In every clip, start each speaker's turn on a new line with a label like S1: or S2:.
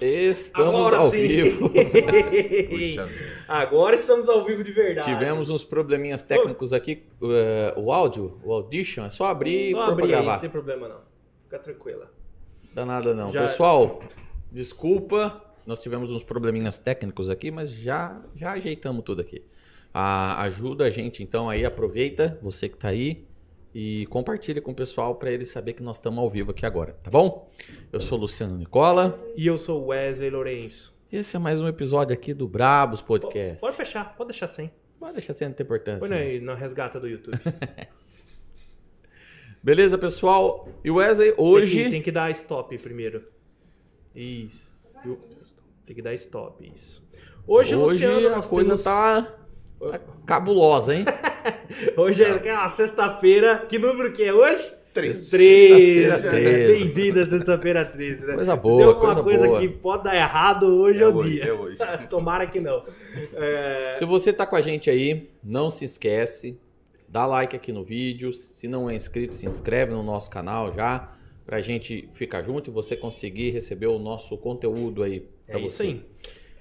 S1: Estamos ao
S2: sim.
S1: vivo.
S3: Puxa vida.
S2: Agora estamos ao vivo de verdade.
S1: Tivemos uns probleminhas técnicos aqui. eh, o áudio, o audition, é só abrir e
S2: Só
S1: pôr pra
S2: abrir aí,
S1: gravar.
S2: não tem problema não. Fica tranquila.
S1: Danada não.
S2: Já- é.
S1: Pessoal, desculpa, nós tivemos uns probleminhas técnicos aqui, mas já já ajeitamos tudo aqui. Ah, ajuda a gente então aí, aproveita, você que tá aí e compartilha com o pessoal para eles saber que nós estamos ao vivo aqui agora, tá bom? Eu sou Luciano Nicola
S2: E eu sou Wesley Lourenço.
S1: e esse é mais um episódio aqui do Brabos
S2: Pode,
S1: Podcast.
S2: pode fechar, pode deixar sem.
S1: Vai deixar sem ter importância.
S2: Põe
S1: né?
S2: aí na resgata do YouTube.
S1: Beleza, pessoal? E Wesley, hoje
S2: Tem que, tem que dar stop primeiro. Isso. Viu? Tem que dar stop, isso. Hoje,
S1: hoje
S2: Luciano,
S1: a
S2: nós
S1: coisa
S2: temos...
S1: tá, tá cabulosa, hein?
S2: Hoje
S1: tá.
S2: é aquela sexta-feira. Que número que é hoje?
S3: Três.
S2: Três.
S1: Sexta-feira 13.
S2: Bem-vindo à sexta-feira 13, né?
S1: Coisa
S2: Tem
S1: boa,
S2: alguma
S1: coisa,
S2: coisa
S1: boa.
S2: que pode dar errado hoje é,
S3: É
S2: o
S3: hoje,
S2: dia.
S3: é hoje.
S2: Tomara que não. É,
S1: Se você tá com a gente aí, não se esquece, dá like aqui no vídeo. Se não é inscrito, se inscreve no nosso canal já, pra gente ficar junto e você conseguir receber o nosso conteúdo aí pra
S2: é isso
S1: você.
S2: aí.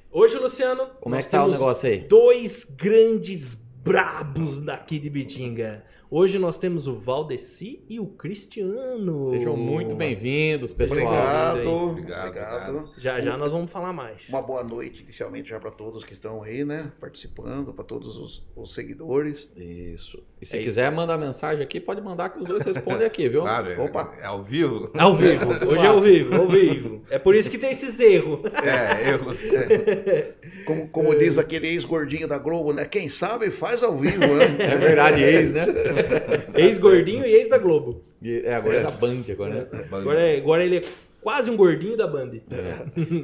S2: Hoje, Luciano,
S1: Como é
S2: nós
S1: que tá o
S2: temos
S1: negócio aí?
S2: dois grandes brabos daqui de Bitinga. Hoje nós temos o Valdeci e o Cristiano.
S1: Sejam muito bem-vindos, pessoal.
S2: Obrigado.
S3: Obrigado,
S4: obrigado, obrigado.
S2: Já já nós vamos falar mais.
S4: Uma boa noite, inicialmente, já para todos que estão aí, né? Participando, para todos os, os seguidores.
S1: Isso. E se
S2: É isso.
S1: quiser mandar mensagem aqui, pode mandar que os dois respondem aqui, viu?
S3: Claro, é,
S4: Opa.
S3: é ao vivo?
S2: Ao vivo, hoje é ao vivo, ao vivo. É por isso que tem esses erros.
S1: Tá
S3: É, eu.
S4: Como, como diz aquele ex-gordinho da Globo, né? Quem sabe faz ao vivo, né?
S1: É verdade, ex, né?
S2: Ex-gordinho e ex da Globo.
S1: E- É, agora é da Band agora, né?
S2: Agora, é- agora ele é quase um gordinho da Band.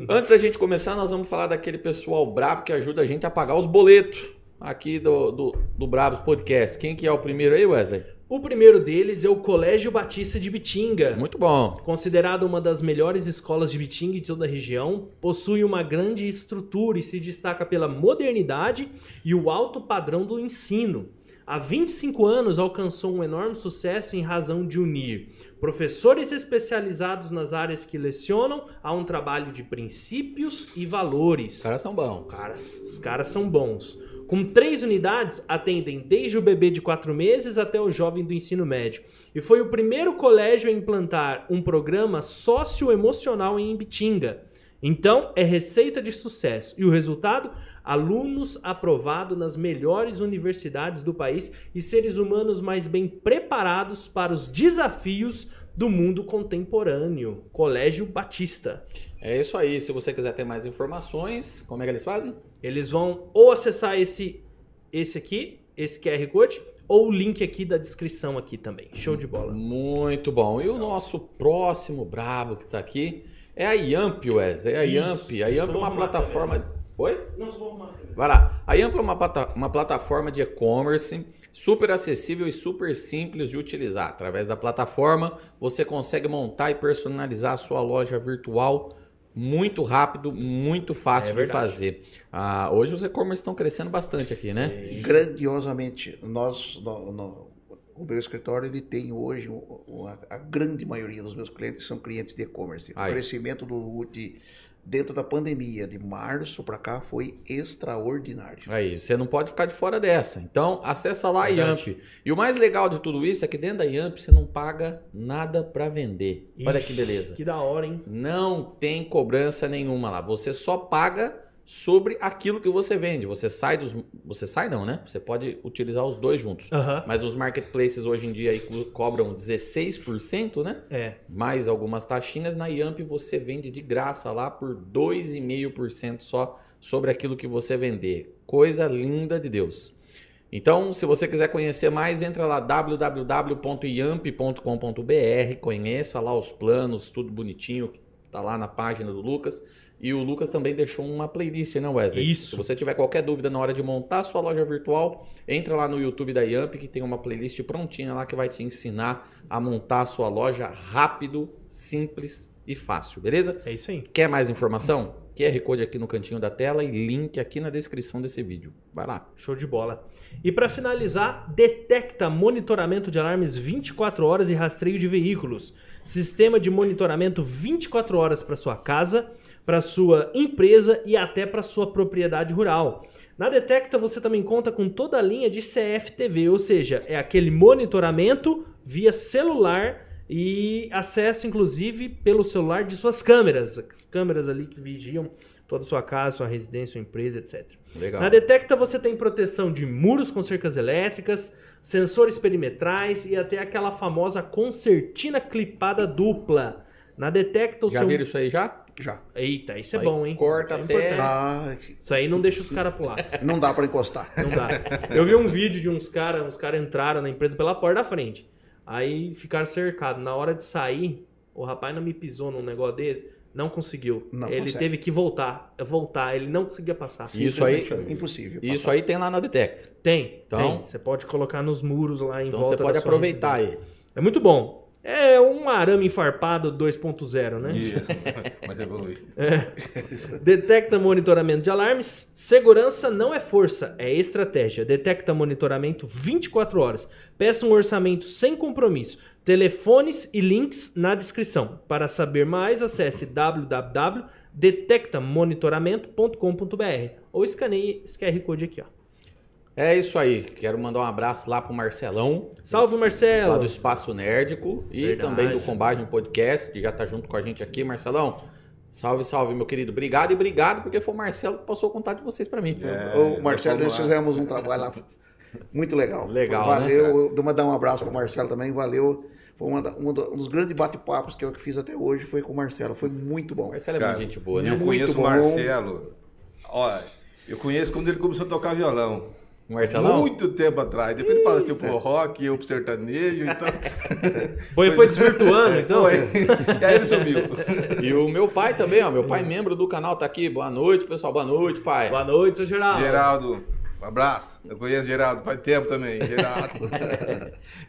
S1: Antes da gente começar, nós vamos falar daquele pessoal brabo que ajuda a gente a pagar os boletos aqui do, do, do Brabos Podcast. Quem que é o primeiro aí, Wesley?
S2: O primeiro deles é o Colégio Batista de Bitinga.
S1: Muito bom.
S2: Considerado uma das melhores escolas de Bitinga e de toda a região, possui uma grande estrutura e se destaca pela modernidade e o alto padrão do ensino. Há 25 anos alcançou um enorme sucesso em razão de unir professores especializados nas áreas que lecionam a um trabalho de princípios e valores.
S1: Os caras são bons.
S2: Caras- os caras são bons. Com três unidades, atendem desde o bebê de quatro meses até o jovem do ensino médio. E foi o primeiro colégio a implantar um programa socioemocional em Ibitinga. Então, é receita de sucesso. E o resultado? Alunos aprovados nas melhores universidades do país e seres humanos mais bem preparados para os desafios do mundo contemporâneo. Colégio Batista.
S1: É isso aí. Se você quiser ter mais informações, como é que eles fazem?
S2: Eles vão ou acessar esse esse aqui, esse QR Code, ou o link aqui da descrição aqui também. Show de bola.
S1: Muito bom. E o nosso próximo brabo que tá aqui é a Yamp, Wesley. É a Yamp.
S2: Isso.
S1: A Yamp é
S2: Vou
S1: uma
S2: arrumar
S1: plataforma. Oi?
S2: Não vou arrumar.
S1: Vai lá. A Yamp é uma, plata- uma plataforma de e-commerce super acessível e super simples de utilizar. Através da plataforma, você consegue montar e personalizar a sua loja virtual muito rápido, muito fácil
S2: É
S1: de
S2: verdade.
S1: fazer. Ah, hoje os e-commerce estão crescendo bastante aqui, né?
S4: Grandiosamente, nós, no- no- o meu escritório, ele tem hoje, o- o- a, a grande maioria dos meus clientes são clientes de e-commerce. O
S1: Aí.
S4: crescimento do, de, dentro da pandemia, de março para cá, foi extraordinário.
S1: Aí, você não pode ficar de fora dessa. Então, acessa lá a
S2: Verdade.
S1: Yamp. E o mais legal de tudo isso é que dentro da Yamp você não paga nada para vender. Olha que beleza.
S2: Que da hora, hein?
S1: Não tem cobrança nenhuma lá. Você só paga sobre aquilo que você vende. Você sai dos. Você sai, não, né? Você pode utilizar os dois juntos.
S2: Aham.
S1: Mas os marketplaces hoje em dia aí co- cobram 16%, né?
S2: É.
S1: Mais algumas taxinhas. Na Yamp você vende de graça lá por 2,5% só sobre aquilo que você vender. Coisa linda de Deus. Então, se você quiser conhecer mais, entra lá www.yamp.com.br, conheça lá os planos, tudo bonitinho, que tá lá na página do Lucas. E o Lucas também deixou uma playlist, né, Wesley?
S2: Isso.
S1: Se você tiver qualquer dúvida na hora de montar sua loja virtual, entra lá no YouTube da Yamp, que tem uma playlist prontinha lá que vai te ensinar a montar a sua loja rápido, simples e fácil, beleza?
S2: É isso aí.
S1: Quer mais informação? QR Code aqui no cantinho da tela e link aqui na descrição desse vídeo. Vai lá.
S2: Show de bola. E para finalizar, detecta monitoramento de alarmes 24 horas e rastreio de veículos. Sistema de monitoramento 24 horas para sua casa, para sua empresa e até para sua propriedade rural. Na Detecta você também conta com toda a linha de CFTV, ou seja, é aquele monitoramento via celular e acesso inclusive pelo celular de suas câmeras, as câmeras ali que vigiam toda a sua casa, sua residência, sua empresa, etc.
S1: Legal.
S2: Na Detecta você tem proteção de muros com cercas elétricas, sensores perimetrais e até aquela famosa concertina clipada dupla. Na Detecta o
S1: Já
S2: seu...
S1: viram isso aí já?
S4: Já.
S2: Eita, isso é
S1: Aí
S2: bom, hein?
S1: corta
S2: Isso é
S1: até-
S2: importante.
S4: Ah, que-
S2: Isso aí não deixa os caras pular.
S4: não dá pra encostar.
S2: Não dá. Eu vi um vídeo de uns caras, uns caras entraram na empresa pela porta da frente. Aí ficaram cercados. Na hora de sair, o rapaz não me pisou num negócio desse. Não conseguiu.
S4: Não
S2: ele
S4: consegue.
S2: teve que voltar. Voltar. Ele não conseguia passar.
S1: Isso aí-
S4: Simplesmente é Impossível.
S1: Isso aí tem lá na Detecta.
S2: Tem.
S1: Então-
S2: tem. Você pode colocar nos muros lá em
S1: Então
S2: volta
S1: você pode
S2: da sua
S1: aproveitar
S2: residência.
S1: aí.
S2: É muito bom. É um arame enfarpado 2.0, né?
S3: Isso. Mas evoluiu.
S2: Detecta monitoramento de alarmes. Segurança não é força, é estratégia. Detecta monitoramento 24 horas. Peça um orçamento sem compromisso. Telefones e links na descrição. Para saber mais, acesse www.detectamonitoramento.com.br ou escaneie esse QR Code aqui, ó.
S1: É isso aí. Quero mandar um abraço lá pro Marcelão,
S2: Salve,
S1: lá do
S2: Marcelo!
S1: Espaço Nerdico e
S2: Verdade.
S1: também do Combate no Podcast, que já tá junto com a gente aqui, Marcelão. Salve, salve, meu querido. Obrigado e obrigado, porque foi o Marcelo que passou o contato de vocês pra mim.
S3: É.
S4: O Marcelo, nós
S3: vamos lá.
S4: fizemos um trabalho lá muito legal.
S1: Legal, né,
S4: Valeu, vou mandar um abraço para o Marcelo também, valeu. Foi uma da- um do- um dos grandes bate-papos que eu que fiz até hoje, foi com o Marcelo, foi muito
S1: O
S4: bom.
S1: Marcelo é
S3: Cara,
S1: muito gente boa,
S3: Eu
S1: né?
S4: Muito
S3: conheço
S4: bom.
S3: o Marcelo. Olha, eu conheço quando ele começou a tocar violão.
S1: O Marcelão?
S3: Muito tempo atrás. Depois ele partiu pro rock, eu pro sertanejo então e tal.
S2: Foi, foi
S1: É,
S2: desvirtuando, então?
S3: Ué, e aí ele sumiu.
S1: E o meu pai também, ó. Meu pai, membro do canal, tá aqui. Boa noite, pessoal. Boa noite, pai.
S2: Boa noite, seu Geraldo.
S3: Geraldo, um abraço. Eu conheço Geraldo faz tempo também. Geraldo.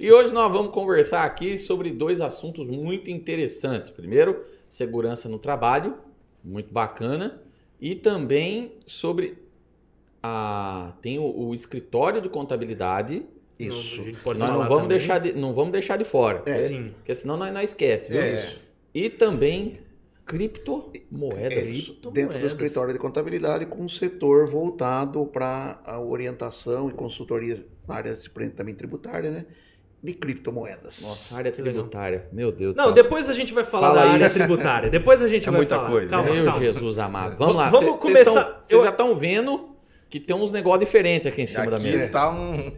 S1: E hoje nós vamos conversar aqui sobre dois assuntos muito interessantes. Primeiro, segurança no trabalho, muito bacana, e também sobre a tem o, o escritório de contabilidade.
S4: Isso.
S2: A gente pode
S1: nós
S2: falar
S1: não vamos
S2: também.
S1: deixar de, não vamos deixar de fora,
S4: É.
S1: porque-
S2: Sim.
S1: porque senão nós, nós esquece, viu?
S3: É.
S1: E também criptomoedas.
S4: é Isso,
S2: criptomoedas.
S4: dentro do
S1: é,
S4: escritório de contabilidade, com um setor voltado para a orientação e consultoria na área de- também tributária, né? De criptomoedas.
S1: Nossa, área
S2: Que legal.
S1: tributária. Meu Deus do
S2: Não,
S1: céu.
S2: depois a gente vai falar
S1: Fala
S2: da
S1: aí.
S2: área tributária. Depois a gente
S3: É
S2: vai
S3: muita
S2: falar.
S3: coisa.
S2: Calma,
S1: Meu
S2: calma.
S1: Jesus amado. Vamos lá.
S2: Vamos
S1: Cê- cês tão-
S2: começar-
S1: Vocês
S2: eu-
S1: já estão vendo que tem uns negócios diferentes aqui em cima da
S3: Aqui
S4: é.
S1: mesa.
S3: está um.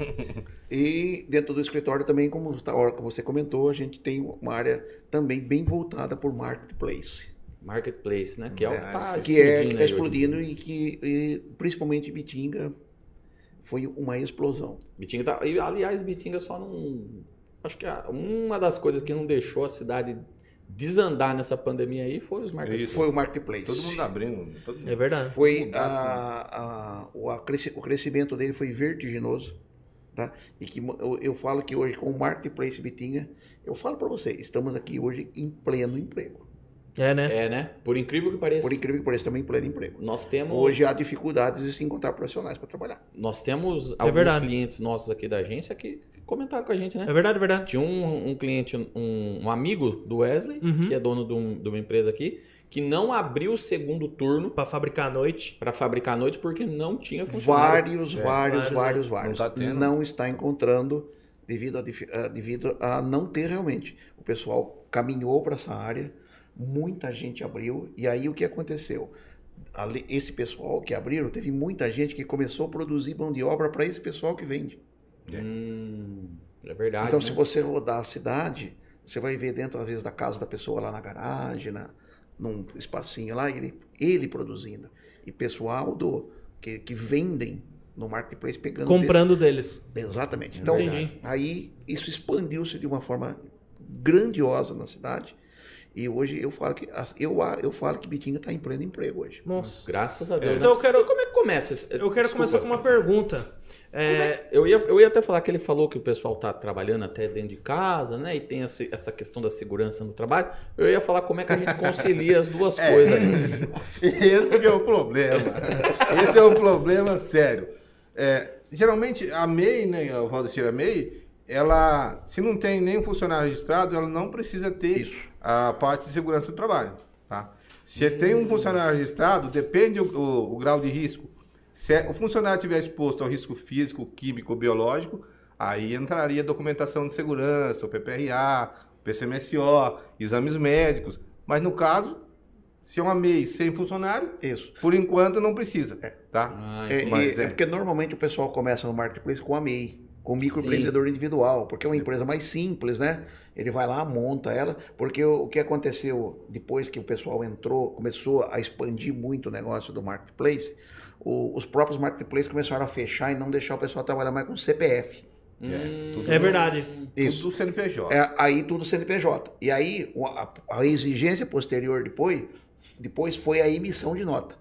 S4: E dentro do escritório também, como tá- como você comentou, a gente tem uma área também bem voltada por marketplace.
S1: Marketplace, né? Que é o que tá
S4: que é
S1: explodindo
S4: que está
S1: aí hoje.
S4: explodindo e que e, principalmente Bitinga foi uma explosão.
S1: Bitinga tá... e, aliás, Bitinga só não... Acho que a- uma das coisas que não deixou a cidade desandar nessa pandemia aí foi os marketplaces.
S3: Isso.
S4: Foi o marketplace.
S3: Todo mundo abrindo. Todo
S2: É
S3: mundo.
S2: verdade.
S4: Foi a, a- o, a cresci- o crescimento dele foi vertiginoso, tá? E que mo- eu, eu falo que hoje com o marketplace Bitinga, eu falo para você, estamos aqui hoje em pleno emprego.
S2: É, né?
S1: É, né? Por incrível que pareça,
S4: Por incrível que pareça, estamos em pleno emprego.
S1: nós temos,
S4: Hoje há dificuldades de se encontrar profissionais para trabalhar.
S1: nós temos alguns
S2: É verdade.
S1: clientes nossos aqui da agência que comentaram com a gente, né?
S2: É verdade, é verdade.
S1: Tinha um, um cliente, um, um amigo do Wesley,
S2: Uhum.
S1: que é dono de, um- de uma empresa aqui, que não abriu o segundo turno
S2: Pra fabricar à noite.
S1: para fabricar à noite porque não tinha funcionário.
S4: Vários,
S3: É.
S4: vários,
S2: Vários,
S4: vários, vários.
S3: tá tendo.
S4: não está encontrando devido a, difi- a- devido a não ter realmente. O pessoal caminhou para essa área, muita gente abriu, e aí o que aconteceu? Ali- Esse pessoal que abriram, teve muita gente que começou a produzir mão de obra para esse pessoal que vende.
S1: Hum, é verdade.
S4: então,
S1: né?
S4: se você rodar a cidade, você vai ver dentro, às vezes, da casa da pessoa lá na garagem, na, num espacinho lá, ele, ele produzindo. E pessoal do que, que vendem no marketplace pegando.
S2: Comprando deles.
S4: dele. Exatamente.
S1: É
S4: Então,
S1: verdade.
S2: Entendi.
S4: aí isso expandiu-se de uma forma grandiosa na cidade. E hoje eu falo que as- eu, a- eu falo que Bitinga está em pleno emprego hoje.
S2: Nossa.
S1: Graças a Deus.
S2: Então
S1: né?
S2: eu quero-
S1: E como é que começa? esse-
S2: Eu quero
S1: Desculpa.
S2: começar com uma pergunta. É,
S1: Eu ia, eu ia até falar que ele falou que o pessoal tá trabalhando até dentro de casa, né? E tem esse- essa questão da segurança no trabalho. Eu ia falar como é que a gente concilia as duas
S3: É.
S1: coisas. ali.
S3: Esse que é o problema. Esse é um problema sério. É, geralmente a MEI, né, a Valdecir, a MEI, ela, se não tem nenhum funcionário registrado, ela não precisa ter
S4: Isso.
S3: a parte de segurança do trabalho, tá? Você tem um funcionário registrado, depende o, o- o grau de risco. Se é- o funcionário estiver exposto ao risco físico, químico, biológico, aí entraria documentação de segurança, o PPRA, o PCMSO, exames médicos. Mas no caso, se é uma MEI sem funcionário,
S4: Isso.
S3: por enquanto não precisa, tá?
S1: Ah,
S4: É,
S1: entendi.
S3: Mas
S4: e-
S3: é.
S4: é porque normalmente o pessoal começa no marketplace com a MEI, com o microempreendedor individual, porque é uma empresa mais simples, né? Ele vai lá, monta ela, porque o o que aconteceu depois que o pessoal entrou, começou a expandir muito o negócio do marketplace, o- os próprios marketplaces começaram a fechar e não deixar o pessoal trabalhar mais com CPF.
S3: É, tudo
S2: É verdade.
S4: Hum. Isso.
S3: Tudo CNPJ.
S4: É, aí tudo CNPJ. E aí o- a, a exigência posterior depois, depois foi a emissão de nota.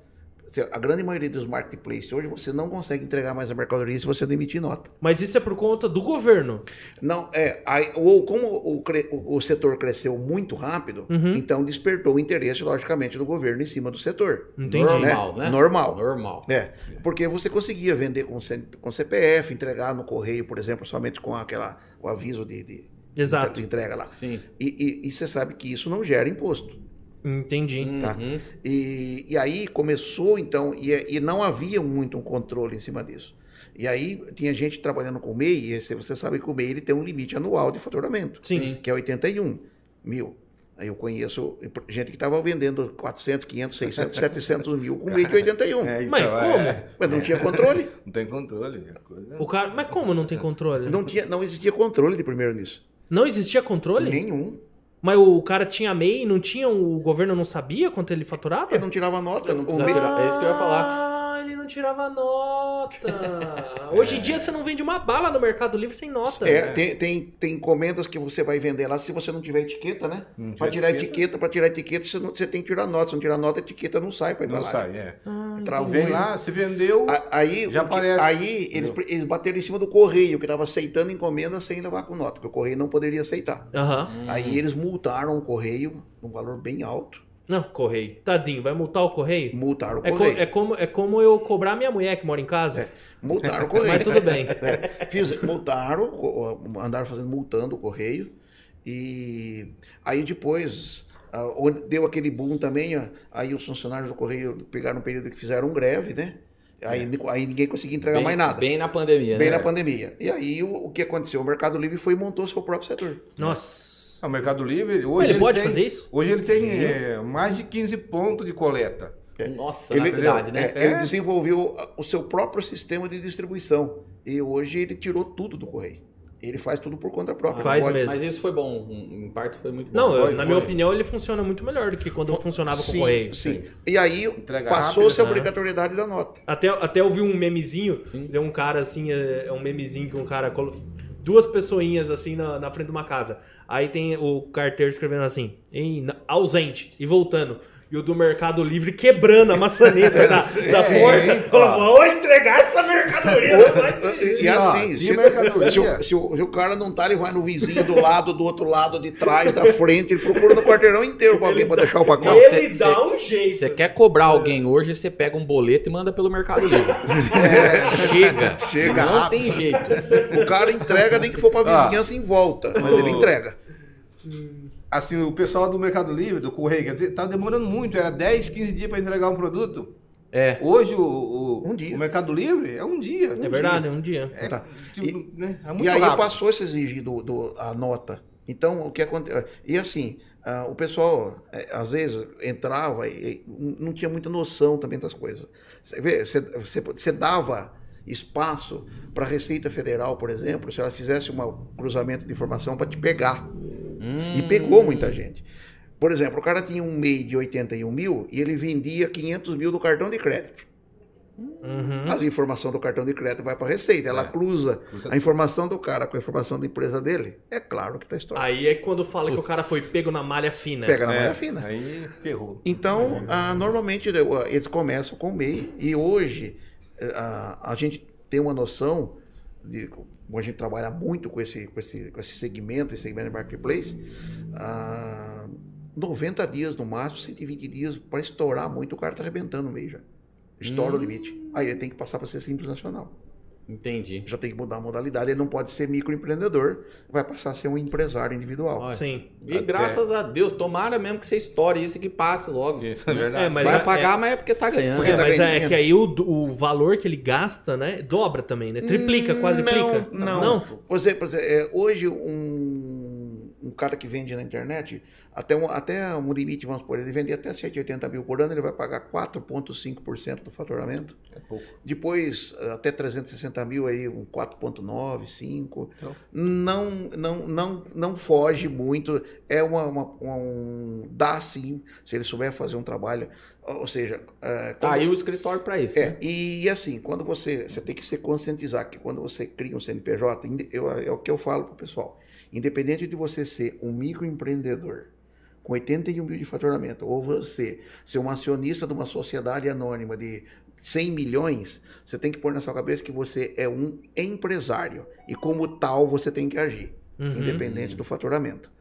S4: Você- A grande maioria dos marketplaces hoje você não consegue entregar mais a mercadoria se você não emitir nota.
S2: Mas isso é por conta do governo.
S4: Não, é, aí- ou como o, cre- o- o setor cresceu muito rápido,
S2: Uhum.
S4: então despertou o interesse, logicamente, do governo em cima do setor.
S2: Entendi.
S1: Normal,
S4: Né?
S1: né?
S4: Normal.
S1: Normal.
S4: É, porque você conseguia vender com, C- com CPF, entregar no correio, por exemplo, somente com aquela, o aviso de, de-
S2: Exato.
S4: de entrega lá.
S1: Sim.
S4: E- e- e você sabe que isso não gera imposto.
S2: Entendi.
S1: Uhum.
S4: Tá. E, e aí começou, então, e, e não havia muito um controle em cima disso. E aí tinha gente trabalhando com o MEI, e você- você sabe que o MEI ele tem um limite anual de faturamento,
S2: Sim.
S4: que é 81 mil. Aí eu conheço gente que estava vendendo 400, 500, 600, 700 mil com MEI de 81.
S3: É,
S2: Mas como?
S4: Mas não tinha controle,
S3: Não tem controle. é coisa-
S2: O cara... Mas como não tem controle? Não,
S4: não, tinha, não existia controle de primeiro nisso.
S2: existia controle?
S4: Nenhum.
S2: Mas o cara tinha MEI, não tinha, o governo não sabia quanto ele faturava?
S4: Ele não tirava nota.
S1: Eu não
S4: o
S1: precisava
S4: MEI-
S1: tirar. é isso que eu ia falar.
S2: Ah, ele não tirava nota. Hoje em dia você não vende uma bala no Mercado Livre sem nota.
S4: É, tem, tem, tem encomendas que você vai vender lá se você não tiver etiqueta, né?
S3: Não
S4: Para
S3: tiver
S4: tirar etiqueta, para tirar etiqueta, você, não- você tem que tirar nota. Se não tirar nota, a etiqueta não sai para
S3: Não
S4: embalagem.
S3: sai, é.
S2: Ah,
S4: Travou.
S3: Vem lá, se vendeu.
S4: A- Aí,
S3: Já
S4: o que-
S3: aparece.
S4: aí eles, pre- eles bateram em cima do correio, que estava aceitando encomenda sem levar com nota, porque o correio não poderia aceitar.
S2: Aham.
S3: Hum.
S4: Aí eles multaram o correio, um valor bem alto.
S2: Não, correio. Tadinho, vai multar o correio?
S4: Multaram o
S2: É, co-
S4: correio.
S2: é como, é como eu cobrar minha mulher que mora em casa.
S4: Multaram o
S2: Mas
S4: correio.
S2: tudo bem.
S4: É, fiz- multaram, co- andaram fazendo multando o correio. E aí depois ah, onde deu aquele boom também, ó, aí os funcionários do correio pegaram um período que fizeram greve, né? Aí, ni- aí ninguém conseguia entregar
S1: Bem,
S4: mais nada. Bem,
S1: Bem na pandemia, né?
S4: na pandemia. E aí o, o que aconteceu? O Mercado Livre foi e montou seu próprio setor.
S2: Nossa.
S3: Ah, O Mercado Livre, hoje
S2: Ele,
S3: ele,
S2: pode
S3: tem,
S2: fazer isso? Uhum.
S3: Hoje ele tem eh, mais de 15 pontos de coleta.
S1: Nossa,
S4: Ele-
S1: na cidade, né?
S4: É, Ele desenvolveu ah, o seu próprio sistema de distribuição. E hoje ele tirou tudo do correio. Ele faz tudo por conta própria.
S2: Faz
S4: Pode-
S2: mesmo.
S1: Mas isso foi bom. Em parte foi muito bom.
S2: Não, eu-
S3: Foi,
S2: na
S3: foi.
S2: minha opinião, ele funciona muito melhor do que quando funcionava com
S4: Sim,
S2: o correio.
S4: Sim. E aí
S3: Entrega
S4: passou-se
S2: rápido,
S4: a
S2: né?
S4: obrigatoriedade da nota.
S2: Até, até eu vi um memezinho,
S1: Sim.
S2: de um cara assim, é é um memezinho que um cara colo... duas pessoinhas assim na, na frente de uma casa. Aí tem o carteiro escrevendo assim, em, ausente e voltando. E o do Mercado Livre quebrando a maçaneta da, da
S4: Sim,
S2: porta.
S3: ó.
S2: Falou, vou entregar essa mercadoria. não vai
S4: E
S2: te-"
S4: se é assim,
S3: Ó,
S4: se,
S3: tinha mercadoria.
S4: se o, se o- se o cara não tá, ele vai no vizinho do lado, do outro lado, de trás, da frente, ele procura no quarteirão inteiro pra alguém pra deixar o
S1: Não,
S4: pacote.
S2: Ele
S1: cê-
S2: dá
S1: cê-
S2: um jeito.
S1: Você quer cobrar
S2: é.
S1: alguém hoje, você pega um boleto e manda pelo Mercado Livre. Chega.
S4: É. Chega
S1: Não
S4: rápido.
S1: tem jeito.
S4: O cara entrega nem que for pra
S3: Ó.
S4: vizinhança em volta, mas ele entrega.
S3: Assim, o pessoal do Mercado Livre, do Correio, quer dizer, tá demorando muito. Era 10, 15 dias para entregar um produto.
S1: É.
S3: Hoje o, o-
S4: Um dia.
S3: o Mercado Livre é um dia.
S2: É verdade, é um dia.
S3: É,
S4: Tá.
S3: tipo, né, é muito
S4: e aí
S3: rápido.
S4: passou a se exigir do, do- a nota. Então, o que aconteceu? E assim, ah, o pessoal, eh, às vezes, entrava e, e não tinha muita noção também das coisas. Você vê, você- Você você dava espaço para a Receita Federal, por exemplo, se ela fizesse um cruzamento de informação para te pegar.
S1: Hum,
S3: Hum.
S4: E pegou muita gente. Por exemplo, o cara tinha um MEI de 81 mil e ele vendia 500 mil do cartão de crédito.
S2: Uhum.
S4: As informações do cartão de crédito vai para a Receita, ela cruza
S3: Cruza-
S4: a informação do cara com a informação da empresa dele. É claro que está estourado.
S2: Aí é quando fala que o cara foi pego na malha fina.
S4: Pega na
S3: É,
S4: malha fina.
S3: Aí ferrou.
S4: Então, ah, normalmente né, o- eles começam com o MEI e hoje eh, ah, a, gente tem uma noção de como a gente trabalha muito com esse, com esse, com esse segmento, esse segmento de marketplace, ah, 90 dias no máximo, 120 dias para tá estourar muito, o cara está arrebentando o MEI já. Estoura o limite. Aí ele tem que passar para ser simples nacional.
S1: Entendi.
S4: Já tem que mudar a modalidade. Ele não pode ser microempreendedor, vai passar a ser um empresário individual.
S1: Olha,
S2: Sim.
S1: E
S3: Até.
S1: graças a Deus, tomara mesmo que você estoure isso e que passe logo.
S3: Isso, é verdade.
S2: É, mas
S1: Vai
S2: é-
S1: pagar, mas é porque tá ganhando.
S4: Porque
S2: é,
S4: tá
S2: mas
S4: ganhando
S2: é que aí o, o valor que ele gasta, né? Dobra também, né? Triplica,
S4: Hum,
S2: quadriplica.
S4: não,
S2: não.
S4: Por exemplo, por exemplo, é, hoje um, um cara que vende na internet, até um, até um limite, vamos por ele vender até 180 mil por ano, ele vai pagar 4,5% do faturamento.
S3: É pouco.
S4: Depois, até 360 mil aí, um 4.9, 5.
S3: Então.
S4: Não, não, não, não foge muito. É uma, uma, uma- um... Dá sim, se ele souber fazer um trabalho. Ou seja... é,
S1: Tá
S4: quando-
S1: aí o escritório pra isso.
S4: é,
S1: né?
S4: e assim, quando você, você tem que se conscientizar que quando você cria um CNPJ, inde- eu- é o que eu falo pro pessoal, independente de você ser um microempreendedor com 81 mil de faturamento, ou você ser um acionista de uma sociedade anônima de 100 milhões, você tem que pôr na sua cabeça que você é um empresário e como tal você tem que agir
S2: Uhum.
S4: independente do faturamento.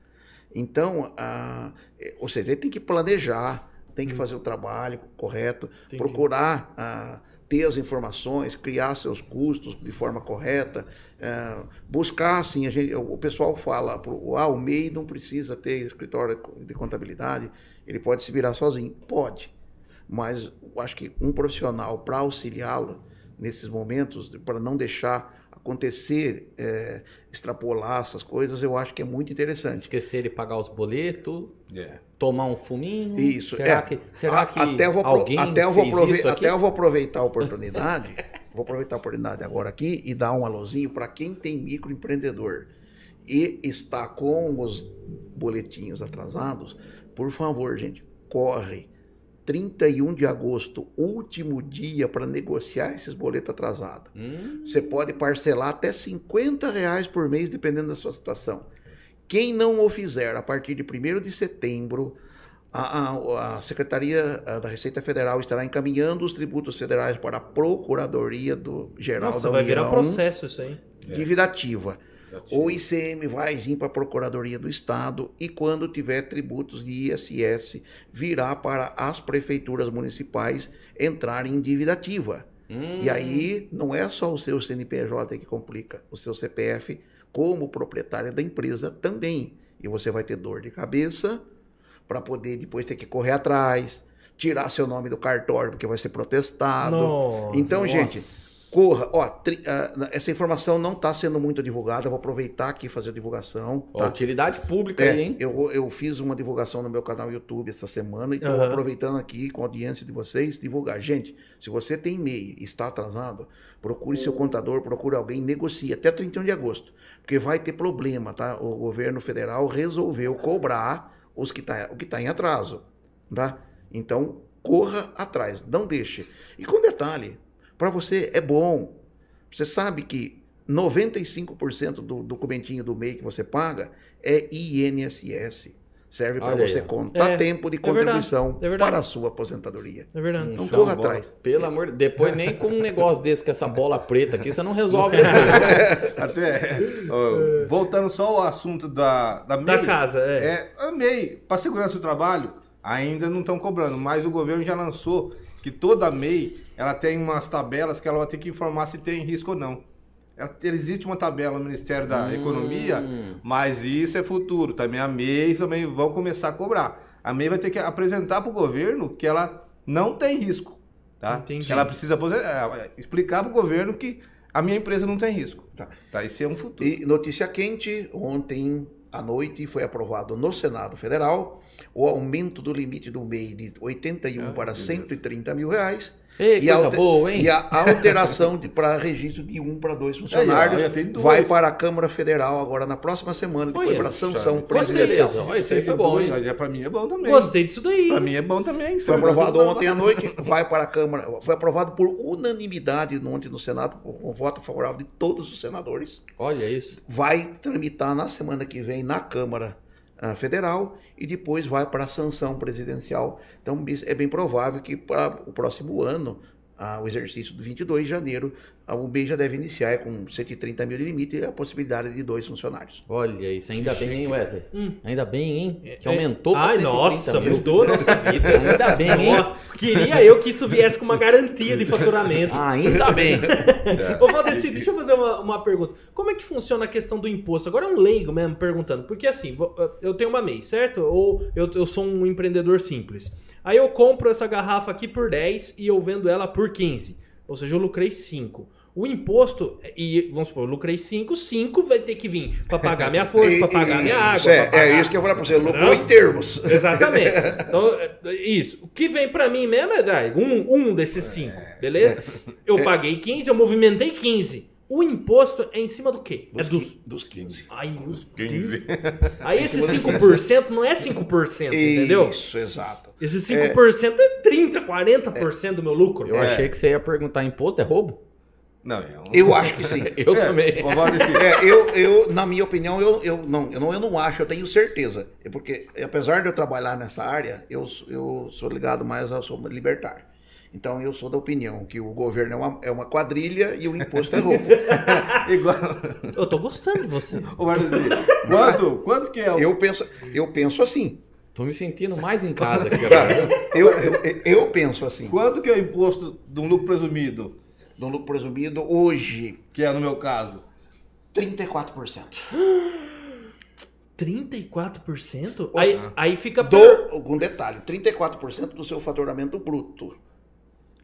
S4: Então, a, é, ou seja, ele tem que planejar, tem que
S2: Hum.
S4: fazer o trabalho correto,
S2: Entendi.
S4: procurar ah, ter as informações, criar seus custos de forma correta, ah, buscar, assim, a gente, o pessoal fala, pro- ah, o MEI não precisa ter escritório de contabilidade, ele pode se virar sozinho. Pode, mas eu acho que um profissional, para auxiliá-lo nesses momentos, para não deixar acontecer, eh, extrapolar essas coisas, eu acho que é muito interessante.
S1: Esquecer de pagar os boletos,
S3: É.
S1: tomar um fuminho.
S4: Isso,
S1: Será
S4: é.
S1: que, será
S4: A-
S1: que
S4: até eu vou, apro-
S1: alguém
S4: até eu vou
S1: fez
S4: aprove-
S1: isso aqui?
S4: até eu vou aproveitar a oportunidade, vou aproveitar a oportunidade agora aqui e dar um alôzinho para quem tem microempreendedor e está com os boletinhos atrasados, por favor, gente, corre. 31 de agosto, último dia para negociar esses boletos atrasados.
S1: Hum,
S4: Você pode parcelar até 50 reais por mês, dependendo da sua situação. Quem não o fizer a partir de 1 de setembro, a, a- a Secretaria ah, da Receita Federal estará encaminhando os tributos federais para a Procuradoria do Geral
S2: Nossa,
S4: da
S2: vai
S4: União.
S2: virar um processo É. isso aí.
S4: Dívida ativa. O
S3: Oi.
S4: ICM vai vir para a Procuradoria do Estado e quando tiver tributos de ISS, virá para as prefeituras municipais entrarem em dívida ativa.
S1: hum.
S4: E aí não é só o seu CNPJ que complica, o seu CPF, como proprietário da empresa também. E você vai ter dor de cabeça para poder depois ter que correr atrás, tirar seu nome do cartório porque vai ser protestado.
S2: Nossa.
S4: Então,
S1: Nossa.
S4: gente, corra. Ó, tri- ah, essa informação não está sendo muito divulgada. eu Vou aproveitar aqui e fazer a divulgação.
S1: Ó,
S4: Tá?
S1: Utilidade pública
S4: É,
S1: aí, hein?
S4: eu, eu fiz uma divulgação no meu canal no YouTube essa semana, então
S2: Aham.
S4: aproveitando aqui com a audiência de vocês, divulgar. Gente, se você tem e-mail e está atrasado, procure seu
S1: Uhum.
S4: contador, procure alguém, negocie até 31 de agosto, porque vai ter problema, tá? O governo federal resolveu cobrar os que tá, o que está em atraso, tá? Então, corra atrás, não deixe. E com detalhe, para você é bom. Você sabe que 95% do documentinho do MEI que você paga é INSS. Serve para
S1: Olha aí,
S4: você
S1: ó.
S4: contar
S2: É,
S4: tempo de
S2: verdade,
S4: contribuição
S2: é verdade.
S4: para a sua aposentadoria.
S2: É verdade.
S4: Não
S1: Show,
S4: Então corra
S1: bola.
S4: atrás.
S1: Pelo amor de Depois nem com um negócio desse, com essa bola preta aqui, você não resolve. as coisas.
S3: Até. ó, voltando só ao assunto da, da MEI.
S2: Da casa, é.
S3: É, a MEI, para segurança do trabalho, ainda não estão cobrando, mas o governo já lançou que toda MEI, ela tem umas tabelas que ela vai ter que informar se tem risco ou não. Ela, existe uma tabela no Ministério da
S1: Hum.
S3: Economia mas isso é futuro. Também a MEI também vão começar a cobrar. A MEI vai ter que apresentar para o governo que ela não tem risco. Tá?
S2: Entendi.
S3: Que ela precisa apose- eh, explicar para o governo que a minha empresa não tem risco.
S4: Tá.
S3: Tá? Isso é um futuro.
S4: E notícia quente, ontem à noite foi aprovado no Senado Federal o aumento do limite do MEI de 81
S1: Ah,
S3: Ai,
S4: para
S3: meu Deus.
S4: 130 mil reais
S1: Ei,
S4: E
S1: coisa
S4: alter-
S1: boa, hein?
S4: e a alteração de- para registro de um para dois
S3: Aí, ó,
S4: funcionários
S3: já tem dois.
S4: vai para a Câmara Federal agora na próxima semana, depois
S2: Olha,
S4: para a sanção
S3: sabe?
S1: Pois
S4: presidencial.
S1: beleza, ó,
S3: Isso
S1: esse aí foi bom, hein?
S3: Para mim é bom também.
S2: Gostei disso daí.
S3: Para mim é bom
S4: Foi
S3: também. Segurança
S4: aprovado
S3: do
S4: ontem à
S3: trabalho.
S4: noite, vai para a Câmara. Foi aprovado por unanimidade ontem no Senado, com com voto favorável de todos os senadores.
S1: Olha isso.
S4: Vai tramitar na semana que vem na Câmara ah, Federal e depois vai para a sanção presidencial. Então, bis- é bem provável que para o próximo ano ah, o exercício do 22 de janeiro, a UB já deve iniciar é com 130 mil de limite e a possibilidade de dois funcionários.
S1: Olha isso, ainda
S3: Que
S1: bem, hein,
S3: chique.
S1: Wesley?
S2: Hum.
S1: Ainda bem, hein? Que
S2: É, é.
S1: aumentou pra
S2: Ai,
S1: 130
S2: nossa,
S1: mil.
S2: mudou a nossa vida.
S1: Ainda bem, hein?
S2: Ó, Queria eu que isso viesse com uma garantia de faturamento.
S1: Ainda bem.
S3: Tá.
S2: Ô, Valdeci, deixa eu fazer uma, uma pergunta. Como é que funciona a questão do imposto? Agora é um leigo mesmo perguntando. Porque assim, vo- eu tenho uma MEI, certo? Ou eu, eu sou um empreendedor simples. Aí eu compro essa garrafa aqui por 10 e eu vendo ela por 15. Ou seja, eu lucrei 5. O imposto, e vamos supor, eu lucrei 5, 5 vai ter que vir pra pagar minha força, pra pagar minha água.
S4: Isso é,
S2: pra pagar-
S4: é isso que eu vou falar pra você, lucrou
S2: Não?
S4: em termos.
S2: Exatamente. Então, é isso. O que vem pra mim mesmo é daí, um, um desses
S1: É.
S2: cinco, beleza? Eu paguei 15, eu movimentei 15. O imposto é em cima do quê? é dos.
S4: qui- dos 15.
S2: Ai, meu Deus.
S3: 15.
S2: Aí esse 5% não é 5%, entendeu?
S4: Isso, exato.
S2: Esse 5% é, 30%, 40% do meu lucro.
S1: É. Eu achei que você ia perguntar imposto, é roubo?
S3: Não, é um...
S4: Eu acho que sim.
S1: Eu
S3: É,
S1: também.
S3: Ô, Valdeci,
S4: É, eu, eu, na minha opinião, eu, eu, não, eu, não, eu não acho, eu tenho certeza. É porque, apesar de eu trabalhar nessa área, eu, s- eu sou ligado mais, eu sou libertário. Então, eu sou da opinião que o governo é uma, é uma quadrilha e o imposto é roubo.
S3: igual...
S2: Eu tô gostando de você.
S3: Ô, Valdeci, quanto, quanto que é o...
S4: Eu penso, eu penso assim.
S1: Tô me sentindo mais em casa aqui agora. viu?
S4: Eu, eu, eu penso assim.
S3: Quanto que é o imposto de um lucro presumido,
S4: No lucro presumido, hoje,
S3: que é no meu caso?
S4: 34%.
S2: 34%? Aí,
S3: Nossa.
S2: aí fica. per-
S4: Do, com detalhe, 34% do seu faturamento bruto.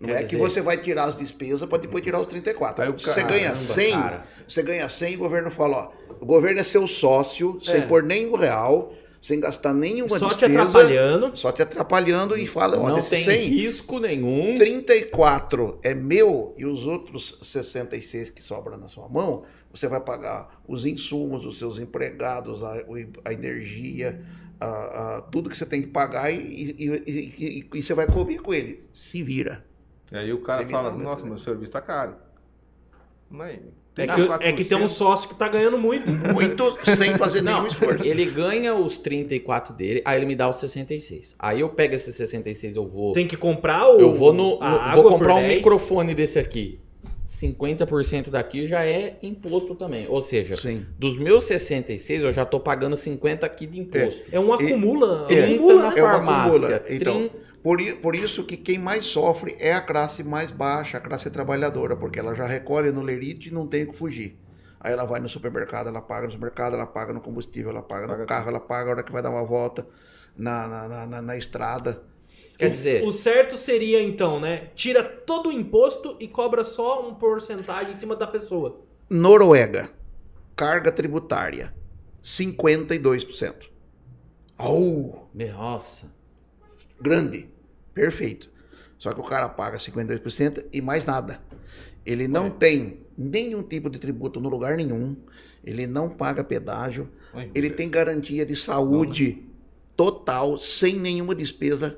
S4: Não
S1: Quer
S4: é que
S1: dizer-
S4: você vai tirar as despesas para depois tirar os 34.
S3: Aí o
S4: Se você
S3: caramba,
S4: ganha 100,
S1: cara.
S4: você ganha 100 e o governo fala, ó, o governo é seu sócio, sem
S2: É.
S4: pôr nenhum real, sem gastar nenhuma
S2: Só te
S4: despesa.
S2: atrapalhando.
S4: Só te atrapalhando e fala, ó,
S1: Não
S4: desse
S1: tem
S4: 100,
S1: risco nenhum.
S4: 34 é meu e os outros 66 que sobram na sua mão, você vai pagar os insumos, os seus empregados, a, o- a energia, a- a- tudo que você tem que pagar e, e- e- e- e você vai comer com ele. Se vira.
S3: E aí o cara
S4: Sim,
S3: fala,
S4: não,
S3: nossa,
S4: né?
S3: meu serviço tá caro. Mas
S2: É que, é que tem um sócio que tá ganhando muito.
S4: Muito sem fazer
S1: Não,
S4: nenhum esforço.
S1: ele ganha os 34 dele, aí ele me dá os 66. Aí eu pego esses 66, eu vou.
S2: Tem que comprar o.
S1: Eu vou no.
S2: a
S1: no-
S2: água
S1: vou comprar
S2: por
S1: um
S2: 10.
S1: microfone desse aqui. 50% daqui já é imposto também. Ou seja,
S4: Sim.
S1: dos meus 66, eu já tô pagando 50 aqui de imposto.
S2: É um acumula.
S4: É.
S1: 30
S2: acumula,
S1: na
S2: né?
S4: É uma
S1: farmácia.
S4: acumula. Então,
S1: 30
S4: Por, i- por isso que quem mais sofre é a classe mais baixa, a classe trabalhadora, porque ela já recolhe no lerite e não tem o que fugir. Aí ela vai no supermercado, ela paga no supermercado, ela paga no combustível, ela paga,
S3: Paga
S4: no carro, ela paga a hora que vai dar uma volta na, na, na, na- na estrada.
S1: Quer dizer,
S2: O certo seria, então, né? Tira todo o imposto e cobra só um porcentagem em cima da pessoa.
S4: Noruega, carga tributária, 52%. Au!
S1: nossa.
S4: grande, perfeito. Só que o cara paga 52% e mais nada. Ele não tem nenhum tipo de tributo no lugar nenhum. Ele não paga pedágio. Ele tem garantia de saúde total, sem nenhuma despesa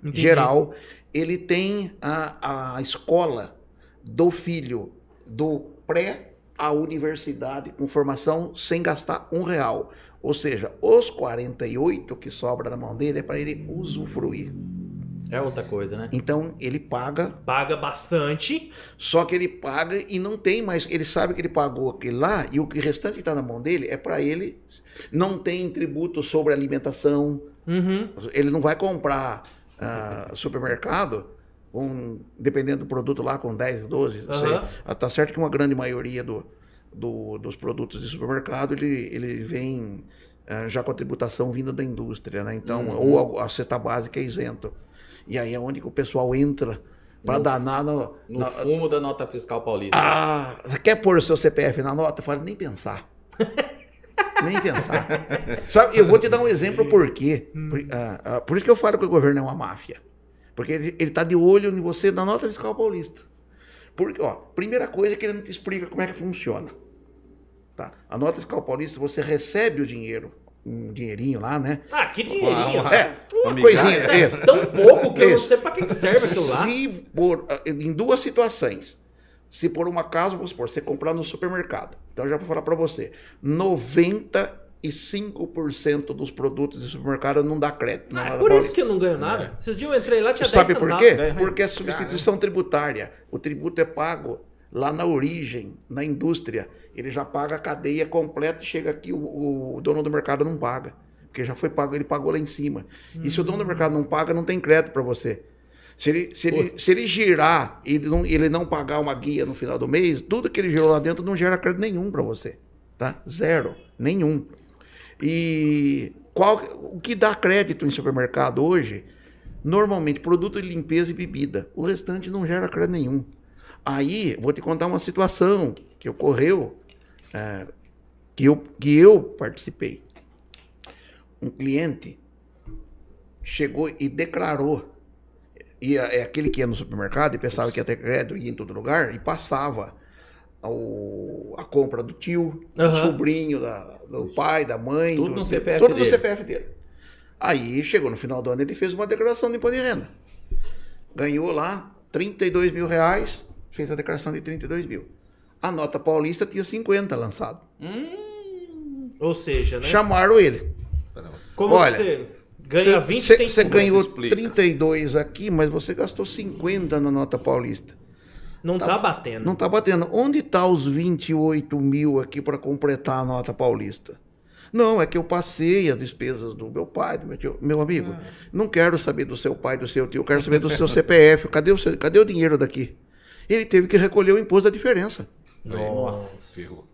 S2: Entendi.
S4: geral. Ele tem a, a escola do filho do pré à universidade com formação sem gastar um real. Ou seja, os 48 que sobra na mão dele é para ele usufruir.
S1: É outra coisa, né?
S4: Então ele paga,
S2: Paga bastante.
S4: só que ele paga e não tem mais. Ele sabe que ele pagou aquele lá e o que restante que está na mão dele é para ele. Não tem tributo sobre alimentação,
S2: Uhum.
S4: ele não vai comprar ah, supermercado com, dependendo do produto lá, com 10, 12, não sei.
S2: Aham.
S4: Ah, Tá certo que uma grande maioria do, do- dos produtos de supermercado, ele, ele vem ah, já com a tributação vinda da indústria, né? Então,
S1: Uhum.
S4: ou a, a cesta básica é isento. E aí é onde que o pessoal entra para
S1: No-
S4: danar no...
S1: No
S4: na-
S1: fumo da nota fiscal paulista.
S4: ah, quer pôr o seu CPF na nota? Fala, nem pensar. nem pensar. Sabe, eu vou te dar um exemplo por quê. Por, ah, ah, por isso que eu falo que o governo é uma máfia. Porque ele, ele tá de olho em você na nota fiscal paulista. Porque, ó, primeira coisa é que ele não te explica como é que funciona. Tá? A nota fiscal paulista, você recebe o dinheiro, um dinheirinho lá, né?
S2: Ah, que dinheirinho.
S3: Uma-
S4: É, uma
S3: migalha.
S4: coisinha.
S2: É
S4: isso.
S2: tão pouco que eu não
S4: Isso.
S2: sei pra que que serve aquilo lá.
S4: Se por, eh, em duas situações. Se por um acaso, vamos supor, você comprar no supermercado. Então eu já vou falar para você. 90 95% dos produtos de supermercado não dá crédito. na
S2: Ah,
S4: hora
S2: por
S4: da
S2: isso que eu não ganho nada. Esses dias eu entrei lá, tinha 10
S4: É. Sabe por
S2: centavos. né?
S4: quê?
S3: Daí,
S4: Porque é substituição tributária. O tributo é pago lá na origem, na indústria. Ele já paga a cadeia completa e chega aqui, o, o dono do mercado não paga. Porque já foi pago, ele pagou lá em cima. E se o dono do mercado não paga, não tem crédito para você. Se ele, se, ele, se ele girar e ele não, ele não pagar uma guia no final do mês, tudo que ele gerou lá dentro não gera crédito nenhum para você. Tá? Zero. Nenhum. E qual, o que dá crédito em supermercado hoje? Normalmente, produto de limpeza e bebida. O restante não gera crédito nenhum. Aí, vou te contar uma situação que ocorreu, eh, que, eu, que eu participei. Um cliente chegou e declarou. E é é aquele que ia no supermercado e pensava que ia ter crédito, ia em todo lugar, e passava o- a compra do tio, do
S2: Aham.
S4: sobrinho, da- do pai, da mãe.
S1: Tudo
S4: do,
S1: no
S4: de-
S1: CPF
S4: tudo no
S1: dele.
S4: CPF dele. Aí chegou no final do ano, ele fez uma declaração de imposto de renda. Ganhou lá 32 mil reais, fez a declaração de 32 mil. A nota paulista tinha 50 lançado.
S2: Ou seja, né?
S4: Chamaram ele.
S2: Como
S4: Olha,
S2: você ganha 20 e tem
S4: Você
S2: 50.
S4: ganhou
S3: se explica.
S4: 32 aqui, mas você gastou 50 na nota paulista.
S2: Não tá,
S4: Tá-
S2: batendo.
S4: Não tá batendo. Onde tá os 28 mil aqui para completar a nota paulista? Não, é que eu passei as despesas do meu pai, do meu tio, meu amigo.
S2: Ah.
S4: Não quero saber do seu pai, do seu tio, eu quero saber do seu CPF. Cadê o, seu- cadê o dinheiro daqui? Ele teve que recolher o imposto da diferença.
S1: Nossa.
S3: Ferrou.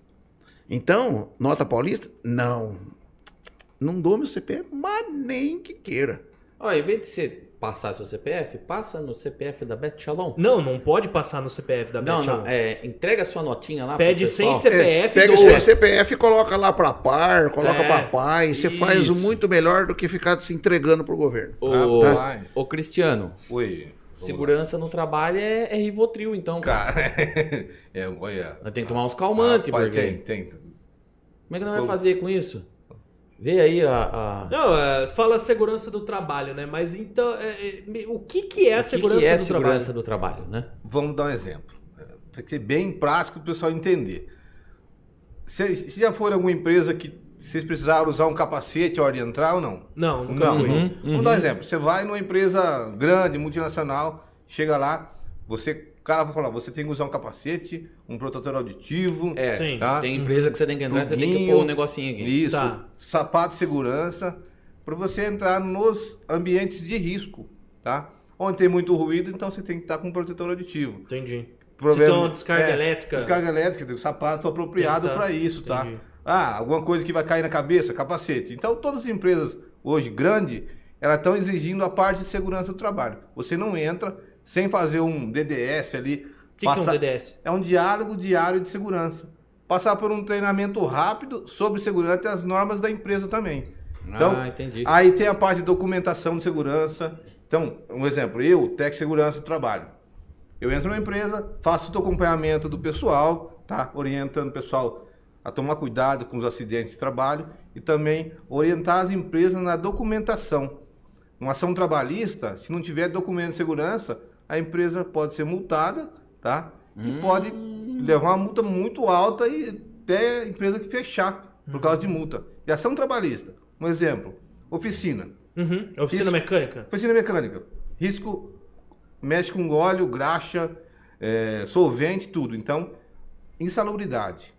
S4: Então, nota paulista? Não. Não dou meu CPF, mas nem que queira.
S1: Ó, em vez de você passar seu CPF, passa no CPF da Beth Shalom.
S2: Não, não pode passar no CPF da
S1: Não,
S2: Beth
S1: não,
S2: Alonso.
S1: é, entrega sua notinha lá
S2: Pede
S1: pro
S2: sem
S1: pessoal.
S2: ser- CPF
S4: pega o
S2: doa.
S4: seu CPF e coloca lá para par, coloca
S2: É,
S4: pra para pai. Você faz o
S1: isso.
S4: muito melhor do que ficar se entregando pro governo.
S2: Ah,
S1: Ô,
S2: tá.
S3: Rapaz.
S1: ô, Cristiano,
S3: Oi. vamos
S1: segurança no trabalho é, é Rivotril, então.
S3: lá. Cara, é, olha.
S1: Nós Tem que tomar uns calmantes,
S3: Rapaz,
S1: porque...
S3: Tem, tem.
S1: Como é que nós vamos fazer com isso? Vê aí a... a-
S2: Não, é, fala segurança do trabalho, né? Mas então, é, é, me- o que que é a
S1: o que
S2: segurança
S1: que é
S2: do
S1: segurança do trabalho, né?
S3: Vamos dar um exemplo. Tem que ser bem prático para o pessoal entender. Se, se já for alguma empresa que vocês precisaram usar um capacete a hora de entrar ou não?
S2: trabalho? Não, nunca
S3: Não,
S2: fui.
S3: não.
S1: uhum.
S3: Vamos dar um exemplo. Você vai numa empresa grande, multinacional, chega lá, você, o cara vai falar, você tem que usar um capacete, um protetor auditivo,
S1: É,
S2: Sim.
S3: tá?
S1: tem empresa que você tem que entrar, você tem que
S3: Pluguinho.
S1: pôr um negocinho aqui.
S3: Isso,
S2: Tá.
S3: sapato de segurança, para você entrar nos ambientes de risco, tá? Onde tem muito ruído, então você tem que estar com um protetor auditivo.
S2: Entendi.
S3: Problema-
S2: Se dá uma descarga
S3: é,
S2: elétrica.
S3: Descarga elétrica, tem um sapato apropriado
S2: Tem que tá-
S3: para isso, tá?
S2: Entendi.
S3: Ah, alguma coisa que vai cair na cabeça, capacete. Então, todas as empresas hoje grandes, elas estão exigindo a parte de segurança do trabalho. Você não entra sem fazer um DDS ali.
S2: O que, que é um DDS?
S3: É um diálogo diário de segurança. Passar por um treinamento rápido sobre segurança e as normas da empresa também. Então,
S1: ah, entendi.
S3: Aí tem a parte de documentação de segurança. Então, um exemplo, eu, Tec Segurança do Trabalho. Eu entro na empresa, faço todo o acompanhamento do pessoal, tá? Orientando o pessoal a tomar cuidado com os acidentes de trabalho e também orientar as empresas na documentação. Uma ação trabalhista, se não tiver documento de segurança, a empresa pode ser multada, tá? E
S1: Hum.
S3: pode levar uma multa muito alta e até a empresa que fechar por causa
S4: Uhum.
S3: de multa. E ação trabalhista, um exemplo, oficina.
S2: Uhum. Oficina
S3: Isso.
S2: mecânica?
S3: Oficina mecânica. Risco mexe com óleo, graxa, eh, solvente, tudo. Então, insalubridade.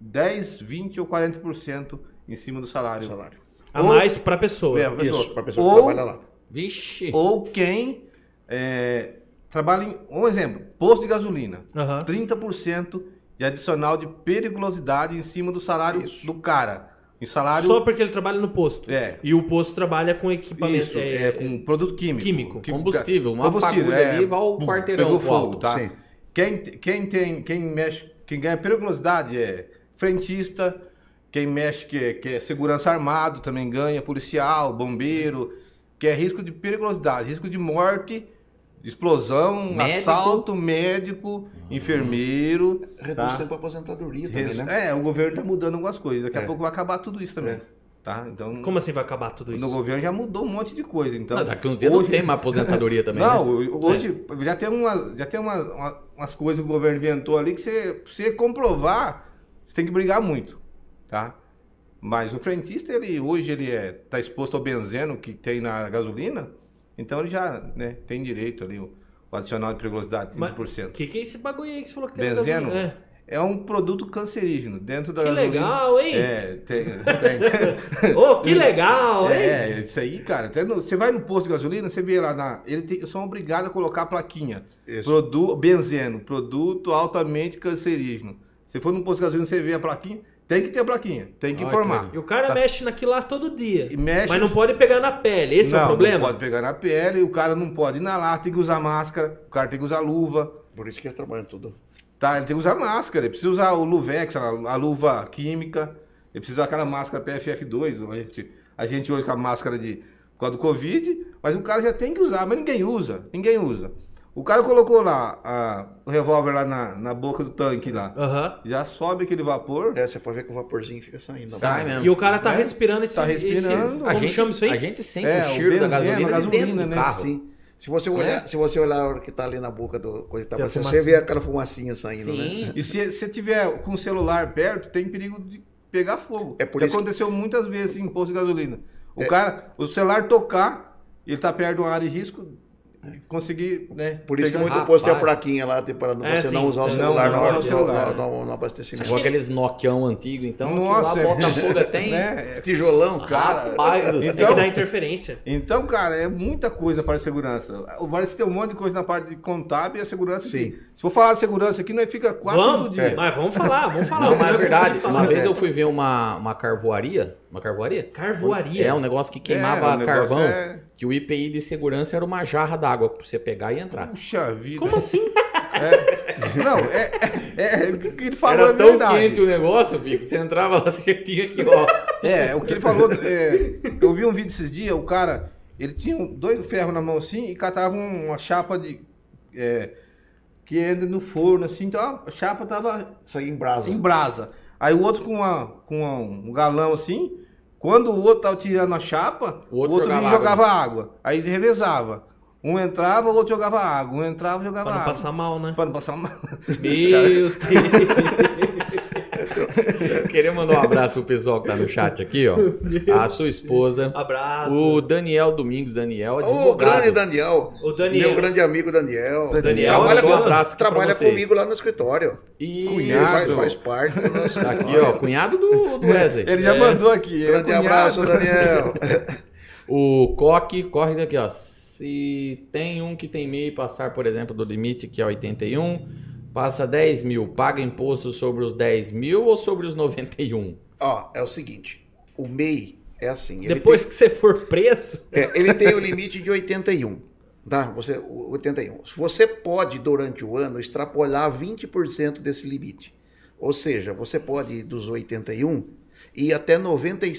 S3: 10, 20 ou 40% em cima do salário.
S4: Salário.
S2: A
S3: Ou-
S2: mais pra pessoa.
S3: É, a pessoa.
S4: Isso, para pessoa que
S3: Ou-
S4: trabalha lá.
S1: Vixe.
S3: Ou quem eh, trabalha em. Um exemplo, posto de gasolina.
S2: Aham.
S3: 30% de adicional de periculosidade em cima do salário
S4: Isso.
S3: do cara. Em salário.
S2: Só porque ele trabalha no posto.
S3: É.
S2: E o posto trabalha com equipamento.
S3: Isso, é, com produto químico.
S2: Químico,
S3: Que-
S1: combustível. Uma
S3: combustível,
S1: fagulha
S3: é,
S1: ali, vai ao
S3: pum,
S1: quarteirão
S3: Pegou
S1: pro
S3: fogo,
S1: alto.
S3: tá?
S4: Sim.
S3: Quem, quem tem, quem mexe, quem ganha periculosidade é frentista, quem mexe que é, que é segurança armado também ganha, policial, bombeiro, que é risco de periculosidade, risco de morte, explosão,
S1: Médico.
S3: assalto, médico,
S4: Hum.
S3: enfermeiro.
S4: Reduz
S3: Tá.
S4: o tempo de aposentadoria
S3: res-
S4: também, né?
S3: É, o governo tá mudando algumas coisas, daqui a
S4: É.
S3: pouco vai acabar tudo isso também,
S4: É.
S3: tá? Então,
S2: Como assim vai acabar tudo isso?
S3: no governo já mudou um monte de coisa, então...
S1: Não, daqui uns dias não
S3: hoje-
S1: tem mais aposentadoria também, né?
S3: não, hoje já tem, uma, já tem uma, uma- umas coisas que o governo inventou ali que você, pra você comprovar, você tem que brigar muito, tá? Mas o frentista, ele hoje ele é tá exposto ao benzeno que tem na gasolina, então ele já, né, tem direito ali o, o adicional de periculosidade
S2: Mas-
S3: 30%.
S2: Que que é esse bagulho aí que você falou que tem
S3: Benzeno?
S2: na gasolina? É.
S3: É um produto cancerígeno dentro da
S2: Que
S3: gasolina.
S2: legal, hein?
S3: É, tem, tem.
S2: Ô, que legal, hein?
S3: É, isso aí, cara. Até no- você vai no posto de gasolina, você vê lá na. Ele tem, são obrigados a colocar a plaquinha.
S4: Isso.
S3: Produ, benzeno, produto altamente cancerígeno. Se for no posto de gasolina, você vê a plaquinha. Tem que ter a plaquinha, tem que
S1: Ah,
S3: informar.
S1: entendi.
S2: E o cara
S3: Tá.
S2: mexe naquilo lá todo dia.
S3: E mexe.
S2: Mas não pode pegar na pele, esse é
S3: Não,
S2: o
S3: Não
S2: problema?
S3: pode pegar na pele, o cara não pode inalar, tem que usar máscara, o cara tem que usar luva.
S4: Por isso que ele trabalha tudo.
S3: Tá, ele tem que usar máscara, ele precisa usar o Luvex, a, a luva química, ele precisa usar aquela máscara PFF2. A gente, a gente hoje com a máscara de por causa do Covid, mas o cara já tem que usar, mas ninguém usa, ninguém usa. O cara colocou lá a- o revólver lá na, na boca do tanque lá,
S2: Aham.
S3: já sobe aquele vapor,
S4: É, você pode ver que o vaporzinho fica saindo. Né?
S1: Sai mesmo.
S2: E o cara tá
S3: É,
S2: respirando esse.
S3: tá
S2: esse-
S3: respirando.
S2: como chama isso aí?
S1: né? a gente sente
S3: É,
S1: o
S3: o
S1: cheiro da
S3: benzeno,
S1: gasolina, gasolina
S3: a
S1: dentro
S3: gasolina,
S1: do
S3: né?
S1: carro.
S4: Sim. Se você olhar, se você olhar a hora que tá ali na boca do coisa, e tal,
S2: Tem a
S4: você
S2: fumacinha.
S4: vê aquela fumacinha saindo, né?
S1: Sim.
S3: e se você tiver com o celular perto, tem perigo de pegar fogo.
S4: É por
S3: Já
S4: isso que- É.
S3: aconteceu muitas vezes em posto de gasolina. O cara, o celular tocar, ele tá perto de uma área de risco, conseguir, né?
S4: Por isso que é
S3: pegar-
S4: muito posto tem a
S1: Rapaz.
S4: plaquinha lá tem para
S2: É,
S4: você
S2: sim,
S4: não usar o
S2: sim.
S4: celular
S3: Não,
S4: na
S3: não
S4: hora
S3: usar o
S4: do-
S3: celular.
S4: no, no um abastecimento.
S1: Igual aqueles Nokião antigos, então.
S3: Nossa, é
S1: Nossa, lá bota fogo até em.
S3: né?
S4: Esse Tijolão,
S3: Cara,
S1: Rapaz do
S3: Então-
S2: Tem
S1: céu.
S2: que dar interferência.
S3: Então, cara, é muita coisa para a segurança. O Vargas tem um monte de coisa na parte de contábil e a segurança.
S4: Sim.
S3: que- Se for falar de segurança aqui, nós fica quase todo
S2: Vamos,
S3: dia.
S1: É.
S2: mas vamos falar, vamos falar.
S1: Não, mas é
S2: Eu
S1: verdade.
S2: preciso
S1: Uma
S2: falar.
S1: vez eu fui ver uma, uma carvoaria. Uma carvoaria?
S2: Carvoaria.
S1: É, um negócio que
S3: É, o
S1: queimava
S3: negócio
S1: carvão.
S3: é-
S1: Que o IPI de segurança era uma jarra d'água pra você pegar e entrar.
S3: Puxa vida.
S2: Como assim?
S3: É. Não, é, é- é- o que ele falou
S1: assim? era
S3: é
S1: tão
S3: verdade.
S1: quente o negócio, Fico, que você entrava lá, você tinha aqui, ó.
S3: É, o que ele falou. é, eu vi um vídeo esses dias, o cara, ele tinha um- dois ferros na mão assim e catava um- uma chapa de. é, que entra no forno, assim, então a chapa tava
S4: saiu em brasa.
S3: em brasa. Aí o outro com, uma, com uma- um galão assim, quando o outro tava tirando a chapa,
S1: O
S3: o
S1: outro
S3: outro,
S1: jogava
S3: vinha e jogava água. né? Aí ele revezava. Um entrava, o outro jogava água. Um entrava, jogava
S2: Pra não
S3: água.
S2: passar mal, né?
S3: Pra não passar mal.
S2: Meu Deus.
S1: Queria mandar um abraço pro pessoal que tá no chat aqui, ó. A sua esposa.
S2: Abraço.
S1: O Daniel Domingues, Daniel,
S4: Ô, grande
S1: advogado.
S4: Daniel.
S2: O Daniel.
S4: Meu grande amigo Daniel.
S2: Daniel,
S4: trabalha
S2: mandou um
S4: com-
S1: abraço aqui pra
S4: trabalha
S1: vocês.
S4: comigo lá no escritório.
S1: E
S4: Ele
S3: Cunhado.
S4: faz, faz parte do nosso
S1: Tá aqui,
S4: escritório.
S1: ó, cunhado do,
S4: É,
S1: do Wesley.
S3: Ele já mandou aqui. é
S4: Grande
S3: cunhado.
S4: abraço, Daniel.
S1: O Coque corre daqui, ó. Se tem um que tem meio e passar, por exemplo, do limite, que é 81, passa 10 mil, paga imposto sobre os 10 mil ou sobre os 91?
S4: ó, é o seguinte. O MEI é assim. ele
S2: Depois que você for preso,
S4: É, ele tem o limite de 81. Tá? Você, o- 81. Você pode, durante o ano, extrapolar 20% desse limite. Ou seja, você pode ir dos 81 e até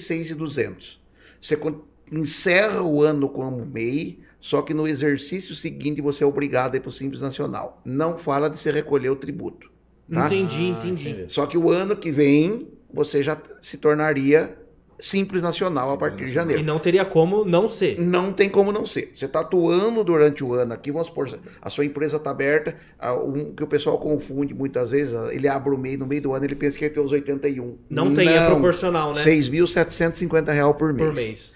S4: 96,200. Você con- encerra o ano como MEI, só que no exercício seguinte você é obrigado a ir para o Simples Nacional. Não fala de você recolher o tributo. Tá?
S2: entendi,
S1: Ah,
S2: entendi.
S1: entendi.
S4: Só que o ano que vem você já se tornaria Simples Nacional a partir de janeiro.
S2: E não teria como não ser.
S4: Não tem como não ser. Você está atuando durante o ano aqui, vamos supor, a sua empresa está aberta, a- um que o pessoal confunde muitas vezes, a- ele abre o meio, no meio do ano ele pensa que ele tem os 81.
S2: Não tem, é proporcional, né?
S4: 6.750 reais por mês.
S2: Por mês.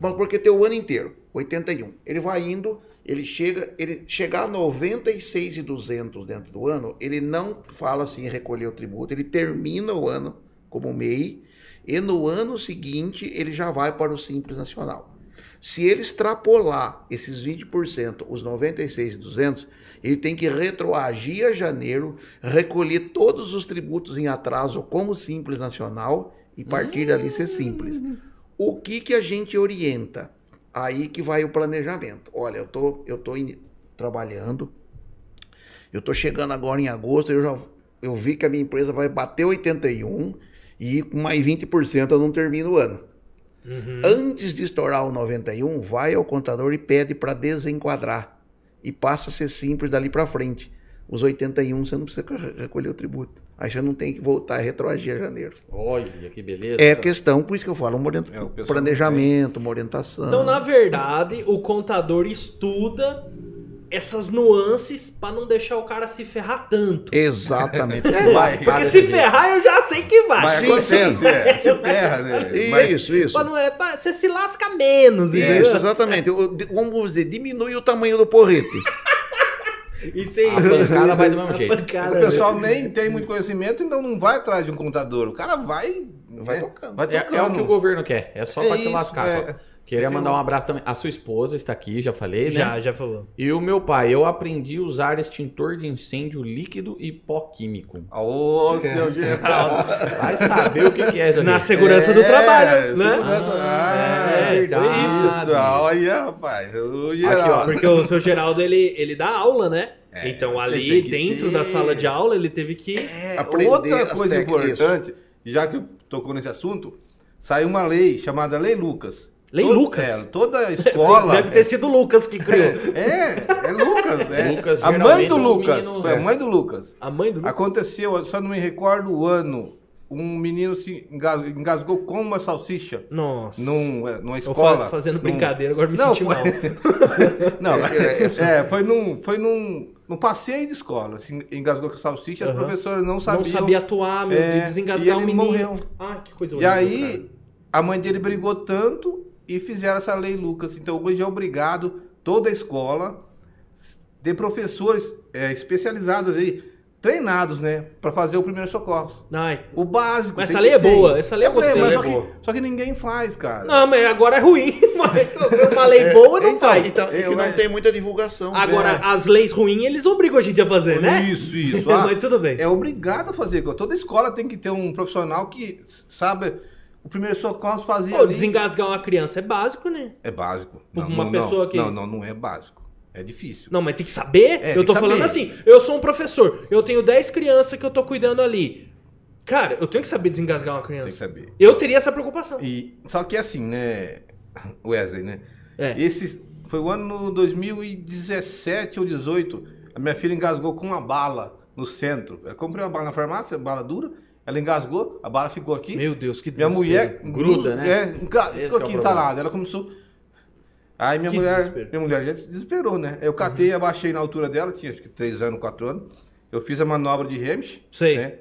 S4: Mas porque tem o ano inteiro, 81. Ele vai indo, ele chega, ele chegar a 96,200 dentro do ano, ele não fala assim recolher o tributo, ele termina o ano como MEI e no ano seguinte ele já vai para o Simples Nacional. Se ele extrapolar esses 20%, os 96,200, ele tem que retroagir a janeiro, recolher todos os tributos em atraso como Simples Nacional e partir dali ser simples. O que que a gente orienta? Aí que vai o planejamento. Olha, eu tô, eu tô in- trabalhando, eu tô chegando agora em agosto, eu já eu vi que a minha empresa vai bater 81 e com mais 20% eu não termino o ano.
S2: Uhum.
S4: Antes de estourar o 91, vai ao contador e pede para desenquadrar. E passa a ser simples dali para frente. Os 81 você não precisa re- recolher o tributo. Aí você não tem que voltar a retroagir a janeiro.
S1: Olha que beleza.
S4: É questão, por isso que eu falo, uma orient-
S3: É, o pessoal
S2: Ah.
S4: planejamento, uma orientação.
S2: Então, na verdade, o contador estuda essas nuances pra não deixar o cara se ferrar tanto.
S4: Exatamente.
S3: É, vai.
S2: Porque
S3: cara,
S2: se
S3: desse
S2: ferrar, eu já sei que vai.
S3: Mas
S4: Sim,
S3: acontece,
S4: sim.
S3: é. Se ferra, né? Mas-
S4: Isso, isso.
S2: Pra não, é pra- você se lasca menos,
S3: É.
S4: Isso,
S2: entendeu?
S4: exatamente. O, de- como vou dizer, diminui o tamanho do porrete.
S2: Entendi.
S1: A pancada vai do mesmo
S2: A
S1: jeito.
S2: pancada-
S3: O pessoal nem tem muito conhecimento, então não vai atrás de um computador. O cara vai.
S4: Vai
S3: né?
S4: tocando.
S3: Vai
S1: É,
S3: tocando.
S1: é o que o governo quer. É só
S3: É
S1: pra te
S3: isso,
S1: lascar.
S3: é.
S1: só. Queria mandar um abraço também. A sua esposa está aqui, já falei, né?
S2: Já, já falou.
S1: E o meu pai, eu aprendi a usar extintor de incêndio líquido e pó químico.
S3: Ô, seu Geraldo.
S1: Vai saber o que, que é isso aqui.
S2: Na segurança do
S3: É,
S2: trabalho, né?
S3: segurança-
S1: Ah,
S3: Ah,
S1: é
S3: é
S1: verdade.
S3: isso. Olha, rapaz. O
S1: ó,
S3: Geraldo.
S2: Porque o seu Geraldo, ele, ele dá aula, né?
S3: É,
S2: então
S3: ele
S2: ali,
S3: tem que
S2: dentro
S3: ter.
S2: da sala de aula, ele teve que...
S3: É,
S4: aprender as
S3: outra coisa
S4: técnicas.
S3: importante, já que tocou nesse assunto, saiu uma lei chamada Lei Lucas.
S2: Lei
S3: Todo-
S2: Lucas?
S3: É, toda a escola.
S2: Deve ter sido o Lucas que criou.
S3: É, é Lucas. É.
S1: Lucas,
S3: a mãe
S1: geralmente,
S3: do
S1: os
S3: Lucas.
S1: meninos- é.
S3: Foi a mãe do Lucas.
S2: A mãe do Lucas.
S3: Aconteceu, eu só não me recordo o ano. Um menino se engas- engasgou com uma salsicha
S2: Nossa.
S3: num, é, numa
S2: Eu
S3: escola.
S2: fa- fazendo
S3: Num-
S2: brincadeira, agora me
S3: Não,
S2: senti
S3: foi-
S2: mal.
S3: Não,
S4: É, é, é só-
S3: é, foi num, foi num, num passeio de escola. Se engasgou com salsicha, as
S2: Aham.
S3: professoras não
S2: Não
S3: sabiam.
S2: sabia atuar, meu,
S3: É,
S2: e desengasgar
S3: e
S2: o
S3: ele
S2: menino.
S3: morreu.
S2: Ah, que coisa
S3: E
S2: horrível, cara.
S3: aí, a mãe dele brigou tanto e fizeram essa lei Lucas. Então, hoje é obrigado toda a escola ter professores é, especializados aí, treinados, né, para fazer o primeiro socorro.
S2: Ai,
S3: O básico.
S2: Mas
S3: tem
S2: essa lei
S3: que
S2: é
S3: ter.
S2: boa, essa lei eu gostei.
S3: mas
S2: Ela
S3: só,
S2: é
S3: que, só que ninguém faz, cara.
S2: Não, mas agora é ruim. Mas Uma lei boa não
S4: então,
S2: faz.
S4: então, é que
S3: Eu-
S4: não
S3: é-
S4: tem muita divulgação.
S2: agora,
S4: É.
S2: as leis ruins eles obrigam a gente a fazer, né?
S3: Isso, isso. Ah,
S2: mas tudo bem.
S3: é obrigado a fazer. Toda escola tem que ter um profissional que sabe o primeiro socorro fazer
S2: Pô,
S3: ali.
S2: desengasgar uma criança é básico, né?
S3: É básico.
S2: Por
S3: Não,
S2: uma
S3: não,
S2: pessoa
S3: não.
S2: que-
S3: Não, não, não é básico. É difícil.
S2: Não, mas tem que saber.
S3: É,
S2: eu
S3: tem
S2: tô
S3: que
S2: falando
S3: saber.
S2: assim, eu sou um professor, eu tenho 10 crianças que eu tô cuidando ali. Cara, eu tenho que saber desengasgar uma
S3: Tem que
S2: criança.
S3: saber.
S2: Eu teria essa preocupação.
S3: E, só que assim, né, Wesley, né?
S2: É.
S3: Esse foi o ano 2017 ou 18. A minha filha engasgou com uma bala no centro. Eu comprei uma bala na farmácia, bala dura. Ela engasgou, a bala ficou aqui.
S2: Meu Deus, que
S3: minha
S2: desespero.
S3: mulher
S1: Gruda, né?
S3: É, enga-
S1: Esse
S3: ficou
S1: que é o
S3: aqui entalada. Ela começou. Aí minha
S2: Que
S3: mulher,
S2: desespero. Uhum.
S3: minha mulher já se desesperou, né? Eu catei, abaixei na altura dela, tinha acho que 3 anos, 4 anos. Eu fiz a manobra de Hemisch,
S2: Sei.
S3: né?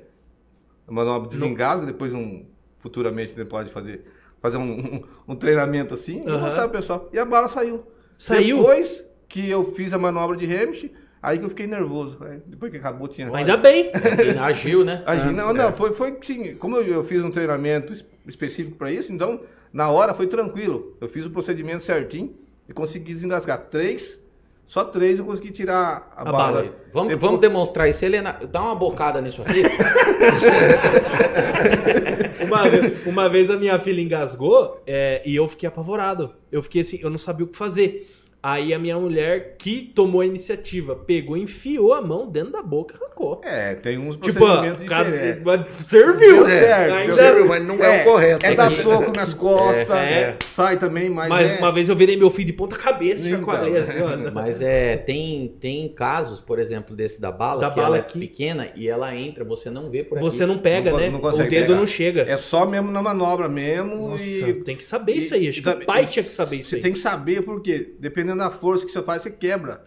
S3: A manobra desengasga, depois um futuramente né, pode fazer fazer um, um- um treinamento assim, e
S2: Aham.
S3: mostrar o pessoal. E a bala saiu.
S2: Saiu?
S3: Depois que eu fiz a manobra de Hemisch, aí que eu fiquei nervoso. Aí, depois que acabou tinha
S2: Ainda bem.
S1: Quem agiu, né?
S3: Aí, Ah, não,
S2: É.
S3: não, foi, foi que sim. Como eu, eu fiz um treinamento es- específico para isso, então na hora foi tranquilo. Eu fiz o procedimento certinho e consegui desengasgar três, só três eu consegui tirar a,
S2: A
S3: bala.
S1: Aí, Vamos,
S3: Depois-
S1: vamos demonstrar isso. Helena, dá uma bocada nisso aqui.
S2: Uma vez, uma vez a minha filha engasgou é, e eu fiquei apavorado. Eu fiquei assim, eu não sabia o que fazer. Aí a minha mulher, que tomou a iniciativa, pegou, enfiou a mão dentro da boca e arrancou.
S3: É, tem uns
S2: Tipo, ah,
S3: procedimentos
S2: cara, É,
S3: diferentes.
S2: mas serviu.
S3: Deu certo,
S2: Ainda-
S3: deu certo.
S4: Observe, mas não é, o correto.
S3: É dar soco nas costas,
S2: É.
S3: é, sai também, mas,
S2: Mas
S3: é.
S2: uma vez eu virei meu filho de ponta cabeça já com a
S3: Então.
S2: lei, assim, ó.
S1: Mas é, tem, tem casos, por exemplo, desse da bala,
S2: Da
S1: que
S2: bala
S1: ela
S2: aqui.
S1: é pequena e ela entra, você não vê por
S2: Você
S1: aqui.
S2: não pega,
S3: Não co-
S2: né?
S3: não
S2: o
S3: consegue
S2: dedo
S3: pegar.
S2: não chega.
S3: É só mesmo na manobra mesmo
S2: Nossa,
S3: e
S2: tem que saber
S3: e-
S2: isso aí. Acho
S3: e
S2: que o
S3: também-
S2: pai tinha que saber isso
S3: Você
S2: aí.
S3: tem que saber porque dependendo da força que você faz, você quebra,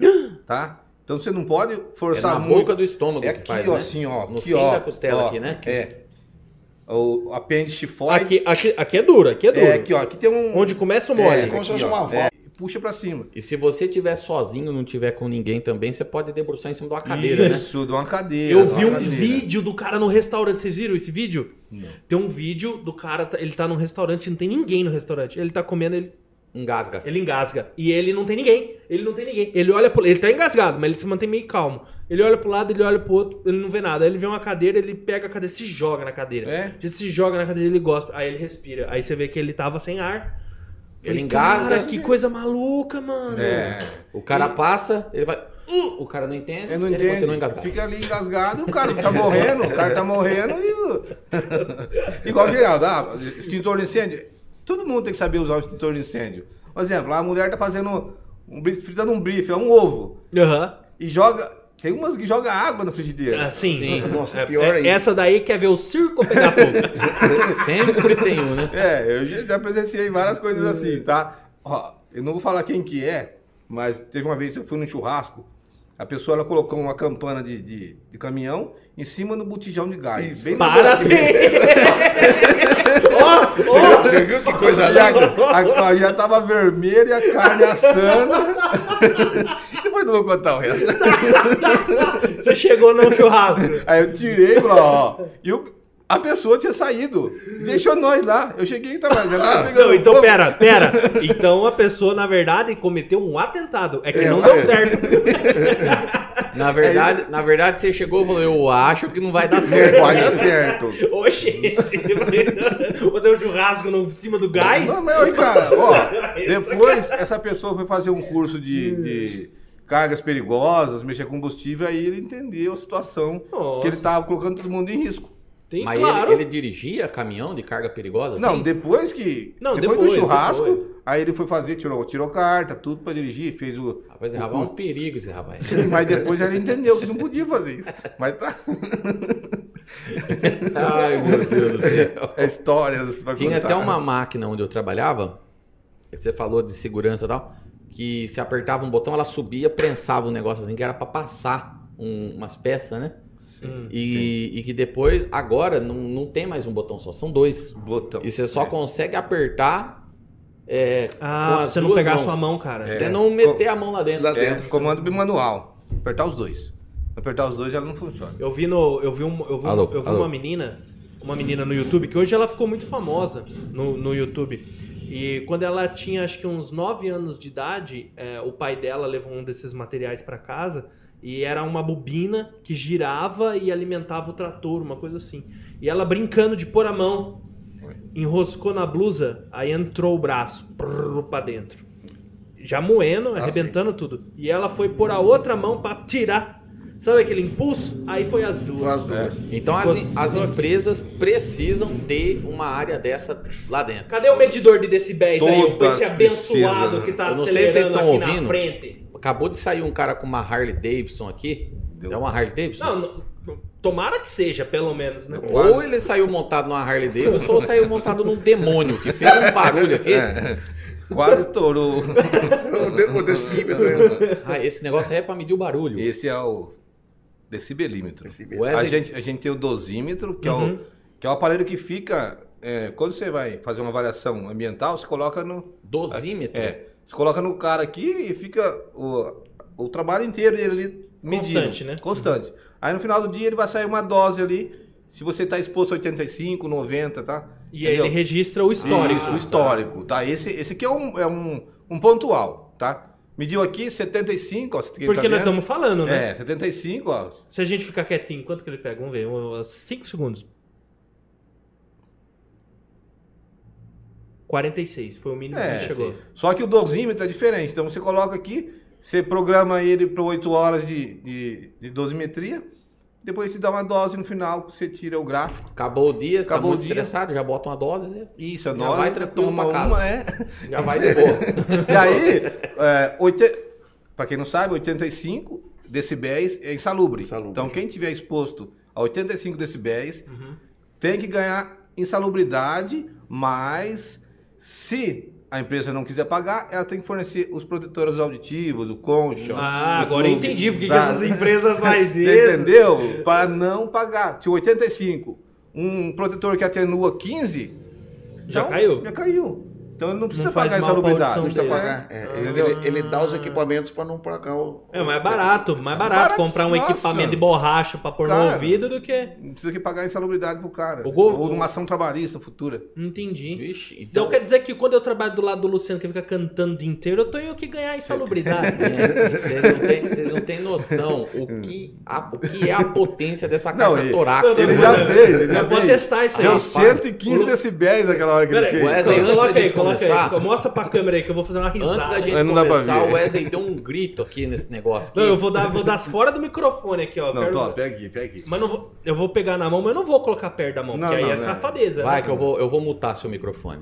S3: tá? Então você não pode
S1: É na
S3: forçar muito.
S1: boca do estômago
S3: É
S1: que
S3: aqui,
S1: faz,
S3: ó,
S1: né?
S3: assim, ó.
S1: No
S3: aqui,
S1: fim
S3: ó,
S1: da costela
S3: ó,
S1: aqui, né?
S3: É. O apêndice tifoide.
S2: Aqui, aqui, aqui é duro, aqui é duro.
S3: é, aqui, ó. Aqui tem um.
S2: Onde começa o mole.
S3: É,
S4: como se fosse
S3: aqui, ó,
S4: uma válvula.
S3: puxa pra cima.
S1: E se você tiver sozinho, não tiver com ninguém também, você pode debruçar em cima de uma cadeira, né?
S3: Isso, de uma cadeira.
S2: Eu
S3: de uma
S2: vi um
S3: cadeira.
S2: vídeo do cara no restaurante. Vocês viram esse vídeo?
S3: Não.
S2: Tem um vídeo do cara, tá- ele tá num restaurante, não tem ninguém no restaurante. Ele tá comendo, ele,
S1: Engasga.
S2: ele engasga. E ele não tem ninguém. Ele não tem ninguém. Ele olha pro ele tá engasgado, mas ele se mantém meio calmo. Ele olha pro lado, ele olha pro outro, ele não vê nada. Aí ele vê uma cadeira, ele pega a cadeira, se joga na cadeira.
S3: É.
S2: Ele se joga na cadeira, ele gosta. Aí ele respira. Aí você vê que ele tava sem ar.
S1: Ele
S2: Falei,
S1: engasga.
S2: Cara, que coisa maluca, mano.
S3: É.
S1: O cara passa, ele vai. "Uh", o cara não entende,
S3: Eu não
S1: ele
S3: entendo.
S1: continua engasgado.
S3: Fica ali engasgado e o cara tá morrendo. o cara tá morrendo e. o- Igual Geraldo, ah, extintor de incêndio. Todo mundo tem que saber usar o extintor de incêndio. Por exemplo, lá a mulher tá fazendo. Um, bri- fritando um bife, é um ovo.
S2: Aham.
S3: E joga. Tem umas que joga água na frigideira.
S2: Assim.
S1: Sim.
S4: Nossa,
S2: É,
S4: pior
S2: é-
S4: ainda.
S2: essa daí quer ver o circo pegar fogo.
S1: Sempre tem um, né?
S3: É, eu já já presenciei várias coisas assim, tá? Ó, eu não vou falar quem que é, Mas teve uma vez, eu fui num churrasco, a pessoa ela colocou uma campana de, de, de caminhão em cima do botijão de gás.
S4: Isso.
S3: Bem no
S2: Parabéns!
S4: Você, viu, você viu que coisa
S3: Já,
S4: linda?
S3: a, a- já tava vermelha, a carne assando. Depois não vou contar o resto.
S2: Você chegou no churrasco.
S3: Aí eu tirei e falei, ó. E o- a pessoa tinha saído. Deixou nós lá. Eu cheguei e tava. Já tava pegando
S2: Não, então
S3: fogo.
S2: pera, pera. Então a pessoa, na verdade, cometeu um atentado. É que
S3: É,
S2: não
S3: vai.
S2: deu certo.
S1: Na verdade, na verdade, você chegou e falou, eu acho que não vai dar certo.
S3: Não vai dar certo.
S2: Oxe, botar um churrasco no, em cima do gás.
S3: Não, mas olha, cara, ó, depois essa pessoa foi fazer um curso de,
S2: Hum.
S3: de cargas perigosas, mexer com combustível, aí ele entendeu a situação
S2: Nossa.
S3: que ele tava colocando todo mundo em risco.
S2: Tem,
S1: Mas
S2: claro.
S1: ele, ele dirigia caminhão de carga perigosa? assim?
S3: Não, depois que.
S2: Não,
S3: depois,
S2: depois,
S3: do churrasco,
S2: depois.
S3: aí ele foi fazer, tirou, tirou carta, tudo pra dirigir, fez o.
S1: Rapaz, esse rapaz é um perigo esse rapaz.
S3: Mas depois ele entendeu que não podia fazer isso. Mas tá.
S1: Ai, meu Deus do céu.
S3: É história. vai
S1: Tinha
S3: contar.
S1: até uma máquina onde eu trabalhava, que você falou de segurança e tal, que se apertava um botão, ela subia, prensava um negócio assim, que era pra passar um- umas peças, né?
S2: Hum.
S1: E, e que depois, agora, não, não tem mais um botão só, são dois.
S3: Botão.
S1: E você só
S3: É.
S1: consegue apertar, é,
S2: Ah,
S1: Com
S2: pra
S1: as
S2: você não
S1: duas
S2: pegar
S1: mãos.
S2: sua mão, cara.
S1: você não meter a mão lá dentro.
S4: Lá
S3: É,
S4: dentro.
S3: comando bimanual. Apertar os dois. Apertar os dois ela não funciona.
S2: Eu vi no. Eu vi, um, eu vi, um-
S1: Alô,
S2: eu vi
S1: alô.
S2: uma menina, uma menina no YouTube, que hoje ela ficou muito famosa no, no YouTube. E quando ela tinha acho que uns 9 anos de idade, é, o pai dela levou um desses materiais pra casa e era uma bobina que girava e alimentava o trator, uma coisa assim. E ela brincando de pôr a mão, enroscou na blusa, aí entrou o braço prrr, pra dentro. Já
S1: Ah,
S2: moendo,
S4: sim.
S2: arrebentando tudo. E ela foi pôr a outra mão pra tirar. Sabe aquele impulso? Aí foi as duas.
S4: As duas.
S1: Então as, as empresas precisam ter uma área dessa lá dentro.
S2: Cadê o medidor de decibéis aí? Com
S3: Todas
S2: esse abençoado
S3: precisam.
S2: que tá
S1: Eu não
S2: acelerando
S1: sei se vocês estão
S2: aqui na
S1: ouvindo.
S2: frente.
S1: Acabou de sair um cara com uma Harley Davidson aqui.
S3: Deu.
S1: É uma Harley Davidson?
S2: Não, não- tomara que seja, pelo menos, né?
S3: Quase.
S1: Ou ele saiu montado numa Harley Davidson ou saiu montado num demônio que fez um barulho aqui.
S3: É, Quase estourou.
S4: O, de, o decímetro é-
S1: Ah, esse negócio aí é pra medir o barulho.
S3: Esse é o decibelímetro.
S4: decímetro.
S1: Wesley,
S3: A gente, a gente tem o dosímetro, que, é,
S2: Uhum.
S3: o, que é o aparelho que fica. é, quando você vai fazer uma avaliação ambiental, você coloca no.
S1: dosímetro.
S3: É, você coloca no cara aqui e fica o, o trabalho inteiro dele ali medindo.
S2: Constante, né?
S3: Constante. Aí no final do dia ele vai sair uma dose ali. Se você está exposto a 85, 90, tá?
S2: E aí ele
S3: Entendeu?
S2: registra o histórico.
S3: Isso, o histórico, tá? Esse, esse aqui é um, é um, um pontual, tá? Mediu aqui 75, ó. Você
S2: Porque
S3: tá
S2: nós
S3: vendo?
S2: estamos falando, né?
S3: É, 75, ó.
S2: Se a gente ficar quietinho, quanto que ele pega? Vamos ver, 5 segundos. 46, foi o mínimo que
S3: É,
S2: ele chegou.
S3: Só que o dosímetro é diferente. Então você coloca aqui, você programa ele para 8 horas de, de, de dosimetria, depois você dá uma dose no final, você tira o gráfico.
S1: Acabou o dia, você tá
S3: Acabou
S1: muito
S3: o dia.
S1: estressado, já bota uma dose
S3: Isso, a
S1: Já
S3: dose,
S1: vai
S3: você
S1: tranquilo
S3: toma
S1: pra casa.
S3: uma, é.
S1: e já vai de boa.
S3: E aí, é, oite- pra quem não sabe, 85 decibéis é insalubre.
S4: Insalubre.
S3: Então quem tiver exposto a 85 decibéis
S2: Uhum.
S3: tem que ganhar insalubridade, mas se a empresa não quiser pagar, ela tem que fornecer os protetores auditivos, o concha.
S2: Ah,
S3: o
S2: agora eu
S3: tubo.
S2: entendi porque que
S3: Tá.
S2: essas empresas fazem
S3: Você
S2: isso.
S3: entendeu? Para não pagar. Se 85, um protetor que atenua 15,
S2: Já
S3: então,
S2: caiu.
S3: Já caiu. Então ele não precisa
S2: faz
S3: pagar a
S2: mal pra
S3: insalubridade. Não
S2: audição
S3: precisa
S2: dele.
S3: pagar.
S4: É, é, ele, ele- ele dá os equipamentos para não pagar o.
S2: É mais barato, mais barato,
S3: Barato,
S2: comprar um
S3: nossa.
S2: equipamento de borracha pra pôr no
S3: Cara.
S2: ouvido do que.
S3: Não precisa que pagar a insalubridade pro cara.
S2: O gol-
S3: Ou numa ação trabalhista futura.
S2: Não Entendi.
S1: Vixe,
S2: Então,
S1: então...
S2: quer dizer que quando eu trabalho do lado do Luciano, que fica cantando o dia inteiro, eu tenho que ganhar insalubridade.
S1: é, Vocês não têm- vocês não têm noção o que, a- o que é a potência dessa
S3: Hum. Não,
S1: carga
S3: ele-
S1: torácica.
S3: Ah, Ele já fez, ele já
S2: Eu vou
S3: fez.
S2: testar isso aí.
S3: Deu
S1: rapaz.
S3: 115 decibéis naquela hora que ele
S2: Pera aí,
S3: fez.
S1: Wesley, antes
S2: coloca,
S1: da
S2: coloca aí,
S1: gente começar-
S2: coloca aí. Mostra pra câmera aí que eu vou fazer uma risada.
S1: Antes da gente
S3: Mas não dá pra
S1: começar,
S3: ver.
S1: o Wesley deu um grito aqui nesse negócio aqui.
S2: Não, eu vou dar, vou dar fora do microfone aqui, ó.
S3: Não,
S2: Quero-
S3: tô, pega aqui, pega aqui.
S2: Mas não vou, eu vou pegar na mão, mas eu não vou colocar perto da mão,
S3: Não,
S2: porque aí
S3: não,
S2: é
S3: não.
S2: safadeza.
S1: Vai
S2: né?
S1: que eu vou, eu vou mutar seu microfone.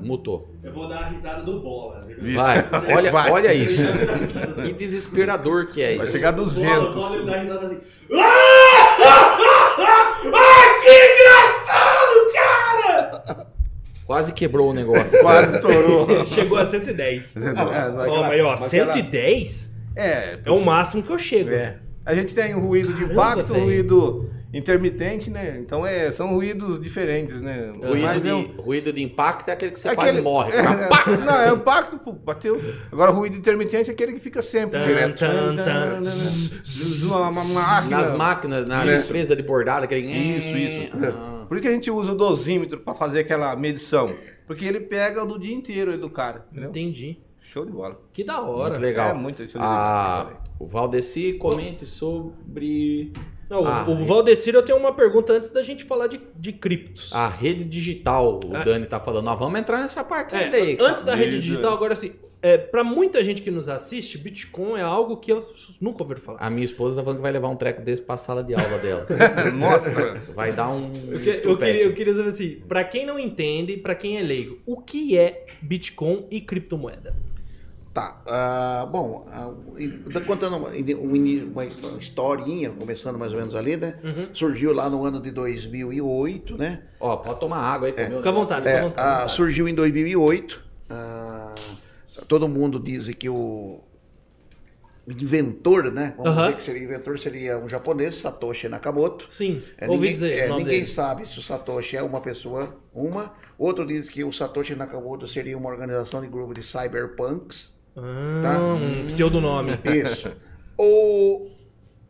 S1: Mutou.
S2: Eu vou dar a risada do bola. né?
S3: Vixe. Isso.
S1: Vai, olha,
S3: Vai.
S1: olha isso.
S3: É.
S1: Que desesperador que é
S3: Vai
S1: isso.
S3: chegar a
S2: Bola, bola,
S3: 200.
S2: ele dá risada assim. Ah, que engraçado, cara!
S1: Quase quebrou o negócio.
S3: Quase estourou.
S2: Chegou a 110.
S3: É,
S2: Ó,
S3: aquela-
S2: mas ó,
S3: aquela-
S2: 110
S3: É,
S2: é o máximo que eu chego.
S3: É. A gente tem um ruído de
S2: Caramba,
S3: impacto,
S2: velho.
S3: ruído intermitente, né? Então é, são ruídos diferentes, né?
S1: Ruído,
S3: Mas
S1: de,
S3: é um-
S1: ruído de impacto é aquele que você
S3: é
S1: quase
S3: aquele-
S1: morre.
S3: É, é, não, é um impacto, pô, bateu. Agora ruído intermitente é aquele que fica sempre
S2: Tan,
S3: direto.
S2: tan, tan.
S3: Zzz, Uma, uma máquina.
S1: Nas máquinas, nas
S3: Isso.
S1: empresas de bordada, aquele.
S3: Isso, isso.
S1: Ah.
S3: Por que a gente usa o dosímetro para fazer aquela medição? Porque ele pega o do dia inteiro aí do cara, entendeu?
S2: Entendi.
S3: Show de bola.
S2: Que da
S1: Muito
S2: hora.
S1: legal.
S3: É muito isso.
S1: Ah, o Valdeci comente sobre
S2: Não, o-
S1: Ah,
S2: o Valdecir, eu tenho uma pergunta antes da gente falar de, de criptos.
S1: a rede digital. O
S2: Ah.
S1: Dani tá falando, ó, vamos entrar nessa parte
S2: É,
S1: ainda aí. cara.
S2: antes da rede
S3: Isso.
S2: digital, agora assim, é, para muita gente que nos assiste, Bitcoin é algo que eu nunca ouvi falar.
S1: A minha esposa tá falando que vai levar um treco desse pra sala de aula dela.
S3: Nossa.
S1: Vai dar um.
S2: Eu, que- eu queria, eu queria saber assim, pra quem não entende, pra quem é leigo, o que é Bitcoin e criptomoeda?
S4: Tá. ah, bom, ah, e- tá contando uma, um ini- uma historinha, começando mais ou menos ali, né?
S2: Uhum.
S4: Surgiu lá no ano de 2008, né?
S1: Ó, pode tomar água aí, comeu.
S2: Fica à vontade, fica à
S4: É,
S2: vontade.
S4: ah, surgiu em 2008. ah, todo mundo diz que o inventor, né? Vamos
S2: Aham.
S4: dizer que seria inventor seria um japonês, Satoshi Nakamoto.
S2: Sim,
S4: É,
S2: ouvi
S4: ninguém,
S2: dizer
S4: é,
S2: o nome
S4: ninguém
S2: dele.
S4: sabe se o Satoshi é uma pessoa, uma. Outro diz que o Satoshi Nakamoto seria uma organização de grupo de cyberpunks.
S2: Ah,
S4: tá?
S2: um pseudonome.
S4: Isso. o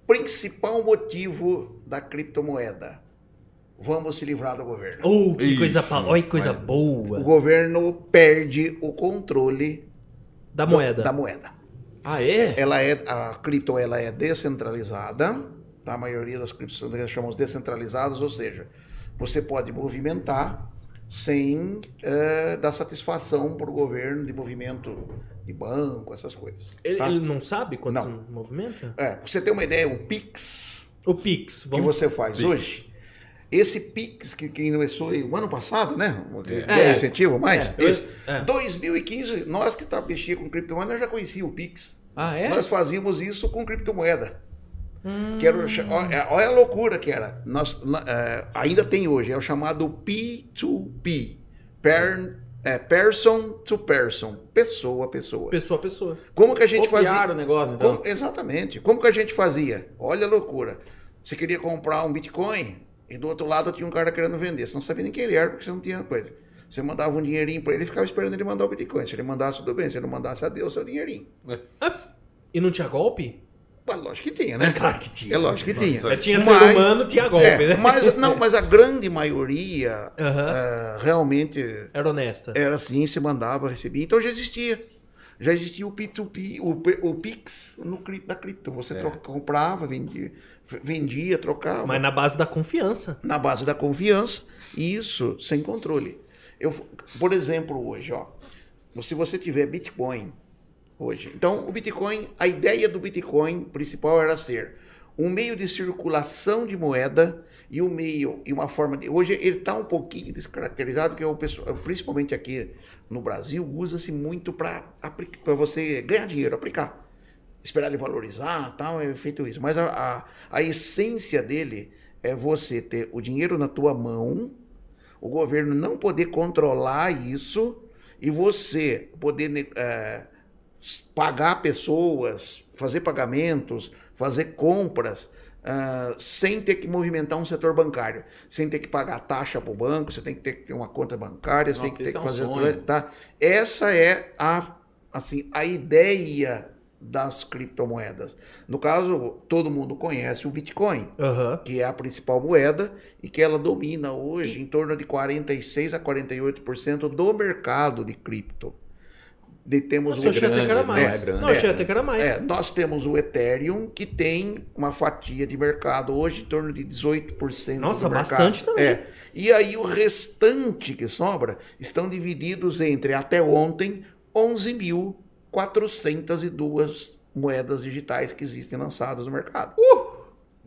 S4: principal motivo da criptomoeda. Vamos se livrar do governo.
S2: Oh, que
S3: Isso,
S2: coisa, pa... Olha que coisa
S3: mas-
S4: O
S2: boa.
S4: governo perde o controle
S2: Da
S4: do-
S2: moeda.
S4: da moeda.
S1: Ah, é?
S4: Ela é a cripto ela é descentralizada. tá? A maioria das criptomoedas chamamos descentralizadas, ou seja, você pode movimentar sem eh, dar satisfação para o governo de movimento de banco, essas coisas.
S2: Ele,
S4: tá?
S2: ele não sabe quanto
S4: Não.
S2: se movimenta?
S4: É, pra você ter uma ideia, o Pix
S2: O Pix,
S4: que
S2: vamos...
S4: você faz hoje, esse Pix que, que começou aí, o ano passado, né?
S3: É.
S4: Deu um incentivo mais.
S2: É,
S4: Isso.
S2: é.
S4: 2015, nós que mexia com criptomoeda, nós já conhecia o Pix.
S1: Ah, é?
S4: Nós fazíamos isso com criptomoeda.
S2: Hum,
S4: Que era, o cha- olha, olha a loucura que era. Nós, na- é, ainda tem hoje, é o chamado P2P. Per- é, person to person. Pessoa a pessoa.
S2: Pessoa a pessoa.
S4: Como que a gente fazia?
S1: Copiaram o negócio, então.
S4: Como- exatamente. Como que a gente fazia? Olha a loucura. Você queria comprar um Bitcoin e do outro lado tinha um cara querendo vender. Você não sabia nem quem ele era porque você não tinha coisa. Você mandava um dinheirinho pra ele e ficava esperando ele mandar o Bitcoin. Se ele mandasse, tudo bem. Se ele não mandasse, adeus, seu dinheirinho.
S2: E não tinha golpe?
S4: Mas lógico que tinha, né?
S2: Claro que tinha.
S4: É lógico que tinha.
S2: Mas tinha
S4: Mas-
S2: ser humano, tinha golpe,
S4: É,
S2: né?
S4: mas, não, mas a grande maioria
S2: Aham,
S4: ah, realmente
S2: Era honesta.
S4: era assim, se mandava, recebia. Então já existia. Já existia o P2P, o, P- o Pix no, cri- na cripto. Você troca- comprava, vendia, vendia, trocava.
S2: É. Mas na base da confiança.
S4: na base da confiança e isso sem controle. Eu, por exemplo, hoje, ó, se você tiver Bitcoin hoje, então o Bitcoin, a ideia do Bitcoin principal era ser um meio de circulação de moeda e um meio e uma forma de hoje ele está um pouquinho descaracterizado que é o pessoal, principalmente aqui no Brasil usa-se muito para para você ganhar dinheiro, aplicar esperar ele valorizar, tal, é feito isso. Mas a, a, a essência dele é você ter o dinheiro na tua mão, o governo não poder controlar isso e você poder né, eh, s- pagar pessoas, fazer pagamentos, fazer compras. ah, sem ter que movimentar um setor bancário, sem ter que pagar taxa para o banco, você tem que ter que ter uma conta bancária, sem
S1: Nossa,
S4: ter
S1: isso
S4: que
S1: é um
S4: fazer
S1: sonho.
S4: tá? Essa é a assim a ideia das criptomoedas. No caso, todo mundo conhece o Bitcoin,
S2: Aham.
S4: que é a principal moeda e que ela domina hoje em torno de 46 a 48% do mercado de cripto. De, temos
S2: Nossa, eu
S4: o
S1: é
S2: achei até que era
S1: grande,
S2: mais.
S1: né? É grande.
S2: Não, eu achei até que era mais.
S4: é, nós temos o Ethereum, que tem uma fatia de mercado hoje em torno de 18%
S2: Nossa,
S4: do mercado.
S2: bastante também.
S4: É. E aí o restante que sobra estão divididos entre, até ontem, 11.402 moedas digitais que existem lançadas no mercado.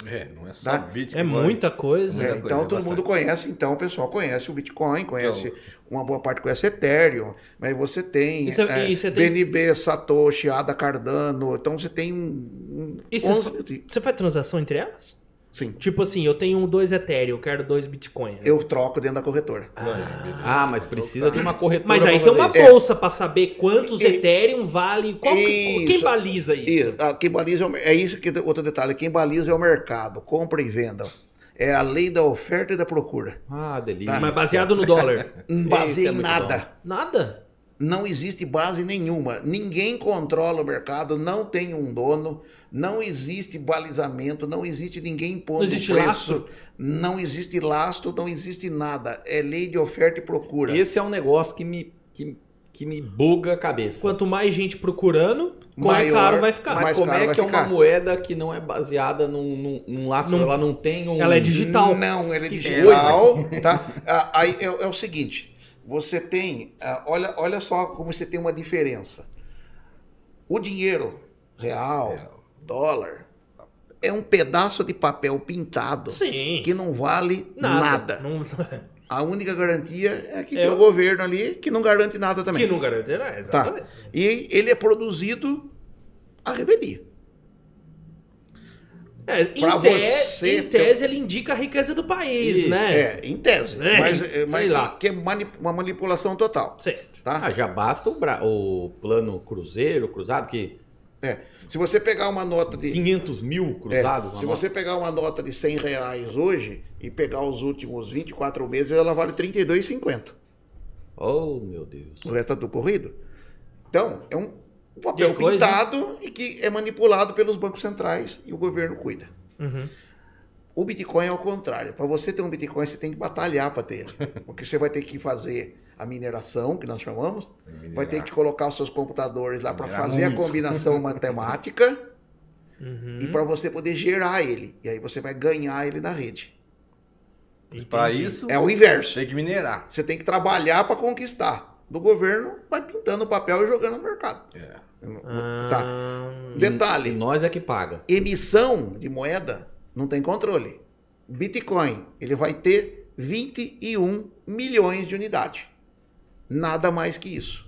S3: É, não é só
S4: Tá?
S3: Bitcoin.
S2: É muita coisa.
S3: muita
S4: É,
S3: coisa,
S4: então todo
S3: bastante.
S4: mundo conhece, então o pessoal conhece o Bitcoin, conhece uma boa parte conhece Ethereum, mas você tem,
S2: E você-
S4: é,
S2: e você tem-
S4: BNB, Satoshi, Ada Cardano, então você tem um, um
S2: E você-
S4: 11 mil-
S2: Você faz transação entre elas?
S4: Sim.
S2: Tipo assim, eu tenho um dois Ethereum, eu quero dois Bitcoin. né?
S4: Eu troco dentro da
S3: é
S4: corretora.
S1: Ah, mas precisa de uma corretora.
S2: Mas aí
S1: pra
S2: tem
S1: fazer
S2: uma
S1: isso.
S2: bolsa pra saber quantos
S4: E-
S2: Ethereum vale. Qual, que- quem
S4: Isso.
S2: baliza isso?
S4: Isso. Ah, Quem baliza é, o mer- é isso que outro detalhe. Quem baliza é o mercado, compra e venda. É a lei da oferta e da procura.
S1: Ah, delícia.
S2: Mas baseado no dólar.
S4: Não
S1: Isso
S4: baseia
S1: é
S4: em
S1: muito
S4: nada.
S2: Nada.
S4: Não existe base nenhuma. Ninguém controla o mercado, não tem um dono, não existe balizamento, não existe ninguém impondo
S2: Não existe
S4: um preço,
S2: lastro?
S4: não existe lastro, não existe nada. É lei de oferta e procura.
S1: Esse é um negócio que me, que, que me buga a cabeça.
S2: Quanto mais gente procurando, como é
S4: Maior,
S2: caro vai ficar.
S4: mais
S1: Mas como
S4: caro
S1: é
S4: vai
S1: que é uma
S4: ficar.
S1: moeda que não é baseada num, num, num laço?
S2: Num-
S1: Ela não tem um.
S2: Ela é digital.
S4: Não, ele é
S2: Que
S4: digital, tá? Ah, Aí é, é o seguinte, você tem, ah, olha, olha só como você tem uma diferença. O dinheiro real, dólar, é um pedaço de papel pintado
S2: Sim.
S4: que não vale nada.
S2: Não-
S4: A única garantia é que
S2: É
S4: tem o
S2: o-
S4: governo ali que não garante nada também. Tá.
S2: que não garante nada, exatamente.
S4: E ele é produzido à revelia.
S2: É, em,
S4: Pra
S2: te-
S4: você
S2: em
S4: ter-
S2: tese, ele indica a riqueza do país,
S1: Isso,
S2: né?
S4: É, em tese.
S2: É,
S4: mas
S2: sei
S4: é, mas
S2: lá.
S4: que é mani- uma manipulação total.
S2: Certo.
S4: Tá?
S1: Ah, já basta o, bra- o plano cruzeiro, cruzado, que
S4: Se você pegar uma nota de.
S1: 500 mil
S4: é,
S1: cruzados. uma
S4: se
S1: nota.
S4: você pegar uma nota de 100 reais hoje e pegar os últimos 24 meses, ela vale 32,50.
S1: Oh, meu Deus.
S4: O resto é do corrido. Então, é um
S2: E
S4: papel
S2: a coisa-
S4: pintado e que é manipulado pelos bancos centrais e o governo cuida.
S2: Uhum.
S4: O Bitcoin é o contrário. Para você ter um Bitcoin, você tem que batalhar para ter. ele. Porque você vai ter que fazer a mineração, que nós chamamos,
S3: é
S4: vai ter que colocar os seus computadores lá para
S3: Minerar
S4: fazer a
S3: muito.
S4: combinação matemática
S2: Uhum.
S4: e para você poder gerar ele. E aí você vai ganhar ele na rede.
S3: Para
S2: Entendi.
S3: isso,
S4: É o inverso.
S3: tem que minerar.
S4: Você tem que trabalhar para conquistar. Do governo, vai pintando o papel e jogando no mercado.
S3: É.
S2: Hum.
S4: Tá.
S2: Ah,
S1: E
S4: Detalhe:
S1: nós é que paga.
S4: emissão de moeda não tem controle. Bitcoin, ele vai ter 21 milhões de unidades. Nada mais que isso.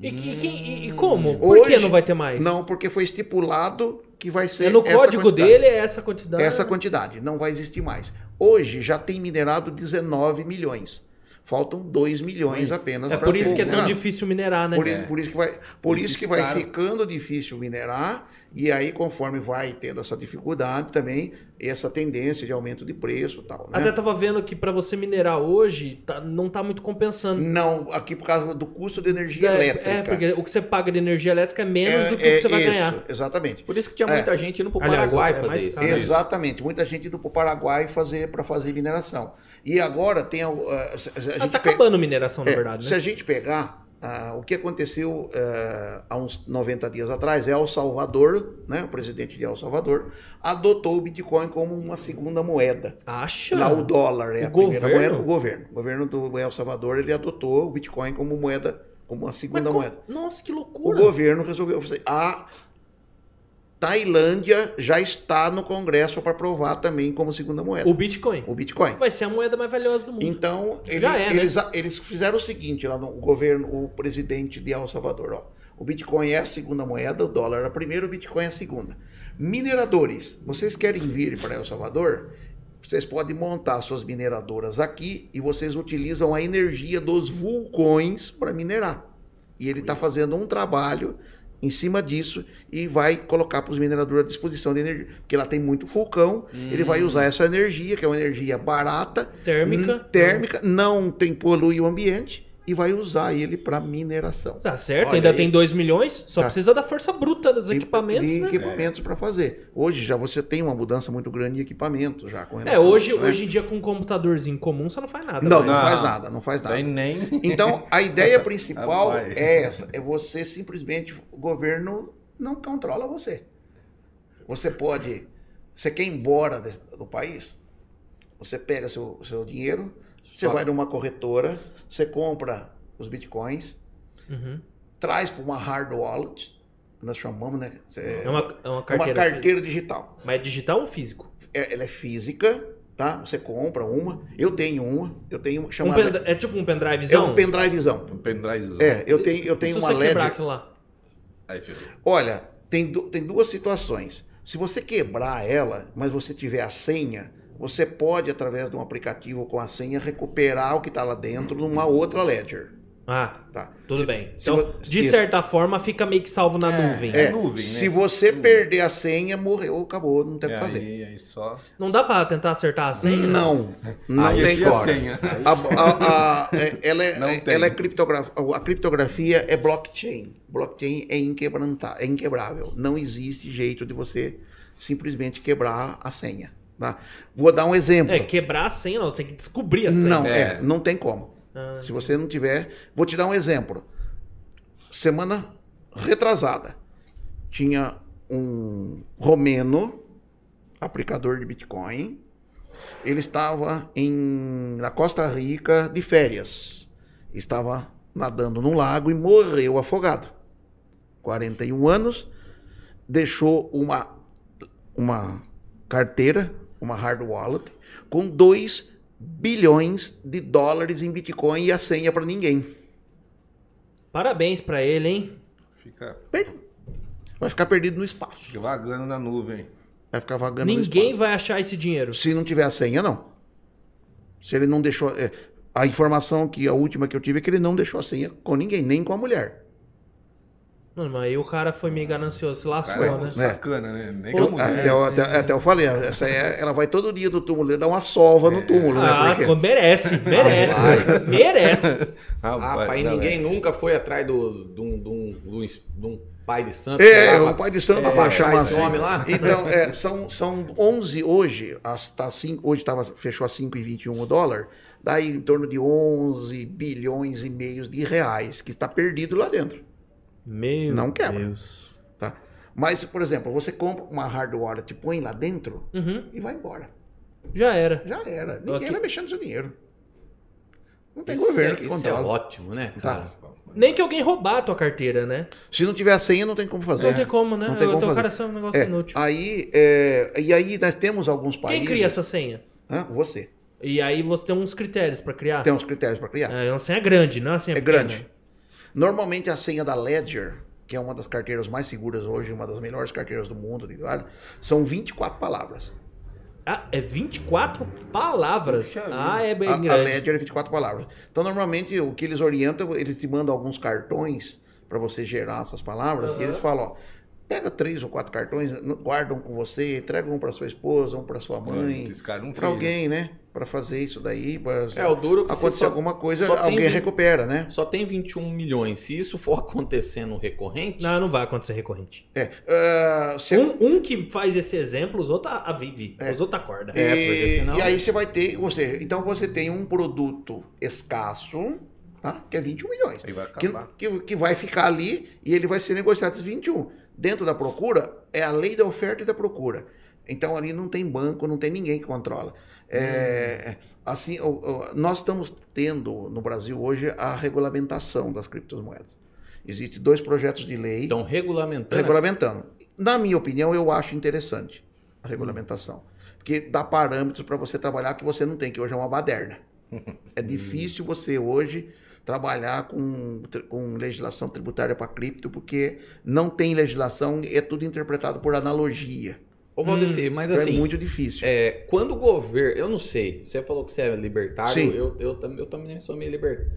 S2: E, e quem- e- e como?
S1: Hum.
S2: Por que
S4: Hoje-
S2: não vai ter mais?
S4: Não, porque foi estipulado que vai ser
S2: É no
S4: essa
S2: código
S4: quantidade.
S2: dele é essa quantidade.
S4: Essa quantidade, não vai existir mais. Hoje já tem minerado 19 milhões. Faltam 2 milhões apenas
S2: É
S4: pra
S2: por
S4: ser
S2: isso que é tão
S4: minerado.
S2: difícil minerar, né?
S4: Por,
S3: É.
S4: i- por isso que vai, por isso que vai
S3: Claro.
S4: ficando difícil minerar, e aí, conforme vai tendo essa dificuldade também, essa tendência de aumento de preço e tal. né?
S2: Até tava vendo que pra você minerar hoje, tá- não tá muito compensando.
S4: Não, aqui por causa do custo de energia
S2: é,
S4: elétrica.
S2: é, porque o que você paga de energia elétrica é menos
S4: É-
S2: do que,
S4: é
S2: você vai
S4: isso,
S2: ganhar.
S4: Exatamente.
S1: Por isso que tinha
S4: É.
S1: muita gente indo pro
S2: Aliás,
S1: Paraguai
S2: é mais
S1: fazer isso.
S2: caro.
S1: né?
S4: Exatamente. Muita gente indo para o Paraguai fazer, para fazer mineração. E agora tem. al- ah, se- se a
S2: Ah,
S4: gente
S2: tá
S4: pe-
S2: acabando a mineração, na
S4: É,
S2: verdade,
S4: Se
S2: né?
S4: a gente pegar ah, o que aconteceu ah, há uns 90 dias atrás, El Salvador, né, o presidente de El Salvador, adotou o Bitcoin como uma segunda moeda.
S2: Acha?
S4: Lá o dólar é
S2: O
S4: a primeira
S2: governo?
S4: moeda. O governo. O governo do El Salvador ele adotou o Bitcoin como moeda, como uma
S2: Mas
S4: segunda
S2: co-
S4: moeda.
S2: Nossa, que
S4: O
S2: loucura.
S4: governo resolveu fazer. A Tailândia já está no Congresso para aprovar também como segunda moeda.
S2: O Bitcoin.
S4: o Bitcoin.
S2: Vai ser a moeda mais valiosa do mundo.
S4: Então, ele-
S2: Já é, né?
S4: eles, eles fizeram o seguinte lá no o governo, o presidente de El Salvador, ó. O Bitcoin é a segunda moeda, o dólar é a primeira, o Bitcoin é a segunda. Mineradores, vocês querem vir para El Salvador? Vocês podem montar suas mineradoras aqui e vocês utilizam a energia dos vulcões para minerar. E ele está fazendo um trabalho em cima disso e vai colocar para os mineradores à disposição de energia, porque lá tem muito vulcão. Ele
S2: Hum.
S4: vai usar essa energia, que é uma energia barata,
S2: Térmica.
S4: Hum, térmica, não tem polui o ambiente e vai usar ele para mineração.
S2: Tá certo,
S1: Olha
S2: ainda tem
S1: isso.
S2: 2 milhões, só
S4: Tá.
S2: precisa da força bruta dos
S4: E-
S2: equipamentos,
S4: e
S2: né?
S4: equipamentos para fazer. Hoje já você tem uma mudança muito grande de equipamento já com
S2: É,
S4: relação a
S2: hoje,
S4: isso, né?
S2: hoje em dia com um computadorzinho comum você não faz nada.
S4: não, não,
S2: mas-
S3: Não.
S4: faz nada, não faz nada.
S3: Tem nem.
S4: Então, a ideia principal
S3: Rapaz.
S4: é essa, é você simplesmente o governo não controla você. Você pode, você quer ir embora de- do país? Você pega seu seu dinheiro, você
S1: Só-
S4: vai numa corretora, você compra os bitcoins,
S2: Uhum.
S4: traz para uma hard wallet, nós chamamos, né? Cê-
S2: É uma, é uma
S4: é uma
S2: carteira.
S4: carteira digital.
S2: Mas é digital ou físico?
S4: É- ela é física, tá? Você compra uma. Eu tenho uma. Eu tenho uma
S2: Um
S4: chamada.
S2: pen- É tipo um
S4: é
S2: pendrivezão?
S4: um pendrivezão.
S3: Um pendrivezão.
S4: É, eu tenho, eu tenho
S2: Se
S4: uma
S2: você
S4: LED. É.
S2: quebrar aquilo lá.
S3: Aí, ferrou.
S4: Olha, tem, du- tem duas situações. Se você quebrar ela, mas você tiver a senha, você pode, através de um aplicativo com a senha, recuperar o que está lá dentro numa outra ledger.
S2: Ah,
S4: Tá?
S2: tudo
S4: Se-
S2: bem.
S4: se
S2: Então,
S4: vo-
S2: de
S4: isso.
S2: certa forma, fica meio que salvo na
S3: É,
S2: nuvem.
S4: É,
S3: nuvem, né?
S4: se você perder a senha, morreu, acabou, não tem o
S3: É,
S4: que fazer.
S3: Aí, aí só.
S2: Não dá pra tentar acertar a senha?
S4: Não, não
S3: Aí
S4: tem
S3: esse é a
S4: como.
S3: senha.
S4: A, a- a- é- ela é,
S3: Não
S4: é-
S3: tem.
S4: ela é criptogra- a criptografia é blockchain. Blockchain é inquebrantável, é inquebrável. Não existe jeito de você simplesmente quebrar a senha. tá? Vou dar um exemplo.
S2: É, quebrar a senha não, tem que descobrir a senha.
S4: não,
S3: É.
S4: é, não tem como.
S2: Ah,
S4: Se você não tiver, vou te dar um exemplo. Semana retrasada tinha um romeno aplicador de Bitcoin. Ele estava em na Costa Rica de férias. Estava nadando num lago e morreu afogado. 41 anos, deixou uma uma carteira, uma hard wallet com 2 bilhões de dólares em Bitcoin e a senha para ninguém.
S2: Parabéns pra ele, hein?
S4: É.
S3: Fica
S4: Perdi. Vai ficar perdido no espaço.
S3: vagando na nuvem.
S4: Vai ficar vagando
S2: Ninguém
S4: no
S2: vai achar esse dinheiro.
S4: espaço. Se não tiver a senha, não. Se ele não deixou. é, a informação que a última que eu tive é que ele não deixou a senha com ninguém, nem com a mulher.
S2: Mano, mas aí o cara foi meio ganancioso, se lascou,
S3: Cara, é um
S2: né?
S3: sacana, né? Nem
S2: Pô,
S3: como
S2: é,
S4: até, eu,
S2: sim.
S4: até, até eu falei, essa é, ela vai todo dia do túmulo, dá uma sova no túmulo, né?
S2: Ah,
S4: Porque-
S2: co- merece,
S4: é.
S2: merece, merece.
S1: Ah, pai, ninguém nunca foi atrás do- de um- de um- de um es- de um pai de santo.
S4: É, o pai de santo
S1: pra
S4: pra chamar
S1: esse
S4: assim.
S1: homem lá.
S4: Então, é, são, são 11 hoje, as, tá cinco, hoje tava, fechou a 5,21 o dólar, dá em torno de 11 bilhões e meio de reais, que está perdido lá dentro.
S2: Meu
S4: Não quebra.
S2: Deus.
S4: Tá? Mas, por exemplo, você compra uma hard wallet, põe lá dentro
S2: Uhum,
S4: e vai embora.
S2: já era.
S4: Já era. Ninguém
S2: Ok.
S4: vai mexer no seu dinheiro. Não tem
S1: Isso
S4: governo
S1: é-
S4: que
S1: Isso é
S4: controla.
S1: ótimo, né, cara?
S2: Nem que alguém roubar a tua carteira, né?
S4: Se não tiver a senha, não tem como fazer.
S2: Não tem como, né?
S4: é. Não tem
S2: Eu-
S4: como
S2: teu
S4: fazer.
S2: cara é só um negócio
S4: É, ah,
S2: inútil.
S4: aí, é, e aí nós temos alguns países...
S2: Quem cria essa senha?
S4: Hã? Você.
S2: E aí você tem uns critérios pra criar.
S4: Tem um uns critérios para criar.
S2: É uma senha grande, não é uma senha
S4: É
S2: pequena.
S4: grande. Normalmente a senha da Ledger, que é uma das carteiras mais seguras hoje, uma das melhores carteiras do mundo, de vale, são 24 palavras.
S2: Ah, é 24 palavras.
S3: Puxa vida.
S2: ah, é bem
S4: A, a
S2: grande.
S4: Ledger é 24 palavras. Então, normalmente, o que eles orientam, eles te mandam alguns cartões para você gerar essas palavras, e eles falam, ó, pega três ou quatro cartões, n- guardam com você, entrega um para sua esposa, um para sua mãe,
S3: Esse cara não
S4: para
S3: fez.
S4: alguém, né? Para fazer isso daí, pra...
S1: É, o duro que se
S4: acontecer
S1: só-
S4: alguma coisa,
S1: só tem
S4: alguém
S1: vinte-
S4: recupera, né?
S1: Só tem 21 milhões. Se isso for acontecendo recorrente,
S2: Não, não vai acontecer recorrente.
S4: É. ah, se-
S2: Um, um que faz esse exemplo, os outros a vive, os outros acordam.
S1: É,
S4: e,
S1: porque senão-
S4: e aí você vai ter, ou seja, então você tem um produto escasso, tá? Que é 21 milhões.
S3: Aí vai
S4: Que,
S3: acabar.
S4: que, que vai ficar ali e ele vai ser negociado esses 21. Dentro da procura, é a lei da oferta e da procura. Então ali não tem banco, não tem ninguém que controla. É, assim, o- o- nós estamos tendo no Brasil hoje a regulamentação das criptomoedas. Existem dois projetos de lei
S1: então regulamentando.
S4: É. regulamentando. Na minha opinião, eu acho interessante a regulamentação. Porque dá parâmetros para você trabalhar que você não tem, que hoje é uma baderna. É difícil você hoje trabalhar com, tri- com legislação tributária para cripto, porque não tem legislação, é tudo interpretado por analogia.
S1: Ô, Valdeci, mas
S4: Então
S1: assim,
S4: é muito difícil.
S1: é, quando o governo. Eu não sei. Você falou que você é libertário.
S4: Sim.
S1: Eu, eu, tam- eu também sou meio libertário.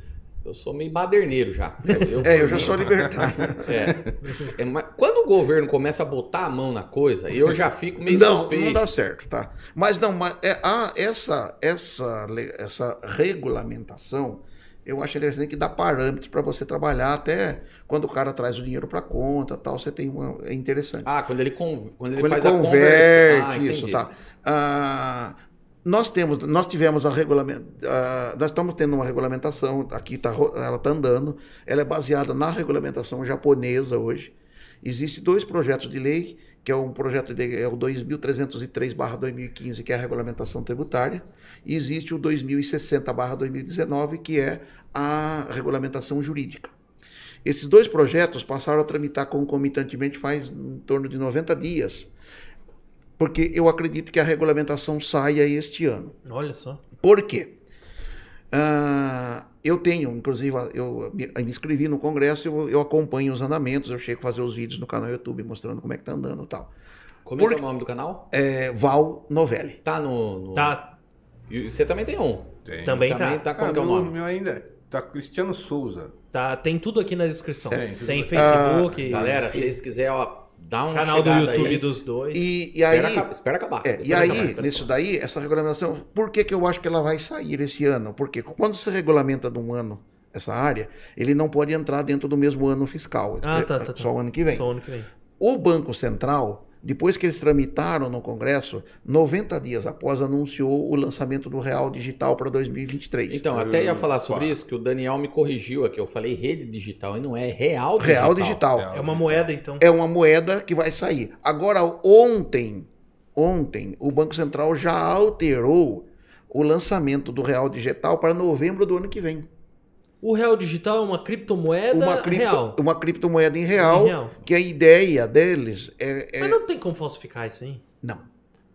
S1: Eu sou meio baderneiro já. Eu, tá?
S4: É, eu já sou libertário.
S1: É. É, mas quando o governo começa a botar a mão na coisa, eu já fico meio
S4: não,
S1: suspeito.
S4: não dá certo, tá? Mas não, mas é, ah, essa, essa, le- essa regulamentação, eu acho interessante que dá parâmetros para você trabalhar até quando o cara traz o dinheiro para conta, tal, você tem uma, é interessante.
S1: Ah, quando ele, con- quando ele
S4: quando
S1: faz
S4: ele
S1: a conversa. Ah,
S4: converte, isso,
S1: entendi.
S4: tá? Ah, nós temos, nós tivemos a regulamentação, nós estamos tendo uma regulamentação aqui, tá, ro- ela está andando, ela é baseada na regulamentação japonesa hoje. Existem dois projetos de lei, que é um projeto de é o 2303/2015, que é a regulamentação tributária, e existe o 2060/2019, que é a regulamentação jurídica. Esses dois projetos passaram a tramitar concomitantemente faz em torno de 90 dias, porque eu acredito que a regulamentação saia este ano.
S2: Olha só.
S4: Por quê? Ah, eu tenho, inclusive, eu me me inscrevi no Congresso, eu, eu acompanho os andamentos, eu chego a fazer os vídeos no canal YouTube mostrando como é que tá andando e tal.
S1: Como é
S4: Por-
S1: que é o nome do canal?
S4: É, Val Novelli.
S1: Tá no. no-
S2: Tá,
S1: E você também tem um.
S3: Tem.
S2: Também
S1: também
S2: tá.
S1: tá. Como
S3: Ah,
S1: que é o
S3: meu,
S1: nome?
S3: meu ainda tá Cristiano Souza.
S2: tá. Tem tudo aqui na descrição.
S3: Tem,
S2: Tem,
S3: tudo aqui.
S4: Ah,
S2: Facebook,
S1: Galera, se vocês quiserem, ó, dá um
S2: canal do
S1: chegada
S2: YouTube
S1: aí.
S2: dos dois.
S4: E, e aí,
S1: Espera, acab- espera acabar.
S4: É, e
S1: Espera
S4: aí,
S1: acabar, espera
S4: nisso
S1: acabar.
S4: daí, essa regulamentação, por que, que eu acho que ela vai sair esse ano? Porque quando se regulamenta de um ano essa área, ele não pode entrar dentro do mesmo ano fiscal.
S2: Ah,
S4: É,
S2: tá, tá, tá.
S4: Só o ano que vem.
S2: Só ano que vem.
S4: O Banco Central, depois que eles tramitaram no Congresso, 90 dias após, anunciou o lançamento do Real Digital para 2023.
S1: Então, até ia falar sobre
S3: Quatro.
S1: isso, que o Daniel me corrigiu aqui. Eu falei rede digital e não é real digital.
S4: Real Digital.
S3: Real.
S2: É uma moeda, então.
S4: É uma moeda que vai sair. Agora, ontem, ontem, o Banco Central já alterou o lançamento do Real Digital para novembro do ano que vem.
S2: O real digital é uma criptomoeda
S4: uma, cripto-
S2: real.
S4: uma criptomoeda em real, que a ideia deles é. é-
S2: Mas não tem como falsificar isso aí.
S4: não.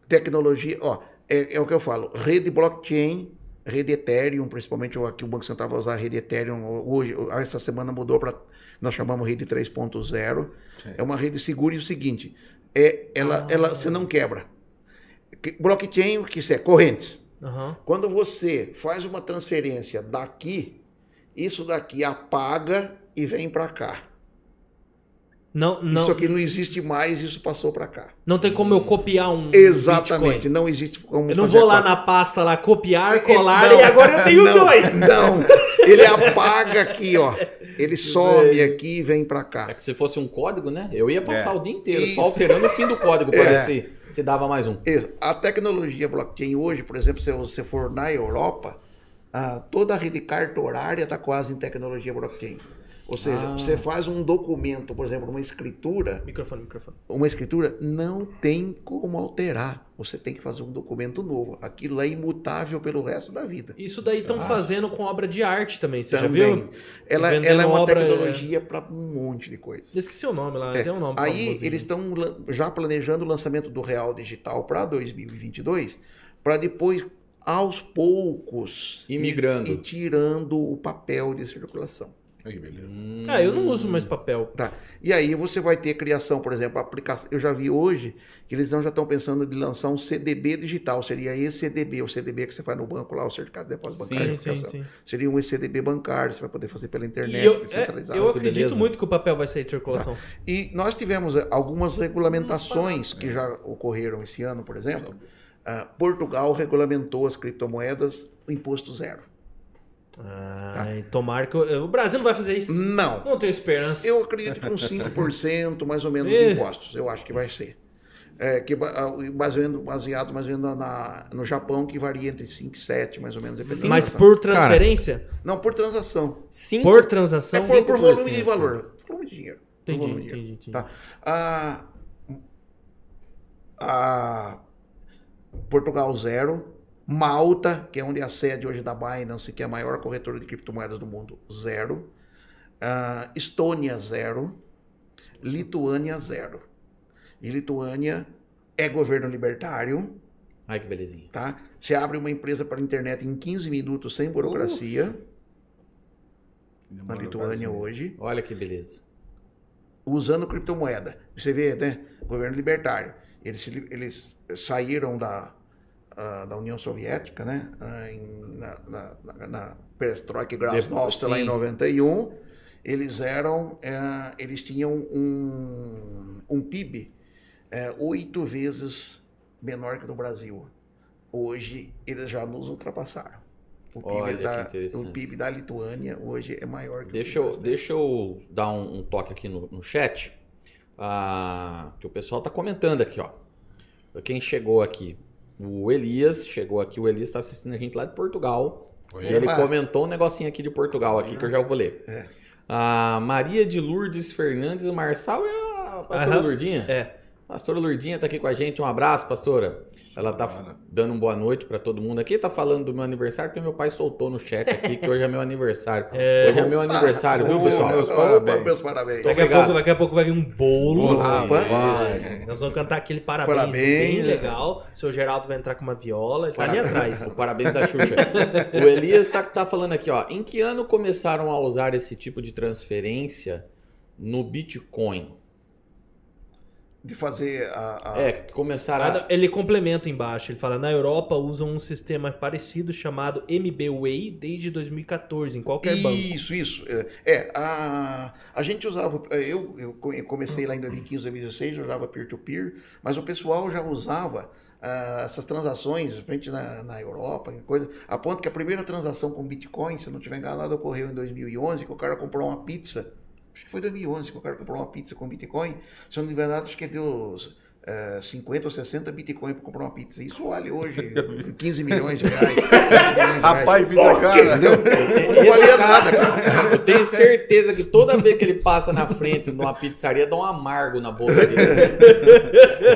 S4: Tecnologia, ó, é, é o que eu falo. Rede blockchain, rede Ethereum, principalmente o que o Banco Central vai usar a rede Ethereum hoje, essa semana mudou para. Nós chamamos rede 3.0.
S3: Sim.
S4: É uma rede segura e o seguinte: é, ela,
S2: Ah.
S4: ela você não quebra. Que- Blockchain, o que isso é? Correntes.
S2: Aham.
S4: Quando você faz uma transferência daqui, isso daqui apaga e vem para cá.
S2: Não, não,
S4: Isso aqui não existe mais, isso passou para cá.
S2: não tem como eu copiar um
S4: Exatamente,
S2: Bitcoin.
S4: não existe como
S2: Eu não
S4: fazer
S2: vou lá
S4: cópia.
S2: na pasta lá copiar,
S4: Ele-
S2: colar
S4: não.
S2: e agora eu tenho
S4: Não,
S2: dois.
S4: Não, ele apaga aqui, ó. Ele some aqui e vem pra
S1: É
S4: cá.
S1: que se fosse um código, né? Eu ia passar
S3: É.
S1: o dia inteiro
S4: Isso.
S1: só alterando o fim do código pra
S4: É.
S1: ver se, se dava mais um.
S4: Isso. A tecnologia blockchain hoje, por exemplo, se você for na Europa, ah, toda a rede cartorária está quase em tecnologia blockchain. Ou seja,
S1: Ah.
S4: você faz um documento, por exemplo, uma escritura,
S2: Microfone, microfone.
S4: uma escritura não tem como alterar. Você tem que fazer um documento novo. Aquilo é imutável pelo resto da vida.
S2: Isso daí estão
S1: Ah.
S2: fazendo com obra de arte também, você já
S4: Também.
S2: viu?
S4: Ela,
S2: Vendendo
S4: ela é uma
S2: obra,
S4: tecnologia para um monte de coisa.
S2: Eu esqueci o nome lá,
S4: É,
S2: tem um nome.
S4: Aí
S2: famosinho.
S4: eles estão lan- já planejando o lançamento do Real Digital para 2022, para depois, aos poucos,
S1: E migrando.
S4: e, e tirando o papel de circulação.
S3: Ai, que beleza.
S1: Hum,
S2: Ah, eu não uso mais papel.
S4: E aí você vai ter criação, por exemplo, aplicação. Eu já vi hoje que eles não já estão pensando de lançar um CDB digital, seria ECDB, o CDB que você faz no banco lá, o certificado de depósito bancário de
S2: Sim, sim,
S4: aplicação.
S2: sim.
S4: Seria um ECDB bancário, você vai poder fazer pela internet,
S2: E eu, é,
S4: descentralizado.
S2: eu
S1: que
S2: acredito
S1: beleza.
S2: muito que o papel vai sair de circulação.
S4: E nós tivemos eh, algumas regulamentações que já ocorreram esse ano, por exemplo. Ah, Portugal regulamentou as criptomoedas o imposto zero.
S2: Ai, tomara que. eu- Ah, então O Brasil não vai fazer isso.
S4: Tá. Não.
S2: Não tenho esperança.
S4: Eu acredito que um uns 5% mais ou menos
S2: Ih.
S4: de impostos, eu acho que vai ser. É, que ba- ah, baseando, baseado mais ou menos na- na- no Japão, que varia entre 5 e 7, mais ou menos. dependendo da
S2: Mas
S4: transação.
S2: por transferência?
S4: Não, por transação.
S1: Cinco...
S2: Por transação?
S4: é por, por volume
S1: 5%.
S4: de valor. Volume de dinheiro. Por
S2: Entendi,
S4: volume de dinheiro.
S2: entendi, entendi.
S4: Tá. A, a Portugal zero, Malta, que é onde é a sede hoje da Binance, que é a maior corretora de criptomoedas do mundo, zero. Ah, Estônia zero, Lituânia zero. E Lituânia é governo libertário,
S1: Ai, que belezinha.
S4: tá? Você abre uma empresa para internet em 15 minutos sem burocracia na
S3: Demora
S4: Lituânia
S3: pra-
S4: hoje.
S1: Olha que beleza.
S4: usando criptomoeda. Você vê, né? Governo libertário. Eles, se li- eles saíram da, ah, da União Soviética, né? ah, em- na, na, na, na perestroika e Glasnost lá em
S1: Sim.
S4: 91. Eles eram, eh, eles tinham um, um PIB eh, oito vezes menor que no Brasil. Hoje eles já nos ultrapassaram. O PIB,
S1: Olha que
S4: da, o
S1: interessante.
S4: PIB da Lituânia hoje é maior que
S1: Deixa
S4: o
S1: eu,
S4: PIB
S1: deixa eu dar um, um toque aqui no, no chat, ah, que o pessoal tá comentando aqui, ó. Quem chegou aqui? O Elias chegou aqui. O Elias está assistindo a gente lá de Portugal.
S3: Oi.
S1: E ele
S4: Opa.
S1: comentou um negocinho aqui de Portugal, aqui, que eu já vou ler.
S4: É.
S1: A Maria de Lourdes Fernandes Marçal é a pastora
S2: Aham.
S1: Lourdinha.
S2: É.
S1: Pastora Lourdinha tá aqui com a gente. Um abraço, pastora. Ela tá
S3: Bora.
S1: dando uma boa noite pra todo mundo aqui. Tá falando do meu aniversário, porque meu pai soltou no chat aqui que hoje é meu aniversário. Hoje é meu aniversário, viu,
S4: Opa,
S1: pessoal?
S4: Meus parabéns. Meus parabéns.
S2: Daqui a,
S1: Obrigado.
S2: pouco, daqui a pouco vai vir um bolo.
S4: Opa.
S1: Vai. um
S2: Nós vamos cantar aquele parabéns,
S4: Parabéns,
S2: bem
S4: é.
S2: legal. O seu Geraldo vai entrar com uma viola, ele tá ali atrás.
S1: O parabéns da Xuxa. o Elias tá, tá falando aqui, ó. Em que ano começaram a usar esse tipo de transferência no Bitcoin?
S4: de fazer a. a-
S1: É, começará.
S2: Ah, não, Ele complementa embaixo, ele fala, na Europa usam um sistema parecido chamado MBWay desde 2014, em qualquer banco.
S4: Isso, isso. É, é, a, a gente usava, é, eu, eu come- comecei lá em 2015, 2016, eu usava peer-to-peer, mas o pessoal já usava ah, essas transações, frente na, na Europa, em coisa, a ponto que a primeira transação com Bitcoin, se eu não tiver enganado, ocorreu em 2011, que o cara comprou uma pizza, acho que foi 2011 que o cara comprou uma pizza com Bitcoin, se eu não tiver enganado, acho que deu... eh, 50 ou 60 Bitcoin para comprar uma pizza. Isso vale hoje 15 milhões de reais. 15 milhões de reais.
S3: Rapaz, pizza cara.
S1: Esse cara, eu tenho certeza que toda vez que ele passa na frente de uma pizzaria, dá um amargo na boca dele.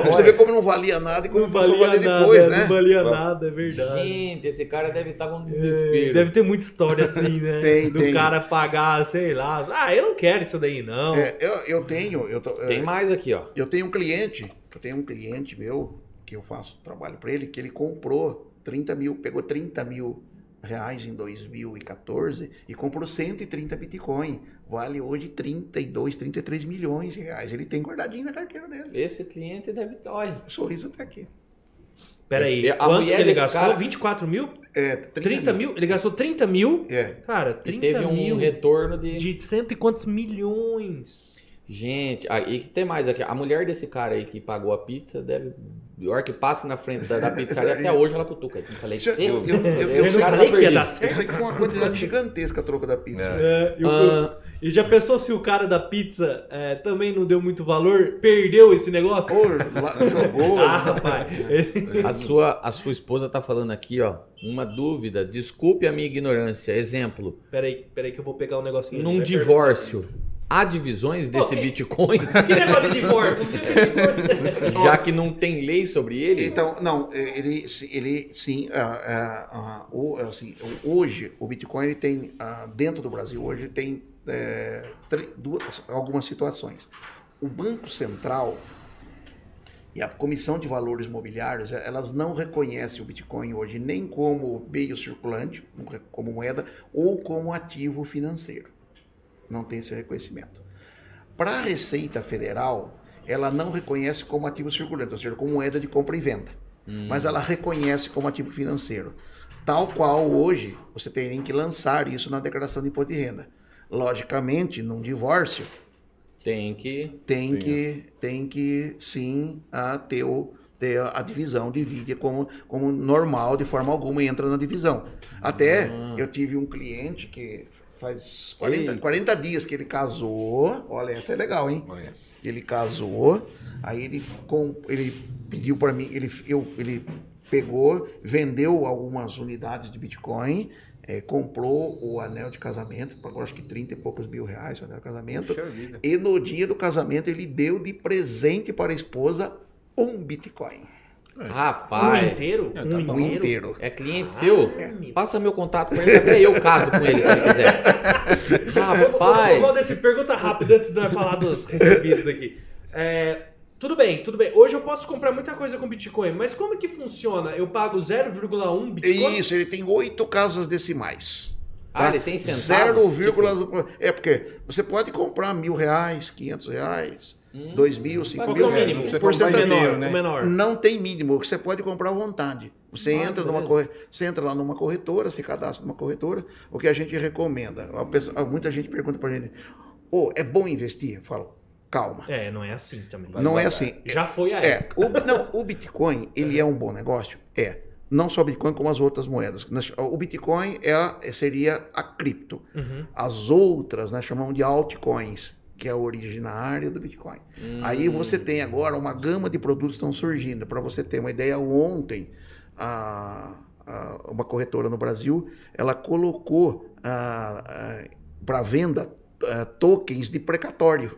S4: Pra Você vê como não valia nada e como passou a valer depois,
S2: nada, não
S4: né?
S2: valia nada, é verdade.
S1: Gente, esse cara deve estar com
S2: É,
S1: desespero.
S2: Deve ter muita história assim, né?
S4: Tem,
S2: Do
S4: tem.
S2: cara pagar, sei lá. Ah, eu não quero isso daí, não.
S4: É, eu, eu tenho, eu, tô-
S1: Tem
S4: é,
S1: mais aqui, ó.
S4: eu tenho um cliente, eu tenho um cliente meu, que eu faço trabalho para ele, que ele comprou 30 mil, pegou 30 mil reais em 2014 e comprou 130 Bitcoin. Vale hoje 32, 33 milhões de reais. Ele tem guardadinho na carteira dele.
S1: Esse cliente deve. Olha.
S4: O sorriso tá aqui.
S2: Pera aí,
S1: É, A
S2: quanto que
S1: mulher
S2: ele
S1: desse
S2: gastou?
S1: cara-
S2: 24 mil?
S4: É,
S2: 30, mil? Ele gastou 30 mil?
S4: É.
S2: Cara,
S1: E
S2: 30
S1: teve um
S2: mil
S1: retorno de.
S2: de cento e quantos milhões?
S1: Gente, aí que tem mais aqui. A mulher desse cara aí que pagou a pizza deve. A hora que passa na frente da, da pizzaria, até hoje ela cutuca. Eu falei,
S4: Já-
S1: "Seu".
S4: é, eu- eu- eu-
S1: Os
S4: eu
S1: caras
S2: falei
S1: tá
S2: que ia
S1: perdido.
S2: dar
S4: Eu
S2: certo.
S4: sei que foi uma quantidade gigantesca a troca da pizza.
S2: É, e, o-
S1: Ah,
S2: e já pensou se o cara da pizza é, também não deu muito valor, perdeu esse negócio?
S4: Pô, lá- jogou.
S2: Ah, rapaz.
S1: a, sua, a sua esposa tá falando aqui, ó. Uma dúvida. Desculpe a minha ignorância. Exemplo.
S2: Peraí, peraí que eu vou pegar um negocinho.
S1: Num
S4: é
S2: Vai
S1: divórcio, há divisões desse
S2: Ok.
S1: Bitcoin?
S2: perguntar. Esse negócio de divórcio, não tem divórcio. um
S1: Já que não tem lei sobre ele?
S4: Então, não, eh, ele, se- ele sim, ah, ah, ah, o- assim, o- hoje o Bitcoin ele tem, ah, dentro do Brasil, hoje tem eh, tre- duas, algumas situações. O Banco Central e a Comissão de Valores Mobiliários, eh, elas não reconhecem o Bitcoin hoje nem como meio circulante, como moeda, ou como ativo financeiro. Não tem esse reconhecimento. Para a Receita Federal, ela não reconhece como ativo circulante, ou seja, como moeda de compra e venda. Mas ela reconhece como ativo financeiro. Tal qual hoje, você tem que lançar isso na declaração de imposto de renda. Logicamente, num divórcio, Então-
S1: Tem que.
S4: tem que tem que sim a ter, o, ter a divisão divide como como normal de forma alguma e entra na divisão até eu tive um cliente que faz 40,
S1: Ei.
S4: 40 dias que ele casou olha essa é legal hein
S3: Olha.
S4: ele casou, aí ele, com, ele pediu para mim, ele, eu, ele pegou, vendeu algumas unidades de Bitcoin, eh, comprou o anel de casamento, pagou acho que 30 e poucos mil reais o anel de casamento.
S3: Puxa vida.
S4: E no dia do casamento ele deu de presente para a esposa um Bitcoin.
S2: Um
S1: Rapaz,
S2: inteiro?
S3: É, tá
S2: Um
S4: Um
S2: inteiro?
S4: inteiro.
S1: é cliente
S2: Ah,
S1: seu?
S2: meu.
S1: Passa meu contato com ele, até eu caso com ele se ele quiser.
S2: Ô,
S1: Rapaz,
S2: Valdeci, pergunta rápida antes de nós falar dos recebidos aqui. É, tudo bem, tudo bem. Hoje eu posso comprar muita coisa com Bitcoin, mas como que funciona? Eu pago 0,1
S4: É
S2: Bitcoin?
S4: Isso, ele tem oito casas decimais.
S1: ah, ele tem
S2: tipo?
S1: centavos?
S4: 0, É porque você pode comprar mil reais, quinhentos reais,
S1: Hum.
S4: dois mil, cinco
S2: Qual que é
S4: mil.
S2: o
S3: Bilhões,
S2: mínimo?
S3: você
S2: Qual que é o
S3: porcentagem.
S2: menor,
S3: né?
S2: o menor.
S4: Não tem mínimo, que você pode comprar à vontade. Você,
S1: Ah,
S4: entra numa corre... você entra lá numa corretora, se cadastra numa corretora, o que a gente recomenda. A pessoa- Muita gente pergunta pra gente, ô, é bom investir? Eu falo, calma,
S2: É, não é assim também.
S3: Vai
S4: não é
S3: devagar.
S4: assim.
S2: Já foi a época.
S4: É, o, não, o Bitcoin, ele é um bom negócio? É. Não só Bitcoin, como as outras moedas. Nós- O Bitcoin é, a- seria a cripto.
S2: Uhum.
S4: As outras nós chamamos de altcoins, que é a originária do Bitcoin.
S1: Hum.
S4: Aí você tem agora uma gama de produtos que estão surgindo. Para você ter uma ideia, ontem a- a- uma corretora no Brasil ela colocou para venda ah, tokens de precatório.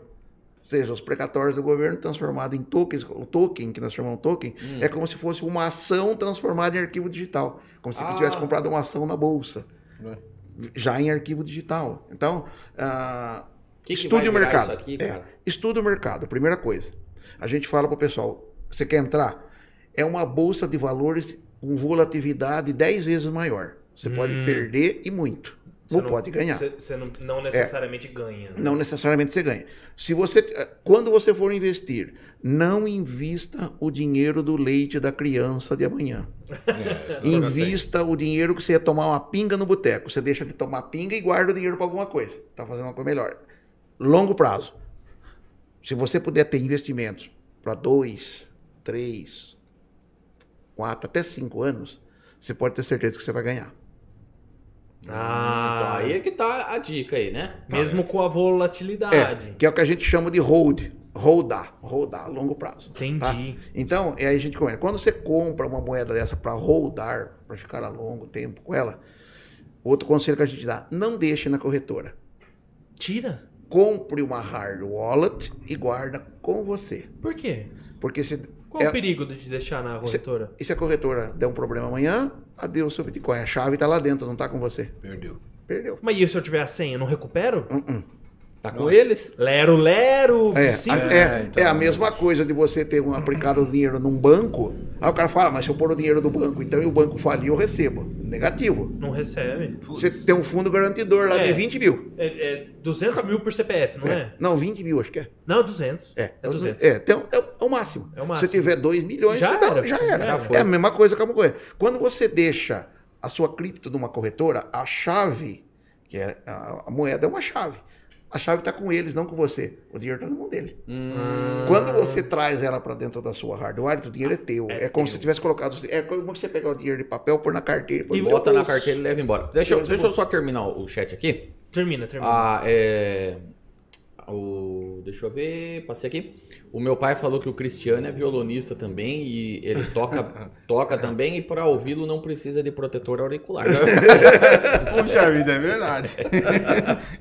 S4: Ou seja, os precatórios do governo transformados em tokens, o token, que nós chamamos token,
S1: Hum.
S4: é como se fosse uma ação transformada em arquivo digital. Como se
S1: Ah.
S4: você tivesse comprado uma ação na bolsa.
S3: Né.
S4: Já em arquivo digital. Então, ah,
S1: Que que vai
S4: Estude o
S1: virar
S4: mercado.
S1: Isso aqui,
S4: É.
S1: cara?
S4: Estuda o mercado, primeira coisa. A gente fala para o pessoal, você quer entrar? É uma bolsa de valores com volatilidade 10 vezes maior. Você pode
S2: Hum.
S4: perder e muito. não, pode ganhar.
S2: Você, você não, não necessariamente ganha. né?
S4: Não necessariamente você ganha. Se você, eh, quando você for investir, não invista o dinheiro do leite da criança de amanhã.
S3: É, isso eu sei.
S4: Invista o dinheiro que você ia tomar uma pinga no boteco. Você deixa de tomar pinga e guarda o dinheiro para alguma coisa. Está fazendo uma coisa melhor. Longo prazo. Se você puder ter investimentos para dois, três, quatro, até cinco anos, você pode ter certeza que você vai ganhar.
S1: Então aí é que tá a dica aí, né?
S2: Ah, mesmo com a volatilidade.
S4: É, que é o que a gente chama de hold. Holdar, holdar, a longo prazo.
S2: Entendi.
S4: tá? Então, é aí a gente começa. Quando você compra uma moeda dessa para holdar, para ficar a longo tempo com ela, outro conselho que a gente dá, não deixe na corretora.
S2: Tira?
S4: Compre uma hard wallet e guarda com você.
S2: Por quê?
S4: Porque se,
S2: Qual
S4: É.
S2: o perigo de deixar na
S4: Cê-
S2: corretora?
S4: e se a corretora der um problema amanhã, adeus seu Bitcoin. A chave está lá dentro, não está com você.
S3: Perdeu.
S4: Perdeu.
S2: Mas e se eu tiver a senha, eu não recupero?
S4: Uh-uh.
S1: Tá com eles?
S2: Lero, lero,
S4: É,
S2: sim.
S4: a- é,
S3: É, então-
S4: é a mesma coisa de você ter um aplicado o dinheiro num banco. Aí o cara fala, mas se eu pôr o dinheiro do banco, então e o banco falir, eu recebo. Negativo.
S2: Não recebe.
S4: Você tem um fundo garantidor lá
S2: É.
S4: de 20 mil.
S2: É, é 200 mil por CPF, não é?
S4: Não, 20 mil, acho que é.
S2: Não, é 200.
S4: É,
S2: É 200.
S4: É, tem- é o- é o máximo.
S2: É o máximo.
S4: Se tiver 2 milhões,
S2: Já
S4: você dá-
S2: era,
S4: já
S2: já
S4: era.
S2: era.
S4: É a mesma coisa que a corretora. Quando você deixa a sua cripto numa corretora, a chave, que é a, a moeda, é uma chave. A chave está com eles, não com você. O dinheiro está na mão dele.
S1: Hum,
S4: Quando você traz ela para dentro da sua hardware, o dinheiro é teu.
S2: É
S4: É, como
S2: teu.
S4: se tivesse colocado. É como você pegar o dinheiro de papel, pôr na carteira. Pôr
S1: e
S4: no
S1: bota
S4: bolso.
S1: na carteira e leva embora. Deixa, eu-
S4: Deus,
S1: deixa
S4: bom.
S1: eu só terminar o chat aqui.
S2: Termina, termina.
S1: Ah, é. O, deixa eu ver, passei aqui. O meu pai falou que o Cristiano é violonista também e ele toca, toca também e para ouvi-lo não precisa de protetor auricular.
S3: Puxa vida, é verdade.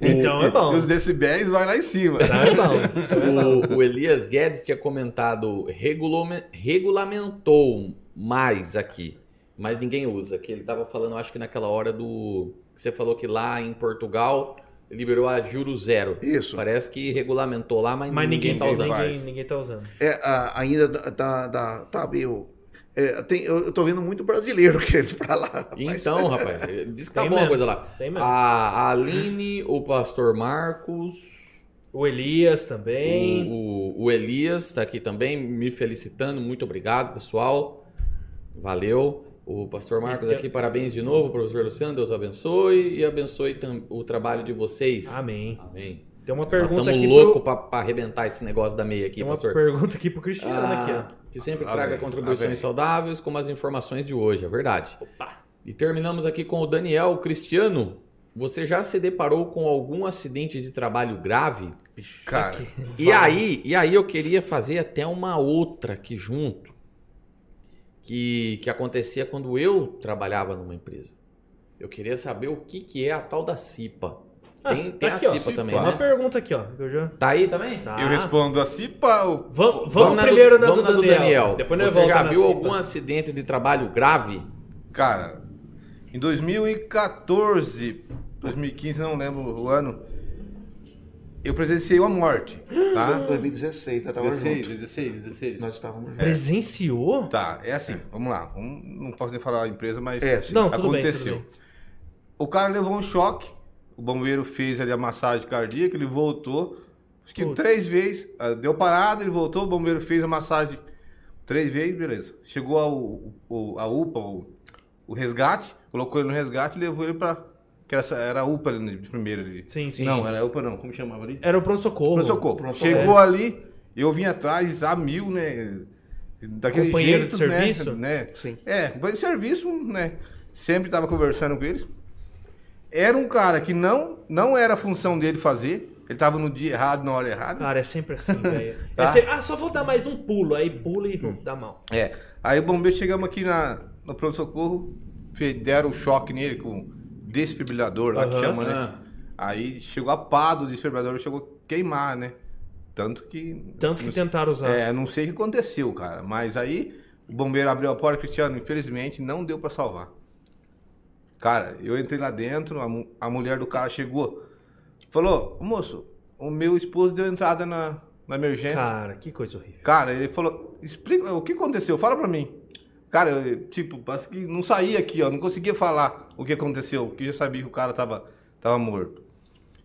S2: então é bom.
S3: E os decibéis vai lá em cima.
S2: Tá é bom.
S1: O, o Elias Guedes tinha comentado "Regulome- regulamentou mais aqui, mas ninguém usa. Que ele estava falando, acho que naquela hora do que você falou que lá em Portugal liberou a juro zero.
S4: Isso.
S1: Parece que regulamentou lá, mas,
S2: Mas
S1: ninguém,
S2: ninguém,
S1: está
S2: ninguém,
S1: usando.
S2: ninguém,
S3: Faz.
S2: tá usando.
S4: É, a- ainda da, da, da- tá meio. é, tem- eu, eu tô vendo muito brasileiro querendo ir pra lá. rapaz.
S1: Então, rapaz, diz que tá
S2: Tem
S1: boa a
S2: mesmo.
S1: coisa lá.
S2: Tem mesmo.
S1: A, a Aline, o Pastor Marcos,
S2: O Elias também.
S1: O, o- o Elias está aqui também, me felicitando. Muito obrigado, pessoal. Valeu. O pastor Marcos aqui, parabéns de novo, professor Luciano. Deus abençoe e abençoe tam- o trabalho de vocês.
S2: Amém.
S1: Amém.
S2: Tem uma pergunta
S1: Estamos
S2: aqui
S1: Ah, louco
S2: pro...
S1: para arrebentar esse negócio da meia aqui,
S2: Tem uma
S1: pastor.
S2: pergunta aqui pro Cristiano aqui, ó.
S1: Ah, que sempre
S3: Lá
S1: traga
S3: vem, lá vem.
S1: contribuições saudáveis, como as informações de hoje, é verdade.
S2: Opa.
S1: E terminamos aqui com o Daniel Cristiano. Você já se deparou com algum acidente de trabalho grave?
S3: Cara,
S1: E
S2: Fala.
S1: aí, e aí eu queria fazer até uma outra aqui junto, que, que acontecia quando eu trabalhava numa empresa. Eu queria saber o que, que é a tal da CIPA.
S2: Ah,
S1: Tem,
S2: tá
S1: tem a
S2: aqui, ó.
S1: CIPA também,
S2: Tem uma
S1: né?
S2: pergunta aqui, ó. que eu já-
S1: Tá aí também?
S2: Tá.
S3: eu respondo assim, pau.
S2: Vamos, vamos,
S1: na do-
S2: primeiro na,
S1: vamos
S2: do, Daniel. Depois nós
S1: Você já
S2: volta na
S1: viu
S2: Cipa.
S1: algum acidente de trabalho grave?
S3: Cara, em 2014, 2015, não lembro o ano, eu presenciei uma morte, tá?
S4: 2016, nós estávamos
S3: 16,
S4: juntos.
S3: 16, 16.
S4: Nós estávamos juntos.
S2: É. Presenciou?
S3: Tá, é assim, vamos lá. vamos- não posso nem falar a empresa, mas
S4: É, sim.
S2: Não, tudo
S3: aconteceu.
S2: bem, tudo bem.
S3: O cara levou um choque, o bombeiro fez ali a massagem cardíaca, ele voltou, acho que
S2: Putz.
S3: três vezes, ah, deu parada, ele voltou, o bombeiro fez a massagem três vezes, beleza. Chegou ao, o- a UPA, o, o resgate, colocou ele no resgate e levou ele pra... Que era, essa- era a UPA ali, né, de primeiro ali.
S2: Sim, sim.
S3: Não, era a UPA não, como chamava ali?
S2: Era o pronto-socorro. É.
S3: Pronto-socorro.
S4: Pronto-socorro.
S3: Chegou ali, eu vim atrás a mil, né? Daquele
S2: Companheiro de
S3: jeito,
S2: serviço?
S3: né? né?
S4: Sim.
S3: É, companheiro de serviço, né? Sempre tava conversando com eles. Era um cara que não, não era a função dele fazer. Ele tava no dia errado, na hora errada.
S2: Cara, é sempre assim, velho. É
S3: Tá.
S2: sempre- Ah, só vou dar mais um pulo. Aí pula e
S1: Hum.
S2: dá mal.
S3: É. Aí o bombeiro chegamos aqui na, no pronto-socorro, fe- deram o choque nele com desfibrilador lá que
S2: Aham.
S3: chama, né?
S1: Ah,
S3: Aí chegou a pá do desfibrilador, chegou a queimar, né? Tanto que.
S2: Tanto que
S3: não-
S2: tentaram usar.
S3: É, não sei o que aconteceu, cara. Mas aí o bombeiro abriu a porta, Cristiano, infelizmente não deu pra salvar. Cara, eu entrei lá dentro, a, mu- a mulher do cara chegou, falou: Moço, o meu esposo deu entrada na, na emergência. Cara.
S2: Cara, que coisa horrível.
S3: ele falou: Explica o que aconteceu, fala pra mim. Cara, eu, tipo, parece que não saía aqui, ó, não conseguia falar o que aconteceu, porque eu já sabia que o cara tava, Tava morto.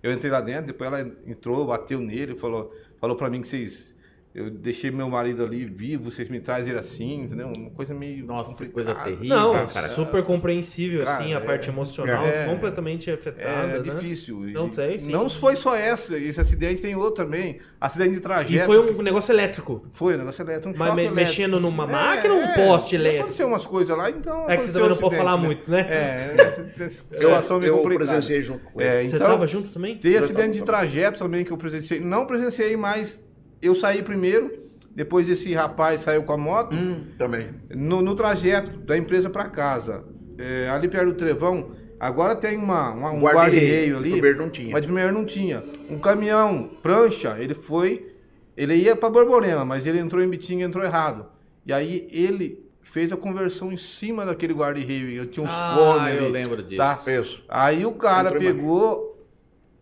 S3: Eu entrei lá dentro, depois ela entrou, bateu nele, falou, falou pra mim que vocês. Eu deixei meu marido ali vivo, vocês me trazem ele assim, entendeu? Uma coisa meio.
S1: Nossa, que
S3: complicada.
S1: coisa terrível,
S2: Não,
S1: cara.
S2: super compreensível,
S3: tá Cara,
S2: assim, a
S3: é-
S2: parte emocional
S3: é-
S2: completamente afetada, né?
S3: É difícil. E
S2: Não sei, sim.
S3: Não foi só essa, esse acidente tem outro também. Acidente de
S2: E
S3: trajeto.
S2: foi um negócio elétrico.
S3: Foi, um negócio elétrico,
S2: Mas
S3: um choque
S2: me-
S3: elétrico.
S2: mexendo numa
S3: É,
S2: máquina ou um
S3: é.
S2: poste elétrico?
S3: Aconteceu umas coisas lá, então.
S2: É que você
S3: aconteceu
S2: também não
S3: um
S2: pode falar
S3: acidente,
S2: muito, né?
S3: É, essa, essa situação meio
S4: eu
S3: complicada.
S4: presenciei junto com ele.
S3: É,
S2: Você
S3: então,
S2: tava junto também?
S3: Tem
S4: Eu
S3: acidente
S4: tava
S3: de
S4: também.
S3: trajeto também que eu presenciei. Não presenciei, mas eu saí primeiro. Depois esse rapaz saiu com a moto.
S4: Hum, também.
S3: No, no trajeto da empresa para casa, é, ali perto do Trevão, agora tem uma, uma- um guarda-reio ali. né?
S4: Primeiro não tinha.
S3: Mas primeiro não tinha. Um caminhão, prancha, ele foi. Ele ia para Borborema, mas ele entrou em Bitinga e entrou errado. E aí ele fez a conversão em cima daquele guarda-reio. Tinha uns cornos
S1: Ah,
S3: ali.
S1: eu lembro disso.
S3: Tá.
S4: Isso.
S3: Aí o cara
S4: Entrou embaixo.
S3: pegou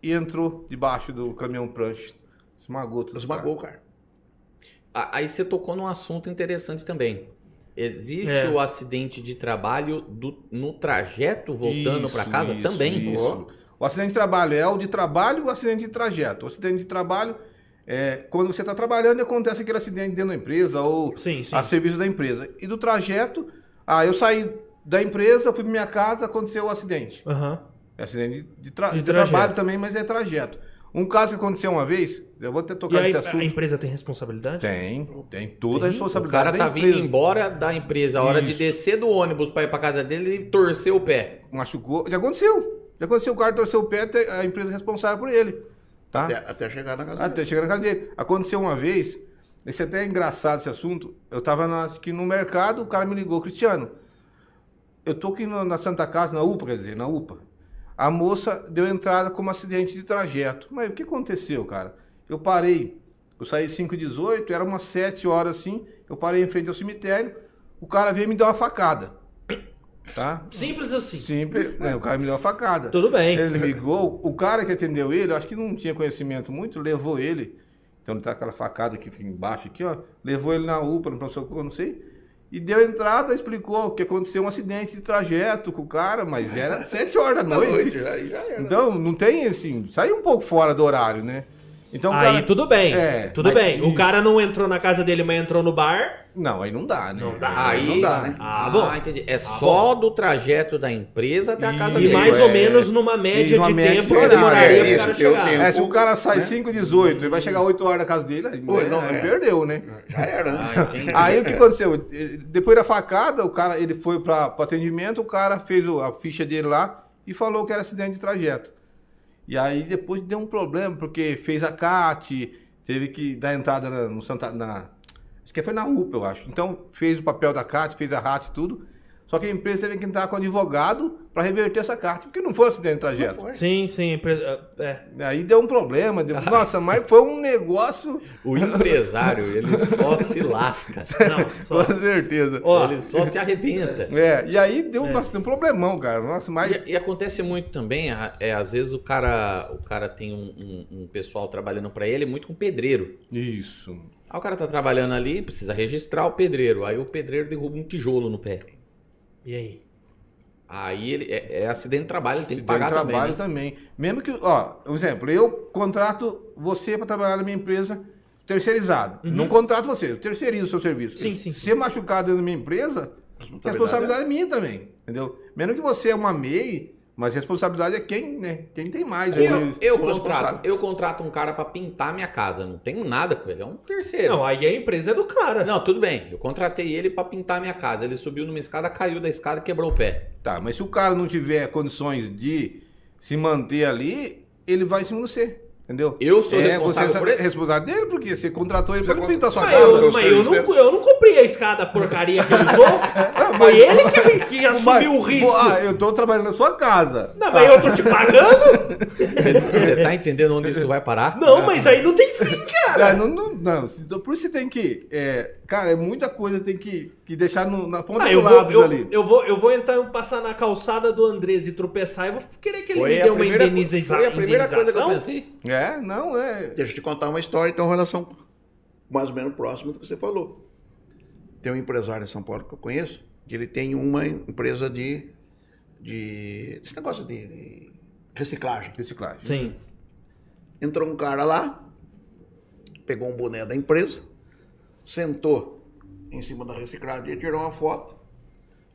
S3: e entrou debaixo do caminhão prancha. Esmagou tudo.
S4: Esmagou, cara.
S1: A- Aí você tocou num assunto interessante também. Existe
S2: É.
S1: o acidente de trabalho do- no trajeto voltando
S3: Isso,
S1: pra casa
S3: isso,
S1: também?
S3: isso.
S1: Ó,
S3: O acidente de trabalho é o de trabalho e o acidente de trajeto. O acidente de trabalho é quando você está trabalhando e acontece aquele acidente dentro da empresa ou
S2: Sim, sim.
S3: a serviço da empresa. E do trajeto, ah, eu saí da empresa, fui pra minha casa, aconteceu o acidente.
S2: Aham.
S3: É acidente de, de, tra-
S2: De
S3: de trabalho
S2: trajeto.
S3: também, mas é trajeto. Um caso que aconteceu uma vez, eu vou até
S2: E
S3: tocar
S2: aí,
S3: nesse
S2: a
S3: assunto.
S2: empresa tem responsabilidade?
S3: Tem,
S2: Tem?
S3: tem toda a
S1: O cara
S3: responsabilidade
S1: tá
S3: da
S1: vindo
S3: empresa.
S1: embora da empresa. A hora de
S3: Isso.
S1: descer do ônibus pra ir pra casa dele, ele torceu o pé.
S3: Machucou, já aconteceu. Já aconteceu, o cara torceu o pé, até a empresa é responsável por ele. Tá?
S4: Até, até chegar na casa
S3: Até
S4: dele.
S3: chegar na casa dele. Aconteceu uma vez, esse até é engraçado esse assunto. Eu tava na- acho que no mercado, o cara me ligou, Cristiano. Eu tô aqui na na Santa Casa, na UPA, quer dizer, na UPA. A moça deu entrada como acidente de trajeto. Mas o que aconteceu, cara? Eu parei, eu saí 5 e 18, era umas 7 horas assim, eu parei em frente ao cemitério, o cara veio e me dar uma facada. Tá?
S2: Simples assim.
S3: Simples, né? O cara me deu uma facada.
S2: Tudo bem.
S3: Ele ligou, o cara que atendeu ele, eu acho que não tinha conhecimento muito, levou ele. Então ele tá com aquela facada que fica embaixo aqui, ó. Levou ele na UPA, no pronto-socorro, não sei. E deu entrada, explicou que aconteceu um acidente de trajeto com o cara, mas era sete horas da
S4: Na
S3: noite.
S4: já, já era.
S3: Então não tem assim, saiu um pouco fora do horário, né? Então o
S2: aí
S3: cara.
S2: tudo bem.
S3: É,
S2: tudo
S1: mas
S2: bem. O
S3: isso.
S2: cara não entrou na casa dele, mas entrou no bar.
S3: Não, aí não dá, né?
S2: Não dá.
S1: Aí
S4: não dá, né?
S2: Ah, bom.
S1: entendi. É só do trajeto da empresa até a casa
S2: E
S1: dele.
S2: mais ou
S3: é.
S2: menos numa média
S3: E numa
S2: de tempo
S3: média de
S2: que
S3: horário,
S2: demoraria pro
S3: é
S2: cara
S4: isso, eu
S2: chegar.
S4: tenho.
S3: É, se o cara sai
S4: Né?
S3: 5 e 18 ele vai chegar 8 horas na casa dele, aí,
S4: Oi,
S3: né?
S4: não,
S3: Aí
S4: é.
S3: perdeu, né?
S4: Já era, né?
S1: Ah, entendi.
S3: Aí
S2: É.
S3: o que aconteceu? Ele- Depois da facada, o cara ele foi para o atendimento, o cara fez o- a ficha dele lá e falou que era acidente de trajeto. E aí depois deu um problema, porque fez a CAT, teve que dar entrada na, no Santa. Na, acho que foi na UPA, eu acho. Então fez o papel da CAT, fez a RAT e tudo. Só que a empresa teve que entrar com advogado para reverter essa CAT, porque não foi um acidente de
S4: Não
S3: trajeto.
S4: foi.
S2: Sim, sim. pre- É.
S3: Aí deu um problema, deu- nossa, mas foi um negócio,
S1: O empresário, ele só se lasca.
S2: Não,
S3: com
S2: só.
S3: certeza.
S2: Ó,
S1: Ele só se arrebenta.
S3: É, e aí deu,
S2: É.
S3: nossa, deu um problemão, cara. Nossa, mas.
S1: E, e acontece muito também, a- é, às vezes o cara, o cara tem um, um- um pessoal trabalhando pra ele é muito com pedreiro.
S3: Isso.
S1: Aí o cara tá trabalhando ali, precisa registrar o pedreiro. Aí o pedreiro derruba um tijolo no pé.
S2: E aí?
S1: Aí ele é, é acidente de trabalho, ele tem
S3: Se
S1: que
S3: der
S1: pagar também,
S3: trabalho
S1: né?
S3: também, Mesmo que, ó, um exemplo, eu contrato você para trabalhar na minha empresa terceirizado.
S2: Uhum.
S3: Não contrato você, eu terceirizo o seu serviço.
S2: Sim, sim,
S3: Se machucar dentro da minha empresa, a responsabilidade é minha também, entendeu? Mesmo que você é uma MEI, mas a responsabilidade é quem, né? Quem tem mais. aí.
S1: É. Eu, eu
S4: Tô
S1: contrato,
S4: responsável.
S1: eu contrato um cara pra pintar minha casa, não tenho nada com ele, é um terceiro.
S2: Não, aí a empresa é do cara.
S1: Não, tudo bem, eu contratei ele pra pintar minha casa. Ele subiu numa escada, caiu da escada e quebrou o pé.
S3: Tá, mas se o cara não tiver condições de se manter ali, ele vai em cima do você, entendeu?
S1: Eu sou
S3: é, você
S1: responsável por
S3: é
S1: ele?
S3: responsável dele porque você contratou ele
S4: Você
S3: para pintar sua
S2: Mas
S3: casa.
S2: Ah,
S3: é-
S2: eu, mas eu não, eu não comprei a escada porcaria que ele usou. Foi ele que, que
S3: Mas,
S2: assumiu o risco.
S3: pô, Ah, eu tô trabalhando na sua casa.
S2: Não, mas eu tô te pagando?
S1: Você, você tá entendendo onde isso vai parar?
S2: Não, mas aí não tem fim, cara.
S3: Ah, não, não, não. se- Por isso você tem que. é, cara, é muita coisa tem que, que deixar no- na ponta
S2: Ah,
S3: do
S2: eu, vou,
S3: lápis
S2: eu,
S3: ali.
S2: eu vou, eu vou entrar passar na calçada do Andrés e tropeçar e vou querer que ele me
S1: a
S2: dê uma
S1: primeira-
S2: indeniza-
S1: foi a primeira coisa que eu
S2: indenização.
S1: pensei.
S3: É, não, é.
S4: Deixa eu te contar uma história, então, em relação mais ou menos próxima do que você falou. Tem um empresário em São Paulo que eu conheço, que ele tem uma empresa de. de esse negócio de, de reciclagem.
S3: Reciclagem.
S2: Sim.
S4: Entrou um cara lá, pegou um boné da empresa, sentou em cima da reciclagem, tirou uma foto,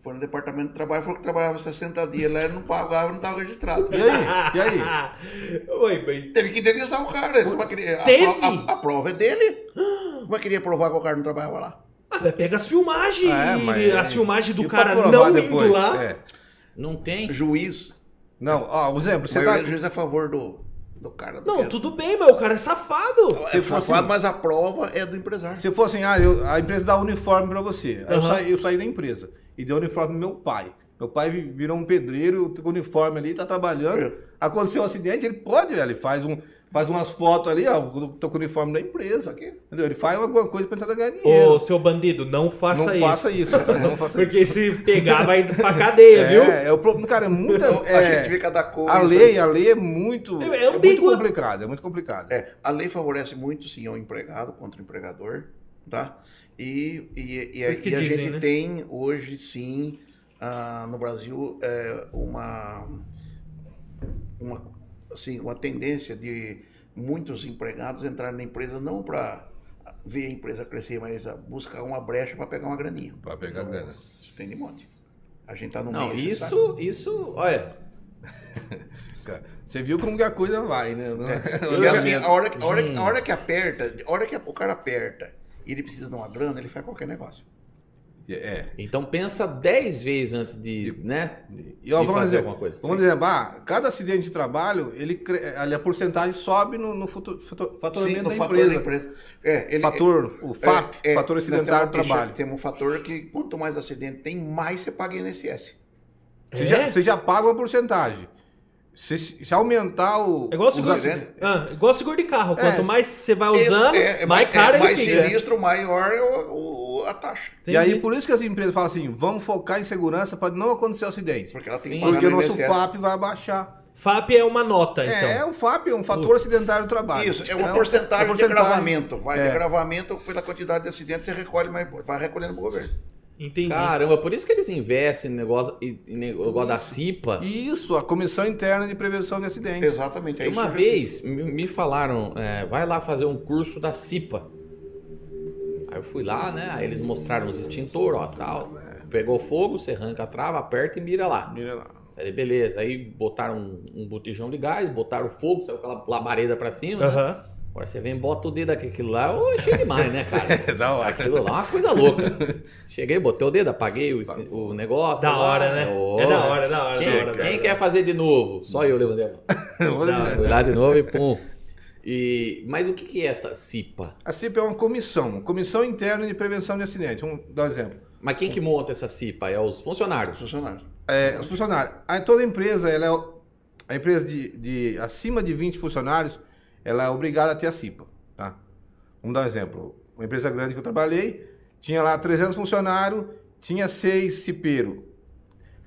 S4: foi no departamento de trabalho, falou que trabalhava 60 dias lá, ele não pagava, não estava registrado.
S3: E aí? E aí?
S2: Oi, bem.
S4: Teve que entrevistar o cara. ele não vai querer- a,
S2: Teve?
S4: pro- a- a prova é dele. Mas queria provar que o cara não trabalhava lá.
S2: Ah, mas pega as filmagens.
S3: É, mas-
S2: as filmagens do
S3: E pra
S2: cara
S3: provar
S2: não
S3: depois?
S2: indo lá.
S3: É.
S1: Não tem.
S4: Juiz.
S3: Não, ó, um exemplo,
S4: Você
S3: você tá...
S4: juiz é a favor do, do cara. Do
S2: Não,
S4: dedo.
S2: tudo bem, mas o cara é assim, safado.
S4: É
S3: se
S4: safado,
S3: fosse-
S4: mas a prova é do empresário.
S3: Se fosse assim, ah, eu- a empresa dá uniforme pra você. Aí eu,
S2: Aham.
S3: saí, eu saí da empresa e dei uniforme pro meu pai. Meu pai vi- virou um pedreiro, com uniforme ali, tá
S2: É.
S3: trabalhando. Aconteceu um acidente, ele pode, ele faz, um, faz umas fotos ali, ó, eu tô com o uniforme da empresa. aqui, Entendeu? Ele faz alguma coisa pra tentar ganhar dinheiro.
S2: Ô, seu bandido, não faça
S3: não
S2: isso.
S3: faça isso, então, não faça isso.
S2: Porque se pegar, vai pra cadeia,
S3: É,
S2: viu?
S3: é o pro- cara, é muita.
S4: Então, a gente vê
S3: É,
S4: cada coisa.
S3: a lei, a lei é muito.
S2: É
S3: É, muito
S2: ambígua.
S3: complicada, é muito complicada.
S4: É, a lei favorece muito, sim, ao empregado contra o empregador, tá? E, e, e,
S2: Por isso que
S4: e a
S2: dizem,
S4: gente
S2: né?
S4: tem hoje, sim, ah, no Brasil, é, uma, uma, assim, uma tendência de muitos empregados entrarem na empresa não para ver a empresa crescer, mas a buscar uma brecha para pegar uma graninha.
S3: Pra pegar grana.
S4: Isso tem de monte. A gente tá no
S1: Não,
S4: meio, a gente
S1: isso, isso, olha.
S3: Cara, Você viu como que a coisa vai, né?
S4: tá- Porque assim,
S1: é
S4: a hora, que- a, hora, que- a hora que aperta, a hora que o cara aperta e ele precisa de uma grana, ele faz qualquer negócio.
S3: É.
S1: Então pensa 10 vezes antes de, né?
S3: E ó,
S1: de
S3: vamos
S1: fazer
S3: dizer,
S1: alguma coisa.
S3: vamos dizer, bah, cada acidente de trabalho, ele, cre- ali a porcentagem sobe no, no futu- futu-
S4: Sim,
S3: faturamento
S4: no
S3: da
S4: fator
S3: empresa.
S4: da empresa. É, ele,
S3: Fator, o
S4: é,
S3: FAP,
S4: é,
S3: fator
S4: nós
S3: acidentário do
S4: temos-
S3: trabalho.
S4: Temos um fator que quanto mais acidente tem, mais você paga INSS.
S3: Você,
S2: É?
S3: já, você já paga uma porcentagem. Se, se aumentar o.
S2: É igual
S3: os
S2: seguro,
S3: acidentes-
S2: Ah, igual seguro de carro.
S3: É,
S2: Quanto mais você vai Tá usando,
S4: Esse- é- é
S2: mais caro ele
S4: mais
S2: fica.
S4: sinistro, maior é o- o- a taxa.
S3: E aí, por isso que as empresas falam assim: vamos focar em segurança para não acontecer o acidente.
S4: Porque ela tem
S1: Sim,
S4: que pagar
S3: Porque o
S4: no
S3: nosso
S4: INSS.
S3: FAP vai abaixar.
S2: FAP é uma nota,
S3: É,
S2: então.
S3: é o FAP, é um fator
S2: Putz.
S3: acidentário do trabalho.
S4: Isso, é uma
S3: um-
S4: porcentagem,
S3: é uma
S4: de agravamento. Vai,
S3: É.
S4: de agravamento pela quantidade de acidentes, você recolhe, mais, vai recolhendo pro governo.
S2: Entendi.
S1: Caramba, por isso que eles investem no negócio, em em negócio da CIPA.
S3: Isso, a Comissão Interna de Prevenção de Acidentes.
S4: Exatamente. é
S1: uma
S4: isso mesmo.
S1: vez me me falaram, é, vai lá fazer um curso da CIPA. Aí eu fui lá, né? Aí eles mostraram os extintores, ó, tal.
S3: É.
S1: Pegou fogo, você arranca a trava, aperta e mira lá.
S3: Mira lá.
S1: Aí beleza, aí botaram um, um botijão de gás, botaram fogo, saiu aquela labareda pra cima. né?
S2: Aham.
S1: Agora você vem, bota o dedo aqui, aquilo lá, eu achei demais, né, cara?
S3: É da hora.
S1: Aquilo lá é uma coisa louca. Cheguei, botei o dedo, apaguei o, esti- o negócio.
S2: Da
S1: lá,
S2: hora, né?
S1: Ô,
S2: É da hora, da hora,
S1: Quem,
S2: da hora. da
S1: quem
S2: hora.
S1: quer fazer de novo? Só eu levantei a mão. Ah,
S2: Não.
S1: Fui lá de novo e pum. E, mas o que, que é essa CIPA?
S3: A CIP é uma comissão, Comissão Interna de Prevenção de Acidentes. Vamos dar um exemplo.
S1: Mas quem que monta essa CIPA? É os funcionários.
S4: Funcionário.
S3: É, os funcionários. A, toda empresa, ela é, o- a empresa de, de acima de 20 funcionários, ela é obrigada a ter a CIPA. Tá? Vamos dar um exemplo. Uma empresa grande que eu trabalhei, tinha lá 300 funcionários, tinha seis CIPeiro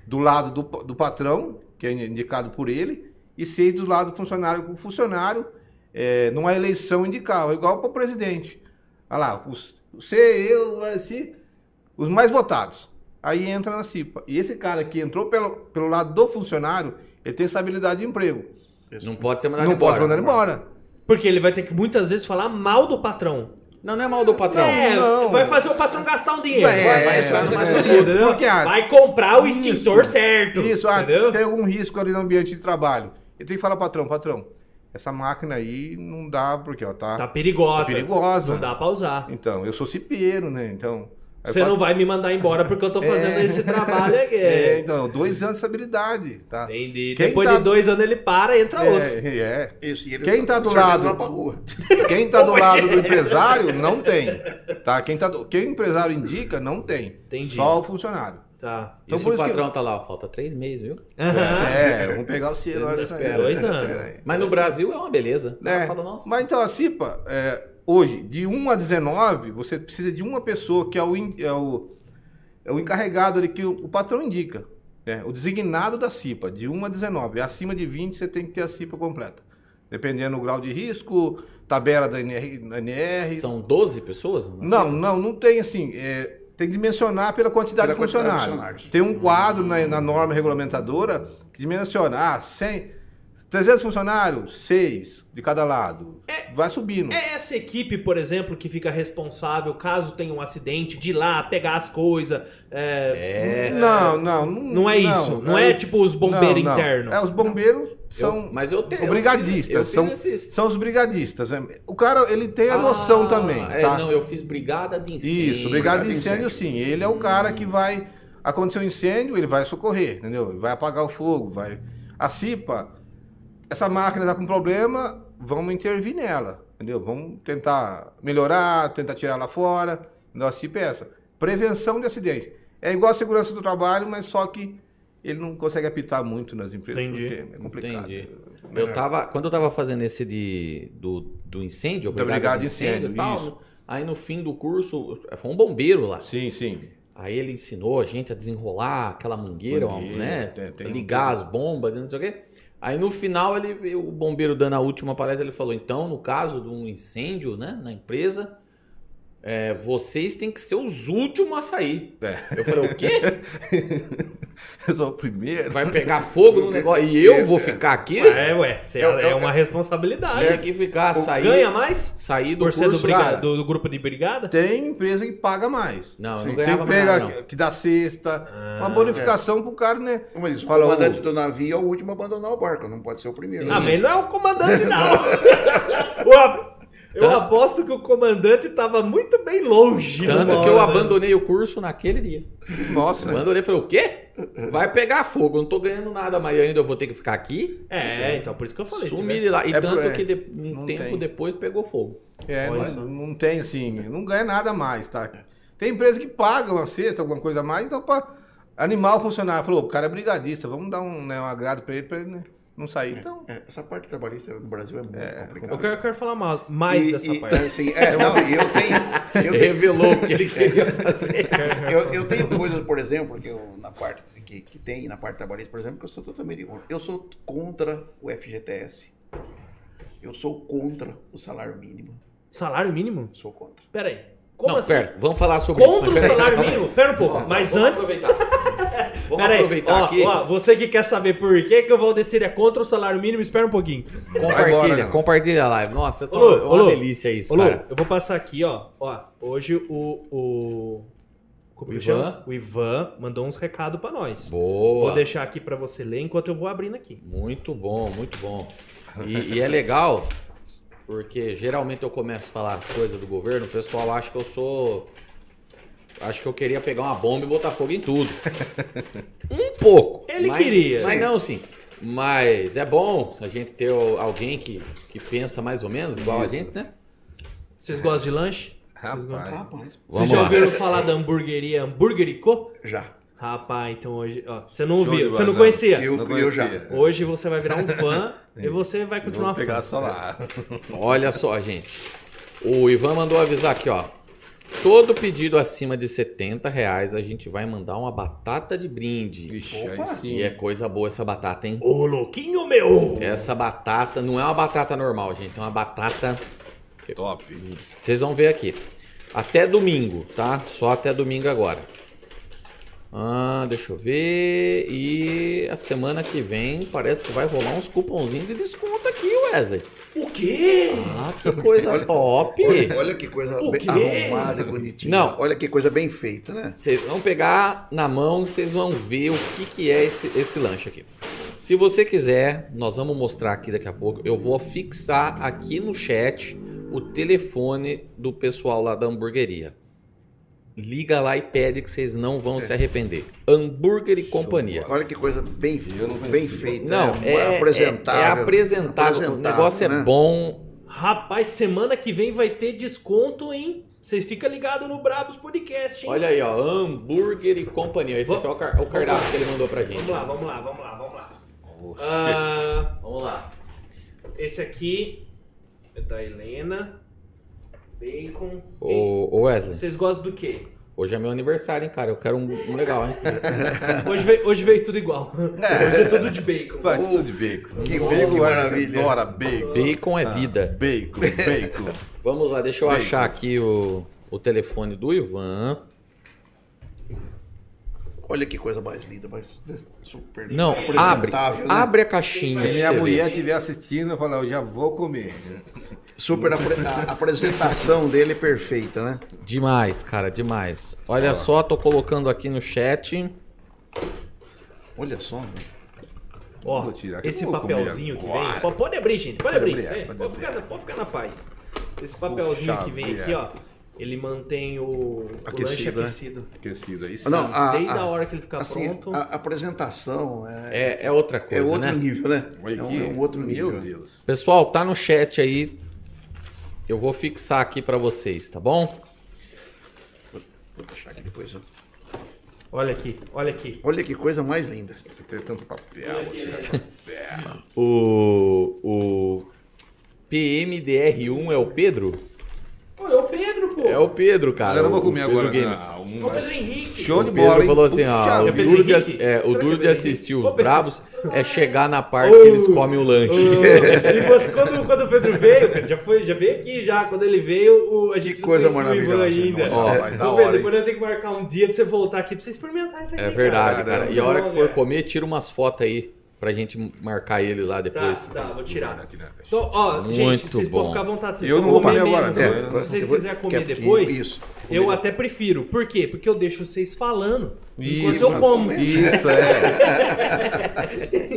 S3: do lado do, pa- do patrão, que é indicado por ele, e seis do lado do funcionário. O funcionário, é, numa eleição, indicava, igual para o presidente. Olha lá, os, você, eu, o Areci, os mais votados. Aí entra na CIPA. E esse cara que entrou pelo, pelo lado do funcionário, ele tem estabilidade de emprego.
S1: Não pode ser mandado
S3: não
S1: embora.
S3: posso mandar ele embora.
S2: Porque ele vai ter que muitas vezes falar mal do patrão.
S1: Não, não é mal do patrão.
S2: é,
S3: não.
S2: vai fazer o patrão gastar um dinheiro. vai,
S3: Vai, é,
S2: vai, vai,
S3: é,
S2: mais
S3: é,
S2: tudo, né?
S3: porque, ah,
S2: vai comprar o extintor
S3: isso,
S2: certo.
S3: Isso, ah,
S2: Então, entendeu?
S3: tem algum risco ali no ambiente de trabalho. Ele tem que falar, patrão, patrão, essa máquina aí não dá, porque ó, tá,
S2: Tá perigosa.
S3: perigosa.
S2: Não dá pra usar.
S3: Então, eu sou cipeiro, né? Então. aí
S2: Você
S3: fala-
S2: não vai me mandar embora porque eu tô fazendo
S3: É.
S2: esse trabalho aqui.
S3: É, então, dois anos de estabilidade, tá?
S2: Entendi.
S3: Quem
S2: Depois
S3: tá-
S2: de dois anos ele para e entra outro.
S3: É, é.
S4: Isso, e ele
S3: Quem tá do
S4: sorvete
S3: lado?
S4: lá pra rua.
S3: Quem tá do
S2: é
S3: lado do empresário, não tem. Tá? Quem, tá do- Quem o empresário indica, não tem.
S2: Entendi.
S3: Só o funcionário.
S2: Tá.
S1: E
S3: Então,
S1: se
S3: por
S1: o
S3: isso que-
S1: patrão tá lá, ó, falta três meses, viu?
S2: Aham.
S3: É, vamos pegar o selo, olha isso aí.
S1: É,
S2: dois anos.
S3: Peraí.
S1: Mas no Brasil é uma beleza. O cara
S3: É,
S1: fala, nossa.
S3: Mas então a CIPA, é, hoje, de 1 a 19, você precisa de uma pessoa que é o, in- é o, é o encarregado ali que o, o patrão indica. né? O designado da CIPA, de 1 a 19. Acima de 20, você tem que ter a CIPA completa. Dependendo do grau de risco, tabela da NR. da NR.
S1: São 12 pessoas?
S3: Não, não, não tem assim. é, tem que dimensionar pela
S4: Pela
S3: quantidade de
S4: quantidade de
S3: funcionários.
S4: funcionários.
S3: assim, Tem um quadro na, na norma regulamentadora que dimensiona. Ah, 100, 300 funcionários, seis de cada lado. Vai subindo.
S2: É essa equipe, por exemplo, que fica responsável caso tenha um acidente de ir lá pegar as coisas.
S1: É.
S3: Não, não, não.
S2: Não é isso. Não, é, tipo os bombeiros
S3: não, não.
S2: internos.
S3: É, os bombeiros
S1: São,
S3: são,
S1: mas eu tenho.
S3: brigadistas, são- são os brigadistas. né? O cara, ele tem a noção também,
S1: Ah, É,
S3: tá?
S1: não, eu fiz brigada de incêndio.
S3: Isso, brigada
S4: brigada
S3: de
S4: de
S3: incêndio, sim. Ele é o cara que vai. Aconteceu um incêndio, ele vai socorrer, entendeu? Ele Vai apagar o fogo, vai. A CIPA, essa máquina tá com problema, vamos intervir nela, entendeu? Vamos tentar melhorar, tentar tirar lá fora. Então a CIPA é essa. Prevenção de acidentes. É igual a segurança do trabalho, mas só que ele não consegue apitar muito nas empresas,
S2: Entendi.
S3: porque é complicado.
S1: Entendi. Eu tava, quando eu tava fazendo esse de, do, do incêndio,
S3: Da brigada de incêndio,
S1: e tal, aí no fim do curso, foi um bombeiro lá.
S3: Sim, sim.
S1: Aí ele ensinou a gente a desenrolar aquela mangueira,
S3: Mangueira,
S1: né?
S3: tem-
S2: um
S3: tem-
S1: ligar as bombas, né, não sei o quê. Aí no final, ele, o bombeiro dando a última palestra, ele falou: então, no caso de um incêndio né, na empresa, é, vocês têm que ser os últimos a sair.
S3: É.
S1: Eu falei: o quê?
S3: Eu sou o primeiro.
S1: Vai pegar fogo no negócio e eu vou ficar aqui?
S2: É, ué. cê-
S3: Eu- eu-
S2: é uma responsabilidade.
S3: é
S1: Tem que
S3: tá
S1: ficar, sair,
S2: Ganha mais?
S1: sair do
S2: Por ser do,
S1: curso.
S2: briga-
S3: cara.
S2: do- do grupo de brigada?
S3: Tem empresa que paga mais.
S1: Não, eu
S3: Sim,
S1: não
S3: tem
S1: ganhava mais
S3: empresa
S1: nada,
S3: que, que dá cesta.
S2: Ah.
S3: uma bonificação pro cara, né?
S4: Como eles
S3: Fala,
S4: falam, o comandante
S3: o-
S4: do navio é o último a abandonar o barco, não pode ser o primeiro.
S1: Sim.
S2: Ah, mas ele não é o comandante, não. Eu ap- eu
S1: Tá.
S2: aposto que o comandante tava muito bem longe.
S1: Tanto
S2: numa
S1: que eu
S2: hora, né?
S1: abandonei o curso naquele dia.
S3: Nossa.
S1: Abandonei e falei, o quê? Vai pegar fogo, eu não tô ganhando nada, mas eu ainda vou ter que ficar aqui?
S2: É, então por isso que eu falei.
S1: Sumi
S2: tiver-
S1: ele lá. E
S3: É,
S1: tanto
S3: é.
S1: que de- um
S3: Não
S1: tempo
S3: tem.
S1: depois pegou fogo.
S3: É,
S2: Olha
S3: não,
S2: só.
S3: não tem assim, não ganha nada mais, tá? Tem empresa que paga uma cesta, alguma coisa a mais, então pra animar o funcionário. Falou, o cara é brigadista, vamos dar um, né, um agrado pra ele, pra ele né, não sair. Então,
S4: É, essa parte trabalhista no Brasil é muito complicada.
S2: Eu quero, eu quero falar ma- mais
S4: E-
S2: dessa
S4: e-
S2: parte.
S4: assim, é, não, eu tenho, eu tenho
S1: Revelou o que ele queria fazer.
S4: Eu, eu tenho coisas, por exemplo, que eu, na parte que, que tem, na parte trabalhista, por exemplo, que eu sou totalmente contra. Eu sou contra o FGTS. Eu sou contra o salário mínimo.
S2: Salário mínimo?
S4: Sou contra.
S2: Pera aí. Como
S1: não,
S2: assim?
S1: pera, vamos falar sobre
S2: Contra
S1: isso.
S2: o
S1: mas pera aí,
S2: salário
S1: calma aí.
S2: mínimo? Pera um pouco. Mas
S1: Vamos
S2: antes.
S1: aproveitar. Vamos
S2: Pera aí.
S1: aproveitar
S2: Ó,
S1: aqui.
S2: ó, você que quer saber por que, que o Valdecir é contra o salário mínimo, espera um pouquinho.
S1: compartilha,
S3: Agora não.
S1: compartilha a live. Nossa, eu tô,
S2: Ô, Lu,
S1: é
S2: ô,
S1: uma
S2: Lu.
S1: delícia isso,
S2: Ô, Lu,
S1: cara.
S2: eu vou passar aqui, ó. ó hoje o. O,
S1: O
S2: como que
S1: Ivan.
S2: chama? O Ivan mandou uns recados pra nós. Vou
S1: Boa.
S2: deixar aqui pra você ler enquanto eu vou abrindo aqui.
S1: Muito bom, muito bom. E, e é legal, porque geralmente eu começo a falar as coisas do governo, o pessoal acha que eu sou. Acho que eu queria pegar uma bomba e botar fogo em tudo. Um pouco.
S2: Ele
S1: mas-
S2: queria.
S1: Mas não, sim. Mas é bom a gente ter o- alguém que, que pensa mais ou menos igual
S3: Isso.
S1: a gente, né?
S2: Vocês gostam de lanche?
S3: rapaz.
S4: Rapaz,
S1: Vamos
S2: Vocês já
S1: lá.
S2: ouviram falar da hamburgueria Hamburgerico?
S4: já.
S2: Rapaz, então hoje. Ó, você não
S3: Show de
S2: ouviu,
S3: bola,
S2: você não
S3: não.
S2: conhecia.
S4: Eu,
S3: Não
S4: eu já.
S3: conhecia.
S2: Hoje você vai virar um fã e você vai continuar
S3: Vamos pegar
S2: fã.
S3: só lá.
S1: Olha só, gente. O Ivan mandou avisar aqui, ó. Todo pedido acima de 70 reais, a gente vai mandar uma batata de brinde.
S3: Ixi, aí
S4: Opa.
S3: sim.
S1: E é coisa boa essa batata, hein?
S2: Ô, louquinho meu!
S1: Essa batata não é uma batata normal, gente. É uma batata.
S3: Top.
S1: Vocês vão ver aqui. Até domingo, tá? Só até domingo agora. Ah, deixa eu ver. E a semana que vem parece que vai rolar uns cupomzinhos de desconto aqui, Wesley.
S2: O quê?
S1: Ah, que coisa
S4: Olha-
S1: top!
S4: Olha, olha que coisa
S2: O
S4: bem
S2: quê?
S4: arrumada e bonitinha.
S1: Não.
S4: Olha que coisa bem feita, né?
S1: Vocês vão pegar na mão, vocês vão ver o que, que é esse, esse lanche aqui. Se você quiser, nós vamos mostrar aqui daqui a pouco. Eu vou fixar aqui no chat o telefone do pessoal lá da hamburgueria. Liga lá e pede que vocês não vão se arrepender. Hambúrguer e Companhia.
S4: Olha que coisa bem, bem feita.
S1: Não, é, é
S4: apresentável.
S1: apresentável. É apresentável. O negócio é
S4: né?
S1: bom.
S2: Rapaz, semana que vem vai ter desconto, hein? Vocês ficam ligados no Brabos Podcast, hein?
S1: Olha aí, ó. Hambúrguer e Companhia. Esse aqui é o car- o cardápio que ele mandou pra gente.
S2: Vamos lá, vamos lá, vamos lá, vamos lá.
S3: Oxe.
S2: Ah,
S1: Vamos lá.
S2: esse aqui é da Helena. Bacon.
S1: Ô, ô Wesley,
S2: Vocês gostam do quê?
S1: hoje é meu aniversário, hein, cara? Eu quero um- um legal, hein?
S2: Hoje veio, hoje veio tudo igual. Hoje é tudo de bacon.
S3: Vai, tudo de bacon.
S4: Que bom,
S3: bacon,
S4: que
S3: olha,
S4: maravilha.
S3: Adora bacon.
S1: Bacon é
S3: Ah,
S1: vida.
S3: Bacon, bacon.
S1: Vamos lá, deixa eu
S3: Bacon.
S1: achar aqui o, o telefone do Ivan.
S4: Olha que coisa mais linda, mas né, super
S1: Não, abre.
S4: apresentável, né?
S1: Abre a caixinha.
S3: Se
S1: pra
S3: minha
S1: você ver.
S3: mulher estiver assistindo, eu falar, eu já vou comer. né,
S4: Super apre- a apresentação dele é perfeita, né?
S1: Demais, cara, demais. Olha só, tô colocando aqui no chat.
S4: Olha só. né?
S2: Ó,
S3: Vou tirar, que eu
S2: esse
S3: não vou comer
S2: papelzinho que vem.
S3: agora.
S2: Pô, Pode abrir, gente. Pode,
S3: Pode
S2: abrir.
S3: abrir,
S2: isso aí.
S3: pode
S2: pode, ficar, pode ficar na paz. Esse papelzinho
S3: Puxa
S2: que vem aqui,
S3: vida.
S2: ó. Ele mantém o, o lanche
S4: Aquecido, né?
S2: aquecido.
S3: Esquecido, é isso.
S4: Ah, Não, a-
S2: Desde
S4: a-
S2: a hora que ele ficar
S4: Assim,
S2: pronto.
S3: ah.
S4: a apresentação é,
S1: É, é outra
S4: é
S1: coisa,
S4: outro
S1: né?
S4: nível, né?
S3: Olha
S4: É um,
S3: aqui.
S4: é um outro nível.
S3: Meu Deus.
S1: Pessoal, tá no chat aí. Eu vou fixar aqui pra vocês, tá bom?
S4: Vou deixar aqui depois. ó.
S2: Olha aqui, olha aqui.
S4: Olha que coisa mais linda.
S3: Você tem tanto papel. vou tirar.
S1: O, o PMDR1 é o Pedro?
S2: Pô, é o Pedro, pô.
S1: É o Pedro,
S3: Mas
S1: cara.
S3: eu não vou
S1: o
S3: comer
S1: Pedro
S3: agora, né?
S1: Gamer.
S3: não.
S2: É o Pedro Henrique.
S3: Show de
S1: O Pedro
S3: bola, hein?
S1: falou assim, ó,
S3: Puxa
S1: o
S2: vida.
S1: duro, de,
S2: Henrique?
S1: ass- é, o
S2: Será
S1: duro
S2: que é
S1: de
S2: Pedro
S1: assistir
S2: Henrique?
S1: os
S2: Ô, Pedro.
S1: bravos é chegar na parte
S2: Ô.
S1: que eles comem o lanche.
S2: E você- quando, quando o Pedro veio, cara, já, foi, já veio aqui já. Quando ele veio, o, a gente
S4: Que
S2: não
S4: coisa
S2: conhecia o
S4: maravilhosa,
S2: Ivan ainda.
S4: nossa.
S3: Ó,
S1: É.
S3: mas da
S2: Ô,
S3: hora,
S2: Pedro,
S3: hein?
S2: depois nós temos que marcar um dia pra você voltar aqui pra você experimentar isso aqui.
S1: É verdade,
S3: Caramba,
S1: cara. E a hora que
S2: muito
S1: for
S2: bom,
S1: comer, tira umas fotos aí pra gente marcar ele lá
S2: Tá,
S1: depois.
S2: tá, vou
S3: Olha
S2: tirar.
S3: aqui, né?
S2: Então, ó, gente,
S1: Muito
S2: vocês
S1: bom.
S2: podem ficar à vontade. Vocês
S3: Eu
S2: podem
S3: não vou
S2: comer
S3: comer agora,
S2: menos,
S3: não.
S2: né?
S3: Eu-
S2: Se vocês
S4: eu vou-
S2: quiserem comer
S4: quer-
S2: depois,
S4: isso,
S2: eu até prefiro. Por quê? Porque eu deixo vocês falando. Enquanto
S3: Isso,
S2: eu como.
S3: Isso, é.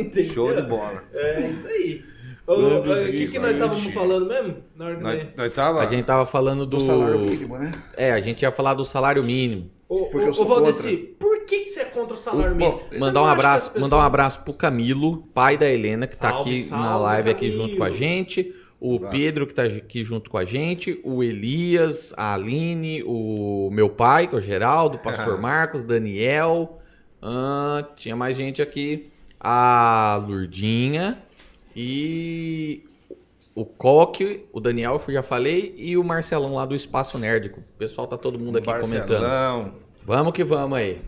S2: Entendeu?
S3: Show de bola.
S2: É isso aí. Ô, ô,
S3: Vamos
S2: O que,
S3: ver,
S2: que nós estávamos
S3: gente.
S2: falando mesmo? Na hora que nós-
S3: Nós, nós tava...
S1: A gente tava falando do.
S4: Do salário mínimo, né?
S1: É, a gente ia falar do salário mínimo.
S2: Ô,
S4: Porque eu
S2: ô,
S4: sou
S2: ô Valdeci, por que, que você é contra o salário
S1: Bom,
S2: mínimo? Você
S1: mandar
S2: não
S1: um
S2: acha que as
S1: abraço,
S2: pessoas-
S1: mandar um abraço pro Camilo, pai da Helena, que tá
S2: Salve,
S1: aqui
S2: salve,
S1: na live aqui
S2: Camilo.
S1: junto com a gente. O
S3: Abraço.
S1: Pedro, que tá aqui junto com a gente, o Elias, a Aline, o meu pai, que é o Geraldo, o Pastor
S3: Ah.
S1: Marcos, Daniel. ah, tinha mais gente aqui. A Lurdinha e o Coque, o Daniel, que eu já falei, e o Marcelão lá do Espaço Nerdico. O pessoal tá todo mundo aqui comentando.
S3: Barcelão.
S1: Vamos que vamos aí.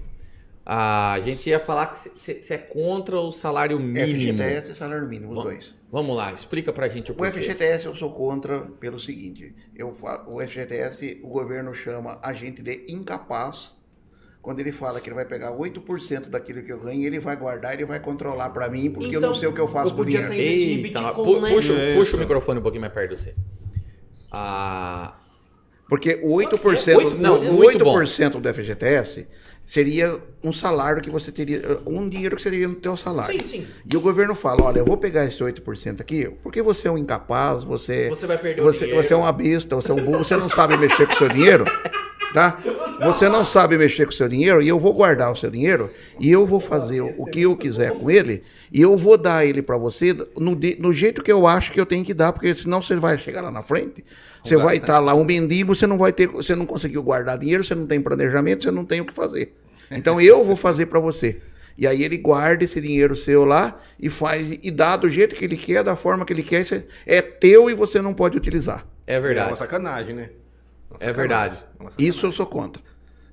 S1: Ah, a gente ia falar que você é contra o salário mínimo.
S4: FGTS e salário mínimo, os
S1: Bom,
S4: dois.
S1: Vamos lá, explica pra gente o
S4: O
S1: porquê.
S4: FGTS eu sou contra pelo seguinte: eu falo, o FGTS, o governo chama a gente de incapaz. Quando ele fala que ele vai pegar 8% daquilo que eu ganho, ele vai guardar, ele vai controlar pra mim, porque eu
S2: Então,
S4: não sei o que eu faço
S2: eu
S4: com o
S2: podia
S4: dinheiro.
S2: ter- investir em
S1: Eita,
S2: Bitcoin,
S1: pu-
S2: né?
S1: puxa,
S3: Isso.
S1: puxa o microfone um pouquinho mais perto de você. Ah,
S4: Porque o 8%,
S2: Oito? é
S4: não,
S1: Não,
S4: o
S1: muito
S4: 8% do FGTS seria um salário que você teria, um dinheiro que seria no teu salário.
S2: Sim, sim.
S4: E o governo fala, olha, eu vou pegar esse 8% aqui, porque você é um incapaz, você
S2: Você vai perder o
S4: você,
S2: dinheiro.
S4: você é uma besta, você é um burro, você não sabe mexer com o seu dinheiro, tá? Você não sabe mexer com o seu dinheiro e eu vou guardar o seu dinheiro e eu vou
S2: é
S4: fazer o que eu quiser com ele e eu vou dar ele para você no, de- no jeito que eu acho que eu tenho que dar, porque senão você vai chegar lá na frente, você vai estar lá um mendigo, você não vai ter, você não conseguiu guardar dinheiro, você não tem planejamento, você não tem o que fazer. Então eu vou fazer para você. E aí ele guarda esse dinheiro seu lá e faz e dá do jeito que ele quer, da forma que ele quer, isso é- é teu e você não pode utilizar.
S1: é
S3: É uma
S1: verdade.
S3: sacanagem, né? Uma
S1: É
S3: sacanagem.
S1: verdade.
S3: Uma sacanagem.
S4: Isso eu sou contra.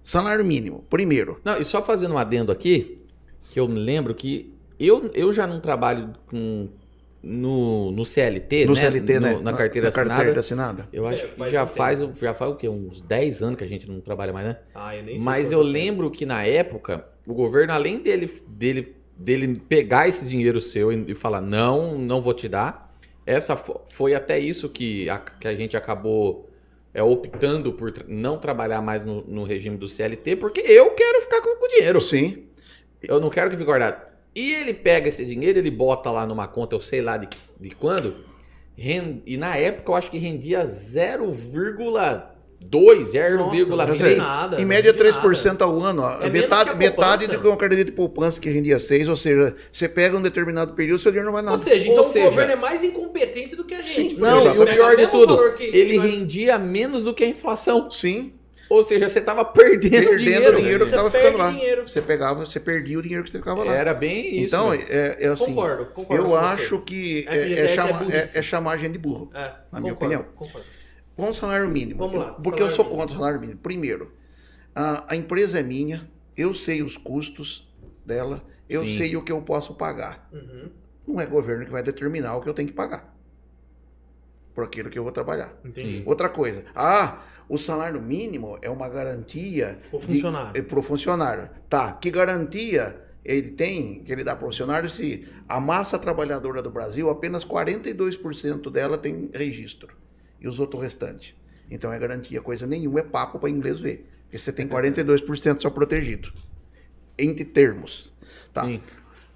S4: Salário mínimo, primeiro.
S1: Não, e só fazendo um adendo aqui, que eu me lembro que eu, eu já não trabalho com, no, no CLT,
S4: no
S1: né?
S4: CLT, né?
S1: No- Na, carteira assinada.
S4: assinada.
S1: Eu acho
S2: É,
S1: que
S2: faz
S1: já
S2: um
S1: faz, o- já faz o quê? Uns 10 anos que a gente não trabalha mais, né?
S2: Ah, eu nem sei
S1: Mas
S2: quanto
S1: eu
S2: tempo.
S1: lembro que na época, o governo, além dele, dele, dele pegar esse dinheiro seu e e falar, não, não vou te dar, essa fo- foi até isso que a, que a gente acabou é, optando por tra- não trabalhar mais no, no regime do CLT, porque eu quero ficar com o dinheiro.
S4: Sim.
S1: Eu não quero que fique guardado. E ele pega esse dinheiro, ele bota lá numa conta, eu sei lá de, de quando. ren- E na época eu acho que rendia 0,2,
S2: Nossa, não
S1: 0,3.
S2: tem nada,
S4: em
S2: não
S4: média
S2: tem nada.
S4: 3% ao ano. ó.
S2: É menos que
S4: metade
S2: a
S4: metade
S2: poupança.
S4: do que uma carteira de poupança que rendia 6, ou seja, você pega um determinado período, seu dinheiro não vai nada.
S2: Ou seja, então
S1: Ou seja-
S2: o governo é mais incompetente do que a gente.
S4: Sim,
S2: porque
S1: Não,
S2: eles
S1: e o
S2: pegam
S1: pior de
S2: mesmo
S1: tudo,
S2: valor que-
S1: ele
S2: que nós-
S1: rendia menos do que a inflação.
S4: Sim,
S1: Ou seja, você tava perdendo,
S4: perdendo
S1: dinheiro.
S4: dinheiro, dinheiro
S2: Você
S4: ficava
S2: perde
S4: ficando lá.
S2: dinheiro.
S4: Você pegava, você perdia o dinheiro que você ficava lá.
S1: Era bem isso.
S4: então,
S1: né?
S4: é, é assim.
S2: Concordo, concordo. com
S4: Eu
S2: você.
S4: acho que é, é
S2: FGTS é
S4: chama- é-
S2: burrice.
S4: é chamar a gente de burro.
S2: É,
S4: na minha
S2: concordo,
S4: opinião.
S2: concordo.
S4: Vamos salário mínimo.
S2: Vamos lá,
S4: Eu- porque eu
S2: salário
S4: sou
S2: mínimo.
S4: contra o salário mínimo. Primeiro, a, a empresa é minha, eu sei os custos dela, eu
S1: Sim.
S4: sei o que eu posso pagar.
S2: Uhum.
S4: Não é governo que vai determinar o que eu tenho que pagar. por aquilo que eu vou trabalhar.
S2: Entendi.
S4: Outra coisa, ah, o salário mínimo é uma garantia
S2: Pro funcionário.
S4: para o funcionário. Tá, que garantia ele tem que ele dá para o funcionário se a massa trabalhadora do Brasil, apenas 42% dela tem registro e os outros restantes. Então é garantia, coisa nenhuma, é papo para inglês ver. Porque você tem 42% só protegido. Entre termos. Tá?
S1: Sim.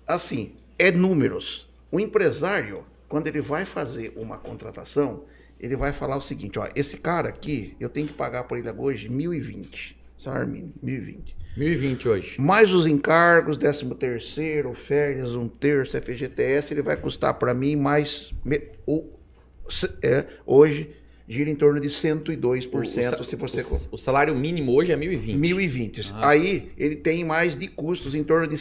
S4: assim, é números. O empresário, quando ele vai fazer uma contratação, ele vai falar o seguinte, ó, esse cara aqui, eu tenho que pagar por ele hoje 1020, sabe, Armin? 1020.
S1: 1020 hoje.
S4: Mais os encargos, 13 terceiro, férias, um terço, FGTS, ele vai custar para mim mais me- o, se- é, hoje gira em torno de 102% se você co-
S1: o, o salário mínimo hoje é 1020.
S4: 1020.
S1: Ah.
S4: Aí ele tem mais de custos em torno de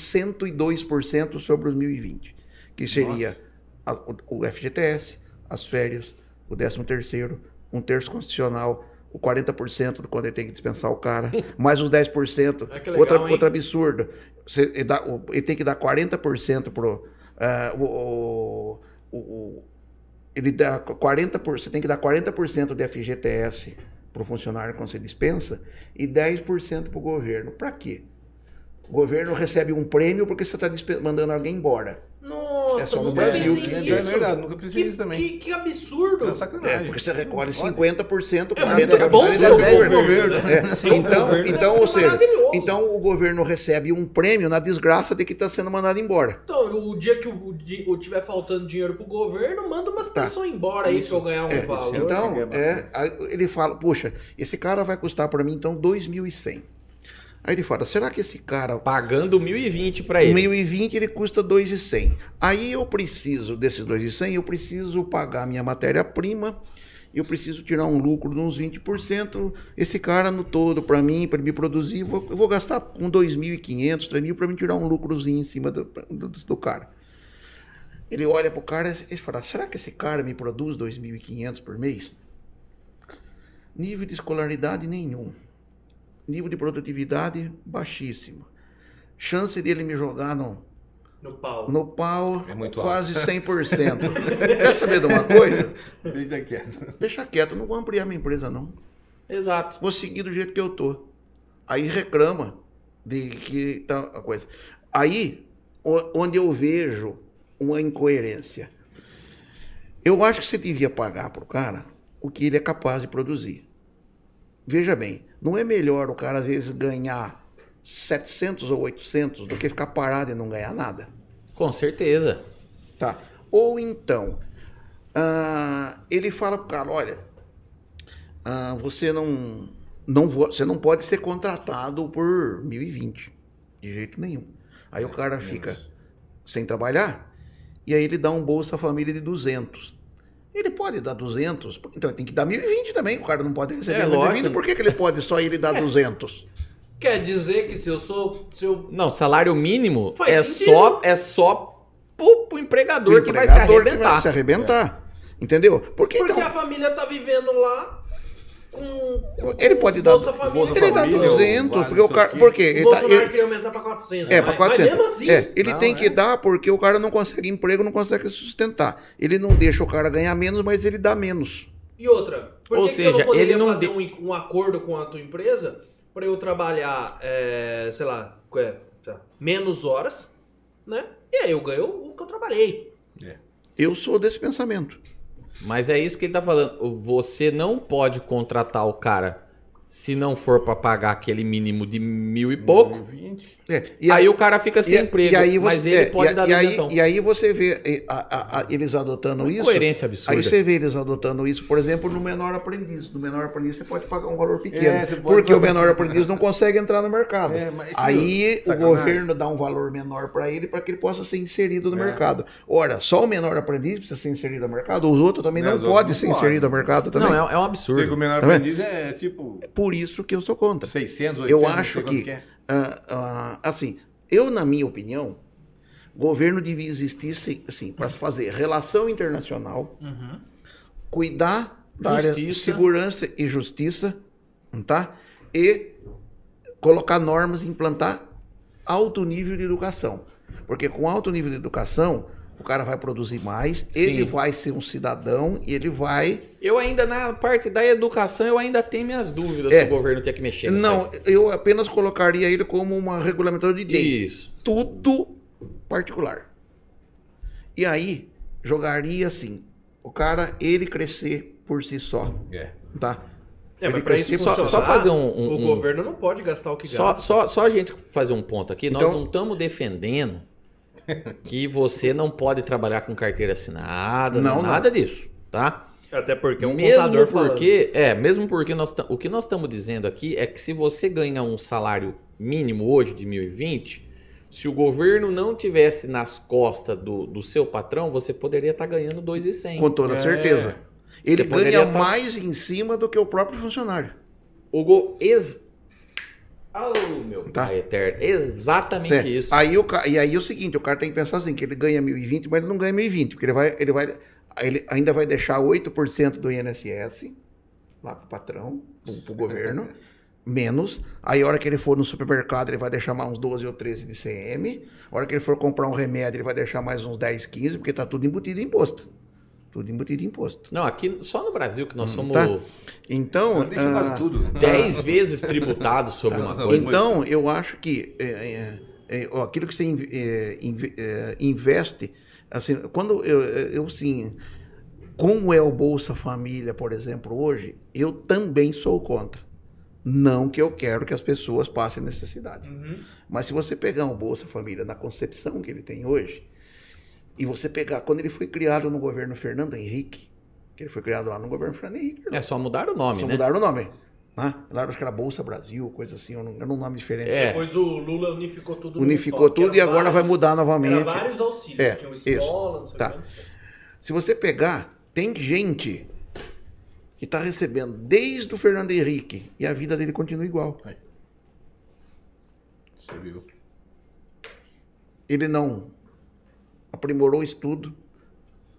S4: 102% sobre os 1020, que seria a- o, o FGTS, as férias, o 13º, um terço constitucional, o 40% do quando ele tem que dispensar o cara, mais os 10%.
S2: Ah, que legal,
S4: outra,
S2: hein?
S4: outra absurda. Você- ele, dá- o- ele tem que dar 40% pro ah, o- o- o- o- ele dá 40%, você tem que dar 40% de FGTS para o funcionário quando você dispensa e 10% para o governo. Para quê? O governo recebe um prêmio porque você está mandando alguém embora.
S2: Nossa,
S4: É só no
S2: nunca
S4: Brasil
S2: pensei
S4: que-
S3: é,
S2: nisso.
S3: é verdade, nunca pensei
S2: que,
S3: nisso também.
S2: que- que absurdo.
S3: É uma
S4: É,
S3: sacanagem.
S4: porque você recolhe 50%,
S2: É, mas é
S4: 40%
S2: bom
S4: e
S2: ser o
S4: 10%.
S2: governo.
S4: É,
S2: Ser o
S4: Então,
S2: governo
S4: então
S2: deve
S4: ou
S2: ser
S4: seja,
S2: maravilhoso.
S4: então o governo recebe um prêmio na desgraça de que está sendo mandado embora.
S2: Então, o dia que o, di- o tiver faltando dinheiro pro governo, manda umas
S4: Tá.
S2: pessoas embora aí
S3: Isso.
S2: pra eu ganhar um
S4: É,
S2: valor.
S3: isso.
S4: Então,
S3: que é
S4: é,
S3: bastante.
S4: aí ele fala, poxa, esse cara vai custar para mim então 2.100. Aí ele fala, será que esse cara
S1: Pagando 1020 para
S4: O
S1: ele.
S4: 1.020 ele custa 2.100. Aí eu preciso desses 2.100, eu preciso pagar minha matéria-prima, eu preciso tirar um lucro de uns 20%. Esse cara no todo para mim, para me produzir, eu vou- eu vou gastar com 2.500, 3.000 para me tirar um lucrozinho em cima do, do, do cara. Ele olha pro cara e fala: será que esse cara me produz 2.500 por mês? Nível de escolaridade nenhum. Nível de produtividade baixíssimo. Chance dele me jogar no,
S2: No pau.
S4: no pau
S3: É muito
S4: quase 100%. Quer saber de uma coisa?
S3: Desde aqui.
S4: Deixa quieto, não vou ampliar minha empresa não.
S1: Exato.
S4: Vou seguir do jeito que eu tô. Aí reclama de que tá a coisa. Aí o- onde eu vejo uma incoerência. Eu acho que você devia pagar pro cara o que ele é capaz de produzir. Veja bem, não é melhor o cara às vezes ganhar 700 ou 800 do que ficar parado e não ganhar nada?
S1: Com certeza.
S4: Tá. Ou então, ah, ele fala pro cara, olha, ah, você não, não vo- você não pode ser contratado por 1020, de jeito
S1: É,
S4: nenhum. Aí o cara fica sem trabalhar e aí ele dá um Bolsa Família de 200. Ele pode dar 200, então ele tem que dar 1020 também, o cara não pode receber
S1: É,
S4: 1020,
S1: lógico. É.
S4: por que, que ele pode só ele dar 200?
S2: Quer dizer que se eu sou. Se eu...
S1: Não, salário mínimo
S2: Faz
S1: é
S2: sentido.
S1: só, é só pro, pro empregador, que vai se
S4: Empregador que
S1: arrebentar. É.
S4: vai se arrebentar, entendeu? Por que
S2: Porque
S4: então-
S2: a família tá vivendo lá com. com
S4: Ele pode dar-
S2: Bolsa Família.
S3: Bolsa
S4: Ele dá
S3: Família,
S4: 200,
S3: vale
S4: porque o
S3: isso
S4: cara.
S3: aqui.
S4: Por quê?
S2: O
S4: Ele tá-
S2: Bolsonaro
S4: ele-
S2: queria aumentar pra 400.
S4: é,
S2: mas-
S4: para 400.
S2: Mas mesmo assim,
S4: é, ele
S3: Não,
S4: tem que
S3: é.
S4: dar porque o cara não consegue emprego, não consegue se sustentar. Ele não deixa o cara ganhar menos, mas ele dá menos.
S2: E outra, por
S1: Ou
S2: que, que eu
S1: seja,
S2: não poderia
S1: ele não
S2: fazer
S1: de-
S2: um, um acordo com a tua empresa para eu trabalhar, é, sei, lá, é, sei lá, menos horas, né? E aí eu ganho o que eu trabalhei.
S4: Eu sou desse pensamento.
S1: Mas é isso que ele tá falando. Você não pode contratar o cara se não for pra pagar aquele mínimo de mil e pouco.
S3: 20.
S4: É,
S1: E aí, o cara fica sem
S4: e-
S1: emprego.
S4: e aí
S1: mas
S4: você-
S1: ele
S4: é,
S1: pode
S4: e,
S1: dar então.
S4: e aí,
S1: duzentão.
S4: e aí você vê eh, a- a- a- eles adotando isso.
S1: Coerência absurda.
S4: Aí você vê eles adotando isso, por exemplo, no menor aprendiz. No menor aprendiz você pode pagar um valor pequeno.
S3: É, você pode
S4: porque
S3: pagar-
S4: o menor aprendiz não consegue entrar no mercado.
S3: É, mas isso
S4: Aí o
S3: sacanagem.
S4: governo dá um valor menor para ele para que ele possa ser inserido no
S3: É.
S4: mercado. Ora, só o menor aprendiz precisa ser inserido no mercado, os outros também
S3: Né,
S4: não
S3: os outros
S4: podem
S3: não
S4: ser
S3: podem.
S4: inseridos no mercado também.
S1: Não, é, é um
S3: Sei que o
S1: absurdo.
S3: menor
S4: Tá vendo?
S3: aprendiz é tipo
S4: Por isso que eu sou contra.
S3: 600, 800,
S4: Eu
S3: é não sei
S4: acho
S3: quanto é.
S4: que, ah, ah, assim, eu, na minha opinião, governo devia existir, sim- assim, para se fazer relação internacional, cuidar da área de
S1: Justiça.
S4: segurança e justiça, não tá? E colocar normas, implantar alto nível de educação. Porque com alto nível de educação, o cara vai produzir mais, ele vai ser um cidadão e ele vai.
S1: Eu ainda, na parte da educação, eu ainda tenho minhas dúvidas
S4: É.
S1: se o governo tem que mexer nisso aí.
S4: Não, eu apenas colocaria ele como uma regulamentadora de leis.
S1: Isso.
S4: Tudo particular. E aí, jogaria assim: o cara, ele crescer por si só,
S3: É.
S4: tá?
S2: É, mas
S4: Ele
S2: pra isso
S4: crescer- só-
S1: só
S2: funcionar,
S1: fazer um- um-
S2: o
S1: um-
S2: governo não pode gastar o que
S1: Só,
S2: gasta.
S1: só, só a gente fazer um ponto aqui. Nós
S4: Então-
S1: não estamos defendendo que você não pode trabalhar com carteira assinada,
S4: Não,
S1: não,
S4: não.
S1: nada disso, tá?
S2: Até porque é um
S1: mesmo
S2: contador falando.
S1: porque, é, mesmo porque nós ta- o que nós estamos dizendo aqui é que se você ganha um salário mínimo hoje de 1020, se o governo não tivesse nas costas do, do seu patrão, você poderia estar ganhando 2,100.
S4: Com toda
S3: É.
S4: certeza. Ele
S1: Você poderia
S4: ganha
S1: tá-
S4: mais em cima do que o próprio funcionário.
S1: O go... Ex... Oh, meu
S4: Tá.
S1: pai eterno. Exatamente
S4: É.
S1: isso.
S4: Aí o ca- E aí é o seguinte, o cara tem que pensar assim, que ele ganha 1.020, mas ele não ganha 1.020, porque ele vai, ele vai, ele ainda vai deixar 8% do INSS lá pro patrão, pro, pro governo, menos. Aí a hora que ele for no supermercado, ele vai deixar mais uns 12 ou 13 de CM. A hora que ele for comprar um remédio, ele vai deixar mais uns 10, 15, porque tá tudo embutido em imposto. Tudo embutido em imposto.
S1: Não, aqui só no Brasil que nós somos
S4: tá.
S3: Então,
S4: Então,
S3: deixa
S4: ah,
S3: quase tudo.
S1: 10 vezes tributados sobre uma
S3: Tá.
S1: coisa.
S4: Então, eu acho que é, é, é, ó, aquilo que você in- é, inv- é, investe, assim, quando eu, eu sim, como é o Bolsa Família, por exemplo, hoje, eu também sou contra. Não que eu quero que as pessoas passem necessidade.
S2: Uhum.
S4: Mas se você pegar o Bolsa Família na concepção que ele tem hoje, e você pegar quando ele foi criado no governo Fernando Henrique, que ele foi criado lá no governo Fernando Henrique,
S1: É só mudar o nome,
S4: só
S1: né?
S4: mudaram o nome. Né? Lá acho que era Bolsa Brasil, coisa assim, era um era um nome diferente.
S1: É.
S2: Depois o Lula unificou tudo. num só,
S4: Unificou
S2: que
S4: tudo e
S2: eram
S4: agora vai
S2: vários-
S4: mudar
S2: Era
S4: novamente.
S2: vários auxílios.
S4: É,
S2: Tinha o
S4: isso.
S2: escola, não sei
S4: Tá.
S2: o quê.
S4: Se você pegar, tem gente que está recebendo desde o Fernando Henrique e a vida dele continua igual.
S3: Você viu?
S4: Ele não aprimorou o estudo,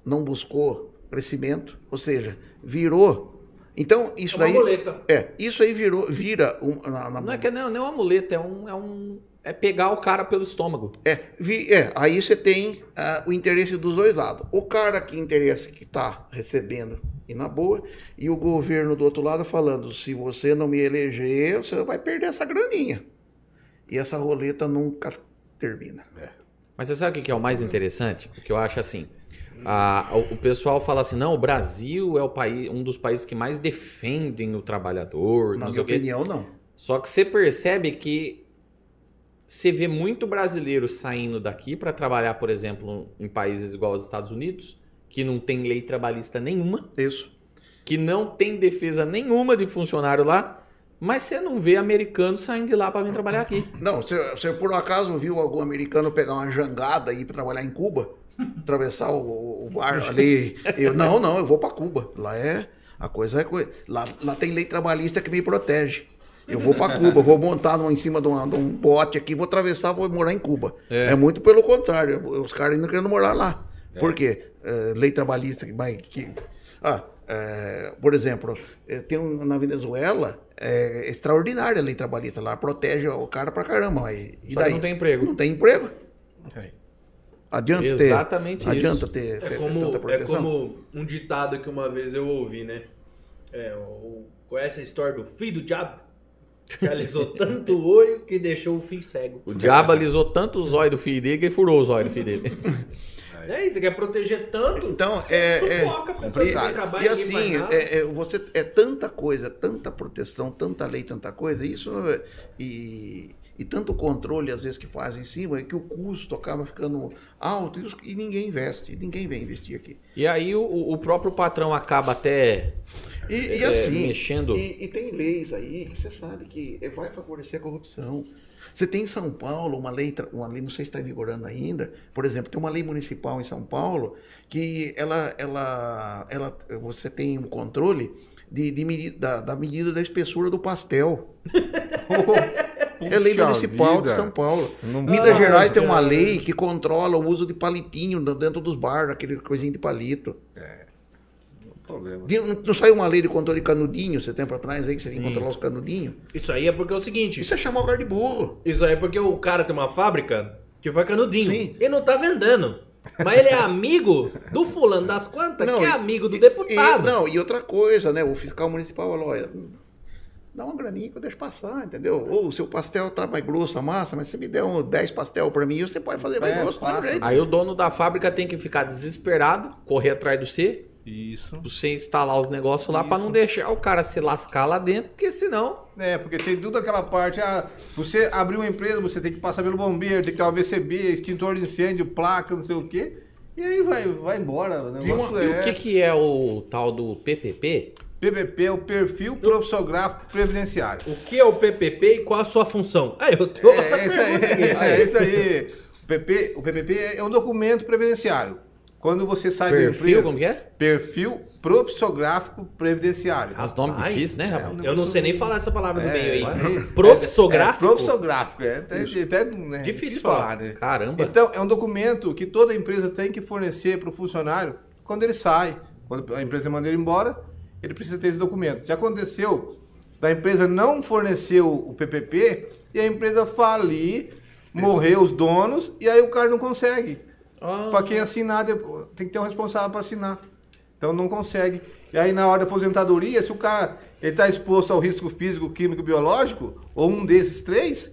S4: não buscou crescimento, ou seja, virou. Então, isso
S2: É uma
S4: aí.
S2: boleta.
S4: É, isso aí virou, vira um, na- na-
S1: Não é que não, não é um amuleto, é um, é um. É pegar o cara pelo estômago.
S4: É, vi- é, aí você tem ah, o interesse dos dois lados. O cara que interessa que está recebendo e na boa, e o governo do outro lado falando: se você não me eleger, você vai perder essa graninha. E essa roleta nunca termina.
S1: Mas você sabe o que que é o mais interessante? O que eu acho assim. a- o- o pessoal fala assim: não, o Brasil é o país, um dos países que mais defendem o trabalhador. não
S4: Na minha
S1: sei o quê.
S4: opinião, não.
S1: Só que você percebe que você vê muito brasileiro saindo daqui para trabalhar, por exemplo, em países igual aos Estados Unidos, que não tem lei trabalhista nenhuma,
S4: Isso.
S1: que não tem defesa nenhuma de funcionário lá, mas você não vê americano saindo de lá para vir trabalhar aqui.
S4: Não, você, você por um acaso viu algum americano pegar uma jangada e ir trabalhar em Cuba? Atravessar o, o bar ali? Eu, não, não, eu vou para Cuba. Lá é. A coisa é. coi- Lá, lá tem lei trabalhista que me protege. Eu vou para Cuba, vou montar numa- em cima de, uma- de um bote aqui, vou atravessar, vou morar em Cuba. É, muito pelo contrário. Os caras ainda querendo morar lá. Por quê? É, lei trabalhista que vai. Que... Ah, é, por exemplo, é, tem um, na Venezuela é, extraordinária a lei trabalhista lá, protege o cara pra caramba. Mas,
S1: Só
S4: e
S1: que
S4: daí?
S1: não tem emprego.
S4: Não tem emprego.
S3: Aí.
S4: Adianta
S1: Exatamente
S4: ter.
S1: isso.
S4: Adianta ter,
S2: É
S4: ter tanta
S2: como, é
S4: proteção.
S2: como um ditado que uma vez eu ouvi, né? É, o- conhece a história do filho do diabo? Realizou tanto olho que deixou o filho cego.
S1: O diabo alisou tanto o zóio do filho dele que ele furou o zóio do filho dele.
S2: É isso, você quer proteger tanto.
S4: Então,
S2: você
S4: é. é-
S2: sufoca a pessoa que
S3: complicado.
S2: tem trabalho
S4: e
S2: ninguém faz
S4: assim,
S2: nada.
S4: é, é, você é tanta coisa, tanta proteção, tanta lei, tanta coisa, isso é- e, e tanto controle às vezes que faz em cima, é que o custo acaba ficando alto e, os- e ninguém investe, e ninguém vem investir aqui.
S1: E aí o, o próprio patrão acaba até
S4: E, e
S1: é,
S4: assim,
S1: mexendo.
S4: e, e tem leis aí que você sabe que é, vai favorecer a corrupção. Você tem em São Paulo uma lei, tra- uma lei, não sei se está vigorando ainda, por exemplo, tem uma lei municipal em São Paulo que ela, ela, ela, você tem o controle de, de medi- da, da medida da espessura do pastel. é lei
S3: Puxa
S4: municipal
S3: vida.
S4: de São Paulo.
S3: Não
S4: Minas
S2: Ah,
S4: Gerais tem uma
S2: cara.
S4: lei que controla o uso de palitinho dentro dos bares, aquele coisinho de palito.
S3: tem problema.
S4: De- Não saiu uma lei de controle de canudinho, você tempo atrás aí, que você tem que
S1: Sim.
S4: controlar os canudinhos?
S2: Isso aí é porque é o seguinte.
S4: Isso é chamar o cara de burro.
S2: Isso aí é porque o cara tem uma fábrica que faz canudinho.
S4: Sim.
S2: E não tá vendendo. Mas ele é amigo do fulano das quantas,
S4: Não,
S2: que é
S4: e-
S2: amigo do
S4: E-
S2: deputado.
S4: e- não, e outra coisa, né? O fiscal municipal falou, olha, dá uma graninha que eu deixo passar, entendeu? Ou o seu pastel tá mais grosso a massa, mas se me der um 10 pastel pra mim, você pode fazer mais
S3: É,
S4: grosso.
S3: passa.
S4: mais jeito.
S1: Aí o dono da fábrica tem que ficar desesperado, correr atrás do C,
S3: Isso.
S1: você instalar os negócios lá pra
S3: Isso.
S1: não deixar o cara se lascar lá dentro, porque senão.
S3: É, porque tem tudo aquela parte. Ah, você abriu uma empresa, você tem que passar pelo bombeiro, tem que ter uma VCB, extintor de incêndio, placa, não sei o quê. E aí vai, vai embora. O
S1: E,
S3: negócio
S1: uma- e
S3: é
S1: o que, que é o tal do PPP?
S3: PPP é o perfil profissionográfico previdenciário.
S2: O que é o PPP e qual a sua função? Aí eu tô outra
S3: É isso
S2: pergunta aqui.
S3: aí.
S2: Aí.
S3: É isso aí. O, PP, o PPP é um documento previdenciário. Quando você sai do
S1: Perfil,
S3: emprego,
S1: como que é?
S3: perfil profissionográfico previdenciário.
S1: Ah, os nomes
S2: Rapaz, um
S1: difíceis, né, rapaz?
S2: Eu não sei nem falar essa palavra do meio aí.
S3: é-
S2: Profissográfico?
S3: É, profissográfico, é até, até, né,
S2: Difícil falar.
S3: né?
S1: Caramba.
S3: Então, é um documento que toda empresa tem que fornecer para o funcionário quando ele sai. Quando a empresa manda ele embora, ele precisa ter esse documento. Já aconteceu da empresa não fornecer o o PPP e a empresa falir, morrer os donos e aí o cara não consegue.
S2: Ah.
S3: Para quem assinar, depo- tem que ter um responsável para assinar. Então não consegue. E aí na hora da aposentadoria, se o cara está exposto ao risco físico, químico, biológico, ou um desses três,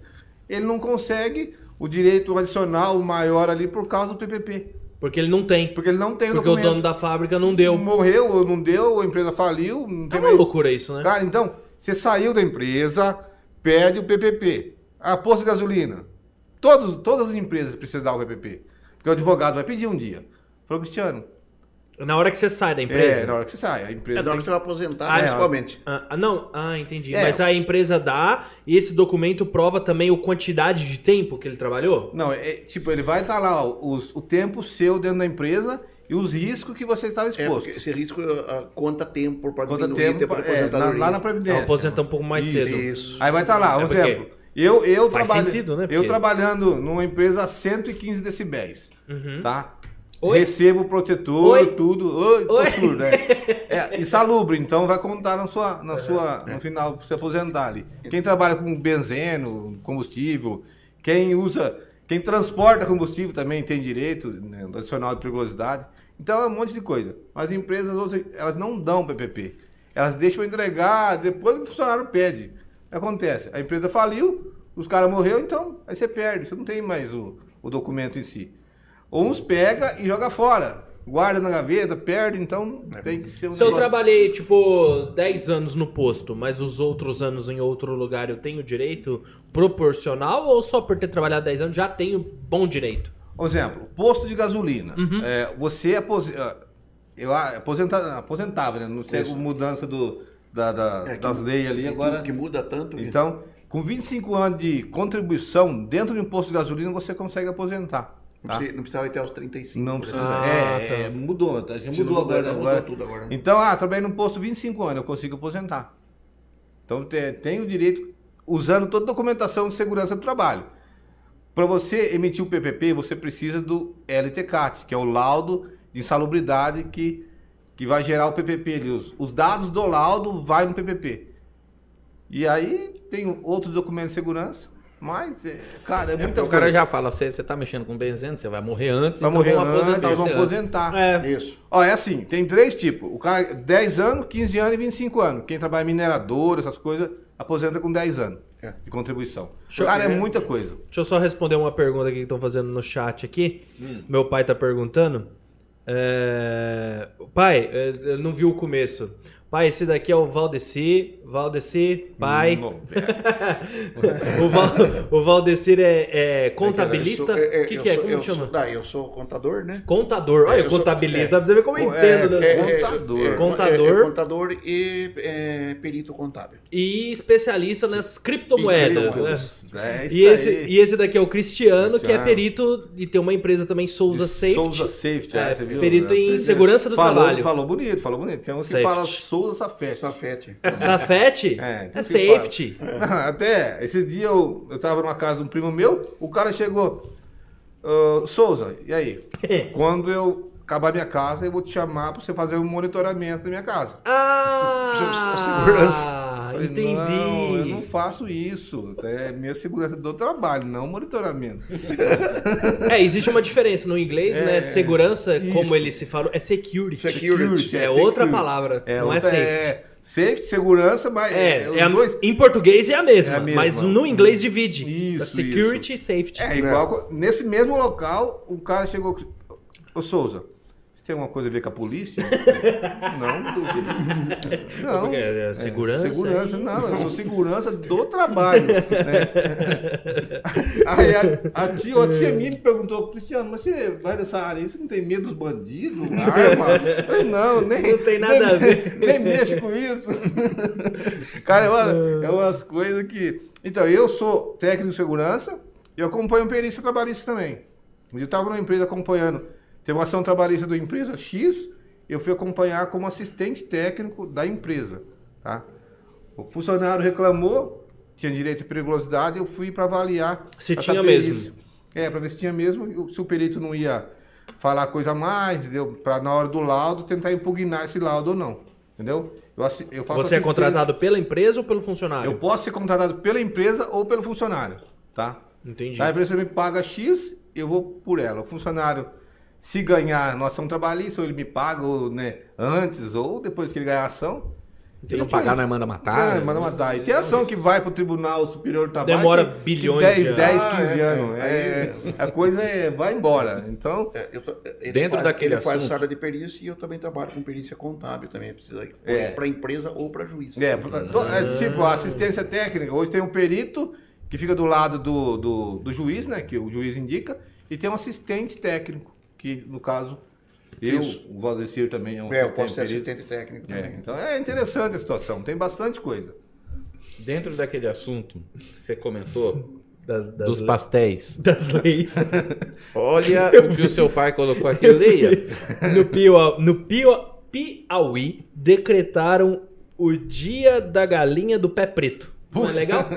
S3: ele não consegue o direito adicional maior ali por causa do PPP.
S2: Porque ele não tem.
S3: Porque ele não tem o
S2: Porque o
S3: documento.
S2: dono da fábrica não deu.
S3: Morreu ou não deu, ou a empresa faliu, não
S2: É
S3: tem
S2: uma
S3: mais...
S2: loucura isso, né?
S3: Cara, então, você saiu da empresa, pede o PPP. A posto de gasolina. Todos, todas as empresas precisam dar o PPP. Porque o advogado vai pedir um dia. Falou, Cristiano,
S2: Na hora que você sai da
S3: é,
S2: empresa.
S3: na hora que você sai. A empresa
S4: É da hora
S3: tem
S4: que
S3: que...
S4: você vai aposentar,
S2: Ah, é.
S4: principalmente.
S2: Ah, ah, não, ah, entendi.
S3: É.
S2: Mas a empresa dá e esse documento prova também a quantidade de tempo que ele trabalhou?
S3: Não, é, tipo, ele vai estar lá ó, os- o tempo seu dentro da empresa e os riscos que você estava
S4: É,
S3: exposto.
S4: porque esse risco ah, conta tempo para
S3: Quanto
S4: diminuir
S3: tempo,
S4: depois da
S3: é, na-
S4: aposentadoria.
S3: lá na
S2: Então,
S3: Previdência.
S2: aposenta um pouco mais
S3: Isso.
S2: cedo.
S4: Isso.
S3: Aí vai estar lá, um
S2: É porque
S3: exemplo. Eu, eu,
S2: faz
S3: trabalho,
S2: sentido, né?
S3: eu
S2: Porque-
S3: trabalhando numa empresa a 115 decibéis,
S2: Uhum.
S3: tá?
S2: Oi?
S3: Recebo protetor,
S2: Oi?
S3: tudo. Oi, tô
S2: Oi?
S3: surdo, é. é. Insalubre, então vai contar na sua,
S4: É.
S3: na sua, no final, pra você aposentar ali. Quem trabalha com benzeno, combustível, quem usa, quem transporta combustível também tem direito, né, do adicional de periculosidade. Então é um monte de coisa. Mas as empresas, hoje, elas não dão PPP. Elas deixam entregar depois que o funcionário pede. Acontece, a empresa faliu, os caras morreram, então aí você perde, você não tem mais o, o documento em si. Ou uns pega e joga fora. Guarda na gaveta, perde, então tem que ser um
S2: Se eu
S3: negócio-
S2: trabalhei, tipo, 10 anos no posto, mas os outros anos em outro lugar eu tenho direito proporcional ou só por ter trabalhado 10 anos já tenho bom direito?
S3: Por exemplo, posto de gasolina. É, você apose... ah, eu ah, aposenta... aposentava, né? Não sei a
S4: Isso.
S3: mudança do, da, da-
S4: É, que-
S3: das leis ali
S4: Que-
S3: agora.
S4: Que muda tanto. que-
S3: Então, com 25 anos de contribuição dentro do imposto de gasolina, você consegue aposentar.
S4: não,
S3: tá?
S4: precisa, não precisava ir até os 35.
S3: Não
S4: por
S3: precisa.
S4: exemplo.
S2: Ah,
S3: é,
S2: tá.
S3: é, mudou. tá? A gente
S4: né? Se não
S3: mudou
S4: mudar,
S3: agora.
S4: mudou
S3: agora.
S4: tudo agora.
S3: Então, ah, trabalhei num posto 25 anos, eu consigo aposentar. Então, te- tem o direito, usando toda a documentação de segurança do trabalho. Para você emitir o PPP, você precisa do LTCAT, que é o laudo de insalubridade que, que vai gerar o PPP. ali. Os, os dados do laudo vai no PPP. E aí tem outros documentos de segurança, mas, é, cara, é
S1: É
S3: muita
S1: porque o
S3: coisa.
S1: cara já fala, você tá mexendo com benzeno, você vai morrer antes,
S3: Vai
S1: então
S3: morrer
S1: vamos
S3: antes,
S1: aposentar
S3: vão
S1: você antes.
S3: aposentar.
S2: É.
S4: Isso.
S3: Ó, é assim, tem três tipos. O cara, 10 anos, 15 anos e 25 anos. Quem trabalha em minerador, essas coisas, aposenta com 10 anos
S4: É.
S3: de contribuição.
S2: Deixa eu-
S3: cara, é muita coisa.
S2: Deixa eu só responder uma pergunta aqui que estão fazendo no chat aqui. Meu pai tá perguntando. É, Pai, é, eu não vi o começo. Pai, esse daqui é o Valdeci. Valdeci, pai.
S3: Não, é.
S2: o, Val- o Valdecir é, é contabilista. O
S4: Eu sou- é, é,
S2: que,
S4: eu
S2: que é?
S4: sou-
S2: Como
S4: eu
S2: que chama?
S4: sou- daí, eu sou contador, né?
S2: Contador. Olha,
S4: eu sou-
S2: contabilista.
S4: é.
S2: Pra você ver como eu entendo. né?
S3: é, Contador.
S2: Contador.
S4: é, é contador e é, perito contábil.
S2: E especialista nas criptomoedas. né?
S3: É isso
S2: E esse,
S3: aí.
S2: e esse daqui é o Cristiano, que é
S3: Cristiano.
S2: perito e tem uma empresa também, Souza Safety.
S3: Souza Safety, é,
S2: É,
S3: você viu?
S2: perito em
S3: É.
S2: segurança do
S3: falou,
S2: trabalho.
S3: Falou bonito, falou bonito. Tem uns que
S2: Safety.
S3: falam Souza Safety.
S4: Safete.
S2: Safete?
S3: É, então se fala.
S2: safety.
S3: Até esses dias eu, eu tava numa casa de um primo meu, o cara chegou. "Ah, Souza, e aí? Quando eu acabar minha casa, eu vou te chamar pra você fazer um monitoramento da minha casa.
S2: Ah!
S4: Segurança.
S2: Ah,
S3: Falei,
S2: entendi.
S3: Não, eu não faço isso. É minha segurança do trabalho, não monitoramento.
S2: É, existe uma diferença no inglês,
S3: É,
S2: né? Segurança,
S3: isso.
S2: como ele se falou, é security.
S4: Security,
S2: É,
S3: é
S2: outra
S3: security.
S2: palavra,
S3: É,
S2: não é
S3: outra-
S2: safe.
S3: é safety, segurança, mas
S2: É,
S3: é, os
S2: é a-
S3: dois.
S2: em português é a, mesma,
S3: É a mesma.
S2: mas no inglês divide. É
S3: Isso,
S2: Security e safety.
S3: É igual. co- Nesse mesmo local, o cara chegou. Ô Souza, você tem alguma coisa a ver com a polícia? não, duvido. Não.
S2: Porque é
S3: É,
S2: segurança.
S3: segurança,
S2: e-
S3: não, eu sou segurança do trabalho.
S2: é.
S3: Né? Aí a, a tia, a tia minha me perguntou, Cristiano, mas você vai dessa área aí, você não tem medo dos bandidos, arma? Eu falei, não, nem.
S2: Não tem nada
S3: nem,
S2: a ver.
S3: Nem mexo com isso. Cara, é, uma, é umas coisas que. Então, eu sou técnico de segurança e eu acompanho um perista trabalhista também. Eu estava numa empresa acompanhando. Teve uma ação trabalhista da empresa X, eu fui acompanhar como assistente técnico da empresa. Tá? O funcionário reclamou, tinha direito à periculosidade, eu fui para avaliar.
S2: Se
S3: essa
S2: tinha mesmo.
S3: perícia. É, para ver se tinha mesmo, e o- se o perito não ia falar coisa a mais, entendeu? Para na hora do laudo tentar impugnar esse laudo ou não, entendeu? Eu, assi- eu faço
S2: Você é
S3: assistência.
S2: contratado pela empresa ou pelo funcionário?
S3: Eu posso ser contratado pela empresa ou pelo funcionário, tá?
S2: Entendi.
S3: Tá, a empresa me paga X, eu vou por ela. O funcionário, se ganhar uma ação trabalhista, ou ele me paga ou, né, antes ou depois que ele ganhar a ação.
S1: Se não
S3: Entendi,
S1: pagar,
S3: mas-
S1: nós manda matar.
S2: Tá, é
S3: Ah, manda matar. E tem ação que vai pro Tribunal Superior do Trabalho.
S2: Demora
S3: que- que
S2: bilhões
S3: 10,
S2: de anos.
S3: 10,
S4: Ah,
S3: 15
S4: é,
S3: anos.
S4: é.
S3: É, a coisa é, vai embora. Então,
S4: É, eu tô- ele
S1: Dentro
S4: faz,
S1: daquele
S4: ele faz
S1: assunto.
S4: área de perícia e eu também trabalho com perícia contábil também precisa ir
S3: É.
S4: para empresa ou para juiz
S3: É, to- é, tipo, a assistência técnica. Hoje tem um perito que fica do lado do, do, do juiz, né? Que o juiz indica, e tem um assistente técnico, que no caso, eu,
S4: Isso.
S3: o Valdecir também é um
S4: É, eu posso ser
S3: perito.
S4: assistente técnico
S3: É,
S4: também
S3: então é interessante a situação, tem bastante coisa.
S1: Dentro daquele assunto que você comentou,
S2: Das, das
S1: dos
S2: le-
S1: pastéis.
S2: das leis.
S1: Olha o que o seu pai colocou aqui. Leia.
S2: no Piauí, no Piau- Piauí, decretaram o dia da galinha do pé preto. Não é legal?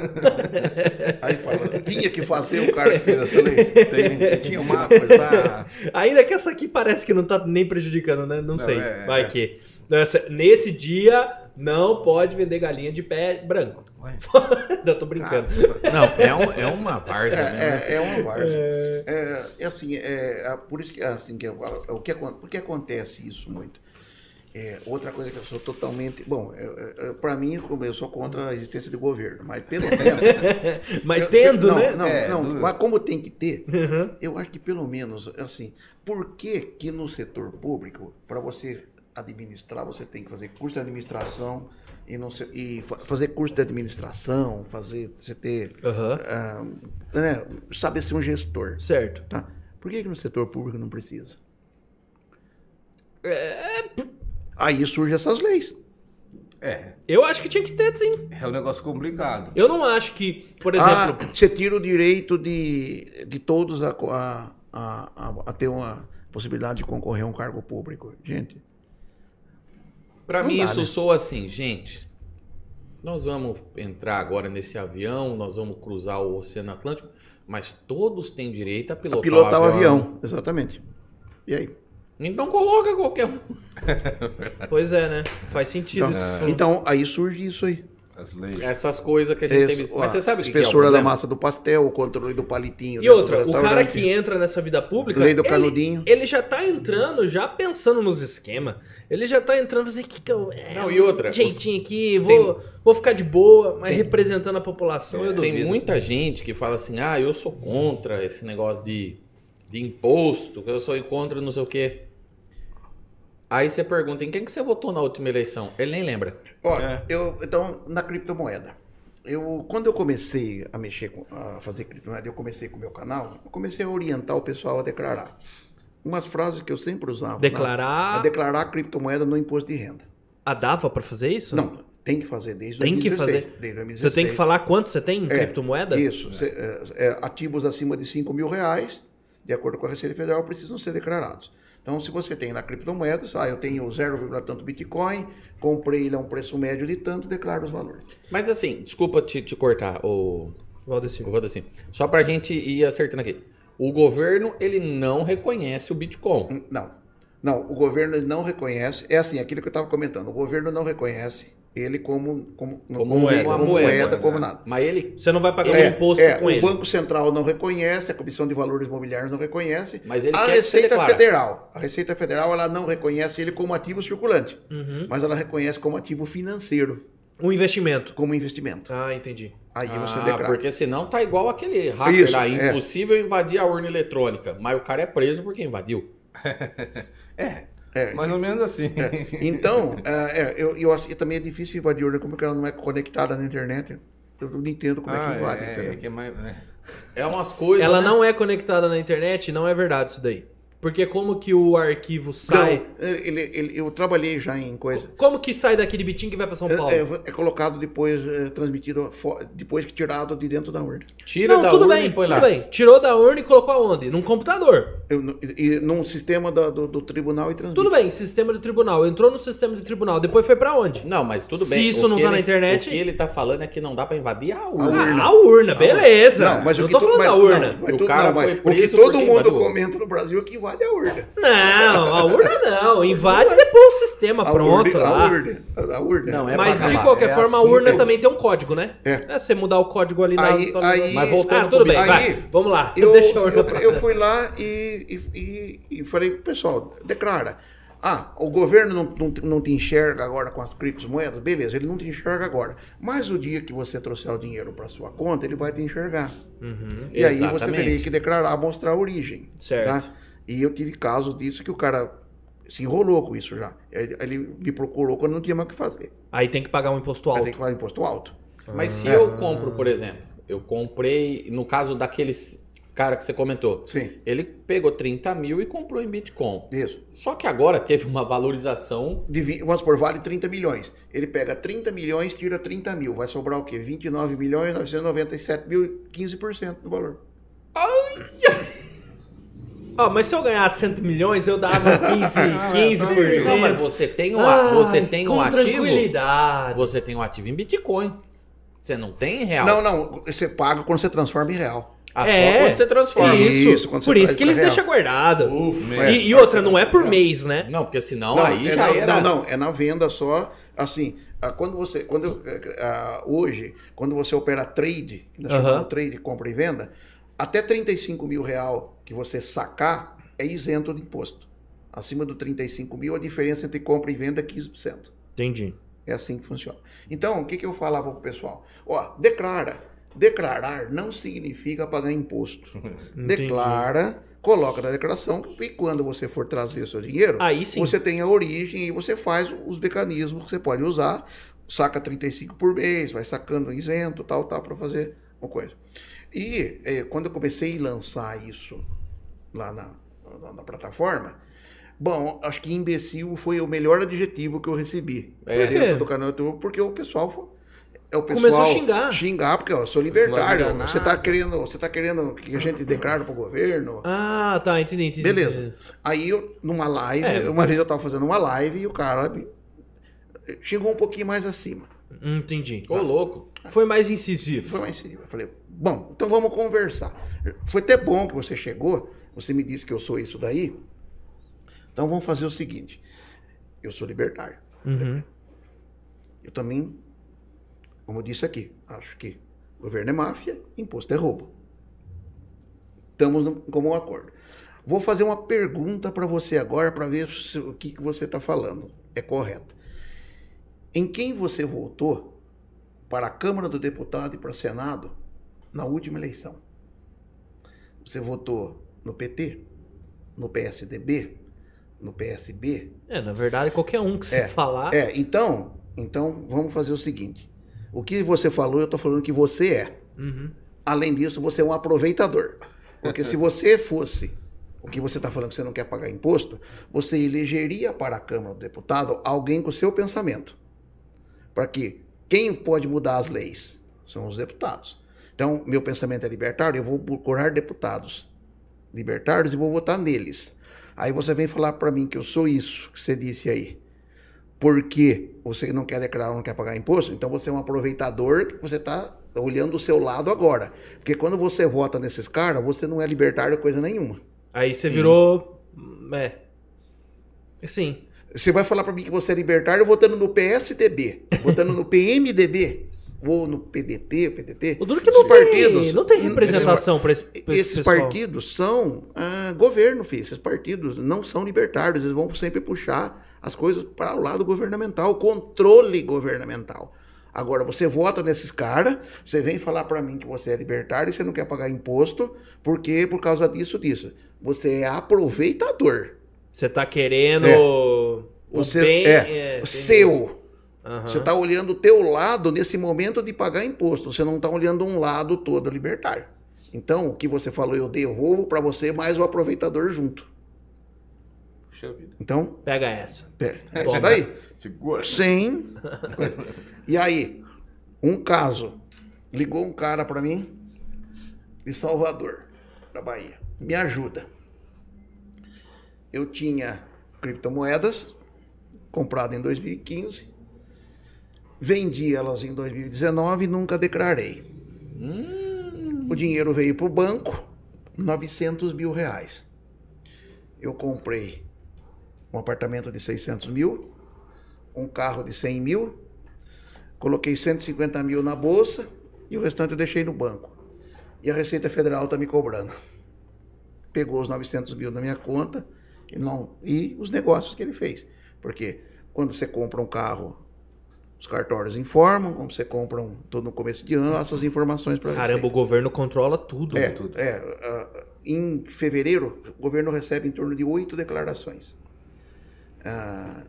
S4: aí fala tinha que fazer o cara que fez essa lei Tem- tinha uma coisa
S3: Pra-
S2: Ainda que essa aqui parece que não tá nem prejudicando, né? Não,
S3: Não,
S2: sei.
S3: é,
S2: Vai
S3: é.
S2: que. Nessa- nesse dia não pode vender galinha de pé branco.
S3: Ué.
S2: Só, não, tô brincando.
S1: Não, é, um- é uma várzea. né?
S4: É, é, é uma várzea. É, é assim, é, a- por isso que, é assim, que eu falo, é o que, acon- por que acontece isso muito? É, outra coisa que eu sou totalmente. Bom, é, para mim, como eu sou contra a existência de governo, mas pelo menos.
S2: Mas
S4: eu-
S2: tendo,
S4: não,
S2: né?
S4: Não,
S3: É,
S4: não,
S3: duro.
S4: mas como tem que ter,
S2: Uhum.
S4: eu acho que pelo menos, assim, por que que no setor público, para você administrar, você tem que fazer curso de administração e, não sei- e fa- fazer curso de administração, fazer, você ter,
S2: Aham.
S4: ah, né, saber ser um gestor,
S2: Certo.
S4: tá? Por que que no setor público não precisa? Aí surgem essas leis.
S3: É,
S2: Eu acho que tinha que ter, sim.
S3: é um negócio complicado.
S2: Eu não acho que, por
S4: Ah,
S2: exemplo.
S4: você tira o direito de, de todos a, co- a- a- a- a ter uma possibilidade de concorrer a um cargo público. Gente,
S1: Pra
S4: Não
S1: mim,
S4: dá,
S1: isso
S4: né?
S1: soa assim, gente. Nós vamos entrar agora nesse avião, nós vamos cruzar o Oceano Atlântico, mas todos têm direito a pilotar,
S4: pilotar o avião, exatamente. E aí?
S1: Então coloca qualquer um.
S2: Pois é, né? Faz sentido
S4: Então,
S2: isso. que você
S4: é.
S2: falou.
S4: então, aí surge isso aí.
S3: As leis.
S4: É.
S1: Essas coisas que a gente
S4: Isso,
S1: tem visto. Mas
S4: ó,
S1: você sabe o que, que é o
S4: espessura da
S1: problema?
S4: massa do pastel, o controle do palitinho.
S2: E
S4: dentro do
S2: outra, o cara
S4: restaurante,
S2: que entra nessa vida pública,
S4: Lei do
S2: ele,
S4: caludinho.
S2: ele já tá entrando, já pensando nos esquemas. Ele já tá entrando assim, que que eu. é,
S1: Não, e outra,
S2: Jeitinho aqui, vou, vou ficar de boa, mas
S1: Tem-
S2: representando a população,
S4: É,
S2: eu duvido.
S1: Tem muita gente que fala assim, ah, eu sou contra esse negócio de, de imposto, que eu sou contra não sei o quê. Aí você pergunta, em quem que você votou na última eleição? Ele nem lembra.
S4: Ó,
S3: É.
S4: eu, então, na criptomoeda. Eu, quando eu comecei a mexer, com, a fazer criptomoeda, eu comecei com o meu canal, eu comecei a orientar o pessoal a declarar. Umas frases que eu sempre usava. né?
S2: Declarar.
S4: a declarar a criptomoeda no imposto de renda.
S2: Ah, dava pra fazer isso?
S4: Não, tem que fazer desde
S2: Tem que
S4: 2016.
S2: fazer.
S4: Desde 2016.
S2: Você tem que falar quanto você tem em
S4: É,
S2: criptomoeda?
S4: Isso. cê, é, é, ativos acima de 5 mil reais, de acordo com a Receita Federal, precisam ser declarados. Então, se você tem na criptomoeda, ah, eu tenho 0, tanto Bitcoin, comprei ele a um preço médio de tanto, declaro os valores.
S1: Mas assim, desculpa te, te cortar, ô,
S2: Valdecir.
S1: ô Valdeci. assim. Só pra gente ir acertando aqui. O governo, ele não reconhece o Bitcoin.
S4: Hum, Não. Não, o governo ele não reconhece. É assim, aquilo que eu estava comentando. O governo não reconhece ele como, como,
S1: Como moeda.
S4: como
S1: Uma moeda,
S4: moeda,
S1: né?
S4: como nada.
S1: Mas ele,
S2: Você não vai pagar
S4: É,
S2: um imposto
S4: é,
S2: com
S4: o
S2: ele.
S4: Banco Central não reconhece, a Comissão de Valores Mobiliários não reconhece.
S1: mas ele
S4: a
S1: quer que você
S4: Receita
S1: declare.
S4: Federal, a Receita Federal, ela não reconhece ele como ativo circulante,
S2: Uhum.
S4: mas ela reconhece como ativo financeiro,
S2: Um investimento.
S4: como investimento.
S2: Ah, entendi.
S4: Aí você
S1: Ah,
S4: declara.
S1: porque senão tá igual aquele hacker
S4: Isso,
S1: lá,
S4: é.
S1: impossível invadir a urna eletrônica, mas o cara é preso porque invadiu.
S3: É,
S4: É,
S3: mais ou menos assim.
S4: Então, é, é, eu, eu acho que também é difícil invadir urna, como que ela não é conectada na internet? Eu não entendo como é
S3: Ah,
S4: que invade.
S3: é,
S4: entendeu?
S3: é que é mais- né?
S1: É umas coisas.
S2: Ela
S1: né?
S2: não é conectada na internet, não é verdade isso daí. Porque como que o arquivo sai?
S4: Não, Então, eh, ele- ele- eu trabalhei já em coisa.
S2: Como que sai daqui de Bitim que vai pra São Paulo?
S4: É, é- é colocado depois, é, transmitido, fo- depois que tirado de dentro da urna.
S1: Tira
S2: não,
S1: da
S2: tudo
S1: urna
S2: bem,
S1: e põe
S2: tudo
S1: lá.
S2: bem. Tirou da urna e colocou aonde? Num computador.
S4: Eu, n- e, e num sistema da- do, do tribunal e transmite.
S2: Tudo bem, sistema de tribunal. Entrou no sistema de tribunal, depois foi pra onde?
S1: Não, mas tudo
S2: Se
S1: bem.
S2: isso não
S1: que
S2: tá na
S1: ele-
S2: internet-
S1: O que ele tá falando é que não dá pra invadir a
S2: A
S1: urna.
S2: urna, Ah, a urna beleza. Não,
S4: mas o
S2: não
S4: que
S2: tô
S4: tu-
S2: falando
S4: mas-
S2: da urna.
S4: não, mas
S1: O
S4: tu-
S1: cara
S4: não, mas
S1: foi
S4: o que
S1: preso
S4: todo
S1: porque
S4: mundo
S1: invadiu.
S4: comenta no Brasil é que invade a urna.
S2: Não, a urna não. Invade e depois o sistema,
S4: a
S2: pronto.
S4: urna,
S2: lá.
S4: a urna, a- a urna.
S1: Tá Não, é
S2: Mas
S1: pra
S2: de
S1: acabar.
S2: qualquer
S3: É
S2: forma,
S3: assim,
S2: a urna
S4: então.
S2: também tem um código, né?
S4: É.
S2: você mudar o código ali
S4: Aí-
S2: na.
S4: aí-
S1: Mas
S2: ah,
S1: voltando
S2: tudo bem,
S4: aí-
S2: vai. Vamos lá.
S4: Eu,
S2: Deixa a urna
S4: eu,
S2: pra
S4: eu fui lá e, e, e, e falei pro pessoal, declara. Ah, o governo não, não, não te enxerga agora com as criptomoedas? Beleza, ele não te enxerga agora. Mas o dia que você trouxer o dinheiro para sua conta, ele vai te enxergar. E aí você
S1: Exatamente.
S4: teria que declarar, mostrar a origem.
S2: Uhum.
S4: tá?
S2: Certo.
S4: E eu tive casos disso que o cara se enrolou com isso já. Ele, ele me procurou quando não tinha mais o que fazer.
S2: Aí tem que pagar um imposto
S4: Aí
S2: alto.
S4: Tem que falar imposto alto.
S1: Mas se
S4: é.
S1: eu compro, por exemplo, eu comprei, no caso daqueles cara que você comentou,
S4: Sim,
S1: ele pegou 30 mil e comprou em Bitcoin.
S4: isso.
S1: Só que agora teve uma valorização.
S4: de, vi- vamos supor, vale 30 milhões. Ele pega 30 milhões, tira 30 mil. Vai sobrar o quê? 29 milhões, 997 mil, 15% do valor.
S2: Ó, mas se eu ganhasse 100 milhões, eu dava
S4: é
S2: 15, 15%.
S1: Não, mas você tem um,
S4: Ah,
S1: a- você
S2: Ai,
S1: tem
S2: com
S1: um ativo.
S2: tranquilidade.
S1: Você tem um ativo em Bitcoin. Você não tem em real.
S4: Não, não. Você paga quando você transforma em real.
S1: Ah, só
S2: É.
S1: quando você transforma.
S2: Isso,
S4: Isso, quando você
S2: por isso
S4: traz
S2: que eles
S4: pra real.
S2: deixam guardado.
S3: Ufa.
S2: E, e outra, não é por mês, né?
S1: Não, porque senão
S4: não,
S1: Então, aí
S4: é
S1: já
S4: na,
S1: era.
S4: não, não. É na venda só. Assim, ah, quando você. Quando, ah, ah, hoje, quando você opera trade, que nós
S2: Aham.
S4: chamamos trade, compra e venda, até 35 mil real que você sacar é isento de imposto. Acima do 35 mil, a diferença entre compra e venda é 15%.
S2: Entendi.
S4: É assim que funciona. Então, o que, que eu falava pro pessoal? Ó, declara. Declarar não significa pagar imposto.
S2: Entendi.
S4: Declara, coloca na declaração e quando você for trazer o seu dinheiro,
S2: Aí sim.
S4: você tem a origem e você faz os mecanismos que você pode usar. Saca 35 por mês, vai sacando isento, tal, tal, para fazer uma coisa. E eh, quando eu comecei a lançar isso lá na, na- na plataforma, bom, acho que imbecil foi o melhor adjetivo que eu recebi
S1: É.
S2: Por quê?
S4: dentro do canal do YouTube, porque o pessoal foi- é o pessoal
S2: Começou a xingar.
S4: xingar porque ó, eu sou
S3: Não
S4: libertário.
S3: vai dar
S4: Você tá
S3: nada.
S4: querendo, você tá querendo que a gente declare pro governo?
S2: Ah, tá, entendi, entendi.
S4: Beleza.
S2: entendi.
S4: Aí eu, numa live,
S2: É.
S4: uma vez eu tava fazendo uma live e o cara me- chegou um pouquinho mais acima.
S2: Entendi.
S1: Ô, louco.
S2: Foi mais incisivo.
S4: Foi mais acima. Eu falei, bom, então vamos conversar. Foi até bom que você chegou, você me disse que eu sou isso daí. Então vamos fazer o seguinte. Eu sou libertário.
S2: Uhum.
S4: Eu também, como eu disse aqui, acho que governo é máfia, imposto é roubo. Estamos no comum acordo. Vou fazer uma pergunta para você agora para ver se- o que, que você está falando é correto. Em quem você votou para a Câmara do Deputado e para o Senado na última eleição? Você votou no PT, no PSDB, no PSB,
S2: É, na verdade, qualquer um que se
S4: É,
S2: falar.
S4: é, então, então vamos fazer o seguinte. O que você falou, eu tô falando que você é.
S2: Uhum.
S4: Além disso, você é um aproveitador. Porque se você fosse o que você está falando que você não quer pagar imposto, você elegeria para a Câmara do Deputado alguém com o seu pensamento. Para que quem pode mudar as leis são os deputados. Então, meu pensamento é libertário, eu vou procurar deputados libertários e vou votar neles. Aí você vem falar para mim que eu sou isso que você disse aí. Porque você não quer declarar, não quer pagar imposto, então você é um aproveitador que você está olhando o seu lado agora. Porque quando você vota nesses caras, você não é libertário coisa nenhuma.
S2: Aí você
S1: Sim.
S2: virou. É. hum, Sim.
S4: Você vai falar para mim que você é libertário votando no PSDB, votando no PMDB ou no PDT, PDT.
S2: O duro é que não
S4: Esses
S2: tem,
S4: partidos-
S2: não tem representação para esse, pra esse
S4: Esses
S2: pessoal.
S4: partidos são ah, governo, filho. Esses partidos não são libertários, eles vão sempre puxar as coisas para o lado governamental, controle governamental. Agora, você vota nesses caras, você vem falar para mim que você é libertário, você não quer pagar imposto, porque por causa disso, disso. Você é aproveitador.
S2: Você tá querendo
S4: É.
S2: o
S4: Você
S2: bem,
S4: é,
S2: entendi.
S4: seu.
S2: Aham.
S4: Você tá está olhando o teu lado nesse momento de pagar imposto. Você não está olhando um lado todo libertário. Então, o que você falou, eu devolvo para você mais o aproveitador junto.
S3: Puxa vida.
S4: Então,
S2: Pega essa.
S4: pera,
S2: É,
S4: isso
S2: toma.
S4: daí.
S3: Segura.
S4: Sem. coisa. E aí, um caso. Ligou um cara para mim de Salvador, da Bahia. Me ajuda. Eu tinha criptomoedas comprado em 2015. Vendi elas em 2019 e nunca declarei. O dinheiro veio para o banco, 900 mil reais. Eu comprei um apartamento de 600 mil, um carro de 100 mil, coloquei 150 mil na bolsa e o restante eu deixei no banco. E a Receita Federal está me cobrando. Pegou os 900 mil da minha conta e, não, e os negócios que ele fez. Porque quando você compra um carro, os cartórios informam, quando você compra um, todo no começo de ano, essas informações para
S2: Caramba, o governo controla tudo.
S4: é,
S3: tudo.
S4: é, ah, em fevereiro, o governo recebe em torno de oito declarações Ah,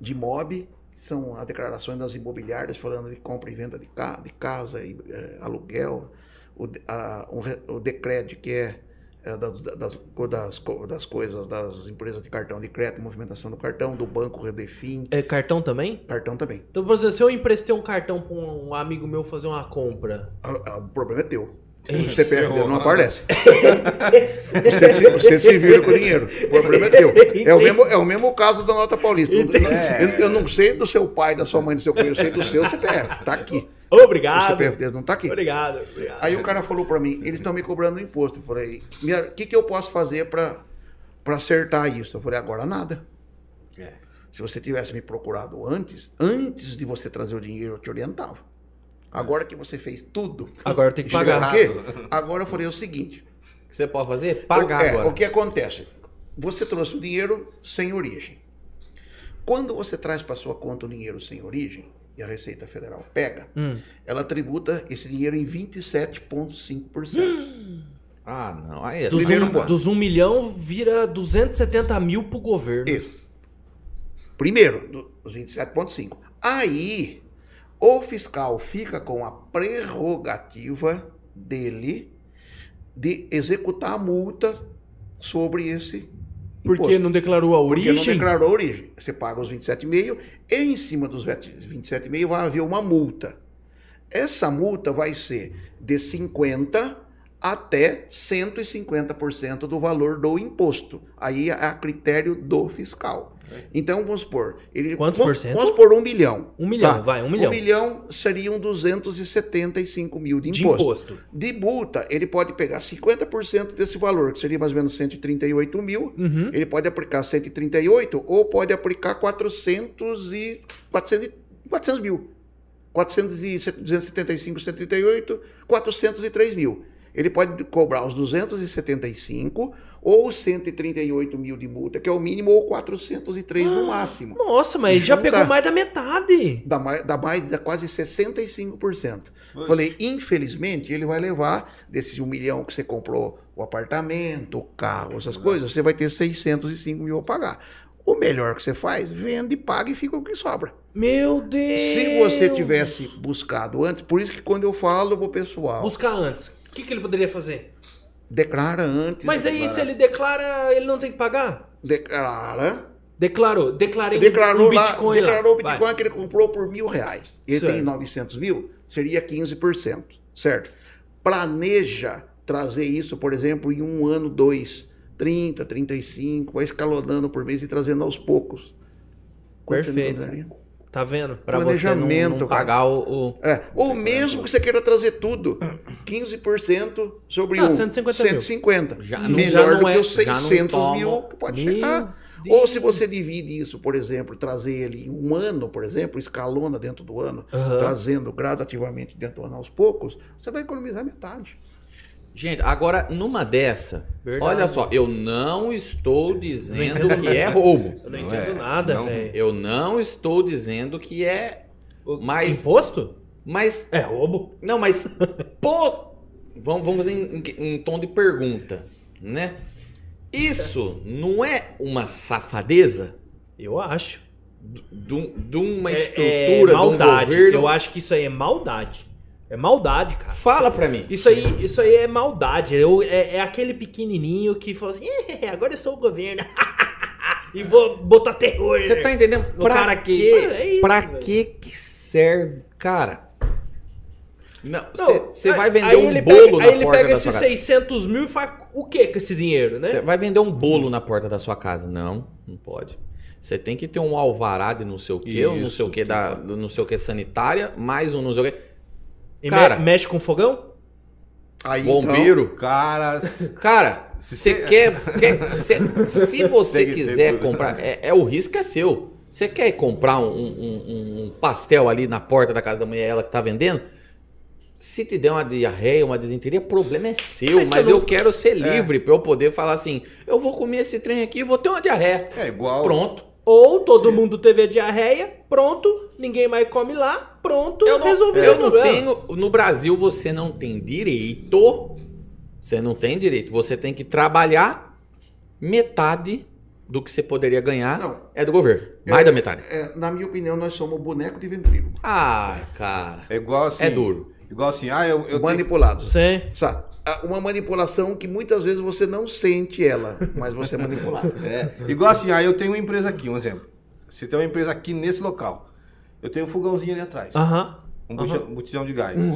S4: de MOB, que são as declarações das imobiliárias falando de compra e venda de, ca- de casa, e, eh, aluguel, o, de- a- o re- o decreto que é eh, das, das- das co- das coisas das empresas de cartão de crédito, movimentação do cartão, do banco Redefin,
S2: É cartão também?
S4: cartão também.
S2: Então, por exemplo, se eu emprestei um cartão pra um amigo meu fazer uma compra.
S4: Ah, ah, O problema é teu. O
S2: Ixi,
S4: CPF
S3: ferrou,
S4: dele não
S3: né?
S4: aparece. você, se, você se vira com o dinheiro. O problema é teu. É o mesmo, é o mesmo caso da nota paulista. Eu, eu- eu não sei do seu pai, da sua mãe, do seu cunhado, eu sei do seu CPF. Tá aqui. O
S2: Obrigado.
S4: CPF dele não tá aqui.
S2: Ah, Obrigado, obrigado.
S4: Aí o cara falou pra mim, eles estão me cobrando imposto. Eu falei, o que, que eu posso fazer pra, pra acertar isso? Eu falei, agora nada.
S3: É.
S4: Se você tivesse me procurado antes, antes de você trazer o dinheiro, eu te orientava. Agora que você fez tudo,
S2: Agora eu tenho Ah, que
S4: Chega
S2: pagar.
S4: aqui, agora eu falei o seguinte:
S1: O que você pode fazer? Pagar
S4: o, é,
S1: agora.
S4: o que acontece? Você trouxe o dinheiro sem origem. Quando você traz para sua conta o dinheiro sem origem, e a Receita Federal pega,
S2: Hum.
S4: ela tributa esse dinheiro em 27,5%.
S1: Ah, não. Aí é
S2: Dos,
S4: Primeiro
S2: um,
S4: ponto.
S2: dos um milhão vira 270 mil pro governo.
S4: Isso. Primeiro, do- os 27,5%. Aí, o fiscal fica com a prerrogativa dele de executar a multa sobre esse
S2: Porque
S4: imposto.
S2: não declarou a
S4: Porque não
S2: origem?
S4: declarou a origem. Você paga os 27,5 e em cima dos 27,5 vai haver uma multa. Essa multa vai ser de 50% até 150% do valor do imposto. Aí é a critério do fiscal. Então, vamos supor... Ele,
S2: É. Quantos
S4: vamos,
S2: por cento?
S4: Vamos supor um bilhão.
S2: Um milhão,
S4: Tá.
S2: vai, um
S4: Um
S2: milhão.
S4: milhão um seriam 275 mil de
S2: de
S4: imposto.
S2: imposto.
S4: De multa, ele pode pegar 50% desse valor, que seria mais ou menos 138 mil,
S2: Uhum.
S4: ele pode aplicar 138 ou pode aplicar 400 e 400, e- 400 mil. 400 e 275, 138, 403 mil. Ele pode cobrar os 275 ou 138 mil de multa, que é o mínimo, ou 403 no máximo.
S2: Nossa, mas ele já
S4: Junta.
S2: pegou mais da metade.
S4: Dá mais, dá mais, dá quase 65%. Falei, infelizmente, ele vai levar desses um milhão que você comprou o apartamento, o carro, essas coisas, você vai ter 605 mil a pagar. O melhor que você faz, vende, paga e fica o que sobra.
S2: Meu Deus.
S4: Se você tivesse buscado antes, por isso que quando eu falo pro pessoal,
S2: Buscar antes. O que, que ele poderia fazer?
S4: declara antes.
S2: Mas aí,
S4: declara,
S2: se ele declara, ele não tem que pagar?
S4: Declara.
S2: Declarou. Declarei um-
S4: Declarou
S2: um
S4: lá,
S2: Bitcoin
S4: declarou o
S2: lá.
S4: Bitcoin que ele comprou por mil reais. Ele
S2: Certo.
S4: tem 900 mil, seria 15%, certo? Planeja trazer isso, por exemplo, em um ano, dois, 30, 35, vai escalonando por mês e trazendo aos poucos. Quanto você me
S2: Perfeito.
S4: daria?
S2: Vai. Tá vendo?
S1: Pra você não,
S4: planejamento,
S1: não pagar o, o-
S4: É, ou mesmo que você queira trazer tudo, 15% sobre
S2: Ah,
S4: um,
S2: 150 mil.
S4: 150.
S1: Já
S4: Já
S1: não-
S4: Melhor
S2: já não
S4: do
S2: é-
S4: que os
S1: já não
S4: 600
S1: toma.
S4: mil que pode
S2: Meu
S4: chegar. Ou se você divide isso, por exemplo, trazer ele em um ano, por exemplo, escalona dentro do ano,
S2: Aham.
S4: trazendo gradativamente dentro do ano aos poucos, você vai economizar metade.
S1: Gente, agora numa dessa,
S2: Verdade.
S1: olha só, eu não estou dizendo
S2: entendo
S1: que é roubo.
S2: Eu não,
S3: Não
S2: entendo
S3: é,
S2: nada,
S3: não-
S2: velho.
S1: Eu não estou dizendo que é.
S2: O-
S1: Mas.
S2: Imposto?
S1: Mas.
S2: É roubo.
S1: Não, mas. Pô! Vamos, vamos fazer em, em- em tom de pergunta, né? Isso não é uma safadeza
S2: Eu acho.
S1: de um- de uma
S2: É-
S1: estrutura,
S2: é
S1: de um
S2: maldade.
S1: governo?
S2: Eu acho que isso aí é maldade. É maldade, cara.
S1: Fala pra mim.
S2: Isso aí, isso aí é maldade. Eu, é, é aquele pequenininho que fala assim: "Eh, agora eu sou o governo. e vou botar terror. né?
S1: Você tá entendendo?
S2: é O
S1: pra
S2: cara que-
S1: que,
S2: Mano, é isso,
S1: pra
S2: velho.
S1: que que serve, cara? Não,
S2: Não,
S1: você
S2: aí-
S1: vai vender
S2: aí
S1: um
S2: ele
S1: bolo
S2: pega,
S1: na
S2: Aí ele
S1: porta
S2: pega
S1: da
S2: esses
S1: sua casa.
S2: 600 mil e faz o que com esse dinheiro, né?
S1: Você vai vender um bolo na porta da sua casa? Não, não pode. Você tem que ter um alvará de não sei o que, não
S3: Isso,
S1: sei o que
S3: tem
S1: da,
S3: que-
S1: do não sei o que sanitária, mais um não sei o que.
S2: E
S1: Cara.
S2: me- mexe com fogão?
S4: Aí, então,
S1: Bombeiro.
S3: Cara,
S1: Cara,
S3: Se
S1: você
S3: cê-
S1: quer, quer- cê- se você
S3: Tem que ter
S1: quiser
S3: tudo.
S1: comprar, é, é o risco é seu. Você quer comprar um, um- um- um pastel ali na porta da casa da mulher, ela que tá vendendo? Se te der uma diarreia, uma desinteria, problema é seu.
S2: Mas
S1: Mas,
S2: cê não-
S1: eu quero
S3: É.
S1: ser livre pra eu poder falar assim: eu vou comer esse trem aqui e vou ter uma diarreia.
S3: é igual.
S1: Pronto.
S2: Ou todo mundo teve a diarreia, pronto, ninguém mais come lá, pronto,
S1: Eu não,
S2: resolveu
S1: eu
S2: o
S4: É.
S1: não
S2: problema.
S1: tenho. No Brasil, você não tem direito. Você não tem direito. Você tem que trabalhar metade do que você poderia ganhar
S4: Não.
S1: é do governo. Mais
S4: É.
S1: da metade.
S4: É, na minha opinião, nós somos boneco de ventríloco.
S1: Ah, cara.
S3: É igual assim.
S1: É duro.
S3: Igual assim, ah, eu, eu tenho-
S4: Manipulados.
S2: Sim.
S4: Sabe? Ah, Uma manipulação que muitas vezes você não sente ela, mas você é manipulado.
S3: É, igual assim, ah, eu tenho uma empresa aqui, um exemplo. Você tem uma empresa aqui nesse local. Eu tenho um fogãozinho ali atrás.
S2: Aham. Uhum.
S3: um bujão, botijão de gás.
S2: Sim.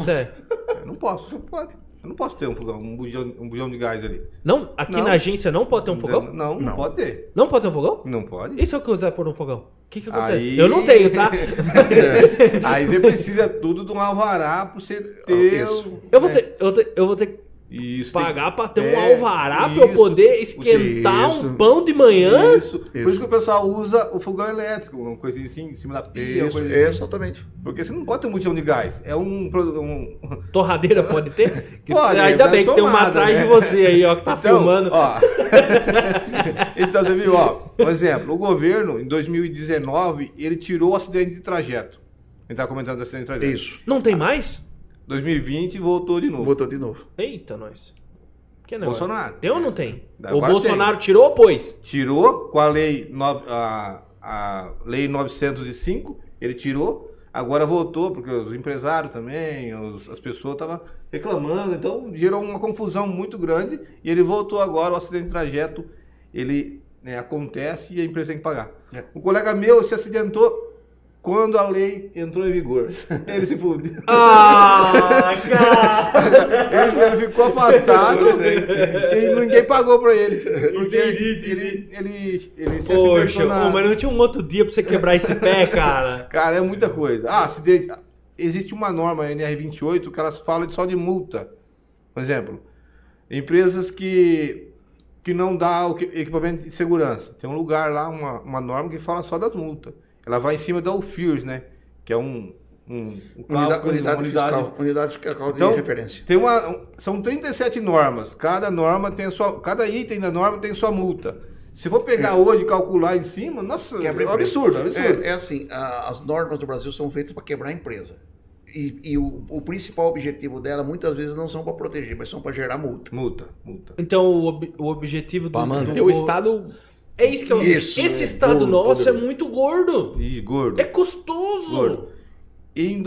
S3: Eu não posso, não pode. Eu não posso ter um fogão, um bujão, um bujão de gás ali.
S2: Não, aqui
S3: Não.
S2: na agência não pode ter um fogão?
S3: Não, não,
S4: Não.
S3: pode ter.
S2: Não pode ter um fogão?
S3: Não pode.
S2: E se eu quiser pôr um fogão? O que que acontece?
S3: Aí-
S2: Eu não tenho, tá?
S3: É. Aí você precisa tudo de um alvará pra você ter.
S4: Isso.
S3: o-
S2: Eu vou
S1: É.
S3: né?
S2: ter, eu, te- eu vou ter que
S3: Isso. tem-
S2: pagar pra ter um
S3: É,
S2: alvará pra eu
S3: isso,
S2: poder esquentar um
S4: isso.
S2: pão de manhã?
S3: Isso. Por isso que o pessoal usa o fogão elétrico, uma coisinha assim, em cima da pia, uma
S4: Isso,
S3: coisa
S4: é,
S3: assim.
S4: exatamente.
S3: Porque você não pode ter um botijão de gás. É um. produ- um...
S2: Torradeira pode ter? Que-
S3: Pode,
S2: Ainda
S3: mas
S2: bem que tem uma
S3: tomada,
S2: atrás
S3: né? Então-
S2: de você aí, ó, que tá filmando.
S3: Ó, então você viu, ó, por exemplo, o governo, em 2019, ele tirou o acidente de trajeto. A gente tá comentando do acidente de trajeto.
S4: Isso.
S2: Não tem mais?
S3: 2020 voltou de novo.
S4: Botou de novo.
S2: Eita, nós. Que negócio.
S3: Bolsonaro.
S2: Tem ou não tem?
S3: Agora
S2: o
S3: tem.
S2: Bolsonaro tirou ou pôs?
S3: Tirou com a lei, no- a, a lei 905, ele tirou, agora voltou, porque os empresários também, os- as pessoas estavam reclamando, então gerou uma confusão muito grande e ele voltou agora, o acidente de trajeto, ele né, acontece e a empresa tem que pagar.
S4: É.
S3: Um colega meu se acidentou quando a lei entrou em vigor. Ele se fudeu.
S2: Ah, cara!
S3: Ele, ele ficou afastado
S4: Eu sei.
S2: é.
S3: e ninguém pagou pra ele. Porque
S2: Entendi.
S3: ele, ele, ele se
S2: né? Poxa,
S3: acidentou na-
S2: ô, mas não tinha um outro dia pra você quebrar esse pé, cara.
S3: Cara, é muita coisa. Ah, acidente. Existe uma norma NR28 que elas falam só de multa. Por exemplo, empresas que, que não dá o que- equipamento de segurança. Tem um lugar lá, uma, uma norma que fala só das multas. Ela vai em cima da UFIRS, né? Que é um. um, um
S4: Unidade,
S3: cálculo,
S4: unidade
S3: uma
S4: fiscal, unidade fiscal de
S3: Então,
S4: referência.
S3: Tem uma, são 37 normas. Cada norma tem a sua. Cada item da norma tem sua multa. Se for
S2: É.
S3: pegar hoje e calcular em cima, nossa, é
S4: Quebra
S3: um
S4: empresa.
S3: absurdo, é um absurdo.
S4: É, é assim, a- as normas do Brasil são feitas para quebrar a empresa. E, e o, o principal objetivo dela, muitas vezes, não são para proteger, mas são para gerar multa.
S2: é.
S3: Multa, multa.
S2: Então o, ob- o objetivo do.
S1: Pra manter
S2: do-
S1: o Estado.
S4: Tá.
S2: É isso que eu
S4: Isso,
S2: Esse
S4: é,
S2: estado
S3: né? gordo,
S2: nosso é
S3: poderoso.
S2: muito gordo.
S3: E gordo.
S2: É custoso.
S3: Gordo. Em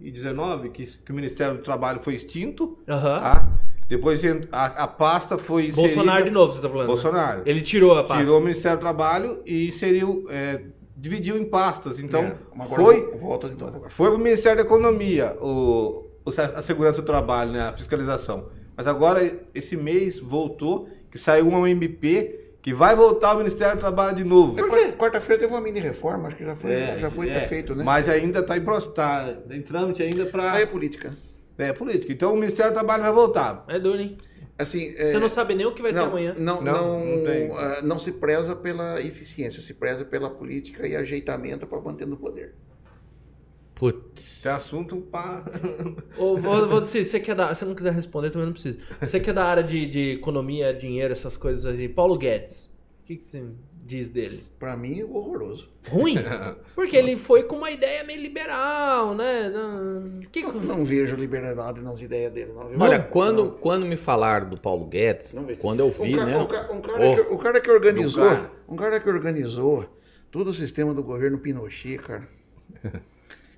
S3: 2019, que, que o Ministério do Trabalho foi extinto,
S2: Aham.
S3: tá? Depois en- a, a pasta foi inserida...
S2: Bolsonaro de novo, você tá falando. né?
S3: Bolsonaro.
S2: Ele tirou a pasta.
S3: Tirou o Ministério do Trabalho e inseriu... é, dividiu em pastas. Então,
S4: É, mas agora então.
S3: foi...
S4: Volta de novo.
S3: Foi pro Ministério da Economia o, o se- a segurança do trabalho, né, a fiscalização. Mas agora, esse mês, voltou, que saiu uma MP que vai voltar ao Ministério do Trabalho de novo.
S4: É, quarta- Quarta-feira teve uma mini reforma, acho que já foi, já foi
S3: é.
S4: feito, né?
S3: Mas ainda está em, pro- tá em trâmite ainda para
S4: Aí é política.
S3: é, política. Então o Ministério do Trabalho vai voltar.
S2: É duro, hein?
S4: É, Assim,
S2: Você não sabe nem o que vai ser
S4: não,
S2: amanhã.
S4: Não,
S3: Não,
S4: não,
S3: não tem.
S4: ah, não se preza pela eficiência, se preza pela política e ajeitamento para manter no poder.
S1: Putz.
S3: Esse é assunto, pá.
S2: Ô, vou, vou dizer, você quer dar, se não quiser responder, também não precisa. Você que é da área de, de economia, dinheiro, essas coisas aí. Paulo Guedes, o que, que você diz dele?
S4: Para mim, horroroso.
S2: Ruim? Porque ele foi com uma ideia meio liberal, né? Não- Que...
S4: Eu não vejo liberdade nas ideias dele, não. viu?
S1: Olha,
S4: Não,
S1: quando,
S4: não.
S1: quando me falaram do Paulo Guedes,
S4: Não vejo.
S1: quando eu vi,
S4: Um ca-
S1: né?
S4: um ca- um cara que- o cara que organizou,
S3: Do cara.
S4: um cara que organizou todo o sistema do governo Pinochet, cara.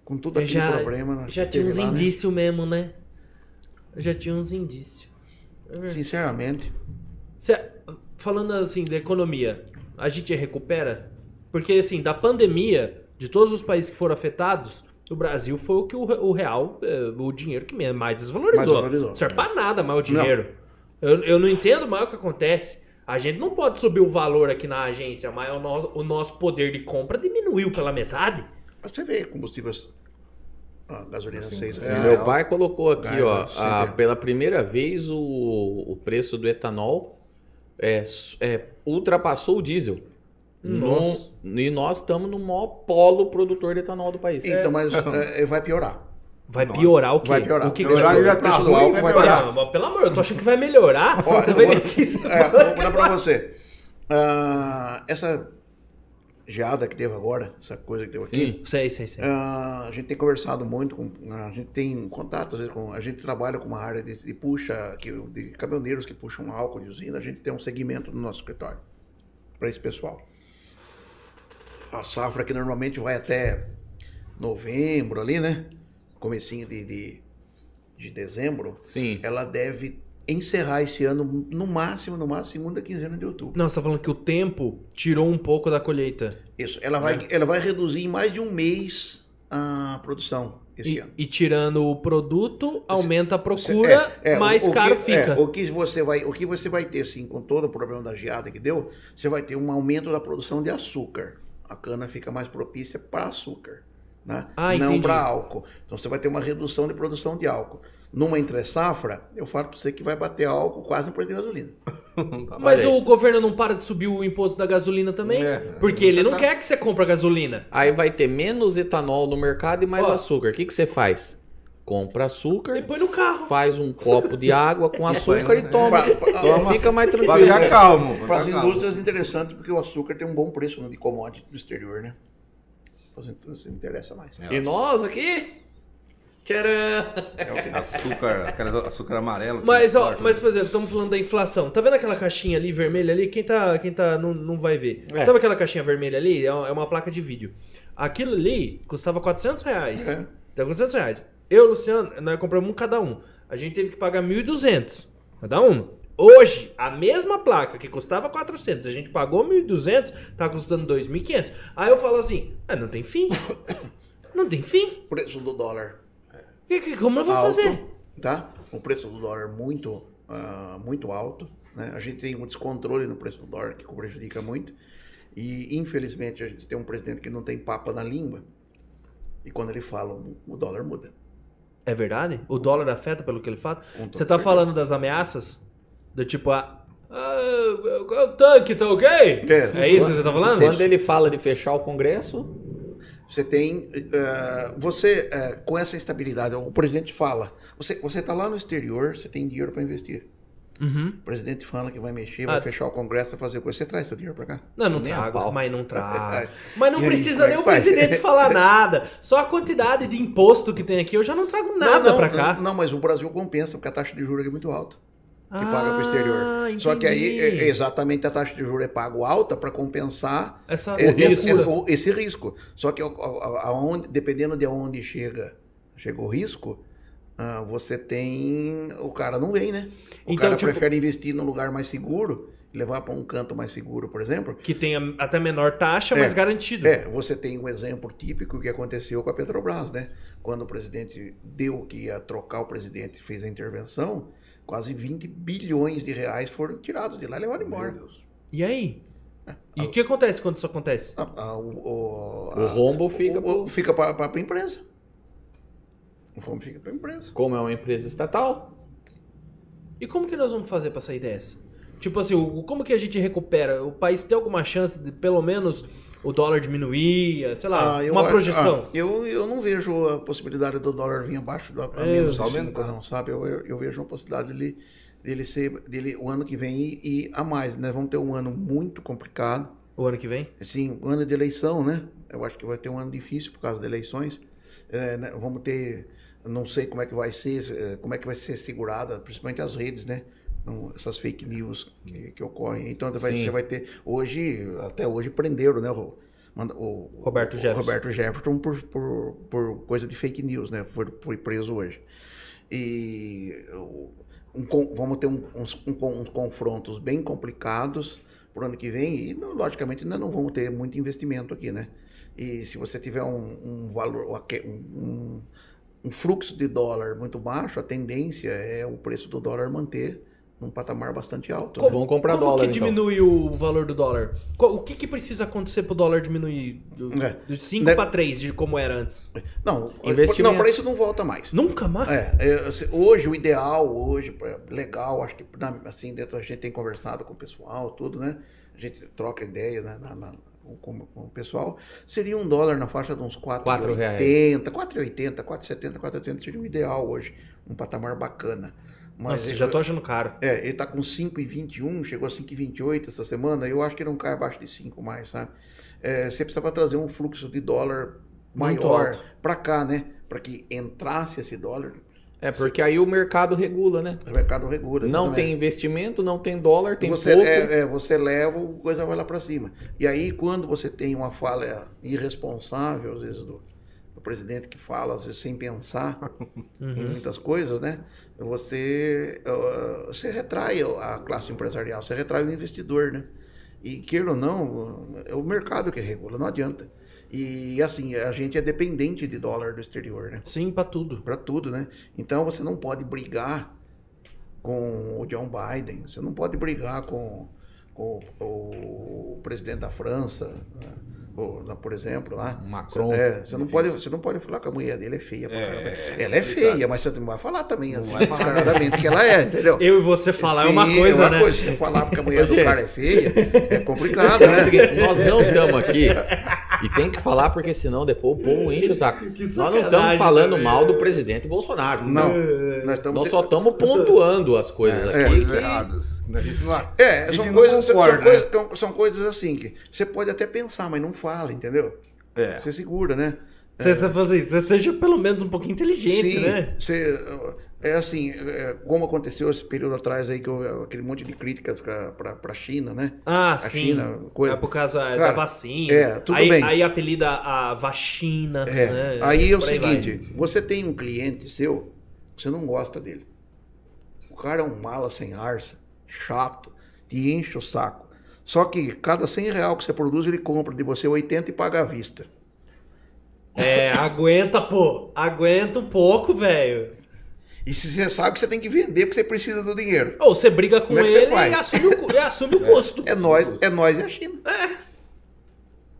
S4: Com todo aquele
S2: Já-
S4: problema. né,
S2: Já
S4: que
S2: tinha
S4: teve
S2: uns
S4: lá, né?
S2: indícios mesmo, né? Já tinha uns indícios. né?
S4: Sinceramente,
S2: Cê- falando assim da economia, a gente recupera? Porque assim, da pandemia, de todos os países que foram afetados, o Brasil foi o que o, re- o real, eh, o dinheiro que mais desvalorizou.
S4: Mais desvalorizou.
S2: Não serve pra nada mais o dinheiro. Eu, eu não entendo mais o que acontece. A gente não pode subir o valor aqui na agência, mas o, no- o nosso poder de compra diminuiu pela metade.
S4: você vê combustíveis. ah, gasolina 6
S3: é,
S1: Assim, Meu pai colocou aqui,
S4: Gás,
S1: ó,
S4: sempre.
S1: a- pela primeira vez o, o preço do etanol é, s- é, ultrapassou o diesel.
S2: Nossa.
S1: Num- e nós estamos no maior polo produtor de etanol do país.
S4: Então, mas eh, vai piorar.
S2: Vai
S3: Nossa.
S2: piorar o quê?
S4: Vai piorar.
S2: O que
S3: O horário já tá
S4: Preço do
S3: ruim,
S4: álcool
S3: vai
S4: vai
S3: piorar.
S4: piorar.
S2: Não, mas pelo amor, eu tô achando que vai melhorar.
S4: Ó,
S2: você
S4: eu
S2: vai
S4: vou-
S2: ver que você
S4: É, vou contar pra você. Ah, essa geada que teve agora, essa coisa que teve aqui,
S1: Sim.
S2: Sei, sei, sei.
S4: Ah, a gente tem conversado muito, com, a gente tem contato, às vezes, com, a gente trabalha com uma área de, de puxa, que, de caminhoneiros que puxam álcool de usina, a gente tem um segmento no nosso escritório para esse pessoal. A safra que normalmente vai até novembro ali, né? Comecinho de, de, de dezembro,
S1: Sim.
S4: ela deve encerrar esse ano no máximo, no máximo, segunda quinzena de outubro.
S2: Não, você tá falando que o tempo tirou um pouco da colheita.
S4: Isso, ela vai, ela vai reduzir em mais de um mês a produção esse
S2: E,
S4: ano.
S2: e tirando o produto, aumenta a
S4: Cê-
S2: procura,
S4: é, é,
S2: mais
S4: o- o
S2: caro
S4: que,
S2: fica.
S4: é, o que você vai, o que você vai ter, sim, com todo o problema da geada que deu, você vai ter um aumento da produção de açúcar. A cana fica mais propícia para açúcar, né?
S2: Ah,
S4: não
S2: entendi.
S4: para álcool. Então você vai ter uma redução de produção de álcool. Numa entre safra, eu falo para você que vai bater álcool quase no preço de gasolina.
S2: Mas
S1: Olha aí.
S2: o governo não para de subir o imposto da gasolina também?
S3: É.
S2: porque ele não
S3: Tá-
S2: quer que você compre a gasolina.
S1: Aí vai ter menos etanol no mercado e mais
S2: Ó.
S1: açúcar. O que, que você faz? Compra açúcar,
S2: Ele põe no carro.
S1: faz um copo de água com açúcar e toma.
S4: Pra- pra-
S1: Toma. Fica mais
S3: Vai
S1: tranquilo.
S3: ficar calmo.
S4: Para as
S3: ficar calmo.
S4: indústrias, interessante, porque o açúcar tem um bom preço no de commodity do exterior, né? Então, assim, Para as indústrias, interessa mais.
S3: É,
S1: E nós aqui? Tcharam!
S4: É o que dá.
S3: Açúcar, aquela açúcar amarelo. que
S2: Mas, ó,
S3: corta.
S2: mas, por exemplo, estamos falando da inflação. Tá vendo aquela caixinha ali vermelha ali? Quem tá, quem tá não, não vai ver.
S1: É.
S2: Sabe aquela caixinha vermelha ali? É uma é uma placa de vídeo. Aquilo ali custava 400 reais.
S4: É.
S2: Tá 400 reais. Eu, Luciano, nós compramos um cada um. A gente teve que pagar 1.200 cada um. Hoje, a mesma placa que custava 400, a gente pagou 1.200, tá custando 2.500. Aí eu falo assim, ah, não tem fim. não tem fim.
S4: Preço do dólar
S2: Que- que- Como eu vou
S4: alto,
S2: fazer?
S4: tá? O preço do dólar muito, ah, muito alto, né? A gente tem um descontrole no preço do dólar que prejudica muito. E infelizmente a gente tem um presidente que não tem papa na língua. E quando ele fala, o dólar muda.
S2: É verdade? O dólar afeta pelo que ele fala?
S4: Com toda
S2: Você tá
S4: certeza.
S2: falando das ameaças? Do tipo, ah, ah, o tanque tá ok?
S4: É.
S2: É isso que você tá falando?
S1: Quando ele fala de fechar o Congresso,
S4: Você tem, ah, você ah, com essa estabilidade, o presidente fala, você você está lá no exterior, você tem dinheiro para investir.
S2: Uhum.
S4: O presidente fala que vai mexer,
S2: Ah.
S4: vai fechar o Congresso, vai fazer coisa. Você traz seu dinheiro para cá?
S2: Não, não
S1: Nem a
S2: trago,
S1: pau.
S2: mas não trago. Mas não
S4: E aí,
S2: precisa
S4: como é
S2: nem
S4: que
S2: o
S4: faz?
S2: presidente falar nada. Só a quantidade de imposto que tem aqui, eu já não trago nada
S4: não,
S2: pra
S4: não,
S2: cá.
S4: Não, mas o Brasil compensa porque a taxa de juros aqui é muito alta. que
S2: Ah,
S4: paga para o exterior. Só que aí,
S2: entendi.
S4: é- exatamente, a taxa de juros é pago alta para compensar
S2: Essa
S4: é- é-
S2: loucura.
S4: é- o- esse risco. Só que a- a- aonde- dependendo de onde chega, chega o risco, ah, você tem. O cara não vem, né? O
S2: Então,
S4: cara
S2: tipo-
S4: prefere investir num lugar mais seguro, levar para um canto mais seguro, por exemplo.
S2: Que tem a- até menor taxa, mas
S4: É.
S2: garantido.
S4: É, você tem um exemplo típico que aconteceu com a Petrobras, né? Quando o presidente deu que ia trocar o presidente fez a intervenção, quase 20 bilhões de reais foram tirados de lá e levaram
S3: Meu
S4: embora.
S3: Deus.
S2: E aí?
S4: É.
S2: E o que acontece quando isso acontece?
S4: Ah, ah, o, o,
S1: O rombo fica-
S4: para a empresa. O rombo fica para a empresa.
S1: como é uma empresa estatal,
S2: E como que nós vamos fazer pra sair dessa? Tipo assim, o- como que a gente recupera? O país tem alguma chance de pelo menos o dólar diminuir, sei lá,
S4: Ah, eu
S2: uma
S4: acho-
S2: projeção?
S4: ah, eu, eu não vejo a possibilidade do dólar vir abaixo do, a
S2: É,
S4: menos
S3: aumentar.
S4: 50, não, sabe? Eu, eu, eu vejo uma possibilidade dele, dele ser dele, o ano que vem ir, ir a mais, né? Vamos ter um ano muito complicado.
S2: O ano que vem?
S4: assim, um ano de eleição, né? Eu acho que vai ter um ano difícil por causa de eleições. É, né? Vamos ter, não sei como é que vai ser, eh, como é que vai ser segurada, principalmente as redes, né? Não, essas fake news que, que ocorrem. Então vai-
S1: Sim.
S4: você vai ter hoje, até hoje prenderam, né? O, manda- o-
S2: Roberto
S4: o- o
S2: Jefferson.
S4: Roberto Jefferson por, por, por coisa de fake news, né? Foi, foi preso hoje. E o- um con- vamos ter um- uns, um con- uns confrontos bem complicados pro ano que vem e, não- logicamente, nós não vamos ter muito investimento aqui, né? E se você tiver um, um valor, um aque- um, um fluxo de dólar muito baixo, a tendência é o preço do dólar manter num patamar bastante alto. né?
S1: Vamos comprar
S2: como
S1: dólar,
S2: que
S1: então.
S2: diminui o valor do dólar? Co- O que, que precisa acontecer pro dólar diminuir do,
S4: É.
S2: dos 5
S4: Né?
S2: pra 3, de como era antes?
S4: Não,
S1: Investimento.
S4: não, para isso não volta mais.
S2: Nunca mais?
S4: É, é, assim, hoje o ideal, hoje, é legal, acho que na- assim, dentro a gente tem conversado com o pessoal, tudo, né? A gente troca ideia né, na- na- com, com o pessoal. Seria um dólar na faixa de uns 4,80, 4,80, 4,70, 4,80 seria o ideal hoje. Um patamar bacana. Mas
S2: Nossa, já tô achando caro.
S4: é, ele tá com 5,21, chegou a 5,28 essa semana, eu acho que não cai abaixo de 5 mais, sabe? É, você precisava trazer um fluxo de dólar
S2: Muito
S4: maior
S2: alto.
S4: para cá, né? Para que entrasse esse dólar,
S1: É, porque aí o mercado regula, né?
S4: o É mercado regula.
S1: Não
S4: exatamente.
S1: tem investimento, não tem dólar, tem
S4: você,
S1: pouco.
S4: é, é, você leva, o coisa vai lá para cima. E aí, quando você tem uma falha irresponsável, às vezes, do, do presidente que fala, às vezes, sem pensar em
S2: Uhum.
S4: muitas coisas, né? Você, ah, você retrai a classe empresarial, você retrai o investidor, né? E queira ou não, é o mercado que regula, não adianta. E assim, a gente é dependente de dólar do exterior, né?
S2: Sim, pra tudo.
S4: Para tudo, né? Então você não pode brigar com o John Biden, você não pode brigar com, com o, o presidente da França, né? Ou, lá, por exemplo, lá.
S1: Macron.
S4: É, você não pode, você não pode falar que a mulher dele é feia. pra
S3: É,
S4: caramba.
S3: é
S4: ela é
S3: complicado.
S4: feia, mas você não vai falar também
S3: Não
S4: assim,
S3: vai falar.
S4: descaradamente que ela é, entendeu?
S2: Eu e você falar é
S4: Sim,
S2: uma coisa,
S4: uma
S2: né?
S4: coisa, você falar porque a mulher do
S1: Gente.
S4: cara é feia é complicado,
S1: Então é o
S4: né?
S1: seguinte, nós não estamos aqui e tem que falar porque senão depois o povo enche o saco.
S2: Que
S1: Nós não estamos
S2: sacanagem né,
S1: falando
S2: também.
S1: mal do presidente Bolsonaro.
S4: Não, nós
S1: Nós
S4: estamos.
S1: só estamos pontuando as coisas
S4: É,
S1: aqui.
S3: Coisas
S1: que-
S3: erradas. A gente não há.
S4: É,
S3: A gente
S4: são
S3: não
S4: coisas, são-
S3: concorda,
S4: são, coisas, são- são coisas assim que você pode até pensar, mas não fala, entendeu?
S3: É.
S4: Você segura, né?
S2: Você, você, fala assim, você seja pelo menos um pouquinho inteligente,
S4: Sim,
S2: né?
S4: você- é assim, é, como aconteceu esse período atrás aí, que houve aquele monte de críticas para a China, né?
S2: Ah,
S4: A
S2: sim.
S4: China, coisa.
S2: É por causa da
S4: Cara,
S2: vacina.
S4: é, tudo
S2: aí,
S4: bem.
S2: Aí apelida a vacina,
S4: É,
S2: né?
S4: Aí é o
S2: Por vai.
S4: seguinte, você tem um cliente seu, você não gosta dele. O cara é um mala sem arça, chato, te enche o saco. Só que cada 100 real que você produz, ele compra de você 80 e paga à vista.
S2: É, aguenta, pô. Aguenta um pouco, velho.
S4: E se você sabe que você tem que vender porque você precisa do dinheiro.
S2: Ou você briga com
S4: Como é que você
S2: ele
S4: faz?
S2: e assume o, cu- e assume o custo.
S4: É nós, é nós e a China.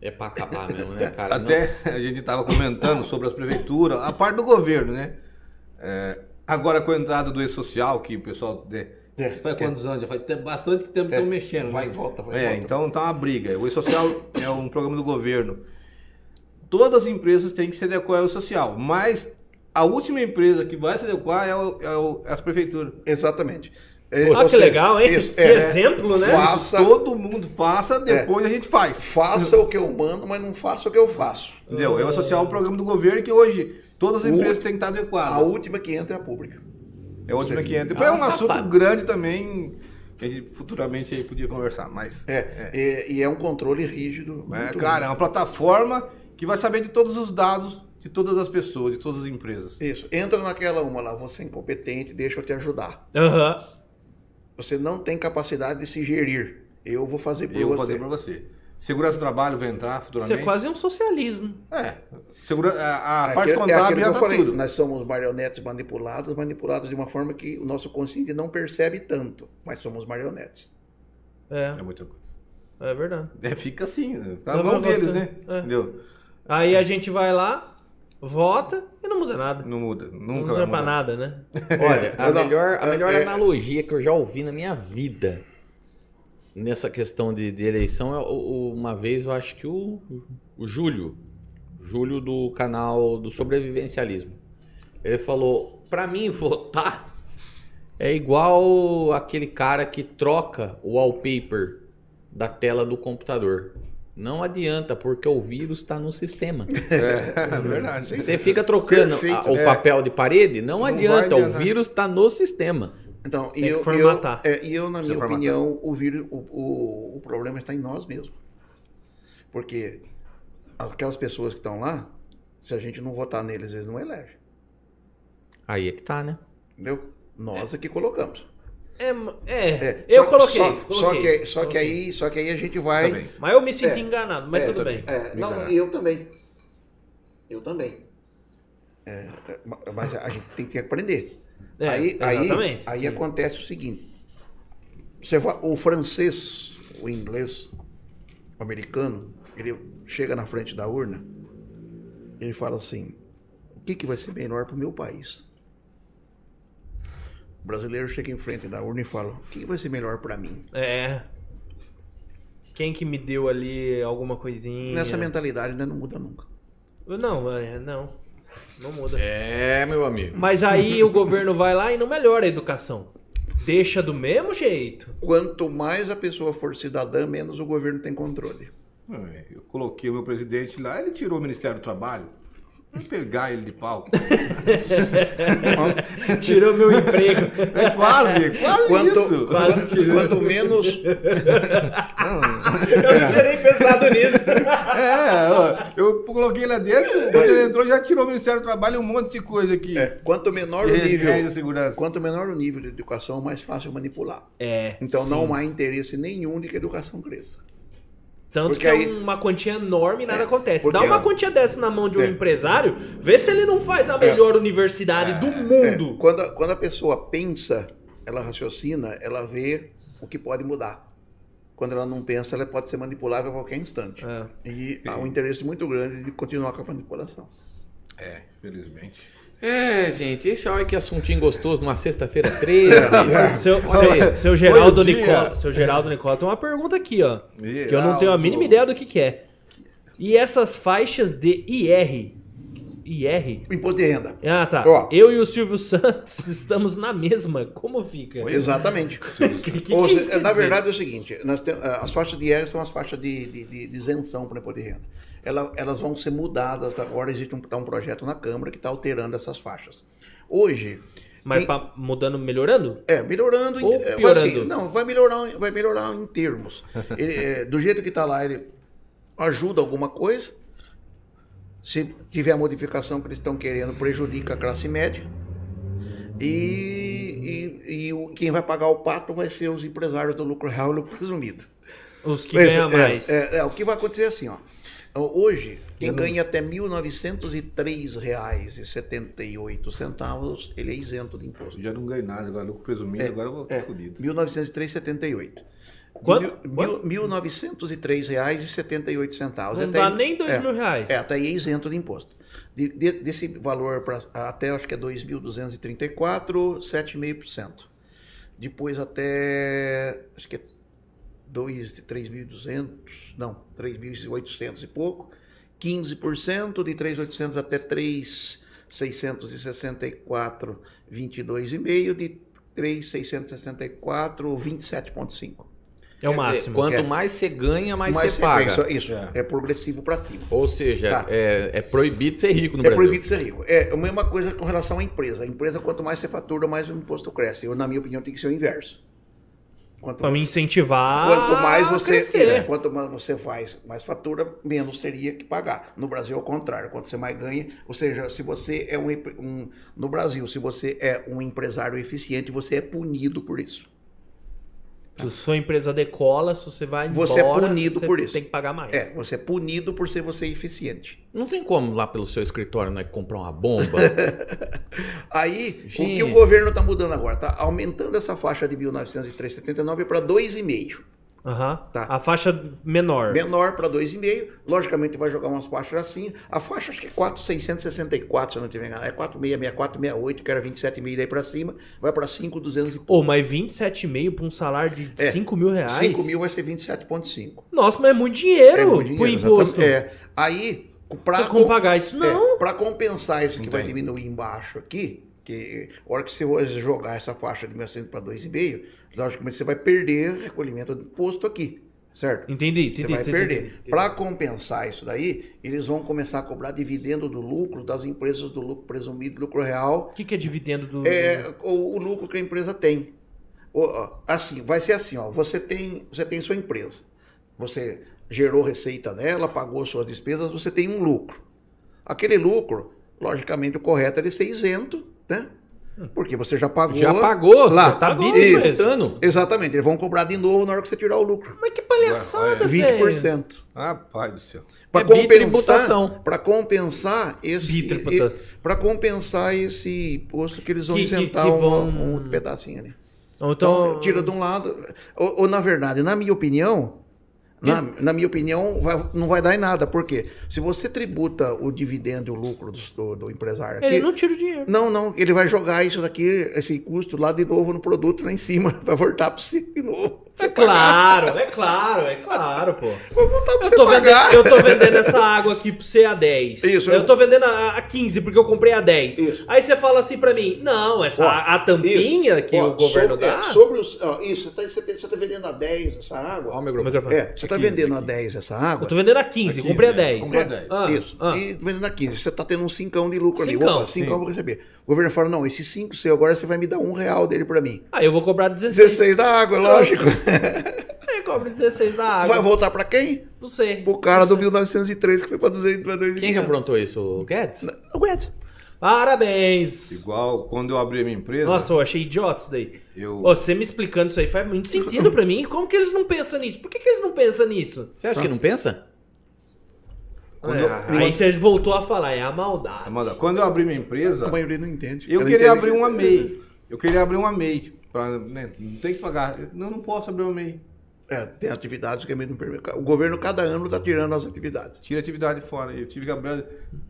S1: É pra acabar mesmo, né, cara?
S3: Até a gente estava comentando sobre as prefeituras, a parte do governo, né? É, agora com a entrada do e-social, que o pessoal. né,
S4: É,
S3: faz
S4: que-
S3: quantos anos? Já faz tem bastante que tempo
S4: É,
S3: estão mexendo.
S4: vai
S3: né?
S4: e volta, vai e
S3: É,
S4: volta.
S3: então tá uma briga. O e-social é um programa do governo. Todas as empresas têm que se adequar ao e-social, mas a última empresa que vai se adequar é, o, é o- é as prefeituras.
S4: Exatamente. É,
S2: Ah,
S4: ou
S2: que
S4: seja,
S2: legal, hein?
S4: isso,
S2: que
S4: é,
S2: exemplo, né?
S4: Fa- Faça.
S3: Todo mundo faça, depois a gente faz.
S4: Faça o que eu mando, mas não faça o que eu faço.
S3: Entendeu? É o social é um programa do governo que hoje todas as
S4: O-
S3: empresas têm que estar adequadas.
S4: A última que entra é a pública.
S3: É outro
S4: Sim.
S3: que entra. Depois é um
S1: Ah,
S3: assunto
S1: safado.
S3: grande também que a gente futuramente aí podia conversar, mas
S4: É, é, e é um controle rígido.
S3: é,
S4: muito
S3: cara, é uma plataforma que vai saber de todos os dados de todas as pessoas, de todas as empresas.
S4: Isso. Entra naquela uma lá, você é incompetente, deixa eu te ajudar.
S2: Aham. é
S4: Você não tem capacidade de se gerir. Eu vou fazer por
S3: Eu vou
S4: você.
S3: fazer para você. Segurança do trabalho vai entrar
S2: Isso é
S3: futuramente.
S2: quase um socialismo.
S3: É. Segura... A, a
S4: É aquilo-
S3: parte
S4: é aquilo
S3: contábil
S4: que
S3: já
S4: eu
S3: tá
S4: falei.
S3: tudo.
S4: Nós somos marionetes manipuladas, manipuladas de uma forma que o nosso consciente não percebe tanto, mas somos marionetes.
S2: É,
S3: É muita coisa.
S2: é verdade.
S3: É, fica assim, né? Fica
S2: Dá
S3: na
S2: pra
S3: mão deles,
S2: botar.
S3: né?
S2: É.
S3: Entendeu?
S2: Aí a gente vai lá, vota e não muda nada.
S3: Não muda,
S2: Não
S3: nunca vai
S2: serve pra
S3: mudar.
S2: nada, né?
S1: Olha, a
S4: Mas, ó,
S1: melhor, a
S4: é-
S1: melhor
S4: é-
S1: analogia que eu já ouvi na minha vida nessa questão de, de eleição é o- o- uma vez, eu acho que o, o Júlio, Júlio do canal do Sobrevivencialismo, ele falou: pra mim, votar é igual aquele cara que troca o wallpaper da tela do computador. Não adianta, porque o vírus está no sistema.
S3: É, é verdade.
S1: Você fica trocando a-
S4: Perfeito.
S1: o
S3: É.
S1: papel de parede, não,
S3: Não
S1: adianta.
S3: vai
S1: O
S3: adiantar.
S1: vírus está no sistema.
S4: Então, e
S2: que
S4: eu,
S2: formatar.
S4: eu- é, e eu, na
S3: Precisa
S4: minha
S3: formatar.
S4: opinião, o, vírus, o, o, o problema está em nós mesmos. Porque aquelas pessoas que estão lá, se a gente não votar neles, eles não elegem.
S1: Aí é que tá, né?
S4: Entendeu? Nós é que colocamos.
S2: É, ma- é,
S4: É,
S2: eu
S4: só-
S2: coloquei.
S4: Só, só
S2: coloquei,
S4: que, só, que
S2: coloquei.
S4: aí, só que aí a gente
S3: Tá
S4: vai.
S3: bem.
S2: Mas eu me senti
S4: É.
S2: enganado, mas
S4: É,
S2: tudo
S3: também.
S2: bem.
S4: É,
S3: Me
S4: não,
S3: enganar.
S4: eu também. Eu também. É, é, ma- mas a gente tem que aprender.
S2: É,
S4: aí aí,
S2: exatamente.
S4: aí é
S2: Sim.
S4: acontece o seguinte: você va- o francês, o inglês, o americano, ele chega na frente da urna, ele fala assim: o que, que vai ser melhor para o meu país? O brasileiro chega em frente da urna e fala: o que, que vai ser melhor para mim?
S2: É. Quem que me deu ali alguma coisinha?
S4: Nessa mentalidade ainda não muda nunca.
S2: Não, é, não. Não muda.
S1: É, meu amigo.
S2: Mas aí o governo vai lá e não melhora a educação. Deixa do mesmo jeito.
S4: Quanto mais a pessoa for cidadã, menos o governo tem controle.
S3: É, Eu coloquei o meu presidente lá, ele tirou o Ministério do Trabalho. Vou pegar ele de pau.
S2: Tirou meu emprego.
S3: É quase, quase
S4: Quanto,
S3: isso.
S2: Quase
S4: quanto-
S2: tirou.
S4: quanto menos
S2: Eu não tinha nem pensado nisso.
S3: É, ó, eu coloquei lá dentro, quando ele entrou, já tirou o Ministério do Trabalho e um monte de coisa aqui.
S4: É, quanto menor o
S3: Desde
S2: é
S3: a
S4: nível,
S3: segurança.
S4: quanto menor o nível de educação, mais fácil manipular.
S2: É.
S4: Então
S2: sim.
S4: não há interesse nenhum de que a educação cresça.
S2: Tanto
S4: porque
S2: que é
S4: aí-
S2: uma quantia enorme e nada
S4: É,
S2: acontece.
S4: porque-
S2: Dá uma quantia dessa na mão de um
S4: É.
S2: empresário, vê se ele não faz a melhor universidade do
S4: É,
S2: mundo.
S4: quando, a, quando a pessoa pensa, ela raciocina, ela vê o que pode mudar. Quando ela não pensa, ela pode ser manipulável a qualquer instante.
S2: É.
S4: E há um interesse muito grande de continuar com a manipulação.
S3: É, felizmente.
S1: É, gente, esse é olha que assuntinho gostoso numa sexta-feira 13.
S2: Seu,
S4: é,
S1: Olha
S2: seu, seu Geraldo
S3: Bom dia.
S2: Nicola, seu Geraldo Nicola tem uma pergunta aqui, ó.
S3: E-
S2: Que eu não tenho a
S3: alto.
S2: mínima ideia do que, que é. E essas faixas de IR? IR?
S4: O imposto de renda.
S2: Ah, tá.
S4: Ó.
S2: Eu e o Silvio Santos estamos na mesma. Como fica?
S4: é. Exatamente.
S2: Que- que- que
S4: Ou
S2: isso
S4: seja,
S2: quer
S4: na
S2: dizer?
S4: verdade é o seguinte, nós tem- eh, as faixas de IR são as faixas de, de- de- de isenção para o imposto de renda. Ela- elas vão ser mudadas, agora existe um, tá um projeto na Câmara que está alterando essas faixas. Hoje,
S2: Mas
S4: Quem-
S2: pa- mudando, melhorando?
S4: é, melhorando...
S2: Ou
S4: eh, vai
S2: piorando.
S4: ser- não, vai melhorar, vai melhorar em termos. Ele, eh, do jeito que está lá, ele ajuda alguma coisa. Se tiver a modificação que eles estão querendo, prejudica a classe média. E, e- e o- quem vai pagar o pato vai ser os empresários do lucro real e lucro presumido.
S2: Os que
S4: Pois
S2: ganham
S4: é,
S2: mais.
S4: É, é, o que vai acontecer é assim, ó. Hoje, quem ganha até R$ 1.903,78, ele é isento de
S3: Eu
S4: imposto.
S3: já não ganho nada, agora eu presumido, agora eu vou
S4: É,
S3: ficar fudido.
S4: 1.903,78.
S2: Quanto?
S4: De mil- mil- R$ 1.903,78.
S2: Não
S4: Até
S2: dá
S4: aí-
S2: nem dois
S4: é,
S2: mil reais.
S4: É, até aí é isento de imposto. De- de- desse valor pra, até acho que é 2.234, 7,5%. Depois até acho que é 2, 3.200, não, 3.800 e pouco, 15%, de 3.800 até 3.664, 22,5%, de 3.664, 27,5%.
S2: É o
S1: Quer dizer,
S2: máximo.
S1: quanto
S4: É.
S1: mais você ganha, mais,
S4: Mas
S1: você paga.
S4: Isso, isso
S3: É.
S4: é. progressivo para cima.
S1: Ou seja,
S4: Tá.
S1: é, é proibido ser rico no
S4: é
S1: Brasil.
S4: proibido ser rico. É a mesma coisa com relação à empresa. A empresa, quanto mais você fatura, mais o imposto cresce. Eu, na minha opinião, tem que ser o inverso. Quanto
S2: Pra me
S4: mais-
S2: incentivar.
S4: Quanto mais
S2: a
S4: você
S2: crescer.
S4: é, quanto mais você faz, mais fatura, menos teria que pagar. No Brasil, ao contrário, quanto você mais ganha, ou seja, se você é um, empre- um- no Brasil, se você é um empresário eficiente, você é punido por isso.
S2: Se sua empresa decola, se você vai embora,
S4: Você é punido
S2: você
S4: por isso.
S2: tem que pagar mais.
S4: É, você é punido por ser você eficiente.
S1: Não tem como lá pelo seu escritório né, comprar uma bomba.
S4: Aí, o tá
S1: Gente.
S4: que o governo está mudando agora? Está aumentando essa faixa de 1903,79 para 2,5.
S2: Aham.
S4: Tá.
S2: A faixa menor.
S4: Menor para 2,5, logicamente vai jogar umas faixas assim. A faixa acho que é 4,664, se eu não tiver enganado. É 4,664, 68, que era 27 mil daí para cima, vai para 5,200 e pouco.
S2: Pô, mas 27,5 pra um salário de
S4: É,
S2: 5 mil reais?
S4: 5 mil vai ser 27,5.
S2: Nossa, mas é muito dinheiro,
S4: É muito
S2: pro
S4: dinheiro,
S2: imposto.
S4: exatamente. É. Aí, para
S2: Pra como pagar isso? Não.
S4: para é, compensar isso que vai
S3: Entendi.
S4: diminuir embaixo aqui, que a hora que você vai jogar essa faixa de 1.100 para 2,5, logicamente você vai perder recolhimento do imposto aqui, certo?
S2: Entendi,
S4: Você
S2: entendi.
S4: vai
S2: entendi,
S4: perder.
S2: entendi.
S4: Para compensar isso daí, eles vão começar a cobrar dividendo do lucro das empresas do lucro presumido, lucro real,
S2: O que, que é dividendo do.
S4: é o, o lucro que a empresa tem. O- ó, assim, vai ser assim, ó. Você tem, você tem sua empresa. Você gerou receita nela, pagou suas despesas, você tem um lucro. Aquele lucro, logicamente, o correto é ele ser isento, né? Porque você já pagou.
S1: Já pagou,
S4: lá.
S1: já tá
S2: Hum. Pagou,
S1: habilitando.
S4: Exatamente, eles vão cobrar de novo na hora que você tirar o lucro.
S2: Mas que palhaçada, velho.
S4: 20%.
S3: Rapaz do céu.
S4: Pra
S1: É bitributação.
S4: Para compensar esse.
S2: Bitributa-
S4: Para compensar esse imposto que eles vão
S2: Que- que-
S4: isentar
S2: que
S4: um-
S2: vão-
S4: um, pedacinho ali.
S2: Então,
S4: Então, tira de um lado. Ou, ou, na verdade, na minha opinião, na, na minha opinião, vai- não vai dar em nada. Por quê? Se você tributa o dividendo e o lucro dos- do, do empresário aqui.
S2: Ele
S4: Não...
S2: não tira o dinheiro.
S4: não, ele vai jogar isso daqui, esse custo lá de novo no produto lá em cima. Vai voltar para você de novo.
S2: É claro, é claro, é claro, pô.
S4: Vai voltar para
S2: Eu
S4: você
S2: tô,
S4: pagar.
S2: vendendo, eu tô vendendo essa água aqui pro você a 10.
S4: Isso,
S2: eu
S4: eu-
S2: tô vendendo a, a 15 porque eu comprei a 10.
S4: Isso.
S2: Aí você fala assim pra mim: não, essa
S4: Ó,
S2: a, a tampinha que
S4: Ó,
S2: o governo
S4: sobre,
S2: dá.
S4: é, sobre os, ó, isso, você tá, você, tem- você tá vendendo a 10 essa água?
S1: Ó, o
S2: O
S1: microfone.
S2: microfone.
S4: É, você tá
S3: Aqui,
S4: vendendo a
S3: aqui.
S4: 10 essa
S2: Eu
S4: água?
S2: tô vendendo a 15,
S3: Aqui,
S2: comprei a
S3: né?
S2: 10.
S3: Comprei a 10.
S2: Ah,
S4: Isso.
S2: ah.
S4: E vendendo a 15. Você tá tendo um 5 de lucro ali.
S2: Cincão,
S4: Opa, 5
S3: sim.
S4: eu vou receber. O governo fala: não, esse 5 seu agora você vai me dar um real dele pra mim.
S2: Aí Ah, eu vou cobrar 16.
S4: 16 da
S3: É,
S4: água, lógico.
S2: Aí cobra 16 da água.
S4: Vai voltar pra quem?
S2: Não sei.
S4: Pro cara do 1903 que foi pra 200 pra
S1: Quem que aprontou isso? O Guedes?
S4: Aguenta.
S2: Parabéns.
S3: Igual quando eu abri a minha empresa,
S2: Nossa, eu achei idiota isso daí.
S3: eu.
S2: Ô, Você me explicando isso aí faz muito sentido pra mim. Como que eles não pensam nisso? Por que, que eles não pensam nisso?
S1: Você acha que não pensa?
S3: Quando
S2: É,
S3: eu-
S2: aí você voltou a falar, é a maldade.
S3: Amanda, quando eu abri minha empresa,
S4: A maioria não entende.
S3: eu
S4: Ela
S3: queria
S4: entende
S3: abrir
S4: que-
S3: uma MEI. Eu queria abrir uma MEI. Pra, né, não tem que pagar. Eu não, não posso abrir uma MEI.
S4: É, tem atividades que é meio não permite. O governo cada ano tá tirando as atividades.
S3: Tira a atividade fora. Eu tive que abrir.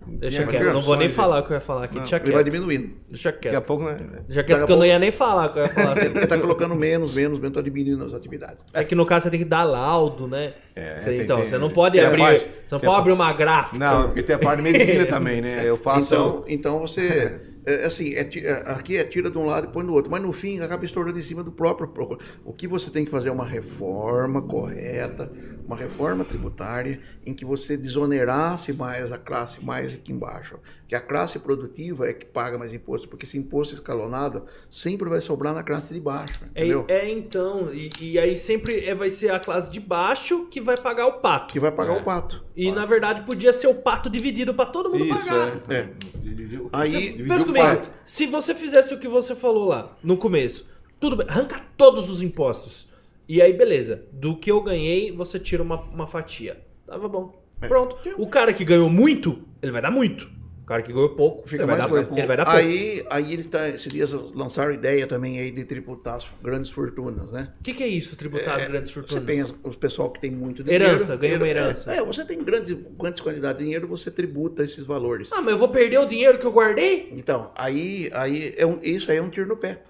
S2: Deixa
S3: tinha
S2: quieto, eu não vou nem
S3: opções,
S2: falar o que eu ia falar aqui.
S3: Não,
S2: Deixa
S4: Ele vai
S2: quieto.
S4: diminuindo.
S2: Deixa
S3: Daqui a
S2: quieto.
S3: pouco, né?
S2: Deixa quieto, porque eu não ia nem falar o que eu ia falar.
S4: Ele tá colocando menos, menos, menos, tá diminuindo as atividades.
S2: É que no caso você tem que dar laudo, né?
S3: É,
S2: Você-
S3: tem-
S2: então,
S3: tem-
S2: você não pode
S3: tem a
S2: abrir.
S3: parte-
S2: você não
S3: tem a
S2: pode abrir uma gráfica.
S3: Não, porque tem a parte de medicina também, né? Eu faço.
S4: Então, então você. é, assim, é ti- é, aqui é tira de um lado e põe no outro. Mas no fim acaba estourando em cima do próprio. pro- O que você tem que fazer é uma reforma correta, uma reforma tributária, em que você desonerasse mais a classe mais aqui embaixo. Que a classe produtiva é que paga mais imposto, porque esse imposto escalonado sempre vai sobrar na classe de baixo.
S2: É,
S4: Entendeu?
S2: é, então, e, e aí sempre é- vai ser a classe de baixo que vai pagar o pato.
S4: Que vai pagar
S3: É.
S4: o pato.
S2: E na verdade podia ser o pato dividido pra todo mundo
S3: Isso,
S2: pagar.
S3: é.
S4: É.
S3: Dividiu-
S4: Aí-
S2: Você-
S4: dividiu
S2: pensa
S4: o
S2: comigo,
S4: pato.
S2: se você fizesse o que você falou lá no começo, tudo bem, arranca todos os impostos. E aí, beleza, do que eu ganhei, você tira uma, uma fatia. Tava bom.
S4: É.
S2: Pronto. O cara que ganhou muito, ele vai dar muito. O cara que ganhou pouco,
S4: Fica
S2: ele, vai
S4: mais
S2: dar,
S4: coisa.
S2: ele vai dar pouco.
S4: Aí, aí ele tá, esses dias lançaram a ideia também aí de tributar as grandes fortunas, né?
S2: O que, que é isso, tributar as grandes
S4: Você
S2: fortunas?
S4: pensa, o pessoal que tem muito dinheiro.
S2: Herança, ganha uma
S4: é,
S2: herança.
S4: É, você tem grande, grandes quantidade de dinheiro, você tributa esses valores.
S2: Ah, mas eu vou perder o dinheiro que eu guardei?
S4: Então, aí, aí é um- isso aí é um tiro no pé.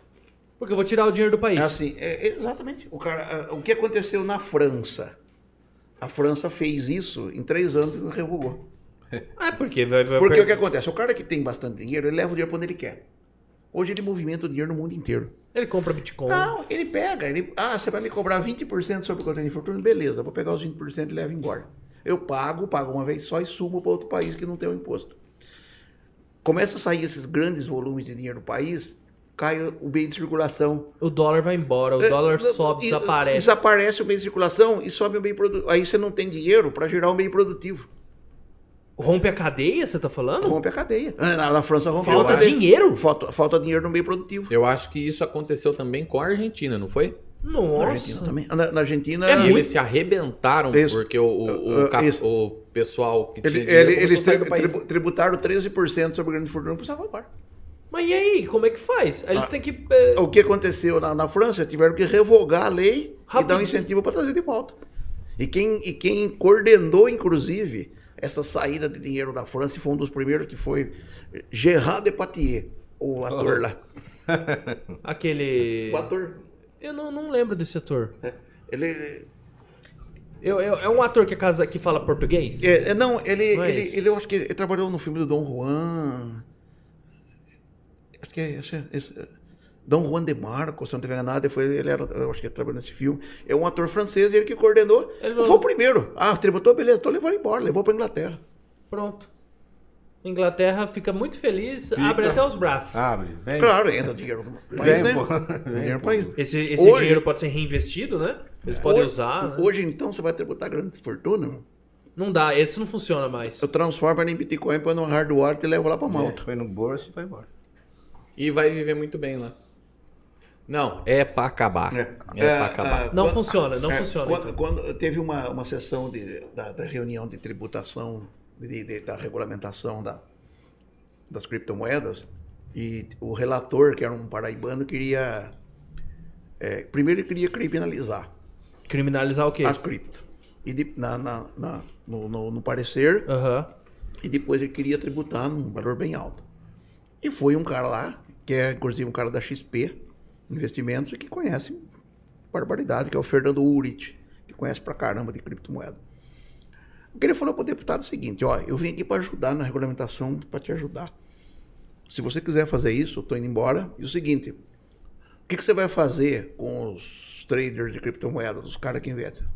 S2: Porque eu vou tirar o dinheiro do país.
S4: É assim, é- é exatamente. O, cara, ah, o que aconteceu na França? A França fez isso em três anos e revogou.
S2: Ah, é porque vai, vai
S4: Porque o que
S2: perder-
S4: acontece? O cara que tem bastante dinheiro, ele leva o dinheiro para onde ele quer. Hoje ele movimenta o dinheiro no mundo inteiro.
S2: ele compra Bitcoin.
S4: Não, ele pega. Ele, ah, você vai me cobrar 20% sobre o que eu tenho de fortuna? Beleza, vou pegar os 20% e levo embora. Eu pago, pago uma vez só e sumo para outro país que não tem o imposto. Começa a sair esses grandes volumes de dinheiro do país, cai o bem de circulação.
S2: O dólar vai embora, o dólar sobe,
S4: É, E-
S2: desaparece.
S4: Desaparece o bem de circulação e sobe o bem produtivo. Aí você não tem dinheiro para gerar um bem produtivo.
S2: Rompe a cadeia, você tá falando?
S4: Rompe a cadeia. Ah, Na, na França rompe
S2: Falta
S4: Eu acho-
S2: dinheiro?
S4: Falta, falta dinheiro no meio produtivo.
S1: Eu acho que isso aconteceu também com a Argentina, não foi?
S4: Na Argentina
S2: Nossa.
S4: também. Na, na Argentina.
S2: É
S1: E eles se arrebentaram
S4: Isso.
S1: porque o, o,
S3: Uh,
S1: o
S4: Ah,
S1: cap-
S4: isso.
S1: o pessoal que
S4: Ele,
S1: tinha dinheiro
S4: ele-
S1: começou
S4: eles
S1: a sair
S4: tri-
S1: do país.
S4: tribu- tributaram 13% sobre grande fortuna, precisava embora.
S2: Mas e
S4: Ah.
S2: aí, como é que faz? Aí eles têm que.
S4: O que aconteceu na, na França? Tiveram que revogar a lei e dar um
S2: Rapidinho.
S4: incentivo para trazer de volta. E quem, e quem coordenou, inclusive, essa saída de dinheiro da França, e foi um dos primeiros que foi Gerard Depardieu, o ator lá.
S2: Aquele.
S4: O ator, É.
S2: Eu não, não lembro desse ator.
S4: ele...
S2: Eu, eu- é um ator que, casa, que fala português?
S4: é, é, não, ele,
S2: Não é
S4: ele,
S2: esse.
S4: ele, eu acho que ele trabalhou no filme do Dom Juan... Acho que é esse... esse- Dom Juan de Marco, se eu não tiver enganado, depois ele era, eu acho que ele trabalhou nesse filme. É um ator francês, ele que coordenou.
S2: Ele
S4: foi
S2: falou-
S4: o primeiro. Ah, tributou, beleza, tô levando embora, levou pra Inglaterra.
S2: Pronto. Inglaterra fica muito feliz,
S3: Fica.
S2: abre até os braços.
S4: Ah.
S3: Abre, Ah, vem.
S4: Claro, entra dinheiro no país,
S3: Vem,
S4: né?
S3: pô.
S4: Dinheiro
S3: Vem,
S4: no país.
S3: pô.
S2: Esse, esse
S4: Hoje-
S2: dinheiro pode ser reinvestido, né? Eles podem
S4: Hoje-
S2: usar. né?
S4: Hoje, então, você vai tributar grande fortuna. meu.
S2: Não dá, esse não funciona mais.
S4: Eu transformo ela em Bitcoin, põe no hardware e levo lá pra
S3: É,
S4: Malta.
S3: Foi no bolso e foi embora.
S1: E vai viver muito bem lá. Não, é pra acabar. É, pra acabar.
S2: Não funciona, não
S4: é,
S2: funciona. então.
S4: Quando, quando teve uma, uma sessão de, da, da reunião de tributação, de- de- da regulamentação da, das criptomoedas, e o relator, que era um paraibano, queria. é, primeiro, ele queria criminalizar
S2: então. Criminalizar o quê?
S4: as cripto. E de- na, na- na- no- no- no parecer,
S2: Aham.
S4: E depois ele queria tributar num valor bem alto. E foi um cara lá, que é inclusive um cara da XP Investimentos, e que conhece barbaridade, que é o Fernando Urich, que conhece pra caramba de criptomoeda. O que ele falou pro deputado é o seguinte, ó, eu vim aqui para ajudar na regulamentação, para te ajudar. Se você quiser fazer isso, eu tô indo embora. E o seguinte, o que, que você vai fazer com os traders de criptomoedas, os caras que investem?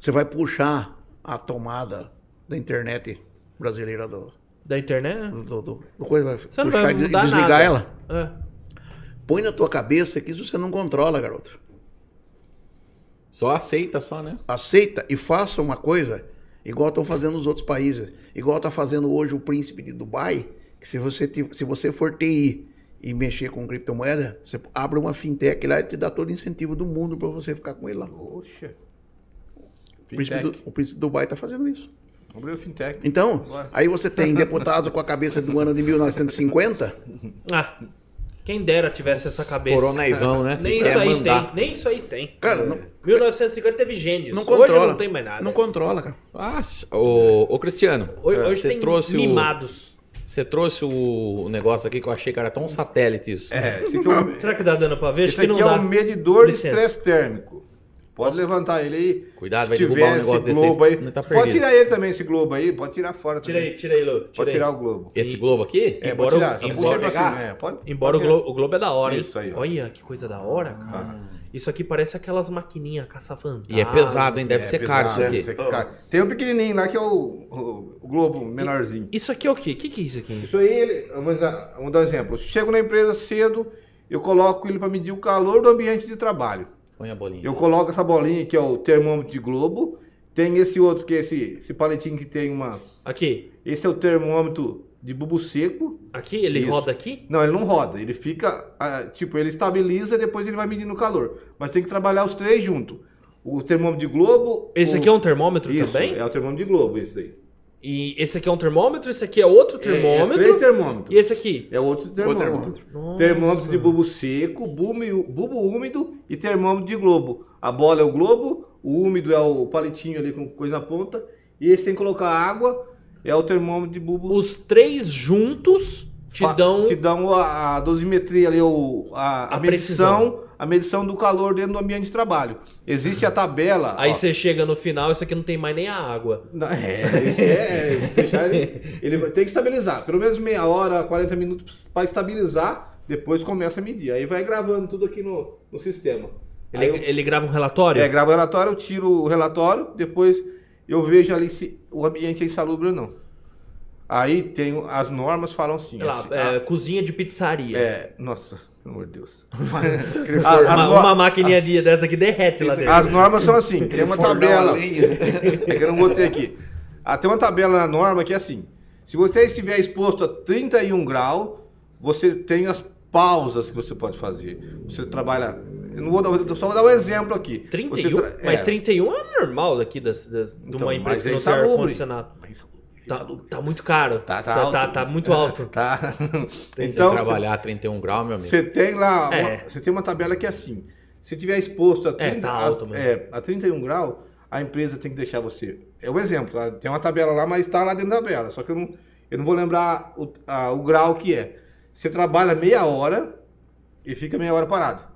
S4: Você vai puxar a tomada da internet brasileira do,
S2: Da internet?
S4: do, do, do- do coisa,
S2: Você
S4: vai
S2: não vai
S4: Hum. puxar e
S2: mudar
S4: desligar
S2: nada.
S4: ela?
S2: É.
S4: Põe na tua cabeça que isso você não controla, garoto.
S1: Só aceita, só, né?
S4: Aceita e faça uma coisa igual estão fazendo os outros países. Igual está fazendo hoje o príncipe de Dubai, que se você, ti- se você for TI e mexer com criptomoeda, você abre uma fintech lá e te dá todo o incentivo do mundo para você ficar com ele lá. O
S3: Poxa.
S4: príncipe,
S3: Fintech.
S4: do, o príncipe de Dubai está fazendo isso.
S3: Abriu fintech.
S4: Então,
S3: Agora.
S4: aí você tem deputado com a cabeça do ano de 1950,
S2: Ah, quem dera tivesse essa cabeça.
S1: Coronaizão, né?
S2: Nem
S1: Quer
S2: isso aí
S1: mandar.
S2: tem, nem isso aí tem.
S4: cara, não,
S2: 1950 teve gênios.
S4: não
S2: Hoje
S4: controla.
S2: não tem mais
S3: É.
S2: nada.
S4: Não controla, cara.
S1: Ah, ô, ô, Cristiano, é,
S2: Hoje, hoje
S1: você
S2: tem
S1: trouxe, o,
S2: mimados.
S1: você trouxe o negócio aqui que eu achei que era tão um satélite isso.
S3: É, esse aqui é o,
S2: Será que dá dano pra ver? Acho
S3: esse
S2: que não
S3: aqui é
S2: dá.
S3: o medidor de
S2: Licença. Ah,
S3: estresse térmico. Pode levantar ele aí.
S1: Cuidado, vai
S3: Se
S1: derrubar um
S3: tiver
S1: negócio
S3: esse
S1: desse
S3: globo
S1: aí.
S3: aí.
S1: Não tá perdido.
S3: pode tirar ele também, esse globo aí. Pode tirar fora
S2: Tira
S3: também.
S2: aí, tira aí, Lu. Tira
S3: Pode
S2: aí.
S3: tirar o globo.
S1: Esse globo aqui?
S3: É,
S2: Embora
S3: pode tirar. Só
S2: o-
S3: puxa ele pra
S1: embora-
S3: cima. É, pode,
S2: Embora o
S3: pode tirar. Ah,
S2: Globo, o Globo é da hora, hein?
S3: Isso aí, ó.
S2: Olha que coisa da hora, cara. Isso aqui parece aquelas maquininhas caça-fantasma.
S1: E é pesado, hein? Deve
S3: É,
S1: ser
S3: pesado,
S1: caro isso aqui.
S3: é caro. Tem um pequenininho lá que é o, o- o globo menorzinho.
S2: Isso aqui é o quê? O que, que é isso aqui?
S3: Isso aí, ele, vamos, dar- vamos dar um exemplo. Chego na empresa cedo, eu coloco ele para medir o calor do ambiente de trabalho.
S1: Põe a bolinha.
S3: Eu coloco essa bolinha que é o termômetro de globo. Tem esse outro que é esse, esse palitinho que tem uma.
S2: Aqui.
S3: Esse é o termômetro de bubo seco.
S2: Aqui? Ele
S3: Isso.
S2: roda aqui?
S3: Não, ele não roda. Ele fica. ah, Tipo, ele estabiliza e depois ele vai medindo o calor. Mas tem que trabalhar os três junto. O termômetro de globo.
S2: Esse
S3: o-
S2: aqui é um termômetro
S3: Isso,
S2: também?
S3: É o termômetro de globo, esse daí.
S2: E esse aqui é um termômetro, esse aqui é outro
S3: É, é três
S2: termômetro.
S3: termômetros.
S2: e esse aqui?
S3: É outro termômetro.
S4: termômetro.
S2: Nossa.
S3: Termômetro de bulbo seco, bulbo, bulbo úmido e termômetro de globo. A bola é o globo, o úmido é o palitinho ali com coisa na ponta. E esse tem que colocar água, é o termômetro de bulbo.
S2: Os três juntos te
S3: Fa-
S2: dão.
S3: Te dão a, a dosimetria ali, o, a,
S2: Então,
S3: a
S2: A
S3: medição, a medição do calor dentro do ambiente de trabalho. Existe a tabela.
S2: Aí
S3: ó.
S2: você chega no final, isso aqui não tem mais nem a água.
S3: Não, é, esse é, é, se deixar ele, ele vai ter que estabilizar. Pelo menos meia hora, 40 minutos para estabilizar, depois começa a medir. Aí vai gravando tudo aqui no, no sistema.
S2: Ele,
S3: Aí eu-
S2: ele grava um relatório?
S3: é, gravo o relatório, eu tiro o relatório, depois eu vejo ali se o ambiente é insalubre ou não. Aí tem o- as normas falam assim.
S2: Sei lá,
S3: assim,
S2: é,
S3: ah,
S2: cozinha de pizzaria.
S3: é, nossa, pelo amor de Deus.
S4: Aquele
S3: Ah,
S4: forno-
S3: as
S2: Uma,
S3: no-
S2: uma maquininha de- dessa aqui derrete lá dentro.
S3: As normas são assim, tem
S4: aquele
S3: uma
S4: fornão a
S3: tabela.
S4: lenha.
S3: É que eu não botei aqui. Ah, tem uma tabela na norma que é assim: se você estiver exposto a 31 graus, você tem as pausas que você pode fazer. Você trabalha. Eu não vou dar, eu só vou dar um exemplo aqui. Você
S2: 31?
S3: tra-
S2: Mas
S3: é,
S2: 31 é normal aqui das, das- de
S3: Então,
S2: uma
S3: mas
S2: empresa que não
S3: é
S2: tem
S3: insalubre. É
S2: ar-condicionado. Tá, tá muito caro.
S3: Tá, tá,
S2: tá,
S3: alto.
S2: tá muito alto.
S3: Tá.
S1: Se
S3: Então,
S1: trabalhar a 31 graus, meu amigo.
S3: você tem lá. uma-
S2: É.
S3: você tem uma tabela que é assim. Se tiver exposto a, 30,
S2: tá
S3: a-
S2: alto mesmo.
S3: é, a 31 grau, a empresa tem que deixar você. É um exemplo, tá? tem uma tabela lá, mas está lá dentro da tabela. Só que eu não, eu não vou lembrar o, a- o grau que é. Você trabalha meia hora e fica meia hora parado.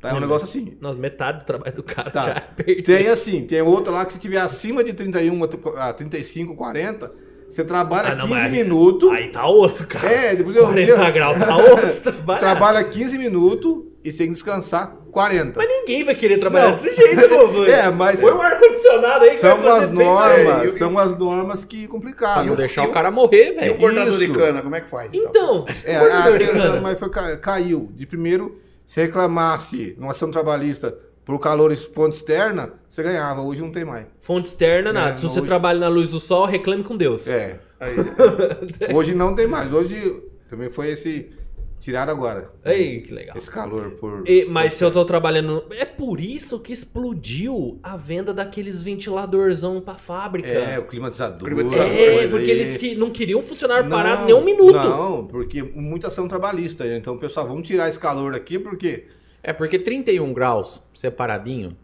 S3: Tá? É um
S2: Lembra.
S3: negócio assim.
S2: Nossa, metade do trabalho do cara
S3: Tá.
S2: já é perdi.
S3: Tem assim, tem outra lá que se tiver acima de 31, a 35, 40, você trabalha
S2: Ah, não,
S3: 15
S2: mas aí-
S3: minutos.
S2: Aí tá osso, cara.
S3: É, depois eu.
S2: 40 graus tá osso. trabalhar.
S3: Trabalha 15 minutos e tem que descansar 40.
S2: Mas ninguém vai querer trabalhar
S3: Não.
S2: desse jeito, pô.
S3: É, mas
S2: Põe um ar-condicionado aí que
S3: são
S2: vai fazer
S3: as
S2: bem pra ele.
S3: normas, são as normas que
S1: Pra
S3: complicaram.
S1: não deixar
S4: eu-
S1: o cara morrer,
S4: E o
S1: velho.
S4: cortador de
S3: isso.
S4: cana, como é que faz?
S2: Então,
S3: É,
S2: por que
S3: a-
S2: não,
S3: aquele-
S2: Ricardo?
S3: mas foi, ca- caiu. De primeiro, se reclamasse numa ação trabalhista por calor e fonte externa, você ganhava. Hoje não tem mais.
S2: fonte externa, nada.
S3: É,
S2: Se você
S3: hoje-
S2: trabalha na luz do sol, reclame com Deus.
S3: É.
S4: Aí,
S3: Hoje não tem mais. Hoje também foi esse. Tiraram agora.
S2: Ei, que legal.
S3: Esse calor por.
S2: E- mas se eu tô trabalhando. É por isso que explodiu a venda daqueles ventiladorzão pra fábrica.
S3: É, o climatizador.
S4: Climatizador.
S3: essas
S2: É,
S3: coisas
S2: porque
S3: aí.
S2: eles que não queriam funcionar
S3: Não,
S2: parado nem um minuto.
S3: Não, porque muita ação trabalhista. né? Então, pessoal, vamos tirar esse calor aqui, porque.
S1: É porque 31 graus separadinho.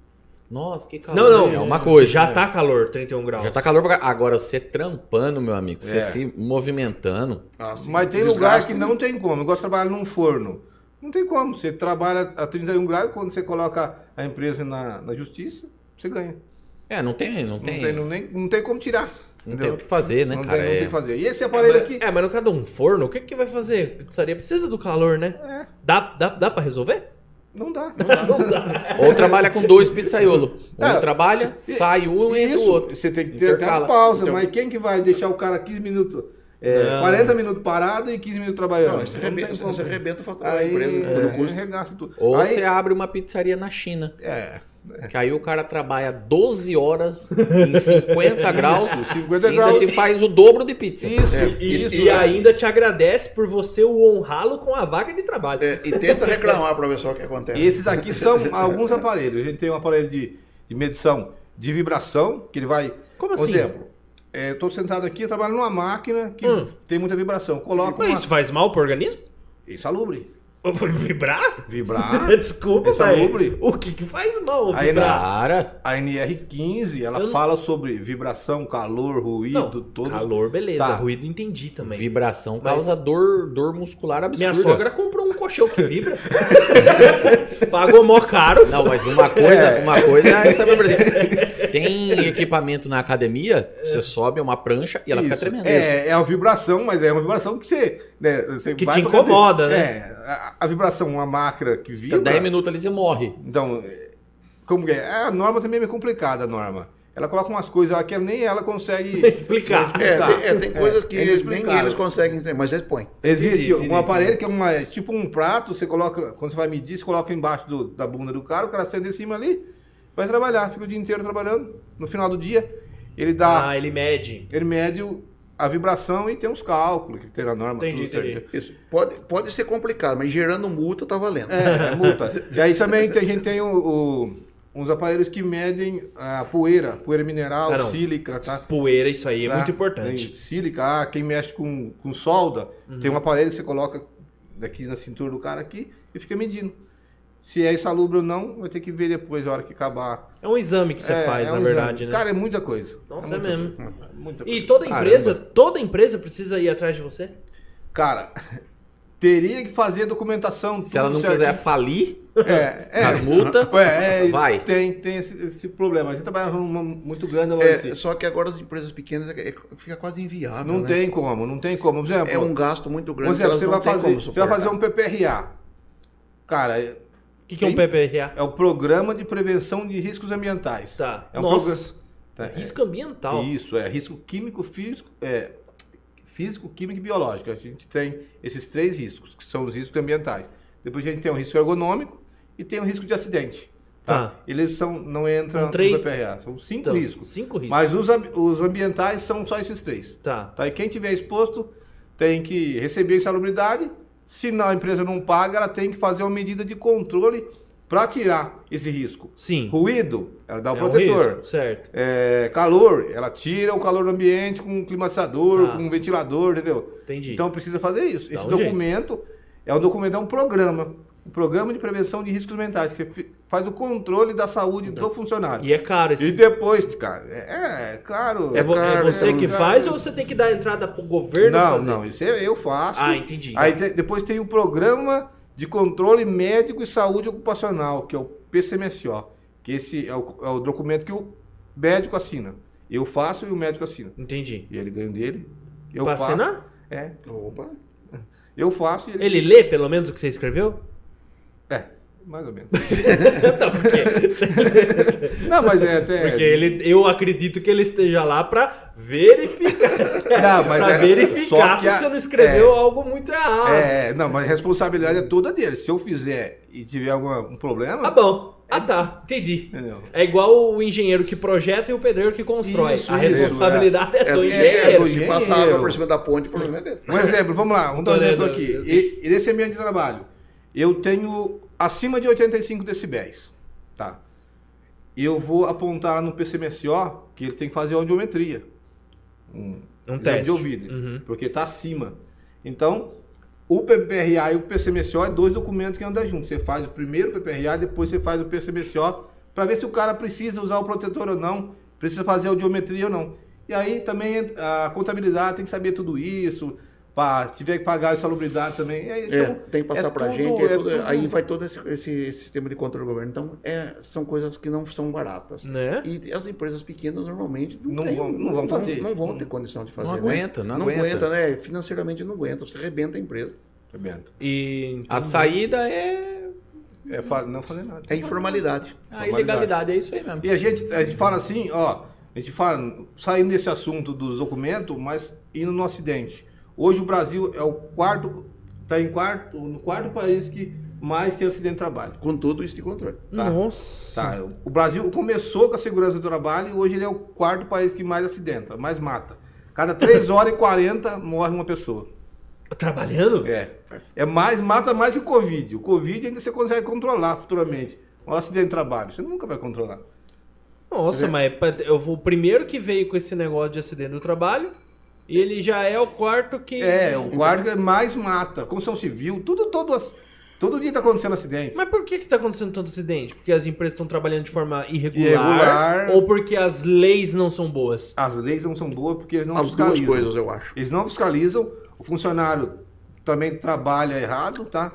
S1: Nossa, que calor.
S2: Não, não.
S1: É uma coisa.
S2: Já tá calor, 31 graus.
S1: Já tá calor pra... caralho. Agora, você trampando, meu amigo, você
S3: É.
S1: se movimentando.
S4: assim,
S3: Mas tem
S4: desgasta,
S3: lugar que não tem como. Igual você trabalha num forno. Não tem como. Você trabalha a 31 graus, quando você coloca a empresa na, na justiça, você ganha.
S1: É, não tem, não
S3: Não
S1: tem,
S3: tem, não, nem, não tem como tirar.
S1: não tem
S3: entendeu?
S1: o que fazer, né,
S3: não
S1: cara?
S3: tem, não
S1: É-
S3: tem o que fazer. E esse
S2: É,
S3: aparelho
S2: mas,
S3: aqui.
S2: é, mas no caso de um forno, o que que vai fazer? Pizzaria precisa do calor, né?
S3: É.
S2: Dá, dá, dá pra resolver?
S3: Não dá.
S2: Não dá.
S1: Ou trabalha com dois pizzaiolo. Um
S3: É,
S1: trabalha,
S3: se-
S1: sai um e entra o
S3: Isso,
S1: outro.
S3: você tem que ter até as
S1: Intercala.
S3: pausas,
S1: Então-
S3: mas quem que vai deixar o cara 15 minutos, é,
S2: Não.
S3: 40 minutos parado e 15 minutos trabalhando?
S4: Não, é você
S3: Não tem
S4: arrebenta,
S3: como.
S4: você arrebenta o fator da
S3: Aí,
S4: empresa.
S3: é,
S4: pelo custo.
S3: regaça tudo.
S1: Ou
S3: aí,
S1: você abre uma pizzaria na China.
S3: É,
S1: Que aí o cara trabalha 12 horas em 50 graus.
S3: os
S1: e
S3: 50
S1: Ainda
S3: graus.
S1: te faz o dobro de pizza.
S3: Isso,
S2: E,
S3: isso.
S2: e
S3: é.
S2: ainda te agradece por você o honrá-lo com a vaga de trabalho.
S4: É, e tenta reclamar para ver só o que acontece.
S3: Esses aqui são alguns aparelhos. A gente tem um aparelho de, de medição de vibração, que ele vai.
S2: Como
S3: Por
S2: assim?
S3: exemplo, é, eu estou sentado aqui, eu trabalho numa máquina que
S2: Hum.
S3: tem muita vibração. Coloca
S2: Mas
S3: uma.
S2: isso faz mal pro organismo?
S3: Insalubre.
S2: Ou foi Vibrar?
S3: Vibrar.
S2: Desculpa,
S3: Isso é
S2: velho.
S3: lúbrico.
S2: O que que faz mal?
S3: Aí é
S2: vibrar?
S1: Cara,
S3: A NR15, ela
S2: Eu-
S3: fala sobre vibração, calor, ruído, todos.
S2: Calor, beleza.
S3: Tá.
S2: Ruído, entendi também.
S1: vibração
S2: Mas-
S1: causa dor, dor muscular
S2: Minha
S1: absurda.
S2: sogra comprou um colchão que vibra. Pagou mó caro.
S1: Não, mas uma coisa,
S3: É.
S1: uma coisa é essa verdade. Tem equipamento na
S2: É.
S1: academia, você sobe uma prancha e ela fica
S3: Isso.
S1: tremendo.
S3: É, é uma vibração, mas é uma vibração que você. Né, você
S2: Que
S3: vai
S2: te
S3: pra cadeira.
S2: incomoda, né?
S3: É, a, a vibração, uma máquina que
S1: Fica
S3: vibra.
S1: 10 minutos ali você morre.
S3: Então, é, como que é? A norma também é meio complicada, a norma. Ela coloca umas coisas lá que nem ela consegue.
S2: Explicar.
S4: É,
S3: Tá.
S4: tem, é, tem coisas que
S3: é
S4: eles, nem
S3: inexplicável.
S4: eles conseguem entender, mas eles põem.
S3: Existe
S2: Entendi,
S3: um
S2: entendi.
S3: aparelho que é uma, é tipo um prato, você coloca, quando você vai medir, você coloca embaixo do- da bunda do cara, o cara senta em cima ali, vai trabalhar, fica o dia inteiro trabalhando. No final do dia, ele dá
S2: Ah, ele mede.
S3: Ele mede o- a vibração e tem uns cálculos que tem na norma.
S2: Entendi,
S3: tudo
S2: entendi.
S4: Isso. Pode, pode ser complicado, mas gerando multa tá valendo.
S3: certinho. É, é multa. e aí também tem- a gente tem o- o- uns aparelhos que medem a poeira, poeira mineral,
S2: Ah, não.
S3: sílica, tá?
S2: Poeira, isso aí é
S3: Tá?
S2: muito importante.
S3: Tem sílica, ah, quem mexe com, com solda, tem um aparelho que você coloca daqui na cintura do cara aqui e fica medindo. Se é insalubre ou não, vai ter que ver depois, a hora que acabar.
S2: É um exame que você
S3: É,
S2: faz,
S3: é
S2: na
S3: um
S2: verdade,
S3: exame.
S2: né?
S3: Cara, é muita coisa.
S2: Nossa, é,
S3: muita
S2: mesmo.
S3: coisa.
S4: É,
S3: Muita coisa.
S2: E toda
S1: Caramba.
S2: empresa, toda empresa precisa ir atrás de você?
S3: Cara, teria que fazer documentação.
S1: Se ela
S3: tudo
S1: não
S3: certinho.
S1: quiser falir
S3: É, é.
S1: nas multas,
S3: Ué, é,
S1: Vai.
S3: Tem, tem esse, esse problema. A gente trabalha numa muito grande,
S4: É,
S3: Maurício.
S4: só que agora as empresas pequenas é, é- fica quase inviável.
S3: não
S4: né?
S3: tem como, não tem como. Por exemplo,
S4: É um gasto muito
S3: por
S4: grande.
S3: exemplo,
S4: elas
S3: você,
S4: não
S3: vai
S4: têm
S3: fazer,
S4: como
S3: você vai fazer
S4: suportar.
S3: um PPRA. Cara, é,
S2: O que, que é um
S3: Sim.
S2: PPRA?
S3: é o Programa de Prevenção de Riscos Ambientais.
S2: Tá.
S3: É um
S2: Nossa,
S3: Tá, é,
S2: risco ambiental.
S3: isso, é risco químico, físico, é, físico, químico e biológico. A gente tem esses três riscos, que são os riscos ambientais. Depois a gente tem o risco ergonômico e tem o risco de acidente. Tá?
S2: Tá.
S3: Eles são, não entram
S2: São três-
S3: no PPRA. São cinco
S2: Então,
S3: riscos.
S2: Cinco riscos.
S3: um Mas os, ambi- os ambientais são só esses três.
S2: Tá.
S3: Tá? E quem tiver exposto tem que receber insalubridade. Se não, a empresa não paga, ela tem que fazer uma medida de controle para tirar esse risco.
S2: Sim.
S3: Ruído, ela dá o
S2: É um
S3: protetor.
S2: risco, certo.
S3: É, calor, ela tira o calor do ambiente com um climatizador,
S2: Tá.
S3: com um ventilador, entendeu?
S2: Entendi.
S3: Então precisa fazer isso.
S2: Dá
S3: Esse
S2: um jeito.
S3: documento é um documento, é um programa. O o Programa de Prevenção de Riscos Mentais, que fi- faz o controle da saúde do funcionário.
S2: E é caro
S3: E
S2: esse.
S3: depois, cara, é, é claro.
S2: É, vo- é
S4: caro,
S2: você
S4: então,
S2: que
S3: cara.
S2: faz ou você tem que dar entrada pro governo?
S3: não,
S2: fazer?
S3: não, isso é- eu faço.
S2: Ah, entendi.
S3: Aí te- depois tem o Programa de Controle Médico e Saúde Ocupacional, que é o PCMSO, que esse é o, é o documento que o médico assina. Eu faço e o médico assina.
S2: Entendi.
S3: E ele ganha o dele. Eu
S2: pra
S3: faço.
S2: assinar?
S3: É,
S4: Opa.
S3: eu faço e ele.
S2: Ele lê pelo menos o que você escreveu?
S3: É, mais ou menos.
S2: não, porque,
S3: Não, mas é até.
S2: porque ele, eu acredito que ele esteja lá pra verificar.
S3: Não, mas
S2: pra
S3: é-
S2: verificar
S3: só que
S2: se
S3: a-
S2: você não escreveu algo muito errado.
S3: É, não, mas a responsabilidade é toda dele. Se eu fizer e tiver algum um problema.
S2: Ah, bom. Ah, tá. Entendi.
S3: entendeu?
S2: É igual o engenheiro que projeta e o pedreiro que constrói.
S3: Isso,
S2: a
S3: isso,
S2: responsabilidade é,
S4: É,
S2: do
S4: é,
S2: engenheiro.
S4: é, do se passar água
S3: engenheiro.
S4: por cima da ponte, o problema é dele.
S3: Um exemplo, vamos lá, vamos dar um
S2: Tô
S3: exemplo
S2: lendo,
S3: aqui.
S2: eu-
S3: E, e nesse ambiente de trabalho, eu tenho acima de 85 decibéis. Tá? Eu vou apontar no PCMSO que ele tem que fazer audiometria. Um
S2: Um
S3: exame
S2: teste.
S3: de ouvido.
S2: Uhum.
S3: Porque está acima. Então, o PPRA e o PCMSO é dois documentos que andam juntos. Você faz o primeiro o PPRA, depois você faz o PCMSO, para ver se o cara precisa usar o protetor ou não, precisa fazer audiometria ou não. E aí também a contabilidade tem que saber tudo isso, pá, se tiver que pagar a insalubridade também. E aí,
S4: É,
S3: então,
S4: tem que passar
S3: é
S4: pra
S3: tudo-
S4: gente, é
S3: é
S4: tudo-
S3: tudo-
S4: aí vai todo esse, esse- esse sistema de controle do governo. Então, é, são coisas que não são baratas.
S2: Né?
S4: E as empresas pequenas normalmente não,
S3: Não
S4: têm-
S3: vão- não vão fazer.
S4: Não vão ter condição de fazer.
S1: não aguenta,
S4: né?
S1: não, aguenta.
S4: né? Financeiramente não aguenta. Você arrebenta a empresa.
S3: Roberto,
S2: E.
S3: Ah,
S1: A saída é
S3: é fa- não fazer nada.
S4: É informalidade.
S1: a ilegalidade, é isso aí mesmo.
S3: E a gente, a gente fala assim, ó, a gente fala, saindo desse assunto dos documentos, mas indo no Ocidente. Hoje o Brasil é o quarto, está em quarto, no quarto país que mais tem acidente de trabalho.
S4: Com todo isso de controle.
S3: Tá.
S2: Nossa.
S3: Tá, o Brasil começou com a segurança do trabalho e hoje ele é o quarto país que mais acidenta, mais mata. Cada 3 horas e 40 morre uma pessoa.
S2: Trabalhando?
S3: É. É mais, mata mais que o Covid. O Covid ainda você consegue controlar futuramente. O acidente de trabalho, você nunca vai controlar. É.
S2: Nossa, mas pa- eu vou o primeiro que veio com esse negócio de acidente do trabalho e ele já é o quarto que.
S3: É, o guarda mais mata. Construção civil, tudo, todo, as- todo dia tá acontecendo acidente.
S2: Mas por que que tá acontecendo tanto acidente? Porque as empresas estão trabalhando de forma irregular,
S3: Irregular.
S2: ou porque as leis não são boas?
S3: é As leis não são boas porque eles não
S4: As duas
S3: fiscalizam.
S4: coisas, eu acho.
S3: Eles não fiscalizam, o funcionário também trabalha errado, tá?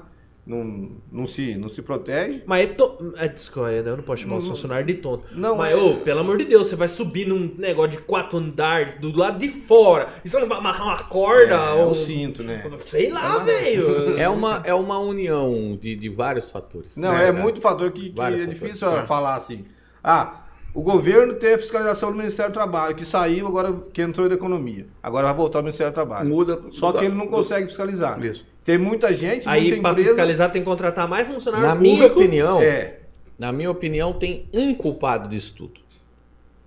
S3: Não, não, se, não se protege.
S2: Mas é to... é, desculpa, eu não posso chamar o
S3: Não.
S2: funcionário de tonto.
S3: Não,
S2: Mas,
S3: é-
S2: ô, pelo amor de Deus, você vai subir num negócio de quatro andares do lado de fora. E você não vai amarrar uma corda?
S3: é,
S2: ou...
S3: o cinto, né?
S2: Sei lá, velho.
S1: É uma, é uma união de, de vários fatores.
S3: Não,
S1: né,
S3: é
S1: cara?
S3: muito fator que, que
S1: Vários
S3: é
S1: fatores,
S3: difícil
S1: claro.
S3: falar assim. Ah, o governo tem a fiscalização do Ministério do Trabalho, que saiu agora, que entrou da economia. Agora vai voltar ao Ministério do Trabalho.
S4: Muda.
S3: Só
S4: muda-
S3: que ele não consegue fiscalizar.
S4: Isso.
S3: Tem muita gente,
S2: Aí,
S3: muita
S2: pra
S3: empresa.
S2: fiscalizar, tem que contratar mais funcionário
S1: Na minha
S2: público.
S1: opinião,
S3: É,
S1: na minha opinião, tem um culpado disso tudo.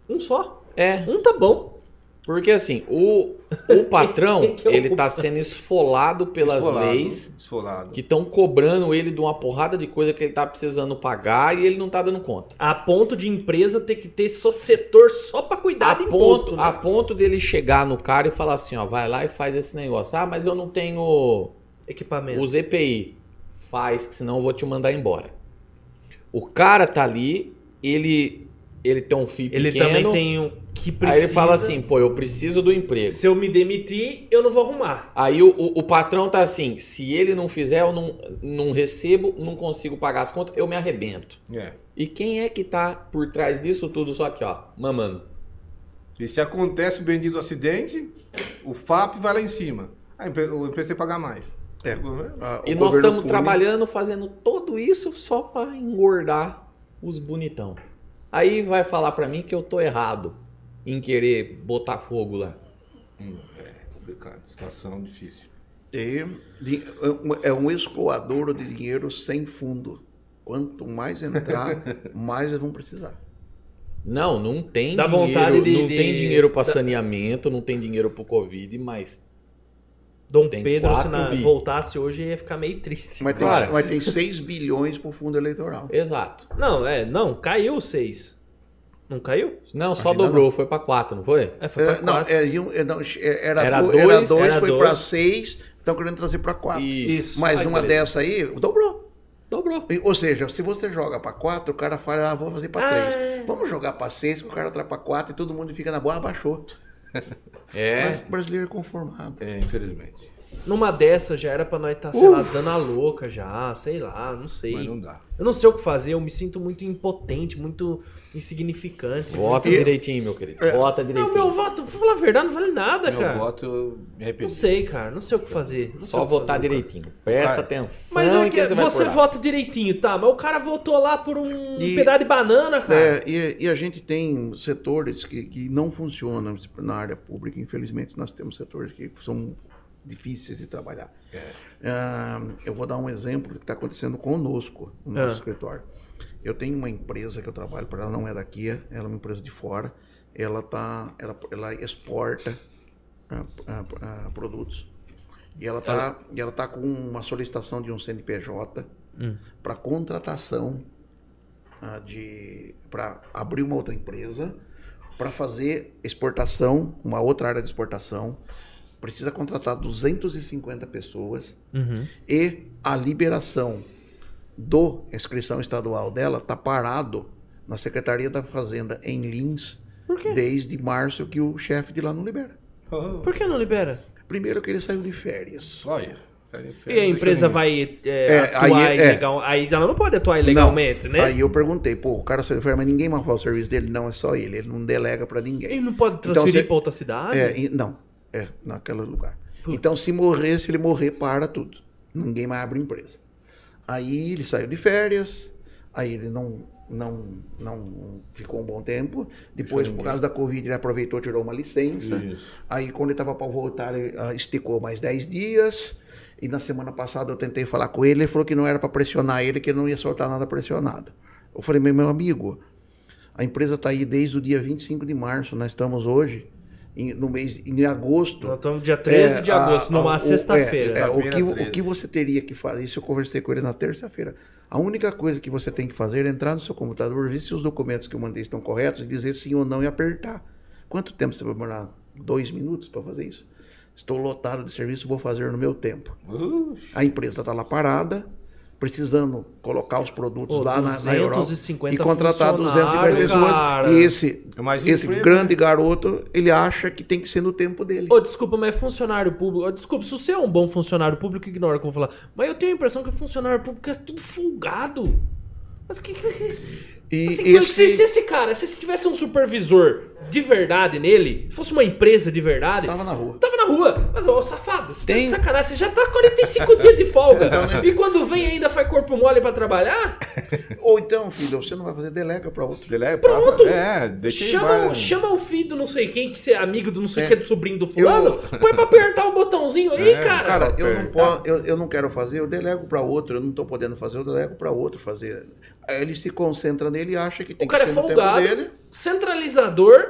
S2: Um só.
S1: É,
S2: Um tá bom.
S1: porque assim, o, o patrão,
S2: Que é o
S1: ele tá sendo esfolado pelas
S3: esfolado,
S1: leis
S3: Esfolado.
S1: que estão cobrando ele de uma porrada de coisa que ele tá precisando pagar e ele não tá dando conta.
S2: A ponto de empresa ter que ter só setor só pra cuidar
S1: A
S2: de
S1: ponto,
S2: imposto. né?
S1: a ponto dele chegar no cara e falar assim, ó, vai lá e faz esse negócio. Ah, mas eu não tenho
S2: Equipamento.
S1: os EPI. Faz, que senão eu vou te mandar embora. O cara tá ali, ele ele tem um FII
S2: Ele
S1: pequeno,
S2: também tem um que precisa.
S1: aí ele fala assim, pô, eu preciso do emprego.
S2: Se eu me demitir, eu não vou arrumar.
S1: Aí o, o- o patrão tá assim, se ele não fizer, eu não, não recebo, não consigo pagar as contas, eu me arrebento.
S3: É.
S1: E quem é que tá por trás disso tudo só aqui, ó, mamando?
S3: E se acontece o bendito acidente, o FAP vai lá em cima. A empresa, o empresa tem que pagar mais.
S4: É. Ah, o
S1: E nós
S4: governo
S1: estamos
S4: pune-
S1: trabalhando, fazendo tudo isso só pra engordar os bonitão. Aí vai falar pra mim que eu tô errado em querer botar fogo lá.
S3: Hum, é complicado. Situação difícil.
S4: E di- é um- é um escoadouro de dinheiro sem fundo. Quanto mais entrar, mais eles vão precisar.
S1: Não, não tem
S2: Dá
S1: dinheiro,
S2: vontade de-
S1: não
S2: de-
S1: tem dinheiro pra
S2: da-
S1: saneamento, não tem dinheiro pro Covid, mas
S2: Dom
S1: Tem
S2: Pedro, se
S1: quatro
S2: na-
S1: bi.
S2: voltasse hoje, ia ficar meio triste.
S4: Mas tem,
S1: Cara.
S4: mas tem 6 bilhões pro fundo eleitoral.
S1: exato.
S2: Não, é, não, caiu seis. Não caiu?
S1: Não, só
S4: Ainda
S1: dobrou, foi pra quatro, não foi?
S2: É, foi pra
S4: É, não,
S2: quatro.
S4: é, e um- é, não, é, era,
S1: Era
S4: do- era
S1: dois,
S4: dois,
S2: era
S4: foi
S2: dois.
S4: para seis, estão querendo trazer para quatro.
S1: Isso.
S4: Mas
S1: Ai,
S4: numa
S1: beleza.
S4: dessa aí, dobrou.
S1: Dobrou.
S4: E- Ou seja, se você joga para quatro, o cara fala, ah, vou fazer para três.
S2: Ah.
S4: Vamos jogar para seis, que o cara traz para quatro e todo mundo fica na boa, ah, baixou.
S1: É.
S4: Mas o brasileiro é conformado.
S3: É, infelizmente.
S2: Numa dessa já era pra nós estar, sei lá, dando a louca já, sei lá, não sei.
S3: Mas não dá.
S2: Eu não sei o que fazer, eu me sinto muito impotente, muito insignificante.
S1: Vota
S2: muito...
S1: direitinho, meu querido. Vota
S2: Não,
S1: direitinho.
S2: meu voto, pra falar a verdade, não vale nada,
S3: Meu
S2: cara.
S3: voto, eu me
S2: Não
S3: arrependi.
S2: sei, cara, não sei o que fazer. não sei
S1: Só
S2: o que fazer,
S1: votar
S2: cara.
S1: direitinho. Presta
S3: Cara,
S1: atenção.
S2: Mas
S1: em
S2: é
S1: quem
S2: que você,
S1: vai apurar.
S2: vota direitinho, tá? Mas o cara votou lá por um
S4: E-
S2: pedaço de banana, cara.
S4: É, e, e a gente tem setores que, que não funcionam na área pública, infelizmente. Nós temos setores que são difíceis de trabalhar. Ah, eu vou dar um exemplo que está acontecendo conosco no nosso
S2: Ah.
S4: escritório. Eu tenho uma empresa que eu trabalho para, ela não é daqui, ela é uma empresa de fora. Ela, tá, ela, ela exporta ah, ah, ah, produtos. E ela está ela tá com uma solicitação de um CNPJ
S2: Hum.
S4: para contratação ah, de para abrir uma outra empresa para fazer exportação, uma outra área de exportação. Precisa contratar 250 pessoas
S2: Uhum.
S4: e a liberação do inscrição estadual dela está parado na Secretaria da Fazenda em Lins
S2: Por quê?
S4: desde março que o chefe de lá não libera.
S3: Oh,
S2: Por que não libera?
S4: Primeiro que ele saiu de férias.
S3: olha. cara,
S2: E
S3: inferno,
S2: a empresa
S3: deixa eu-
S2: vai é,
S4: É,
S2: atuar
S4: aí- é.
S2: ilegal. Aí ela não pode atuar ilegalmente, né?
S4: Aí eu perguntei, pô, o cara saiu de férias, mas ninguém mais faz o serviço dele, não, é só ele, ele não delega para ninguém.
S2: Ele não pode
S4: Então,
S2: transferir
S4: você-
S2: pra outra cidade?
S4: É, e- não, é, naquele lugar.
S2: né? Putz.
S4: Então, se morrer, se ele morrer, para tudo. Ninguém mais abre empresa. Aí ele saiu de férias, aí ele não, não, não ficou um bom tempo. Depois, por causa da Covid, ele aproveitou, tirou uma licença.
S3: Isso.
S4: Aí, quando ele estava para voltar, ele ah, esticou mais 10 dias. E na semana passada eu tentei falar com ele, ele falou que não era para pressionar ele, que ele não ia soltar nada pressionado. Eu falei, meu, meu amigo, a empresa está aí desde o dia 25 de março, nós estamos hoje, em- no mês, em agosto.
S2: Nós estamos dia 13 Então, de
S4: então. É, a-
S2: agosto,
S4: a-
S2: numa
S4: o-
S2: sexta-feira.
S4: é, é, o, que,
S3: Sexta-feira,
S4: o que
S3: 13.
S4: você teria que fazer, isso eu conversei com ele na terça-feira. A única coisa que você tem que fazer é entrar no seu computador, ver se os documentos que eu mandei estão corretos e dizer sim ou não e apertar. Quanto tempo você vai demorar? Dois minutos para fazer isso? Estou lotado de serviço, vou fazer no meu tempo.
S3: Ux,
S4: A empresa está lá parada, precisando colocar os produtos
S2: Pô,
S4: lá na, na Europa
S2: 250
S4: e contratar
S2: funcionário,
S4: 250 pessoas.
S2: cara.
S4: E esse,
S3: É mais um
S4: esse
S3: emprego,
S4: grande garoto, ele acha que tem que ser no tempo dele.
S2: Ô, desculpa, mas é funcionário público. Ô, desculpa, se você é um bom funcionário público, ignora o que eu vou falar. Mas eu tenho a impressão que funcionário público é tudo folgado. Mas que.
S4: E
S2: assim,
S4: esse...
S2: se, se esse cara, se, se tivesse um supervisor de verdade nele, se fosse uma empresa de verdade,
S4: Tava na rua.
S2: Tava na rua. Mas, ô, safado, você
S1: Tem-
S2: tá de sacanagem. Você já tá 45 dias de folga. E quando vem ainda faz corpo mole pra trabalhar,
S4: Ou então, filho, você não vai fazer, delega para outro.
S3: Ele é
S2: Pronto.
S3: praça- É, deixa ele
S2: chama,
S3: vai-
S2: o- chama o filho do não sei quem, que é amigo do não sei
S4: É.
S2: quem, do sobrinho do fulano, põe pra apertar o botãozinho aí,
S3: É,
S2: cara.
S4: Cara,
S3: só
S4: eu não,
S3: perde.
S4: posso, eu, eu não quero fazer, eu delego para outro, eu não tô podendo fazer, eu delego para outro fazer. Aí ele se concentra nele e acha que tem
S2: o cara é
S4: que ser no tempo
S2: folgado,
S4: dele.
S2: centralizador.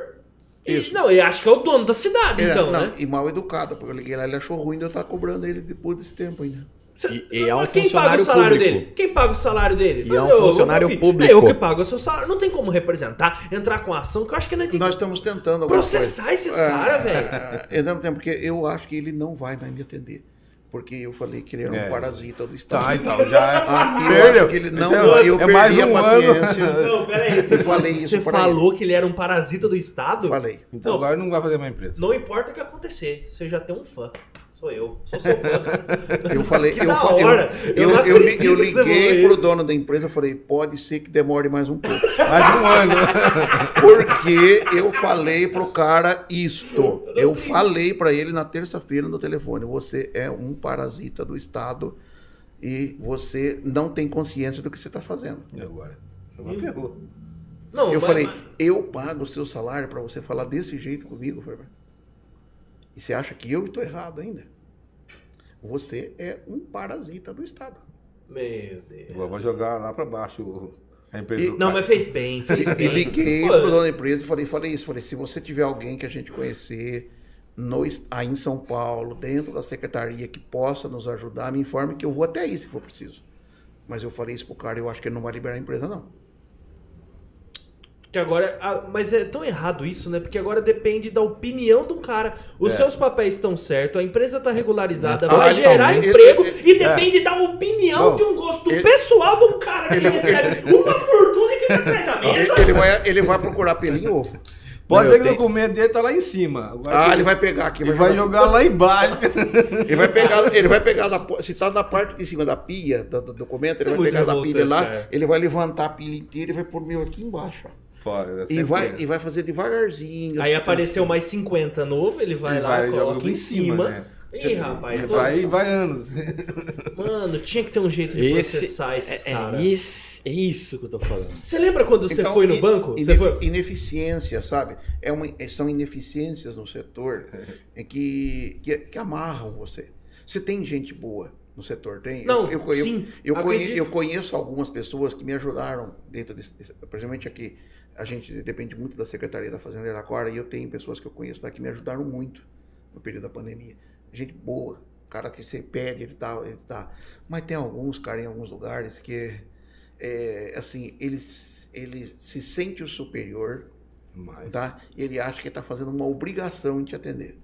S2: E,
S4: Isso.
S2: não, ele acha que é o dono da cidade,
S4: É,
S2: então,
S4: não,
S2: né?
S4: E mal educado, porque eu liguei lá, ele achou ruim de eu estar cobrando ele depois desse tempo ainda.
S2: Cê-
S1: E- e é um
S2: Mas quem paga o
S1: funcionário
S2: salário
S1: público.
S2: dele? Quem paga o salário dele?
S1: E é um
S2: Mas, ô, ô,
S1: funcionário
S2: meu filho,
S1: público.
S2: É eu que pago o seu salário. Não tem como representar, entrar com ação, que é eu acho que nós tem
S4: Nós
S2: que
S4: estamos tentando alguma coisa.
S2: processar esses caras, velho.
S4: É, não, tem, porque eu acho que ele não vai mais me atender. Porque eu falei que ele era um
S3: É.
S4: parasita do Estado.
S3: Tá, então já é.
S4: Ah, eu
S3: Perdeu.
S4: acho que ele não-
S3: Então,
S4: eu perdi a paciência.
S2: Não, peraí.
S4: Eu falei isso
S2: Você
S4: pra ele.
S2: falou que ele era um parasita do Estado?
S4: Falei.
S3: Então agora não vai fazer mais empresa.
S2: Não importa o que acontecer, você já tem um fã. Sou eu. Só sou fã.
S4: Eu falei,
S2: Que
S4: eu,
S2: da
S4: fa- eu-
S2: hora.
S4: eu,
S2: Eu não
S4: eu, li-
S2: acredito
S4: eu
S2: que você
S4: liguei
S2: falou
S4: pro dono da empresa, eu falei, pode ser que demore mais um pouco.
S3: Mais um ano.
S4: Porque eu falei pro cara isto. Eu falei pra ele na terça-feira no telefone: você é um parasita do Estado e você não tem consciência do que você tá fazendo.
S3: E agora? Agora ferrou.
S2: Não,
S4: Eu
S2: mas-
S4: falei:
S2: mas-
S4: eu pago o seu salário pra você falar desse jeito comigo, Ferber. E você acha que eu estou errado ainda? Você é um parasita do Estado.
S2: Meu Deus.
S3: Agora vai jogar lá pra baixo o- a empresa.
S4: E-
S3: do
S2: Não,
S3: cara.
S2: mas fez bem, fez
S4: E
S2: bem.
S4: liguei
S2: Pô,
S4: pro dono da empresa e falei, falei isso, falei, se você tiver alguém que a gente conhecer no, es- aí em São Paulo, dentro da secretaria, que possa nos ajudar, me informe que eu vou até aí se for preciso. Mas eu falei isso pro cara, eu acho que ele não vai liberar a empresa, não.
S2: Que agora. ah, Mas é tão errado isso, né? Porque agora depende da opinião do cara. Os
S3: É.
S2: seus papéis estão certos, a empresa tá regularizada,
S4: Ah,
S2: vai
S4: então,
S2: gerar
S4: ele-
S2: emprego
S4: ele- é.
S2: e depende da opinião
S3: Não,
S2: de um gosto
S4: ele-
S2: pessoal de um cara que recebe uma fortuna e fica atrás da mesa.
S4: Ele vai, ele vai procurar pelinho em ovo.
S3: Pode
S4: Meu,
S3: ser que o
S4: tem-
S3: documento dele tá lá em cima. Agora
S4: Ah,
S3: que
S4: ele vai pegar aqui.
S3: ele vai jogar lá embaixo.
S4: Ele vai pegar, ele vai pegar da, po- se tá na parte de cima da pilha, do, do documento,
S2: Isso é
S4: ele vai
S2: muito
S4: pegar da
S2: revoltante, é.
S4: pilha lá,
S2: cara.
S4: ele vai levantar a pilha inteira e vai pôr meu aqui embaixo. ó.
S3: Foda,
S4: E
S3: sempre
S4: vai,
S3: é.
S4: e vai fazer devagarzinho.
S2: Aí
S4: assim,
S2: apareceu mais 50 novo, ele vai
S3: Ele
S2: lá,
S3: vai, joga
S2: coloca em cima.
S3: né?
S2: Ih, rapaz,
S3: Ele
S2: tô-
S3: vai, vai anos.
S2: mano, tinha que ter um jeito de
S1: Esse-
S2: processar esses
S1: É,
S2: caras.
S1: é isso, é isso que eu tô falando.
S2: Você lembra quando você
S4: Então,
S2: foi no
S4: i-
S2: banco? Você
S4: inefi-
S2: foi...
S4: Ineficiência, sabe? É uma, é- são ineficiências no setor é que, que, que amarram você. Você tem gente boa no setor, tem?
S2: Não,
S4: eu, eu, eu,
S2: sim.
S4: eu, conhe-
S2: acredito.
S4: eu conheço algumas pessoas que me ajudaram dentro desse, desse- principalmente aqui. A gente depende muito da Secretaria da Fazenda de Araraquara e eu tenho pessoas que eu conheço lá que me ajudaram muito no período da pandemia. Gente boa, cara que você pede, ele tá, ele tá. Mas tem alguns, cara, em alguns lugares que é, assim, ele, s- ele se sente o superior,
S3: Mas,
S4: tá? E ele acha que está fazendo uma obrigação em te atender.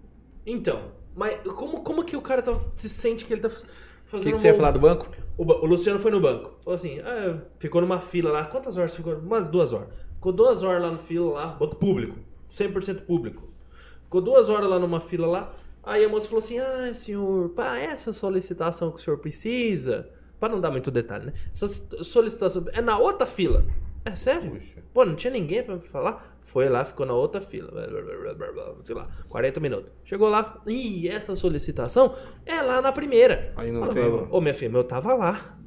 S2: Então, mas como, como que o cara tá- se sente que ele tá fazendo
S1: O que, que você ia
S2: uma-
S1: falar do banco?
S2: O, ba- o Luciano foi no banco. Falou assim, ah, ficou numa fila lá. Quantas horas ficou? Umas duas horas. Ficou duas horas lá no fila lá, banco público. 100% público. Ficou duas horas lá numa fila lá. Aí a moça falou assim, ah, senhor, pá, essa solicitação que o senhor precisa... Pra não dar muito detalhe, né? Essa solicitação... É na outra fila. É sério?
S3: puxa.
S2: Pô, não tinha ninguém pra me falar. Foi lá, ficou na outra fila. Blá, blá, blá, blá, blá, sei lá, 40 minutos. Chegou lá. Ih, essa solicitação é lá na primeira.
S3: Aí não
S2: Fala,
S3: tem,
S2: "Ô,
S3: mano."
S2: Ô, minha filha, mas eu tava lá.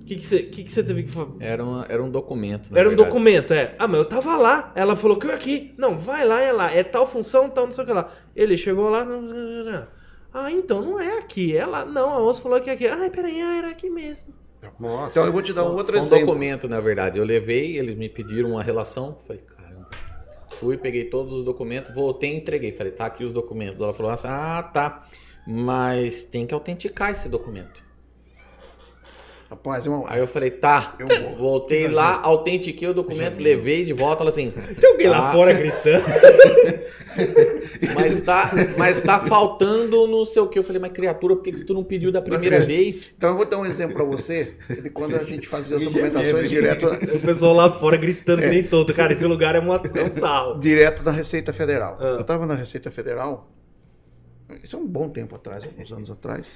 S2: O que você que que você teve que falar?
S1: Era um, era um documento. na
S2: Era um
S1: verdade.
S2: documento, é. Ah, mas eu tava lá. Ela falou que eu ia aqui. Não, vai lá, é lá. É tal função, tal, não sei o que lá. Ele chegou lá. não, não, não, não. Ah, então não é aqui. Ela, não, a moça falou que é aqui. Ah, peraí, ah, era aqui mesmo.
S3: Nossa.
S4: Então eu vou te dar um outro
S1: Foi um
S4: exemplo.
S1: documento, na verdade. Eu levei, eles me pediram uma relação. Falei, caramba. Fui, peguei todos os documentos, voltei e entreguei. Falei, tá aqui os documentos. Ela falou assim, ah, tá. Mas tem que autenticar esse documento.
S4: Rapaz, irmão,
S1: Aí eu falei, tá.
S4: Eu vou.
S1: voltei lá, autentiquei o documento, levei de volta. Ela assim,
S2: Tem alguém
S1: Ah.
S2: lá fora gritando.
S1: mas tá, mas tá faltando não sei o que. Eu falei, mas criatura, por que que tu não pediu da primeira vez?
S4: então eu vou dar um exemplo para você de quando a gente fazia as
S3: Ninguém
S4: documentações
S3: lembra.
S4: direto
S2: O pessoal lá fora gritando que nem todo. Cara, esse lugar é, uma, é um sarro.
S4: direto da Receita Federal.
S2: Ah.
S4: Eu estava na Receita Federal, isso é um bom tempo atrás, alguns anos atrás.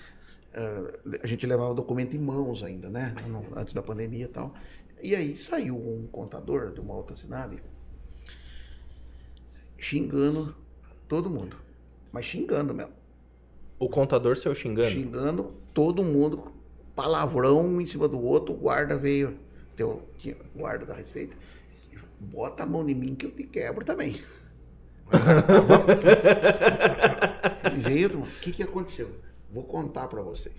S4: eh, a gente levava o documento em mãos ainda, né? Não- Antes da pandemia e tal. E aí saiu um contador de uma outra cidade xingando todo mundo. Mas xingando mesmo.
S2: O contador seu xingando.
S4: Xingando todo mundo, palavrão um em cima do outro, o guarda veio, teu tinha guarda da Receita, e falou, bota a mão em mim que eu te quebro também. veio, irmão, o que, que aconteceu? Vou contar pra vocês.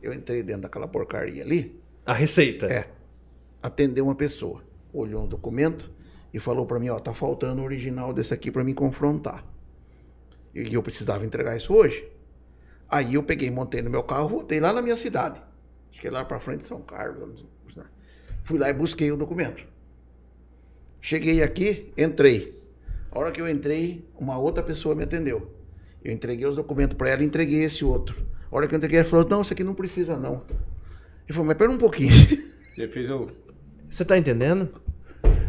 S4: Eu entrei dentro daquela porcaria ali,
S2: A receita.
S4: É. atendeu uma pessoa, olhou um documento e falou pra mim, ó, tá faltando o original desse aqui pra me confrontar. E eu precisava entregar isso hoje. Aí eu peguei, montei no meu carro, voltei lá na minha cidade. Acho que é lá pra frente de São Carlos. né? Fui lá e busquei o documento. Cheguei aqui, entrei. A hora que eu entrei, uma outra pessoa me atendeu. Eu entreguei os documentos para ela e entreguei esse outro. A hora que eu entreguei, ela falou: Não, isso aqui não precisa, não. Eu falei: Mas pera um pouquinho.
S3: Você fez o.
S2: Você tá entendendo?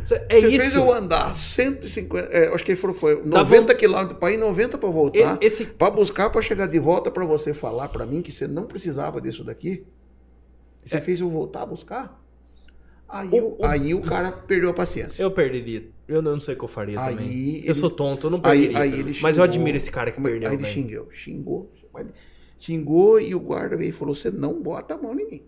S2: Cê- é
S4: Você fez
S2: isso. Tá
S4: eu andar 150, é, acho que foram, foi
S2: Dá
S4: 90 quilômetros para ir, 90 para
S2: E-
S4: voltar.
S2: Esse.
S4: Pra buscar, pra chegar de volta, pra você falar pra mim que você não precisava disso daqui. Você fez eu voltar a buscar? Aí,
S2: É. O-
S4: o,
S2: o-
S4: aí o cara perdeu a paciência.
S2: Eu perderia. Eu não sei o que eu faria
S4: Aí
S2: também. Eu
S4: ele-
S2: sou tonto, eu não
S4: aí-
S2: perderia. tá
S4: aí ele
S2: mas eu
S4: xingou-
S2: admiro esse cara que
S4: Mas-
S2: perdeu.
S4: aí ele
S2: velho.
S4: xingou, xingou, xingou e o guarda veio e falou: Você não bota a mão em mim.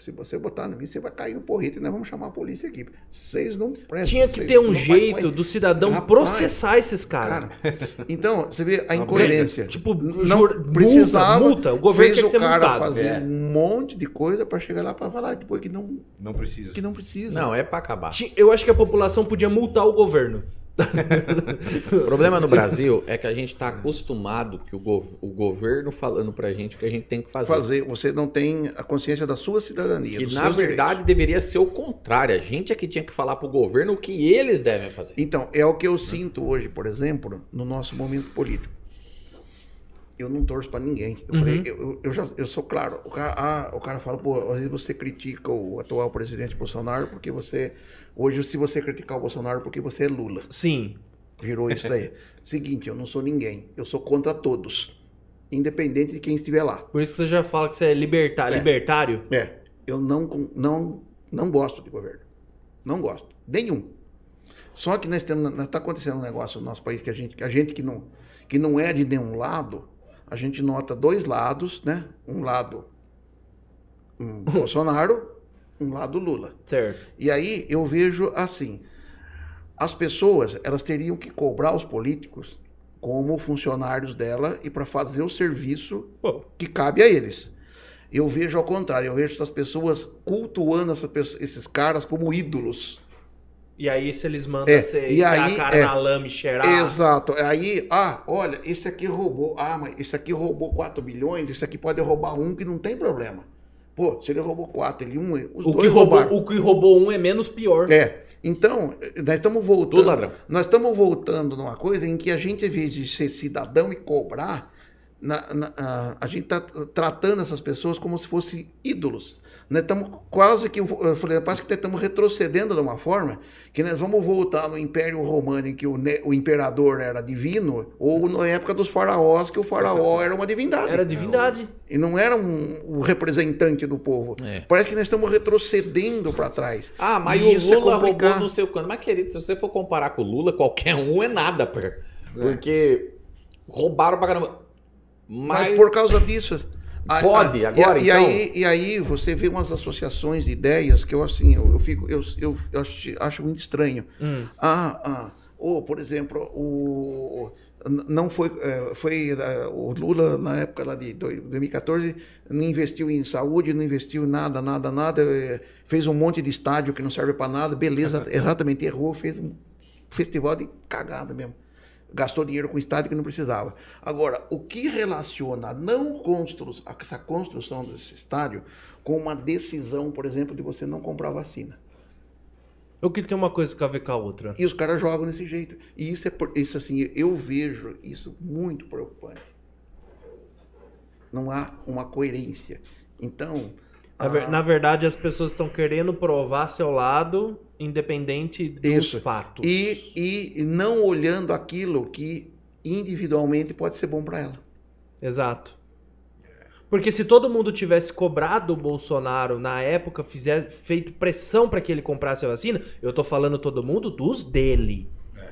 S4: Se você botar em mim, você vai cair no porrito e nós vamos chamar a polícia aqui. Vocês não prestam.
S2: Tinha que
S4: vocês
S2: ter
S4: não
S2: um
S4: vai-
S2: jeito
S4: vai-
S2: do cidadão
S4: Rapaz,
S2: processar esses caras.
S4: Cara, então, você vê a
S3: Uma
S4: incoerência.
S2: Tipo,
S4: não
S2: jura- multa,
S4: precisava.
S2: multa. O governo
S4: fez
S2: tinha que ser né?
S4: o cara
S2: multado.
S4: fazer
S3: É.
S4: um monte de coisa pra chegar lá pra falar depois que não,
S3: Não precisa.
S4: que não precisa.
S1: Não, é pra acabar.
S2: Ti- Eu acho que a população podia multar o governo.
S1: O problema no Brasil é que a gente está acostumado que o, gov- o governo falando pra gente o que a gente tem que
S2: assim,
S1: fazer.
S4: Fazer, você não tem a consciência da sua cidadania.
S1: Que
S4: dos
S1: na
S4: seus
S1: verdade deveria ser o contrário. A gente é que tinha que falar pro governo o que eles devem fazer.
S4: Então, é o que eu sinto hoje, por exemplo, no nosso momento político. Eu não torço para ninguém. Eu falei,
S2: Uhum.
S4: eu, eu- eu já eu sou claro. O cara, ah, o cara fala, pô, às vezes você critica o atual presidente Bolsonaro porque você. Hoje, se você criticar o Bolsonaro porque você é Lula.
S2: Sim.
S4: Virou isso daí. Seguinte, eu não sou ninguém. Eu sou contra todos. Independente de quem estiver lá.
S2: Por isso que você já fala que você é libertário.
S4: É.
S2: Libertário?
S4: É, eu não, con- não, não gosto de governo. Não gosto. Nenhum. Só que nós temos, está acontecendo um negócio no nosso país que a gente, que a gente que, não, que não é de nenhum lado, a gente nota dois lados, né? Um lado um Bolsonaro, um lado Lula.
S2: Certo.
S4: E aí eu vejo assim, as pessoas elas teriam que cobrar os políticos como funcionários dela e para fazer o serviço
S2: Pô,
S4: que cabe a eles. Eu vejo ao contrário, eu vejo essas pessoas cultuando essa pesso- esses caras como ídolos.
S2: e aí se eles mandam
S4: É,
S2: você
S4: e
S2: enfiar
S4: aí,
S2: a cara
S4: é.
S2: na lama e cheirar.
S4: Exato. Aí, ah, olha, esse aqui roubou, ah, mas esse aqui roubou 4 bilhões, esse aqui pode roubar um que não tem problema. Pô, se ele roubou 4, ele um, os
S2: O
S4: dois
S2: que, roubou,
S4: roubaram.
S2: o que roubou um é menos pior.
S4: É. Então, nós estamos voltando.
S1: Tudo ladrão.
S4: Nós estamos voltando numa coisa em que a gente, em vez de ser cidadão e cobrar, na- na- a, a gente está tratando essas pessoas como se fossem ídolos. Nós estamos quase que, eu falei, parece que estamos retrocedendo de uma forma que nós vamos voltar no Império Romano em que o, ne- o imperador era divino, ou na época dos faraós, que o faraó era uma divindade.
S2: Era divindade.
S4: E não era um, um representante do povo.
S1: É.
S4: Parece que nós estamos retrocedendo para trás.
S1: Ah, mas
S4: E
S1: o
S4: isso é
S1: Lula roubou
S4: complicado.
S1: não sei o quanto. Mas, querido, se você for comparar com o Lula, qualquer um é nada, pô. Porque roubaram pra caramba.
S4: Mas,
S1: Mas,
S4: por causa disso. a-
S1: Pode,
S4: a-
S1: agora,
S4: e,
S1: então?
S4: E aí, e aí você vê umas associações de ideias que eu assim, eu, eu fico, eu, eu, eu acho, acho muito estranho.
S2: Hum.
S4: Ah, ah, ou, por exemplo, o. n- Não foi. eh, foi eh, o Lula, na época lá de doi- 2014, não investiu em saúde, não investiu em nada, nada, nada. eh, Fez um monte de estádio que não serve para nada, beleza, exatamente, errou, fez um festival de cagada mesmo. Gastou dinheiro com estádio que não precisava. Agora, o que relaciona a não constru a- essa construção desse estádio com uma decisão, por exemplo, de você não comprar vacina?
S2: O que tem uma coisa que a ver com a outra?
S4: E os caras jogam desse jeito. E isso é por- isso assim, eu vejo isso muito preocupante. Não há uma coerência. Então,
S2: Na ver-
S4: ah,
S2: Na verdade, as pessoas estão querendo provar seu lado, independente dos
S4: Isso.
S2: fatos.
S4: e, e não olhando aquilo que individualmente pode ser bom para ela.
S2: Exato. Porque se todo mundo tivesse cobrado o Bolsonaro na época, fizer, feito pressão para que ele comprasse a vacina, eu tô falando todo mundo dos dele.
S4: É.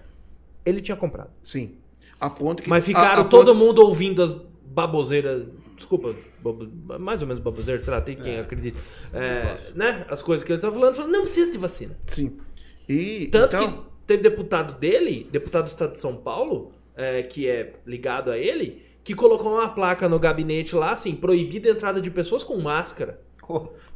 S2: Ele tinha comprado.
S4: Sim. A ponto que
S2: Mas ficaram
S4: a- a
S2: todo
S4: ponto-
S2: mundo ouvindo as baboseiras. Desculpa, babo- mais ou menos baboseira, sei lá, tem quem acredita. É, né? As coisas que ele tava falando, falando, não precisa de vacina.
S4: Sim. E
S2: Tanto
S4: então,
S2: que teve deputado dele, deputado do estado de São Paulo, é, que é ligado a ele, que colocou uma placa no gabinete lá, assim, proibida a entrada de pessoas com máscara.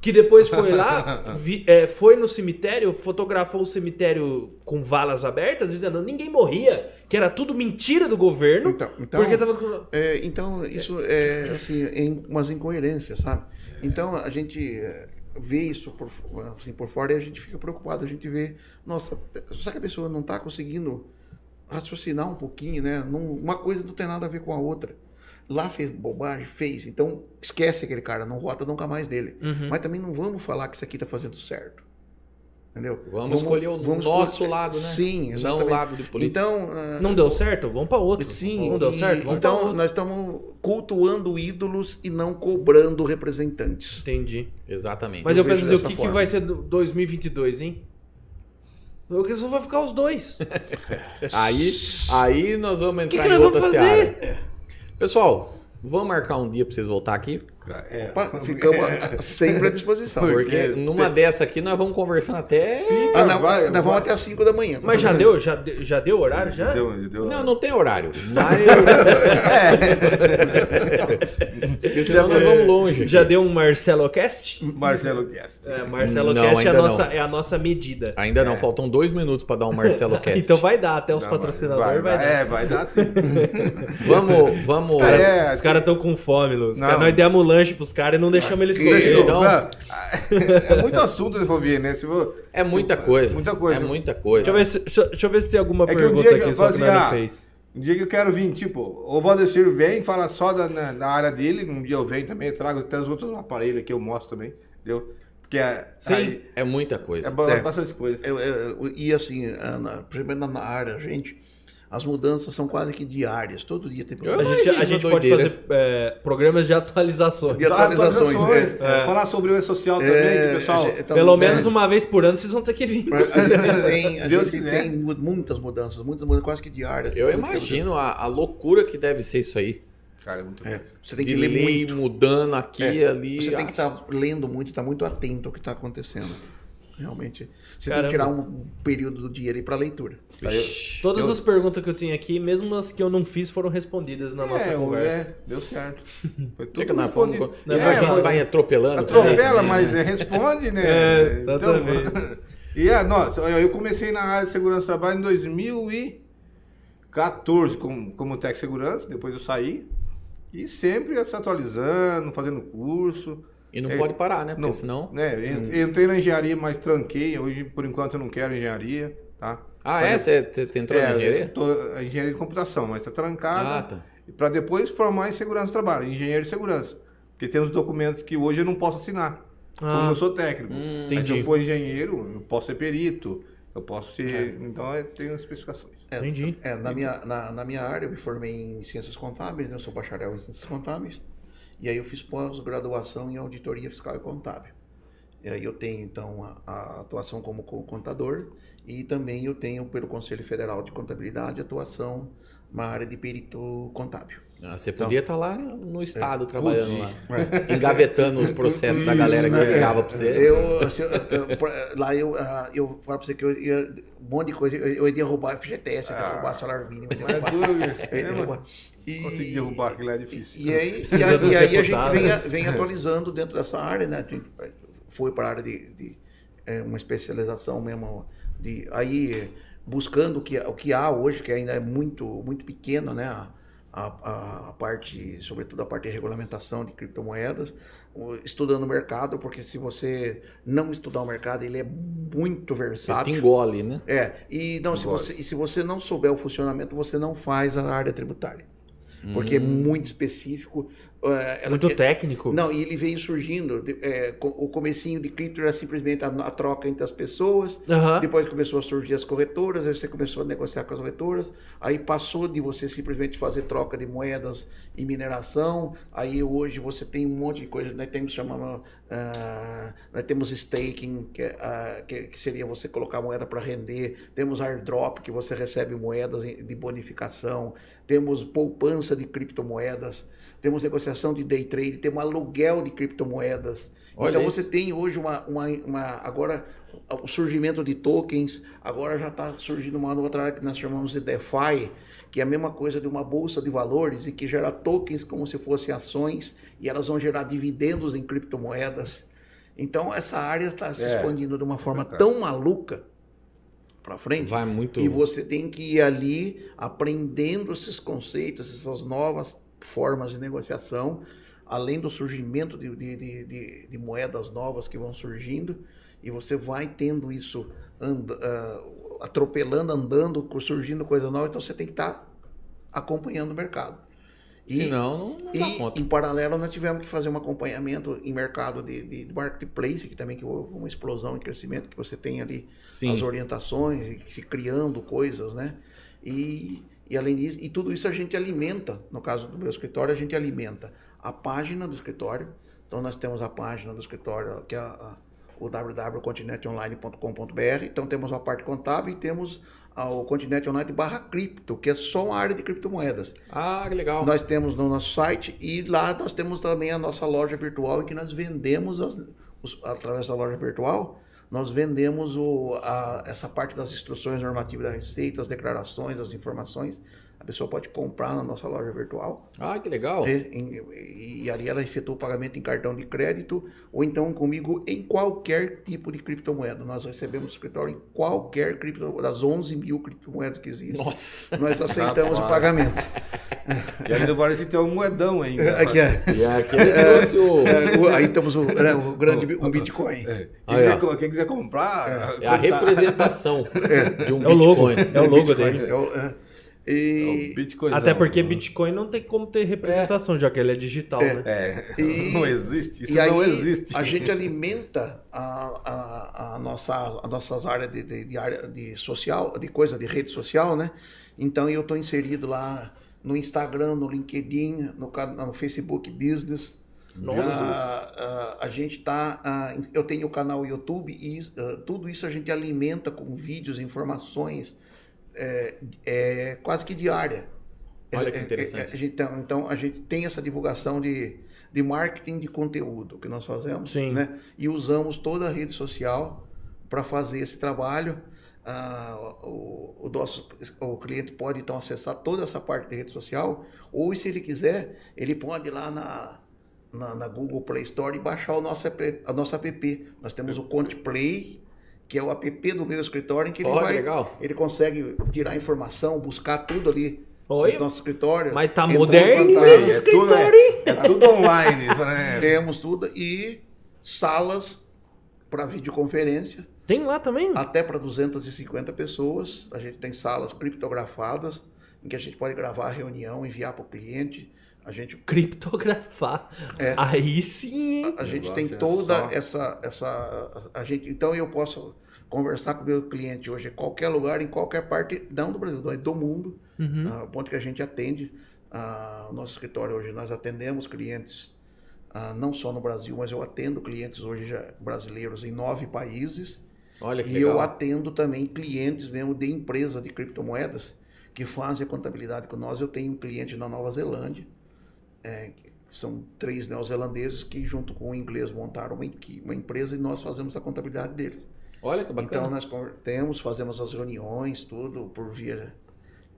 S2: Que depois foi lá, vi- é, foi no cemitério, fotografou o cemitério com valas abertas, dizendo ninguém morria, que era tudo mentira do governo.
S4: Então- então-
S2: porque tava. com-
S4: É, então, isso é, assim, é in- umas incoerências, sabe? Então, a gente é, vê isso por, fo- assim, por fora e a gente fica preocupado. A gente vê, nossa, será que a pessoa não está conseguindo raciocinar um pouquinho, né? Não- uma coisa não tem nada a ver com a outra. Lá fez bobagem, fez. Então, esquece aquele cara, não vota nunca mais dele.
S1: Hum.
S2: Uhum.
S4: Mas também não vamos falar que isso aqui está fazendo certo. Entendeu?
S1: vamos, escolher o nosso
S4: escolher-
S1: lado, né?
S4: Sim,
S1: Não o
S4: exatamente.
S1: lado de político.
S4: então, ah,
S2: Não deu certo? Vamos pra outro.
S4: Sim,
S2: Não deu
S4: e-
S2: certo? Vamos um pra
S4: então
S2: outro.
S4: nós estamos cultuando ídolos e não cobrando representantes.
S2: Entendi.
S1: Exatamente.
S2: Mas
S4: Eu
S2: eu penso
S4: vejo
S2: assim, o
S4: dessa
S2: que, que
S4: forma.
S2: vai ser do- 2022, hein? O que só vai ficar os dois.
S1: Aí, aí nós vamos
S2: que
S1: entrar
S2: que
S1: em
S2: nós
S1: outra
S2: vamos
S1: vamos
S2: fazer?
S1: Pessoal, vamos marcar um dia pra vocês voltar aqui. tá?
S3: É.
S4: Pa- Ficamos ah, sempre à disposição.
S1: Porque
S3: Porque
S1: numa dessa aqui nós vamos conversando até.
S3: Fica,
S4: Ah, não,
S3: vai,
S4: nós vamos
S3: vai.
S4: até as 5 da manhã.
S2: Mas já deu, já, deu- já deu horário? Já? Ah,
S3: Deu, É. deu.
S1: Não, não tem horário. Mas. Porque
S2: Então
S1: senão nós vamos longe.
S2: É. Já deu um MarceloCast?
S3: Marcelo Guest.
S2: É,
S1: Não,
S2: MarceloCast é,
S1: ainda
S2: a nossa-
S1: não.
S2: é a nossa medida.
S1: Ainda não, faltam dois minutos para dar um Marcelo Cast.
S2: Então vai dar, até os
S3: Não,
S2: patrocinadores vai, dar.
S3: É, vai dar sim.
S1: Vamos, vamos.
S3: Ah, é,
S2: Os tá caras estão com fome, Luz.
S3: Não.
S2: Nós demos lanche pros caras e não deixamos eles
S4: Deixa
S3: Deixa
S2: comer.
S3: eu-
S1: Então-
S3: Não, é muito assunto de Fovia, né? Se vou...
S1: É muita coisa.
S3: Muita coisa.
S1: É muita coisa.
S2: Deixa eu, ver se, deixa- deixa eu ver se tem alguma
S3: É que um
S2: pergunta
S3: dia que eu
S2: aqui só que
S3: falo
S2: nós
S3: assim,
S2: não
S3: ah,
S2: fez.
S3: Um dia que eu quero vir, tipo, o Valdecir vem, fala só da, na, na área dele, um dia eu venho também, eu trago até os outros aparelhos que eu mostro também, entendeu? Porque é,
S1: Sim,
S3: aí
S1: é muita coisa.
S3: é, ba-
S4: É.
S3: bastante coisa.
S4: Eu- eu- e assim, ah, na- principalmente na área, gente, as mudanças são quase que diárias. Todo dia tem
S2: A
S1: Eu
S4: problema.
S2: gente, a
S1: imagino,
S2: gente pode
S1: doideira.
S2: fazer é, programas de atualizações.
S4: E atualizações,
S2: é.
S3: Falar sobre o E-Social também, que, pessoal.
S4: a gente- então,
S2: Pelo
S4: é,
S2: menos um uma vez por ano vocês vão ter que vir.
S4: pra- A gente tem, a
S3: Se Deus
S4: gente
S3: quiser.
S4: tem mu- muitas mudanças, muitas mudanças, quase que diárias.
S1: Eu
S4: Todo-
S1: imagino a, a loucura que deve ser isso aí.
S3: Cara, é muito
S4: É, você tem
S1: De
S4: que ler
S1: lei
S4: muito.
S1: mudando aqui e ali.
S4: Você tem
S1: Ah,
S4: que tá estar lendo muito, estar muito atento ao que está acontecendo. Realmente. Você tem
S2: Caramba.
S4: que tirar um período do dia ali para leitura.
S1: vixi.
S2: Todas
S3: Eu-
S2: as perguntas que eu tinha aqui, mesmo as que eu não fiz, foram respondidas na nossa
S3: é,
S2: conversa.
S3: é, deu certo. Foi tudo
S1: Fica É na
S3: respondido.
S1: forma.
S2: Não,
S1: É,
S2: mas
S1: a gente
S2: vai-
S1: vai atropelando. né?
S3: Atropela,
S1: também.
S3: mas é, responde, né?
S2: É,
S3: Então,
S2: exatamente.
S3: e é, nossa, olha, eu comecei na área de segurança do trabalho em 2014 como, como técnico de segurança, depois eu saí. E sempre se atualizando, fazendo curso.
S1: E não
S3: É.
S1: pode parar, né? Porque
S3: Não.
S1: senão.
S3: Né? En- Entrei na engenharia, mas tranquei. Hoje, por enquanto, eu não quero engenharia, tá?
S1: Ah, é?
S3: Mas-
S1: Você você entrou na
S3: É,
S1: engenharia?
S3: eu tô- a engenharia de computação, mas está trancada
S1: Ah, tá.
S3: para depois formar em segurança do trabalho, engenheiro de segurança. Porque tem uns documentos que hoje eu não posso assinar, como
S2: Ah,
S3: eu sou técnico.
S1: Hum,
S3: Mas se
S2: entendi.
S3: eu for engenheiro, eu posso ser perito, eu posso ser. Então eu tenho especificações.
S4: É,
S2: Entendi.
S4: É, na minha, na, na minha área, eu me formei em ciências contábeis, né? eu sou bacharel em ciências contábeis, e aí eu fiz pós-graduação em auditoria fiscal e contábil. E aí eu tenho, então, a, a atuação como co- contador e também eu tenho, pelo Conselho Federal de Contabilidade, atuação na área de perito contábil.
S1: Ah, você podia estar lá no estado trabalhando lá.
S4: É.
S1: Engavetando os processos da galera que
S4: Isso, né?
S1: ligava pra você.
S4: Eu, assim, eu- eu- pra- lá eu, ah, eu falo pra você que eu ia, um monte de coisa, eu, eu ia derrubar FGTS, eu ia
S1: Ah.
S4: derrubar salário mínimo, eu
S1: é
S4: ia derrubar...
S1: né,
S3: É,
S4: eu ia derrubar. né, E-
S3: Consegui derrubar aquilo é difícil.
S4: E aí, e
S2: Precisa
S4: aí-
S2: dos
S4: e aí a gente
S2: deputados. né?
S4: vem, a- vem atualizando dentro dessa área, né? A gente Foi para a área de, de, eh, uma especialização mesmo. De, aí eh, buscando o que, o que há hoje, que ainda é muito, muito pequeno, né? A, a, a parte, sobretudo a parte de regulamentação de criptomoedas, o- estudando o mercado, porque se você não estudar o mercado, ele é muito
S1: Você te
S4: versátil.
S1: engole, né?
S4: É, e não, se
S3: Agora.
S4: você, e se você não souber o funcionamento, você não faz a área tributária. Porque é muito específico. é,
S2: É
S4: ela-
S2: muito
S4: é-
S2: técnico.
S4: Não, e ele veio surgindo. de- é, co- o comecinho de cripto era simplesmente a, a troca entre as pessoas.
S2: Aham.
S3: tipo,
S4: Depois começou a surgir as corretoras, aí você começou a negociar com as corretoras, aí passou de você simplesmente fazer troca de moedas e mineração, aí hoje você tem um monte de coisa, nós temos chamamos, ah, nós temos staking, que, é, ah, que, que seria você colocar moeda para render, temos airdrop, que você recebe moedas em- de bonificação, temos poupança de criptomoedas, temos negociação de day trade, temos aluguel de criptomoedas.
S1: Olha
S4: então
S1: isso.
S4: você tem hoje uma, uma, uma- agora o surgimento de tokens, agora já está surgindo uma outra área que nós chamamos de DeFi, que é a mesma coisa de uma bolsa de valores e que gera tokens como se fossem ações e elas vão gerar dividendos em criptomoedas. Então essa área está se
S3: É.
S4: expandindo de uma forma
S3: Cara.
S4: tão maluca para frente
S1: Vai muito.
S4: e você tem que ir ali aprendendo esses conceitos, essas novas formas de negociação, além do surgimento de, de- de- de- de moedas novas que vão surgindo, e você vai tendo isso and- ah, atropelando, andando, co- surgindo coisa nova, então você tem que estar acompanhando o mercado. E-
S1: Senão, não, não dá
S4: e
S1: conta.
S4: em paralelo nós tivemos que fazer um acompanhamento em mercado de, de, de marketplace, que também que houve uma explosão em crescimento que você tem ali
S1: Sim.
S4: as orientações, e se criando coisas, né? E, e além disso, e tudo isso a gente alimenta. No caso do meu escritório, a gente alimenta a página do escritório. Então nós temos a página do escritório, que é a, a- o www.continenteonline.com.br. Então temos a parte contábil e temos ao Continental United barra cripto, que é só uma área de criptomoedas.
S1: Ah, que legal.
S4: Nós temos no nosso site e lá nós temos também a nossa loja virtual em que nós vendemos, as- os- através da loja virtual, nós vendemos o- a- essa parte das instruções normativas da Receita, as declarações, as informações. A pessoa pode comprar na nossa loja virtual
S1: Ah, que legal.
S4: e, em- e ali ela efetua o pagamento em cartão de crédito ou então comigo em qualquer tipo de criptomoeda. Nós recebemos escritório em qualquer criptomoeda, das 11 mil criptomoedas que existem.
S1: Nossa.
S4: Nós aceitamos o
S3: Rapaz.
S4: pagamento.
S3: E ainda parece ter um moedão ainda.
S4: Aqui, é.
S1: E aqui ele trouxe o-
S4: É, o- aí temos o, né, o grande bi- o Bitcoin.
S3: É. Quem,
S1: Aí,
S3: quiser,
S1: ó.
S3: co- quem quiser comprar,
S1: é a representação de um
S2: É o logo.
S1: Bitcoin.
S2: É o logo
S4: Bitcoin,
S2: dele.
S4: é o- é.
S3: é
S4: E,
S3: o Bitcoin.
S2: Até porque Bitcoin não tem como ter representação, já que ele é digital, né?
S3: É,
S4: E-
S3: não existe. Isso
S4: e aí
S3: não existe.
S4: a gente alimenta a, a, a nossa, as nossas áreas de, de, de área de social, de coisa de rede social, né? Então eu estou inserido lá no Instagram, no LinkedIn, no, ca- no Facebook Business.
S2: Nossa.
S4: Ah, ah, a gente tá. ah, eu tenho o canal YouTube e ah, tudo isso a gente alimenta com vídeos, informações, é, é, quase que diária.
S1: Olha que
S4: É, é, é,
S1: interessante.
S4: a gente tem- então a gente tem essa divulgação de, de marketing de conteúdo que nós fazemos,
S2: Sim.
S4: né? E usamos toda a rede social para fazer esse trabalho. Ah, o, o nosso o cliente pode então acessar toda essa parte de rede social, ou se ele quiser, ele pode ir lá na, na, na Google Play Store e baixar o nosso app, a nossa app. Nós temos o Conte Play, que é o app do meu escritório, em que ele
S1: Olha,
S4: vai.
S1: legal.
S4: Ele consegue tirar informação, buscar tudo ali
S2: Olha,
S3: então
S4: no nosso escritório.
S2: mas tá
S4: Entrou
S2: moderno
S4: em
S2: esse
S4: fantasma.
S3: É tudo, é.
S2: escritório, hein?
S3: É tudo online, né?
S4: Temos tudo e salas para videoconferência,
S2: Tem lá também?
S3: Ah.
S4: até para 250 pessoas. A gente tem salas criptografadas em que a gente pode gravar a reunião, enviar para o cliente. A gente
S2: Criptografar.
S4: É.
S2: Aí sim, hein?
S4: A gente
S3: negócio
S4: tem
S3: é
S4: toda
S3: só-
S4: essa, essa. A gente, então eu posso conversar com o meu cliente hoje em qualquer lugar, em qualquer parte, não do Brasil, mas do mundo,
S2: Uhum.
S4: ah, o ponto que a gente atende. ah, o nosso escritório hoje, nós atendemos clientes ah, não só no Brasil, mas eu atendo clientes hoje já brasileiros em nove países.
S1: Olha que
S4: E eu
S1: legal.
S4: atendo também clientes mesmo de empresa de criptomoedas que fazem a contabilidade com nós. Eu tenho um cliente na Nova Zelândia, é, que são três neozelandeses que junto com o inglês montaram uma, equi- uma empresa e nós fazemos a contabilidade deles.
S1: Olha que
S4: Então
S1: bacana.
S4: nós convertemos, fazemos as reuniões, tudo por via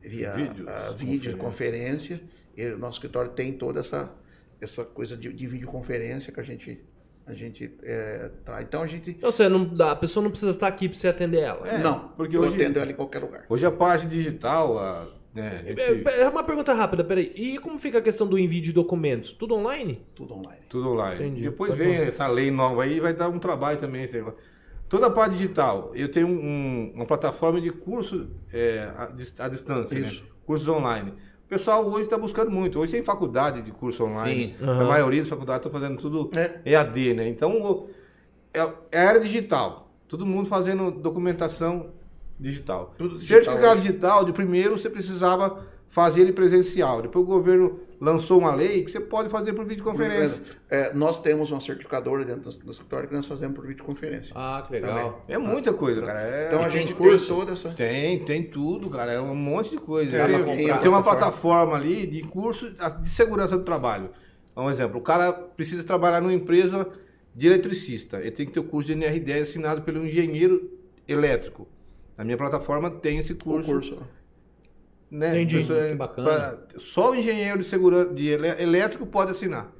S4: via
S3: Vídeos,
S4: ah, vídeo, conferência. E o nosso escritório tem toda essa essa coisa de, de videoconferência que a gente a gente é, traz. Então a gente
S2: Ou seja, não- a pessoa não precisa estar aqui pra você atender ela.
S3: Ah. É,
S4: não,
S3: porque
S4: eu
S3: hoje-
S4: atendo ela em qualquer lugar.
S3: Hoje a parte digital, a, né, a gente-
S2: É, é uma pergunta rápida, peraí. E como fica a questão do envio de documentos? Tudo online?
S4: Tudo online.
S3: tudo online.
S2: Entendi.
S3: Depois
S2: Pode
S3: vem
S2: falar.
S3: essa lei nova aí, vai dar um trabalho também. esse negócio. Toda a parte digital. Eu tenho um- uma plataforma de curso é, à, dis- à distância, né?
S4: Isso.
S3: cursos online. O pessoal hoje está buscando muito. Hoje tem faculdade de curso online.
S1: Sim.
S3: A maioria das faculdades estão fazendo tudo
S4: É.
S3: EAD, né? Então, o- é, é a era digital. Todo mundo fazendo documentação digital.
S4: Tudo digital
S3: Certificado digital, de primeiro você precisava fazer ele presencial. Depois o governo lançou uma lei que você pode fazer por videoconferência.
S4: É, nós temos uma certificadora dentro do, do escritório que nós fazemos por videoconferência.
S1: Ah, que legal.
S3: É muita coisa, cara. É-
S4: então a gente
S3: tem
S4: tem toda essa.
S3: Tem, tem tudo, cara. É um monte de coisa.
S4: Dá pra
S3: Tem,
S4: comprar.
S3: tem uma plataforma ali de curso de segurança do trabalho. Um exemplo, o cara precisa trabalhar numa empresa de eletricista. Ele tem que ter o curso de NR10 assinado pelo engenheiro elétrico. Na minha plataforma tem esse
S4: O
S3: um curso.
S4: curso.
S3: Né?
S2: Entendi.
S3: Pessoa-
S1: Que bacana.
S3: pra- só o engenheiro de segurança de ele- elétrico pode assinar.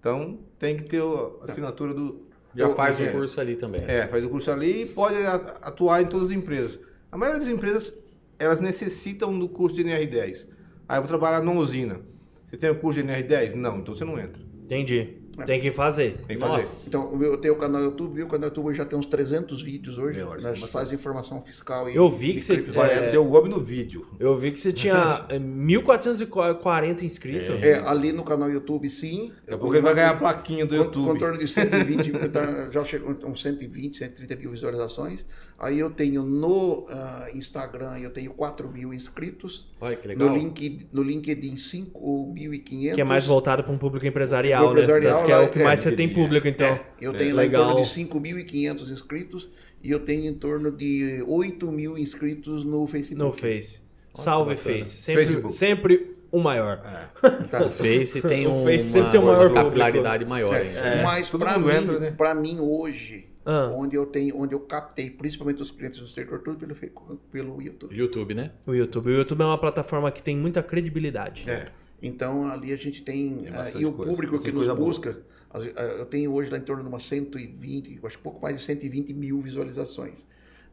S3: Então tem que ter o- a assinatura do.
S1: Já
S3: do
S1: faz o
S3: engenheiro.
S1: curso ali também.
S3: É, faz o curso ali e pode a- atuar em todas as empresas. A maioria das empresas, elas necessitam do curso de NR10. Aí Ah, eu vou trabalhar numa usina. Você tem o curso de NR10? Não, então você não entra.
S2: Entendi. Tem que fazer.
S3: Tem que fazer.
S1: Nossa.
S4: Então o meu- eu tenho o canal no YouTube, e o canal no YouTube já tem uns 300 vídeos hoje.
S3: Meu,
S4: nós
S3: mas-
S4: faz informação fiscal e.
S2: Eu vi que
S4: e
S2: você-
S4: criptomoeda.
S3: Apareceu o homem no vídeo.
S2: Eu vi que você tinha eh, 1440 inscritos.
S4: É, ali no canal YouTube sim.
S3: Daqui a pouco ele vai ganhar a plaquinha do
S4: Em
S3: YouTube.
S4: torno de 120, tá, já chegou uns 120, 130 mil visualizações. Aí eu tenho no ah, Instagram, eu tenho 4 mil inscritos.
S1: Olha que legal.
S4: No, Link, no LinkedIn, 5.500.
S2: é Que é mais voltado para um público empresarial,
S4: empresarial,
S2: né? que é o que
S4: é,
S2: mais você
S3: eu
S2: tem
S3: diria.
S2: público, então.
S4: É, eu tenho
S2: É,
S4: lá
S2: legal.
S4: em torno de 5.500 inscritos e eu tenho em torno de 8 mil inscritos no Facebook.
S2: No Face.
S1: Olha
S2: Salve,
S1: que bacana.
S2: Face. Sempre,
S3: Facebook.
S2: sempre o maior.
S3: É. Tá
S1: O Face tem
S2: O
S1: um
S2: Face sempre
S1: uma
S2: tem o maior público.
S1: capilaridade maior ainda.
S2: É.
S4: Mas
S3: Todo
S4: para
S3: mundo
S4: mim,
S3: entra, né?
S4: pra mim hoje,
S2: Ah,
S4: onde eu tenho, onde eu captei principalmente os clientes do exterior, tudo pelo, Fe- pelo YouTube.
S1: YouTube, né?
S2: o YouTube. O YouTube é uma plataforma que tem muita credibilidade.
S4: É. Então ali a gente tem.
S3: Tem
S4: ah,
S3: bastante
S4: e o
S3: coisa,
S4: público
S3: bastante
S4: que nos
S3: coisa boa.
S4: busca, as- ah, eu tenho hoje lá em torno de umas 120, eu acho pouco mais de 120 mil visualizações.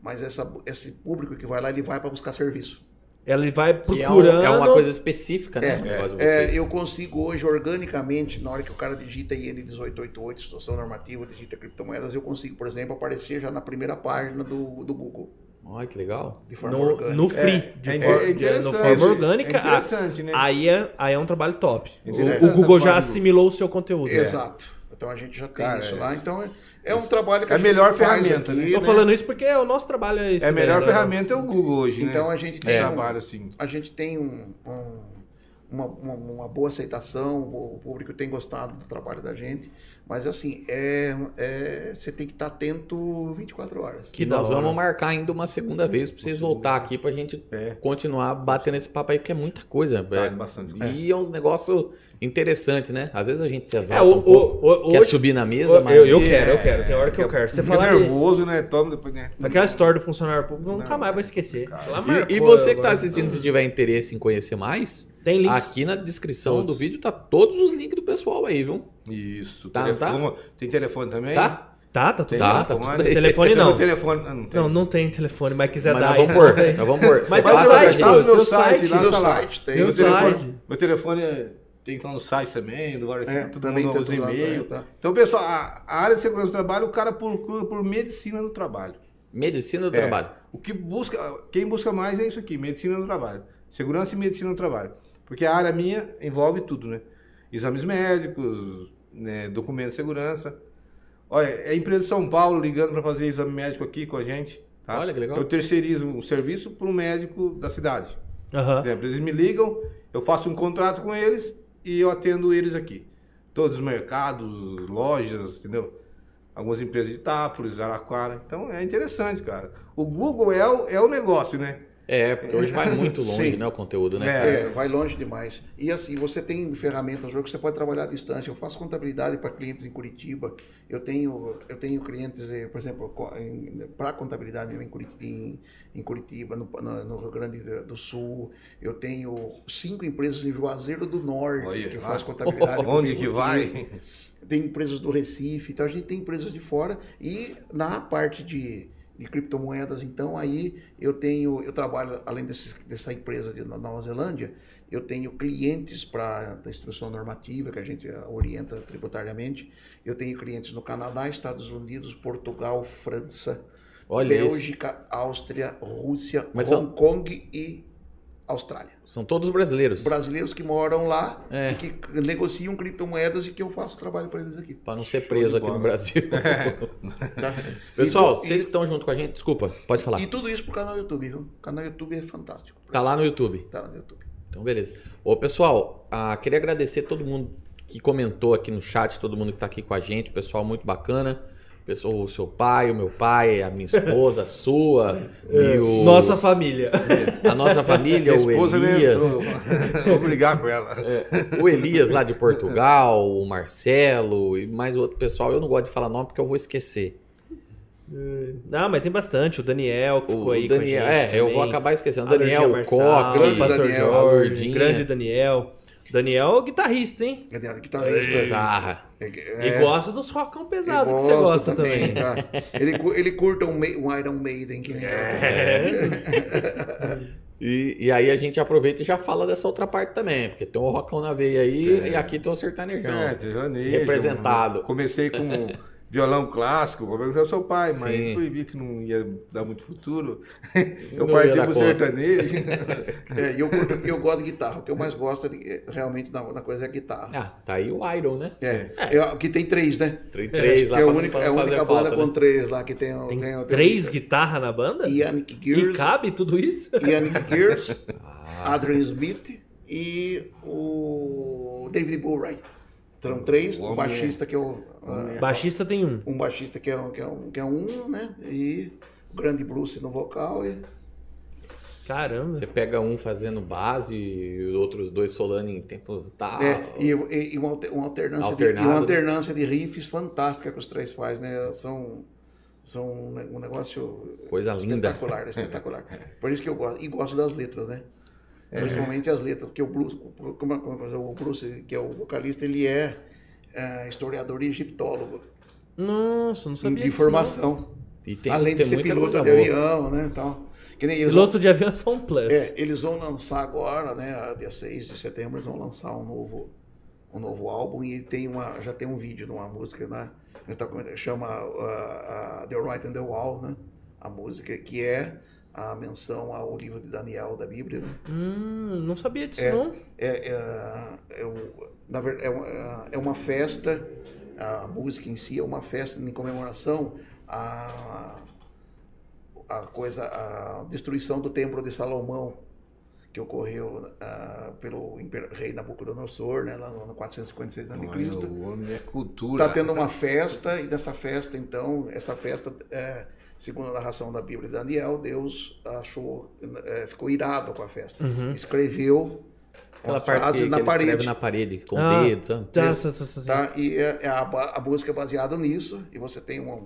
S4: Mas essa, esse público que vai lá, ele vai para buscar serviço.
S2: Ele vai
S1: Que é, um-
S2: procurando.
S1: é uma coisa específica, né?
S4: É,
S1: no caso de
S4: É,
S1: vocês.
S4: eu consigo hoje, organicamente, na hora que o cara digita IN1888, situação normativa, digita criptomoedas, eu consigo, por exemplo, aparecer já na primeira página do, do Google,
S1: Olha que legal.
S4: de forma
S2: no,
S4: orgânica.
S2: no free, de,
S3: É,
S2: for-
S3: é
S2: de- no
S3: interessante.
S2: forma orgânica.
S3: É interessante, né?
S2: a- aí, é, aí é um trabalho top. O-
S3: Interessante
S2: O, Google
S3: essa
S2: já
S3: parte do-
S2: assimilou o seu conteúdo. né?
S4: Exato. Então a gente já tem
S3: Cara,
S4: isso
S3: é-
S4: lá. Então é, é um trabalho que
S3: é a
S4: gente
S3: melhor
S4: faz
S3: ferramenta,
S4: aqui,
S3: né?
S2: Estou falando isso porque é o nosso trabalho é esse.
S3: É a melhor
S2: né?
S3: ferramenta é o Google hoje, né?
S4: Então a gente
S3: É.
S4: tem um-
S3: trabalho assim.
S4: a gente tem um- um- uma, uma- uma boa aceitação, o o público tem gostado do trabalho da gente, mas assim, é, é- você tem que estar atento 24 horas.
S2: Que
S1: Que nós
S2: da hora.
S1: vamos marcar ainda uma segunda vez pra vocês voltar aqui pra gente
S3: É.
S1: continuar batendo esse papo aí, porque é muita coisa,
S3: Tá,
S1: velho.
S3: bastante.
S1: E é uns negócios interessantes, né? Às vezes a gente se
S2: É,
S1: exalta
S2: o,
S1: um pouco,
S2: o- o-
S1: quer
S2: hoje-
S1: subir na mesa,
S2: eu,
S1: mas...
S2: eu, eu quero, eu
S3: É,
S2: quero. Tem hora que eu
S3: fica-
S2: quero. Você
S3: fica
S2: fala de-
S3: nervoso, né? Toma depois, né?
S2: Aquela história do funcionário público nunca
S3: Não,
S2: mais vai esquecer.
S3: cara.
S2: Ela
S1: E-
S2: marcou
S1: e, você que
S2: agora.
S1: tá assistindo, se tiver interesse em conhecer mais,
S2: Tem links.
S1: aqui na descrição
S3: Todos.
S1: do vídeo tá todos os links do pessoal aí, viu?
S3: Isso.
S1: Tá,
S3: telefone. Tem telefone também?
S1: Tá?
S2: Tá, tá
S3: Tem
S2: tudo
S1: Tá,
S2: lá.
S1: tá
S3: telefone.
S1: tudo aí.
S2: Telefone
S3: Tem
S2: não.
S3: o telefone. Ah, não tem.
S2: Não, não tem telefone, mas quiser
S1: Mas
S2: dar
S1: nós
S2: aí.
S1: vamos pôr, nós vamos pôr. Você
S2: Mas
S3: Vai
S2: tem
S1: passa
S2: o
S1: pra
S2: site,
S1: gente-
S3: lá no
S2: teu
S3: meu site,
S2: site,
S3: lá
S4: Meu
S3: tá lá.
S4: site tem.
S2: Tem o
S3: Meu telefone,
S2: site.
S3: meu telefone é- tem que estar no site também, do Varecito,
S4: É,
S3: todo
S4: também
S3: mundo
S4: tem
S3: usa
S4: tudo lá,
S3: e-mail.
S4: tá?
S3: Então, pessoal, a, a área de segurança do trabalho, o cara procura por medicina do trabalho.
S1: Medicina do
S3: É.
S1: Trabalho.
S3: O que busca, quem busca mais é isso aqui, medicina do trabalho. Segurança e medicina do trabalho. Porque a área minha envolve tudo, né? Exames médicos, né, documentos de segurança. Olha, é a empresa de São Paulo ligando para fazer exame médico aqui com a gente. Tá?
S1: Olha que legal.
S3: Eu terceirizo um serviço para um médico da cidade. Por
S1: Tá?
S2: Aham.
S3: exemplo, eles me ligam, eu faço um contrato com eles e eu atendo eles aqui. Todos os mercados, lojas, entendeu? Algumas empresas de Itápolis, Araquara. Então é interessante, cara. O Google é o, é o negócio, né?
S1: É, porque hoje vai muito longe,
S4: Sim.
S1: né, o conteúdo, né?
S3: É.
S1: cara?
S4: É, vai longe demais. E assim, você tem ferramentas hoje que você pode trabalhar à distância. Eu faço contabilidade para clientes em Curitiba. Eu tenho, eu tenho clientes, eh, por exemplo, para contabilidade mesmo em Curitiba, em, em Curitiba no, no- no Rio Grande do Sul. Eu tenho cinco empresas em Juazeiro do Norte
S3: Olha,
S4: que
S3: lá.
S4: faz contabilidade.
S3: Onde que vai?
S4: Tem empresas do Recife, então a gente tem empresas de fora. E na parte de, de criptomoedas, então, aí eu tenho, eu trabalho, além desse- dessa empresa de, na Nova Zelândia, eu tenho clientes para a instrução normativa, que a gente eh, orienta tributariamente. Eu tenho clientes no Canadá, Estados Unidos, Portugal, França,
S1: Olha isso.
S4: Bélgica, Áustria, Rússia,
S1: Mas
S4: Hong
S1: são-
S4: Kong e Austrália.
S1: São todos brasileiros.
S4: Brasileiros que moram lá
S1: É.
S4: e que negociam criptomoedas e que eu faço trabalho para eles aqui.
S1: Pra não ser
S3: Show
S1: preso
S3: de
S1: aqui no
S3: bola. É.
S1: Brasil.
S4: Tá?
S1: Pessoal,
S4: E tu-
S1: vocês que estão junto com a gente, desculpa, pode falar.
S4: E tudo isso pro canal YouTube, viu? O canal YouTube é fantástico.
S1: Tá lá no YouTube.
S4: Tá no YouTube.
S1: Então, beleza. Ô, pessoal, ah, queria agradecer todo mundo que comentou aqui no chat, todo mundo que tá aqui com a gente, pessoal muito bacana. Pessoal, o seu pai, o meu pai, a minha esposa, a sua, e o,
S2: É. Nossa família.
S1: a nossa família, é o Elias, É
S3: entrou. então, Vou brigar com ela.
S1: o Elias lá de Portugal, o Marcelo e mais outro pessoal. Eu não gosto de falar nome porque eu vou esquecer.
S2: Ah, mas tem bastante. O Daniel que ficou
S1: O
S2: aí
S1: Daniel,
S2: com a gente.
S1: é, eu
S2: também.
S1: vou acabar esquecendo.
S2: A Lurdinha
S1: Daniel, o
S2: Marçal,
S1: Coque,
S2: grande
S4: Pastor
S2: Pastor
S4: Daniel,
S1: a
S2: Jorge,
S1: Lurdinha,
S2: grande Daniel. Daniel é o guitarrista, hein?
S4: Cadê a guitarrista?
S1: guitarra.
S4: tá É, é,
S2: tá. E gosta dos rockão
S4: ele
S2: pesados que você gosta também. É.
S4: tá? Ele, cu- ele curta um, Ma- um Iron Maiden que nem
S3: É.
S4: eu.
S1: E, e aí a gente aproveita e já fala dessa outra parte também, porque tem um rockão na veia aí
S4: É.
S1: e aqui tem um sertanejão.
S3: Certo, janeiro,
S1: Representado.
S3: É, Comecei com violão clássico, como é eu o seu pai, mas
S1: Sim.
S3: depois vi que não ia dar muito futuro.
S1: Não
S3: Eu
S1: ia
S3: parti
S1: dar
S3: pro
S1: conta.
S3: sertanejo.
S4: É, e eu, curto, e eu gosto de guitarra. O que eu mais gosto é de- é, realmente na, na coisa é a guitarra.
S1: Ah, tá aí o Iron, né?
S4: É, eu- que tem três, né?
S1: Três, três lá
S4: Que é a
S1: pra-
S4: única,
S1: pra
S4: é a
S1: fazer
S4: única
S1: falta,
S4: banda
S1: né?
S4: com três lá que tem. o-
S2: Tem
S4: tem o- tem o-
S2: três guitarras na banda?
S4: Yannick
S2: E
S4: Gears,
S2: cabe tudo isso?
S4: Yannick Gears,
S1: Ah,
S4: Adrian Smith e o David Bowie. Terão três,
S3: O
S4: um
S3: homem
S4: baixista que é o. é,
S2: Baixista tem um.
S4: um baixista que é, um- que, é um, que é um, né? E o grande Bruce no vocal e
S2: Caramba.
S1: Você pega um fazendo base e os outros dois solando em tempo tá, tal.
S4: É, e, e- e uma, alter- uma alternância de, e
S1: Ah, Alternado,
S4: uma
S1: né?
S4: alternância de riffs fantástica que os três fazem, né? São, são um ne- um negócio
S1: Coisa linda.
S4: espetacular, né? espetacular. Por isso que eu gosto, e gosto das letras, né?
S1: É.
S4: Principalmente as letras, porque o Bruce, como, é, como- por exemplo, o Bruce, que é o vocalista, ele é, ah, historiador e egiptólogo
S2: Nossa, não sabia
S4: de
S2: disso,
S4: formação,
S1: E tem,
S4: além de
S1: tem
S4: ser
S1: muita
S4: piloto
S1: coisa
S4: de
S1: boa.
S4: avião, né? Tal. Que nem
S2: não.
S4: eles
S2: Piloto de avião é só um plus.
S4: É, eles vão lançar agora, né? Dia 6 de setembro, eles vão lançar um novo, um novo álbum e tem uma, já tem um vídeo de uma música, né? que tá comentando, chama ah, ah, The Right and the Wall, né? A música, que é a menção ao livro de Daniel da Bíblia. Né?
S2: Hum, não sabia disso,
S4: É.
S2: não.
S4: É, é, é o- na verdade, é, uma- é uma festa, a música em si é uma festa em comemoração à, à coisa, à destruição do Templo de Salomão, que ocorreu ah, pelo imper- rei Nabucodonosor, né, lá no ano 456
S3: Olha,
S4: a.C.
S3: o homem é cultura.
S4: Está Tá tendo
S1: né?
S4: uma festa, e dessa festa, então, essa festa, é, segundo a narração da Bíblia de Daniel, Deus achou, é, ficou irado com a festa.
S2: Uhum.
S4: Escreveu
S1: Aquela
S4: uma
S1: parte
S4: frase
S1: que
S4: na
S1: ele escreve
S4: parede.
S1: na parede com
S2: Ah.
S1: o dedo, sabe?
S2: Tá, tá, tá, tá, tá.
S4: Tá? E é- é a, ba- a música é baseada nisso, e você tem uma,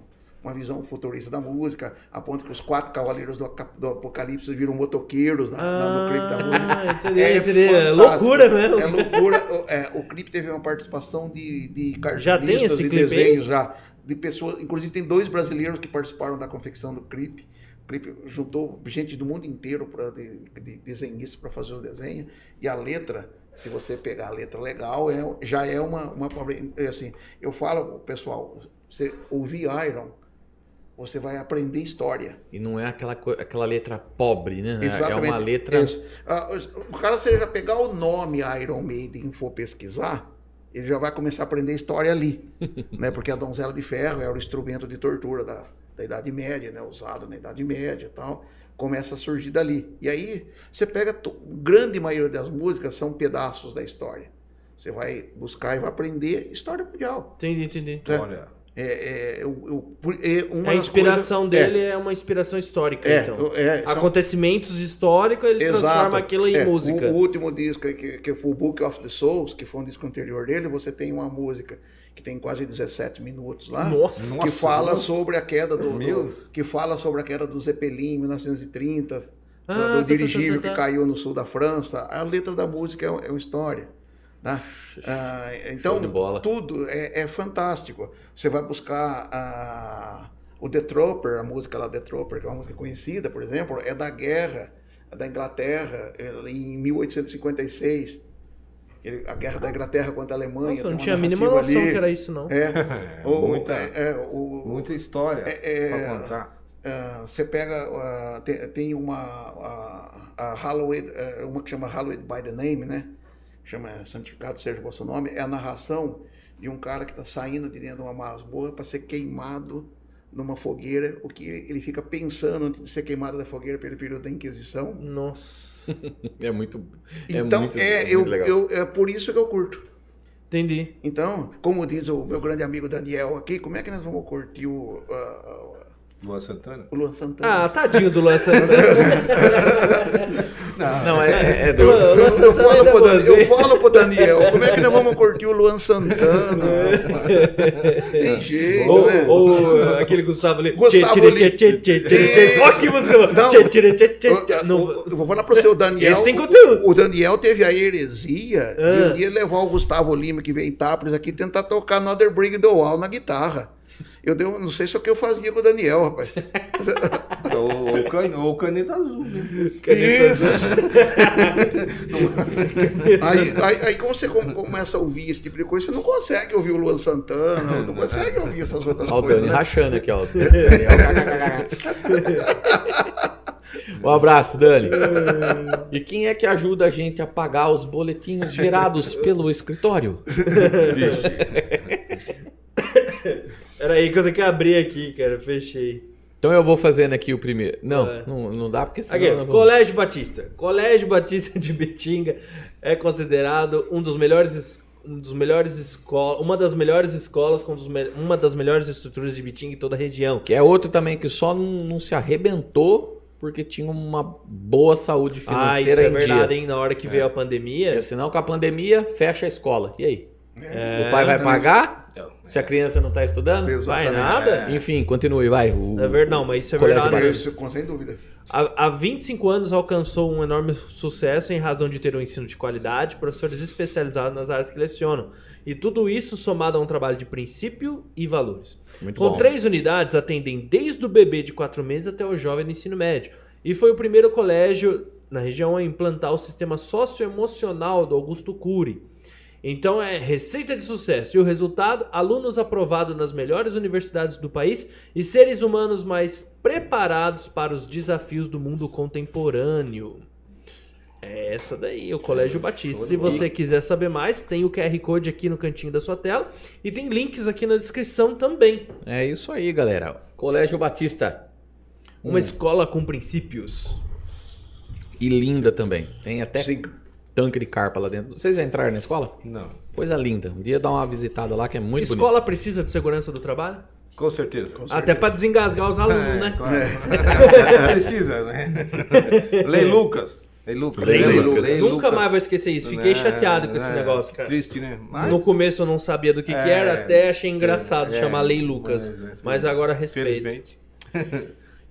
S4: uma visão futurista da música, a ponto que os quatro cavaleiros do, aca- do Apocalipse viram motoqueiros na, Tá na- no clipe da música.
S2: Ah, entendi, entendi.
S4: É fantástico.
S2: Loucura né? mesmo.
S4: É loucura. O, é, o clipe teve uma participação de, de
S2: Já tem
S4: cartunistas
S2: esse
S4: e
S2: clipe aí?
S4: desenhos já. De pessoas, inclusive tem dois brasileiros que participaram da confecção do clipe. O clipe juntou gente do mundo inteiro para de, de desenhista para fazer o desenho. E a letra, se você pegar a letra legal, é, já é uma, uma. é Assim, eu falo, pessoal, você ouvir Iron, você vai aprender história.
S1: E não é aquela, co- aquela letra pobre, né? É-
S4: Exatamente.
S1: É uma letra.
S4: Isso. Ah, o o cara, se ele já pegar o nome Iron Maiden e for pesquisar, ele já vai começar a aprender história ali. né? Porque a donzela de ferro era o instrumento de tortura da, da Idade Média, né? usado na Idade Média e tal. Começa a surgir dali. E aí, você pega. to- grande maioria das músicas são pedaços da história. Você vai buscar e vai aprender história mundial.
S2: Entendi, entendi.
S3: Olha,
S4: É, é, eu- eu- por- é uma
S2: a
S4: das
S2: inspiração
S4: coisas-
S2: dele é. uma inspiração histórica,
S4: É, é,
S2: então.
S4: eu- é, são-
S2: Acontecimentos históricos, ele
S4: Exato.
S2: transforma aquilo em
S4: É,
S2: música.
S4: O, o último disco aí que, que foi o Book of the Souls, que foi um disco anterior dele, você tem uma música que tem quase 17 minutos lá.
S2: Nossa.
S4: Que
S3: Nossa,
S4: fala
S3: meu.
S4: sobre a queda do, do-
S3: Meu.
S4: que fala sobre a queda do Zeppelin em 1930, do-
S2: Ah,
S4: do,
S2: tá, tá, tá,
S4: dirigível
S2: tá.
S4: que caiu no sul da França. A letra da música é, é uma história, né? Ah, então
S1: Show de bola.
S4: tudo é, é fantástico. Você vai buscar ah, o The Trooper, a música lá The Trooper, que é uma música conhecida, por exemplo, é da guerra é da Inglaterra eh, em 1856. Ele- a guerra da Inglaterra contra a
S2: Nossa,
S4: Alemanha.
S2: eu
S4: tem
S2: não
S4: uma
S2: tinha a mínima noção
S4: narrativa ali.
S2: que era isso, não.
S4: É,
S3: é
S4: o-
S3: muita,
S4: é, é, o-
S3: muita história
S4: É, é,
S3: pra contar.
S4: ah, você pega, ah, tem, tem uma, ah, a Halloween, eh, uma que chama Halloween by the Name, né? Chama Santificado Seja o Vosso Nome. É a narração de um cara que está saindo de dentro de uma masmorra para ser queimado numa fogueira, o que ele fica pensando antes de ser queimado da fogueira pelo período da Inquisição.
S2: Nossa.
S1: É muito. É
S4: Então,
S1: muito-
S4: é,
S1: é muito
S4: eu,
S1: legal.
S4: eu- é por isso que eu curto.
S2: Entendi.
S4: Então, como diz o meu grande amigo Daniel aqui, como é que nós vamos curtir o, ah,
S3: Luan Santana?
S4: o Luan Santana?
S2: Ah, tadinho do Luan Santana.
S1: Não, é, é- é
S2: Luan,
S1: do.
S2: Luan
S4: Eu, eu,
S2: Santana né,
S4: falo
S2: ainda
S4: pro Dan-
S2: mandei.
S4: eu falo pro Daniel, como é que nós vamos curtir o Luan Santana? rapaz? Tem jeito,
S2: Ou,
S4: né?
S2: ou, uh, aquele Gustavo ali.
S4: Gustavo
S2: Tchê, tchê,
S4: ali.
S2: tchê, tchê, tchê, tchê. Ó que música boa.
S4: Não.
S2: Tchê, tchê, tchê, tchê.
S4: Eu- eu-
S2: Não-
S4: eu- eu vou falar pro seu Daniel.
S2: Esse tem
S4: o-
S2: conteúdo.
S4: O, o Daniel teve a heresia
S2: Ah.
S4: de um dia levar o Gustavo Lima, que veio em Itápolis aqui, tentar tocar Another Brig the Wall na guitarra. Eu dei, um- não sei se é o que eu fazia com o Daniel, rapaz.
S3: Ou o can, ou caneta azul, né?
S2: Caneta
S4: Isso. aí, aí- aí quando você com- começa a ouvir esse tipo de coisa, você não consegue ouvir o Luan Santana, não consegue ouvir essas outras
S1: Ó, o
S4: coisas.
S1: Dani
S4: né?
S1: rachando aqui, ó. um abraço, Dani. E quem é que ajuda a gente a pagar os boletinhos gerados pelo escritório?
S3: Vixe.
S2: Era aí que eu tenho que abrir aqui, cara. Fechei.
S1: Então eu vou fazendo aqui o primeiro. Não,
S2: É.
S1: não, não dá porque senão...
S2: Aqui,
S1: eu não vou-
S2: Colégio Batista. Colégio Batista de Bitinga é considerado um dos melhores es- um dos melhores escola, uma das melhores escolas, com um dos me- uma das melhores estruturas de Bitinga em toda a região.
S1: Que é outro também que só não, não se arrebentou porque tinha uma boa saúde
S2: Ah, isso
S1: financeira
S2: é
S1: em
S2: verdade,
S1: dia.
S2: hein? Na hora que veio a pandemia,
S1: Porque senão com a pandemia fecha a escola. E aí?
S4: É,
S1: o pai vai
S4: exatamente. É.
S1: pagar?
S3: Não.
S1: Se a criança não tá estudando?
S2: vai
S4: Exatamente.
S2: nada.
S1: Enfim, continue, vai. Uh, O-
S2: É verdade, não, mas isso é
S1: É. Colégio
S2: verdade.
S1: Barão.
S4: Isso, com- sem dúvida.
S2: Há, há 25 anos alcançou um enorme sucesso em razão de ter um ensino de qualidade, professores especializados nas áreas que lecionam. E tudo isso somado a um trabalho de princípio e valores.
S1: Muito
S2: Com
S1: bom.
S2: Então, três unidades, atendem desde o bebê de 4 meses até o jovem do ensino médio. E foi o primeiro colégio na região a implantar o sistema socioemocional do Augusto Cury. Então é receita de sucesso. E o resultado? Alunos aprovados nas melhores universidades do país e seres humanos mais preparados para os desafios do mundo contemporâneo. É essa daí, o Colégio Batista. Se você quiser saber mais, tem o QR Code aqui no cantinho da sua tela e tem links aqui na descrição também.
S1: É isso aí, galera. Colégio Batista. Hum.
S2: Uma escola com princípios.
S1: E linda também. Tem até
S4: Sim.
S1: tanque de carpa lá dentro. Vocês já entraram na escola?
S3: Não.
S1: Coisa linda. Um dia dá uma visitada lá que é muito bonito.
S2: escola precisa de segurança do trabalho?
S3: Com certeza.
S4: Com
S2: Até
S4: certeza.
S2: para desengasgar os alunos,
S3: É,
S2: né?
S3: claro.
S4: É.
S3: Precisa, né? Lei Lucas. Lei Lucas.
S1: Lei Lucas.
S2: Nunca mais vou esquecer isso. Fiquei
S3: Né,
S2: chateado com esse
S3: né,
S2: negócio, cara.
S3: Triste, né? Mas-
S2: No começo eu não sabia do que, que era,
S3: É,
S2: até achei engraçado
S3: é,
S2: chamar Lei Lucas.
S3: mas, é,
S2: Mas, agora respeito.
S3: Infelizmente.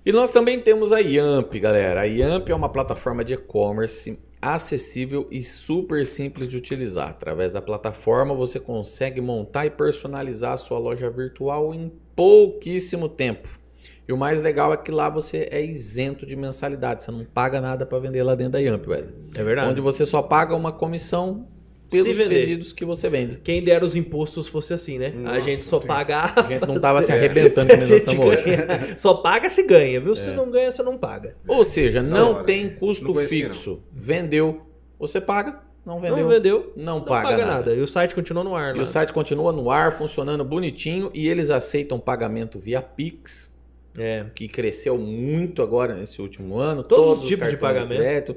S1: E nós também temos a Yamp, galera. A Yamp é uma plataforma de e-commerce acessível e super simples de utilizar. Através da plataforma você consegue montar e personalizar a sua loja virtual em pouquíssimo tempo. E o mais legal é que lá você é isento de mensalidade, você não paga nada para vender lá dentro da Yamp, velho.
S2: É verdade.
S1: Onde você só paga uma comissão
S2: Se
S1: pelos
S2: vender.
S1: pedidos que você vende.
S2: Quem dera os impostos fosse assim, né? a
S3: Nossa,
S2: gente só
S3: tem-
S2: paga.
S1: A gente não tava se
S2: Se
S1: arrebentando
S2: a
S1: que nem É. nós
S2: gente
S1: estamos hoje.
S2: ganha. Só paga se ganha, viu? Se não ganha, você não paga.
S1: Ou seja, não
S3: hora.
S1: tem custo
S3: Não conhecia,
S1: fixo. Vendeu, você paga. Não vendeu,
S2: Não
S1: não,
S2: vendeu,
S1: paga, nada.
S2: E o site continua no ar,
S1: E
S2: né?
S1: o site continua no ar, funcionando bonitinho e eles aceitam pagamento via Pix,
S2: É.
S1: que cresceu muito agora nesse último ano.
S2: Todos os tipos
S1: tipos
S2: de pagamento.
S1: crédito.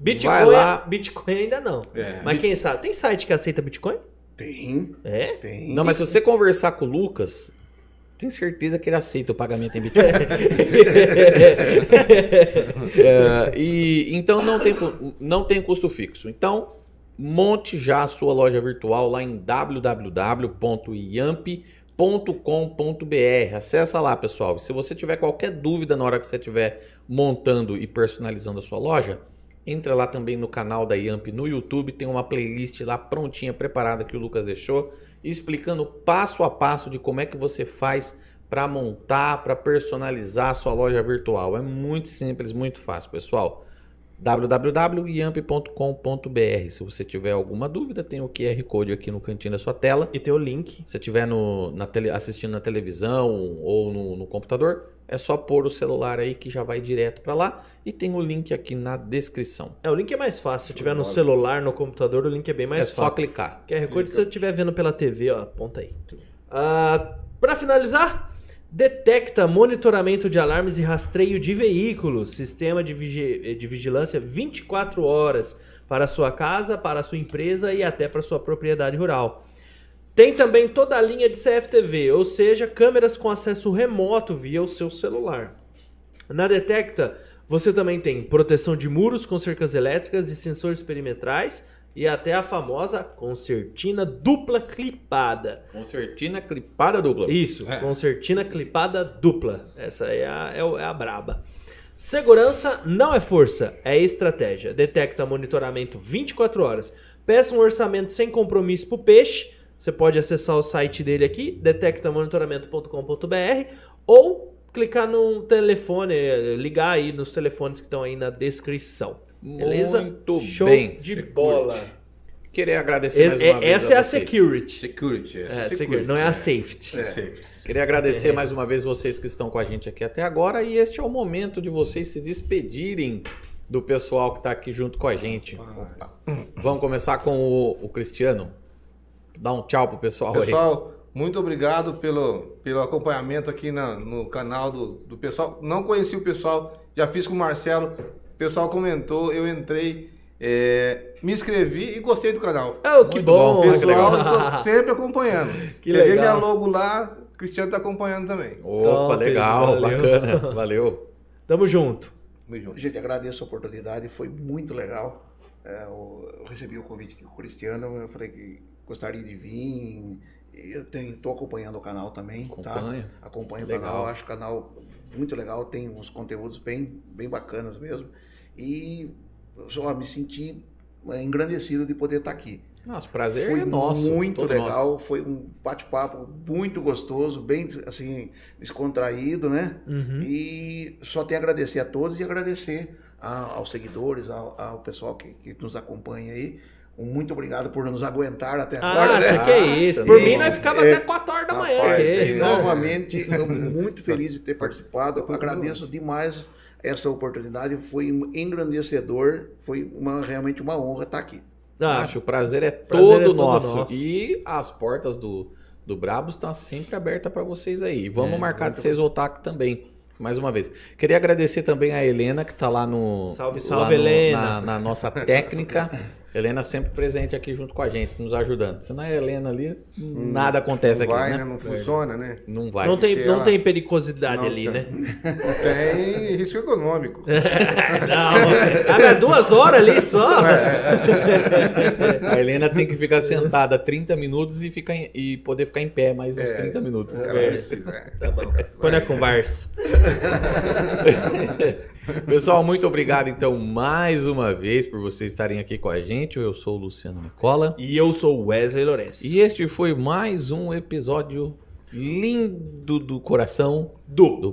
S2: Bitcoin, é-
S1: lá.
S2: Bitcoin ainda não.
S3: É.
S2: Mas quem sabe? Tem site que aceita Bitcoin?
S4: Tem,
S2: É?
S4: tem.
S1: Não, mas se você conversar com o Lucas, tem certeza que ele aceita o pagamento em Bitcoin. É, e então não tem, fu- não tem custo fixo. Então, monte já a sua loja virtual lá em www.iamp.com.br. Acessa lá, pessoal. Se você tiver qualquer dúvida na hora que você estiver montando e personalizando a sua loja, entra lá também no canal da Iamp no YouTube, tem uma playlist lá prontinha, preparada que o Lucas deixou, explicando passo a passo de como é que você faz para montar, para personalizar a sua loja virtual. É muito simples, muito fácil, pessoal. www.yamp.com.br. Se você tiver alguma dúvida, tem o QR Code aqui no cantinho da sua tela.
S2: e tem o link.
S1: Se estiver no, na tele- assistindo na televisão ou no, no computador, é só pôr o celular aí que já vai direto para lá e tem o link aqui na descrição.
S2: É, o link é mais fácil. Se tiver no celular, no computador, o link é bem mais
S1: é
S2: fácil.
S1: só clicar.
S2: QR Code, se você estiver vendo pela TV, ó, aponta aí. Ah, Pra finalizar, detecta monitoramento de alarmes e rastreio de veículos. Sistema de, vigi- eh, de vigilância 24 horas para sua casa, para sua empresa e até para sua propriedade rural. Tem também toda a linha de CFTV, ou seja, câmeras com acesso remoto via o seu celular. Na Detecta, você também tem proteção de muros com cercas elétricas e sensores perimetrais e até a famosa concertina dupla clipada.
S1: Concertina clipada dupla.
S2: Isso,
S3: É.
S2: concertina clipada dupla. Essa é a, é, o- é a braba. Segurança não é força, é estratégia. Detecta monitoramento 24 horas. Peça um orçamento sem compromisso pro peixe. Você pode acessar o site dele aqui, detectamonitoramento.com.br ou clicar num telefone, eh, ligar aí nos telefones que estão aí na descrição. Beleza?
S1: Muito
S2: Show
S1: bem.
S2: de
S3: security.
S2: bola.
S1: Queria agradecer mais
S2: É-
S1: uma
S2: é-
S1: vez.
S2: essa é a
S1: vocês.
S2: security.
S3: Security.
S2: É, security, não é a safety.
S3: É. Safety.
S1: Queria agradecer mais uma vez vocês que estão com a gente aqui até agora e este é o momento de vocês se despedirem do pessoal que está aqui junto com a gente. Vamos começar com o, o Cristiano. Dá um tchau pro pessoal, aí.
S3: Pessoal, muito obrigado pelo, pelo acompanhamento aqui na- no canal do, do pessoal. Não conheci o pessoal, já fiz com o Marcelo. O pessoal comentou, eu entrei. É, me inscrevi e gostei do canal.
S2: Oh, que
S1: Muito
S2: bom!
S1: bom,
S2: que
S1: Olha
S3: Pessoal,
S2: legal.
S3: eu sou sempre acompanhando.
S2: Que
S3: Você vê
S2: legal.
S3: minha logo lá, o Cristiano tá acompanhando também.
S1: Opa,
S4: então,
S2: Top,
S1: legal,
S2: valeu.
S1: bacana, valeu.
S2: Tamo junto.
S3: Tamo junto.
S4: Gente, agradeço a oportunidade, foi muito legal. É, eu, eu recebi o convite aqui com o Cristiano, eu falei que gostaria de vir. e Eu estou acompanhando o canal também, tá?
S1: Acompanha.
S4: Acompanho
S1: Legal.
S4: o canal, acho o canal muito legal, tem uns conteúdos bem, bem bacanas mesmo. E só me senti é, engrandecido de poder estar aqui.
S1: Nossa, prazer
S4: foi
S1: é nosso.
S4: muito
S1: todo
S4: legal, foi um bate-papo muito gostoso, bem assim, descontraído, né?
S2: Uhum.
S4: E só tenho a agradecer a todos e agradecer a- aos seguidores, ao, ao pessoal que, que nos acompanha aí. Um Muito obrigado por nos aguentar até agora.
S2: Ah,
S4: né?
S2: acho que é isso.
S1: Nossa,
S2: Por mim,
S4: não.
S2: nós ficava
S4: É.
S2: até 4 horas da manhã.
S3: Rapaz,
S2: aqui.
S4: E
S3: é,
S4: novamente, eu muito feliz de ter participado.
S3: Tá bom.
S4: Agradeço demais essa oportunidade. Foi um engrandecedor, foi uma, realmente uma honra estar aqui.
S2: Ah,
S1: Acho, o prazer é todo,
S2: prazer é todo
S1: nosso.
S2: nosso.
S1: E as portas do, do Brabos estão sempre abertas para vocês aí. Vamos
S2: É,
S1: marcar de
S4: muito
S1: vocês voltar aqui também. Mais uma vez. Queria agradecer também a Helena, que está lá no.
S2: Salve,
S1: lá
S2: salve,
S1: no-
S2: Helena.
S1: Na, na nossa técnica. Helena sempre presente aqui junto com a gente, nos ajudando. Se não é a Helena ali,
S2: Hum,
S1: nada acontece
S3: Não
S1: aqui,
S3: vai,
S1: né?
S3: né? Não funciona, né?
S1: Não vai.
S2: não, tem,
S3: ter
S2: não
S3: ela-
S2: tem periculosidade
S3: Não
S2: ali,
S3: tem.
S2: né?
S3: Tem risco econômico.
S2: não. Ah, mas duas horas ali só.
S3: É.
S1: A Helena tem que ficar sentada 30 minutos e, ficar em- e poder ficar em pé mais uns
S3: É,
S1: 30 minutos.
S3: Ela
S1: É.
S3: precisa, é.
S2: Tá bom. Põe na conversa.
S1: Pessoal, muito obrigado então mais uma vez por vocês estarem aqui com a gente. Eu sou o Luciano Nicola
S2: E eu sou o Wesley Lourenço.
S1: e este foi mais um episódio lindo do coração
S2: do,
S1: do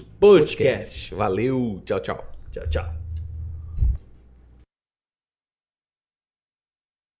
S1: Brabos
S2: Podcast.
S1: Valeu, tchau, tchau.
S2: Tchau, tchau.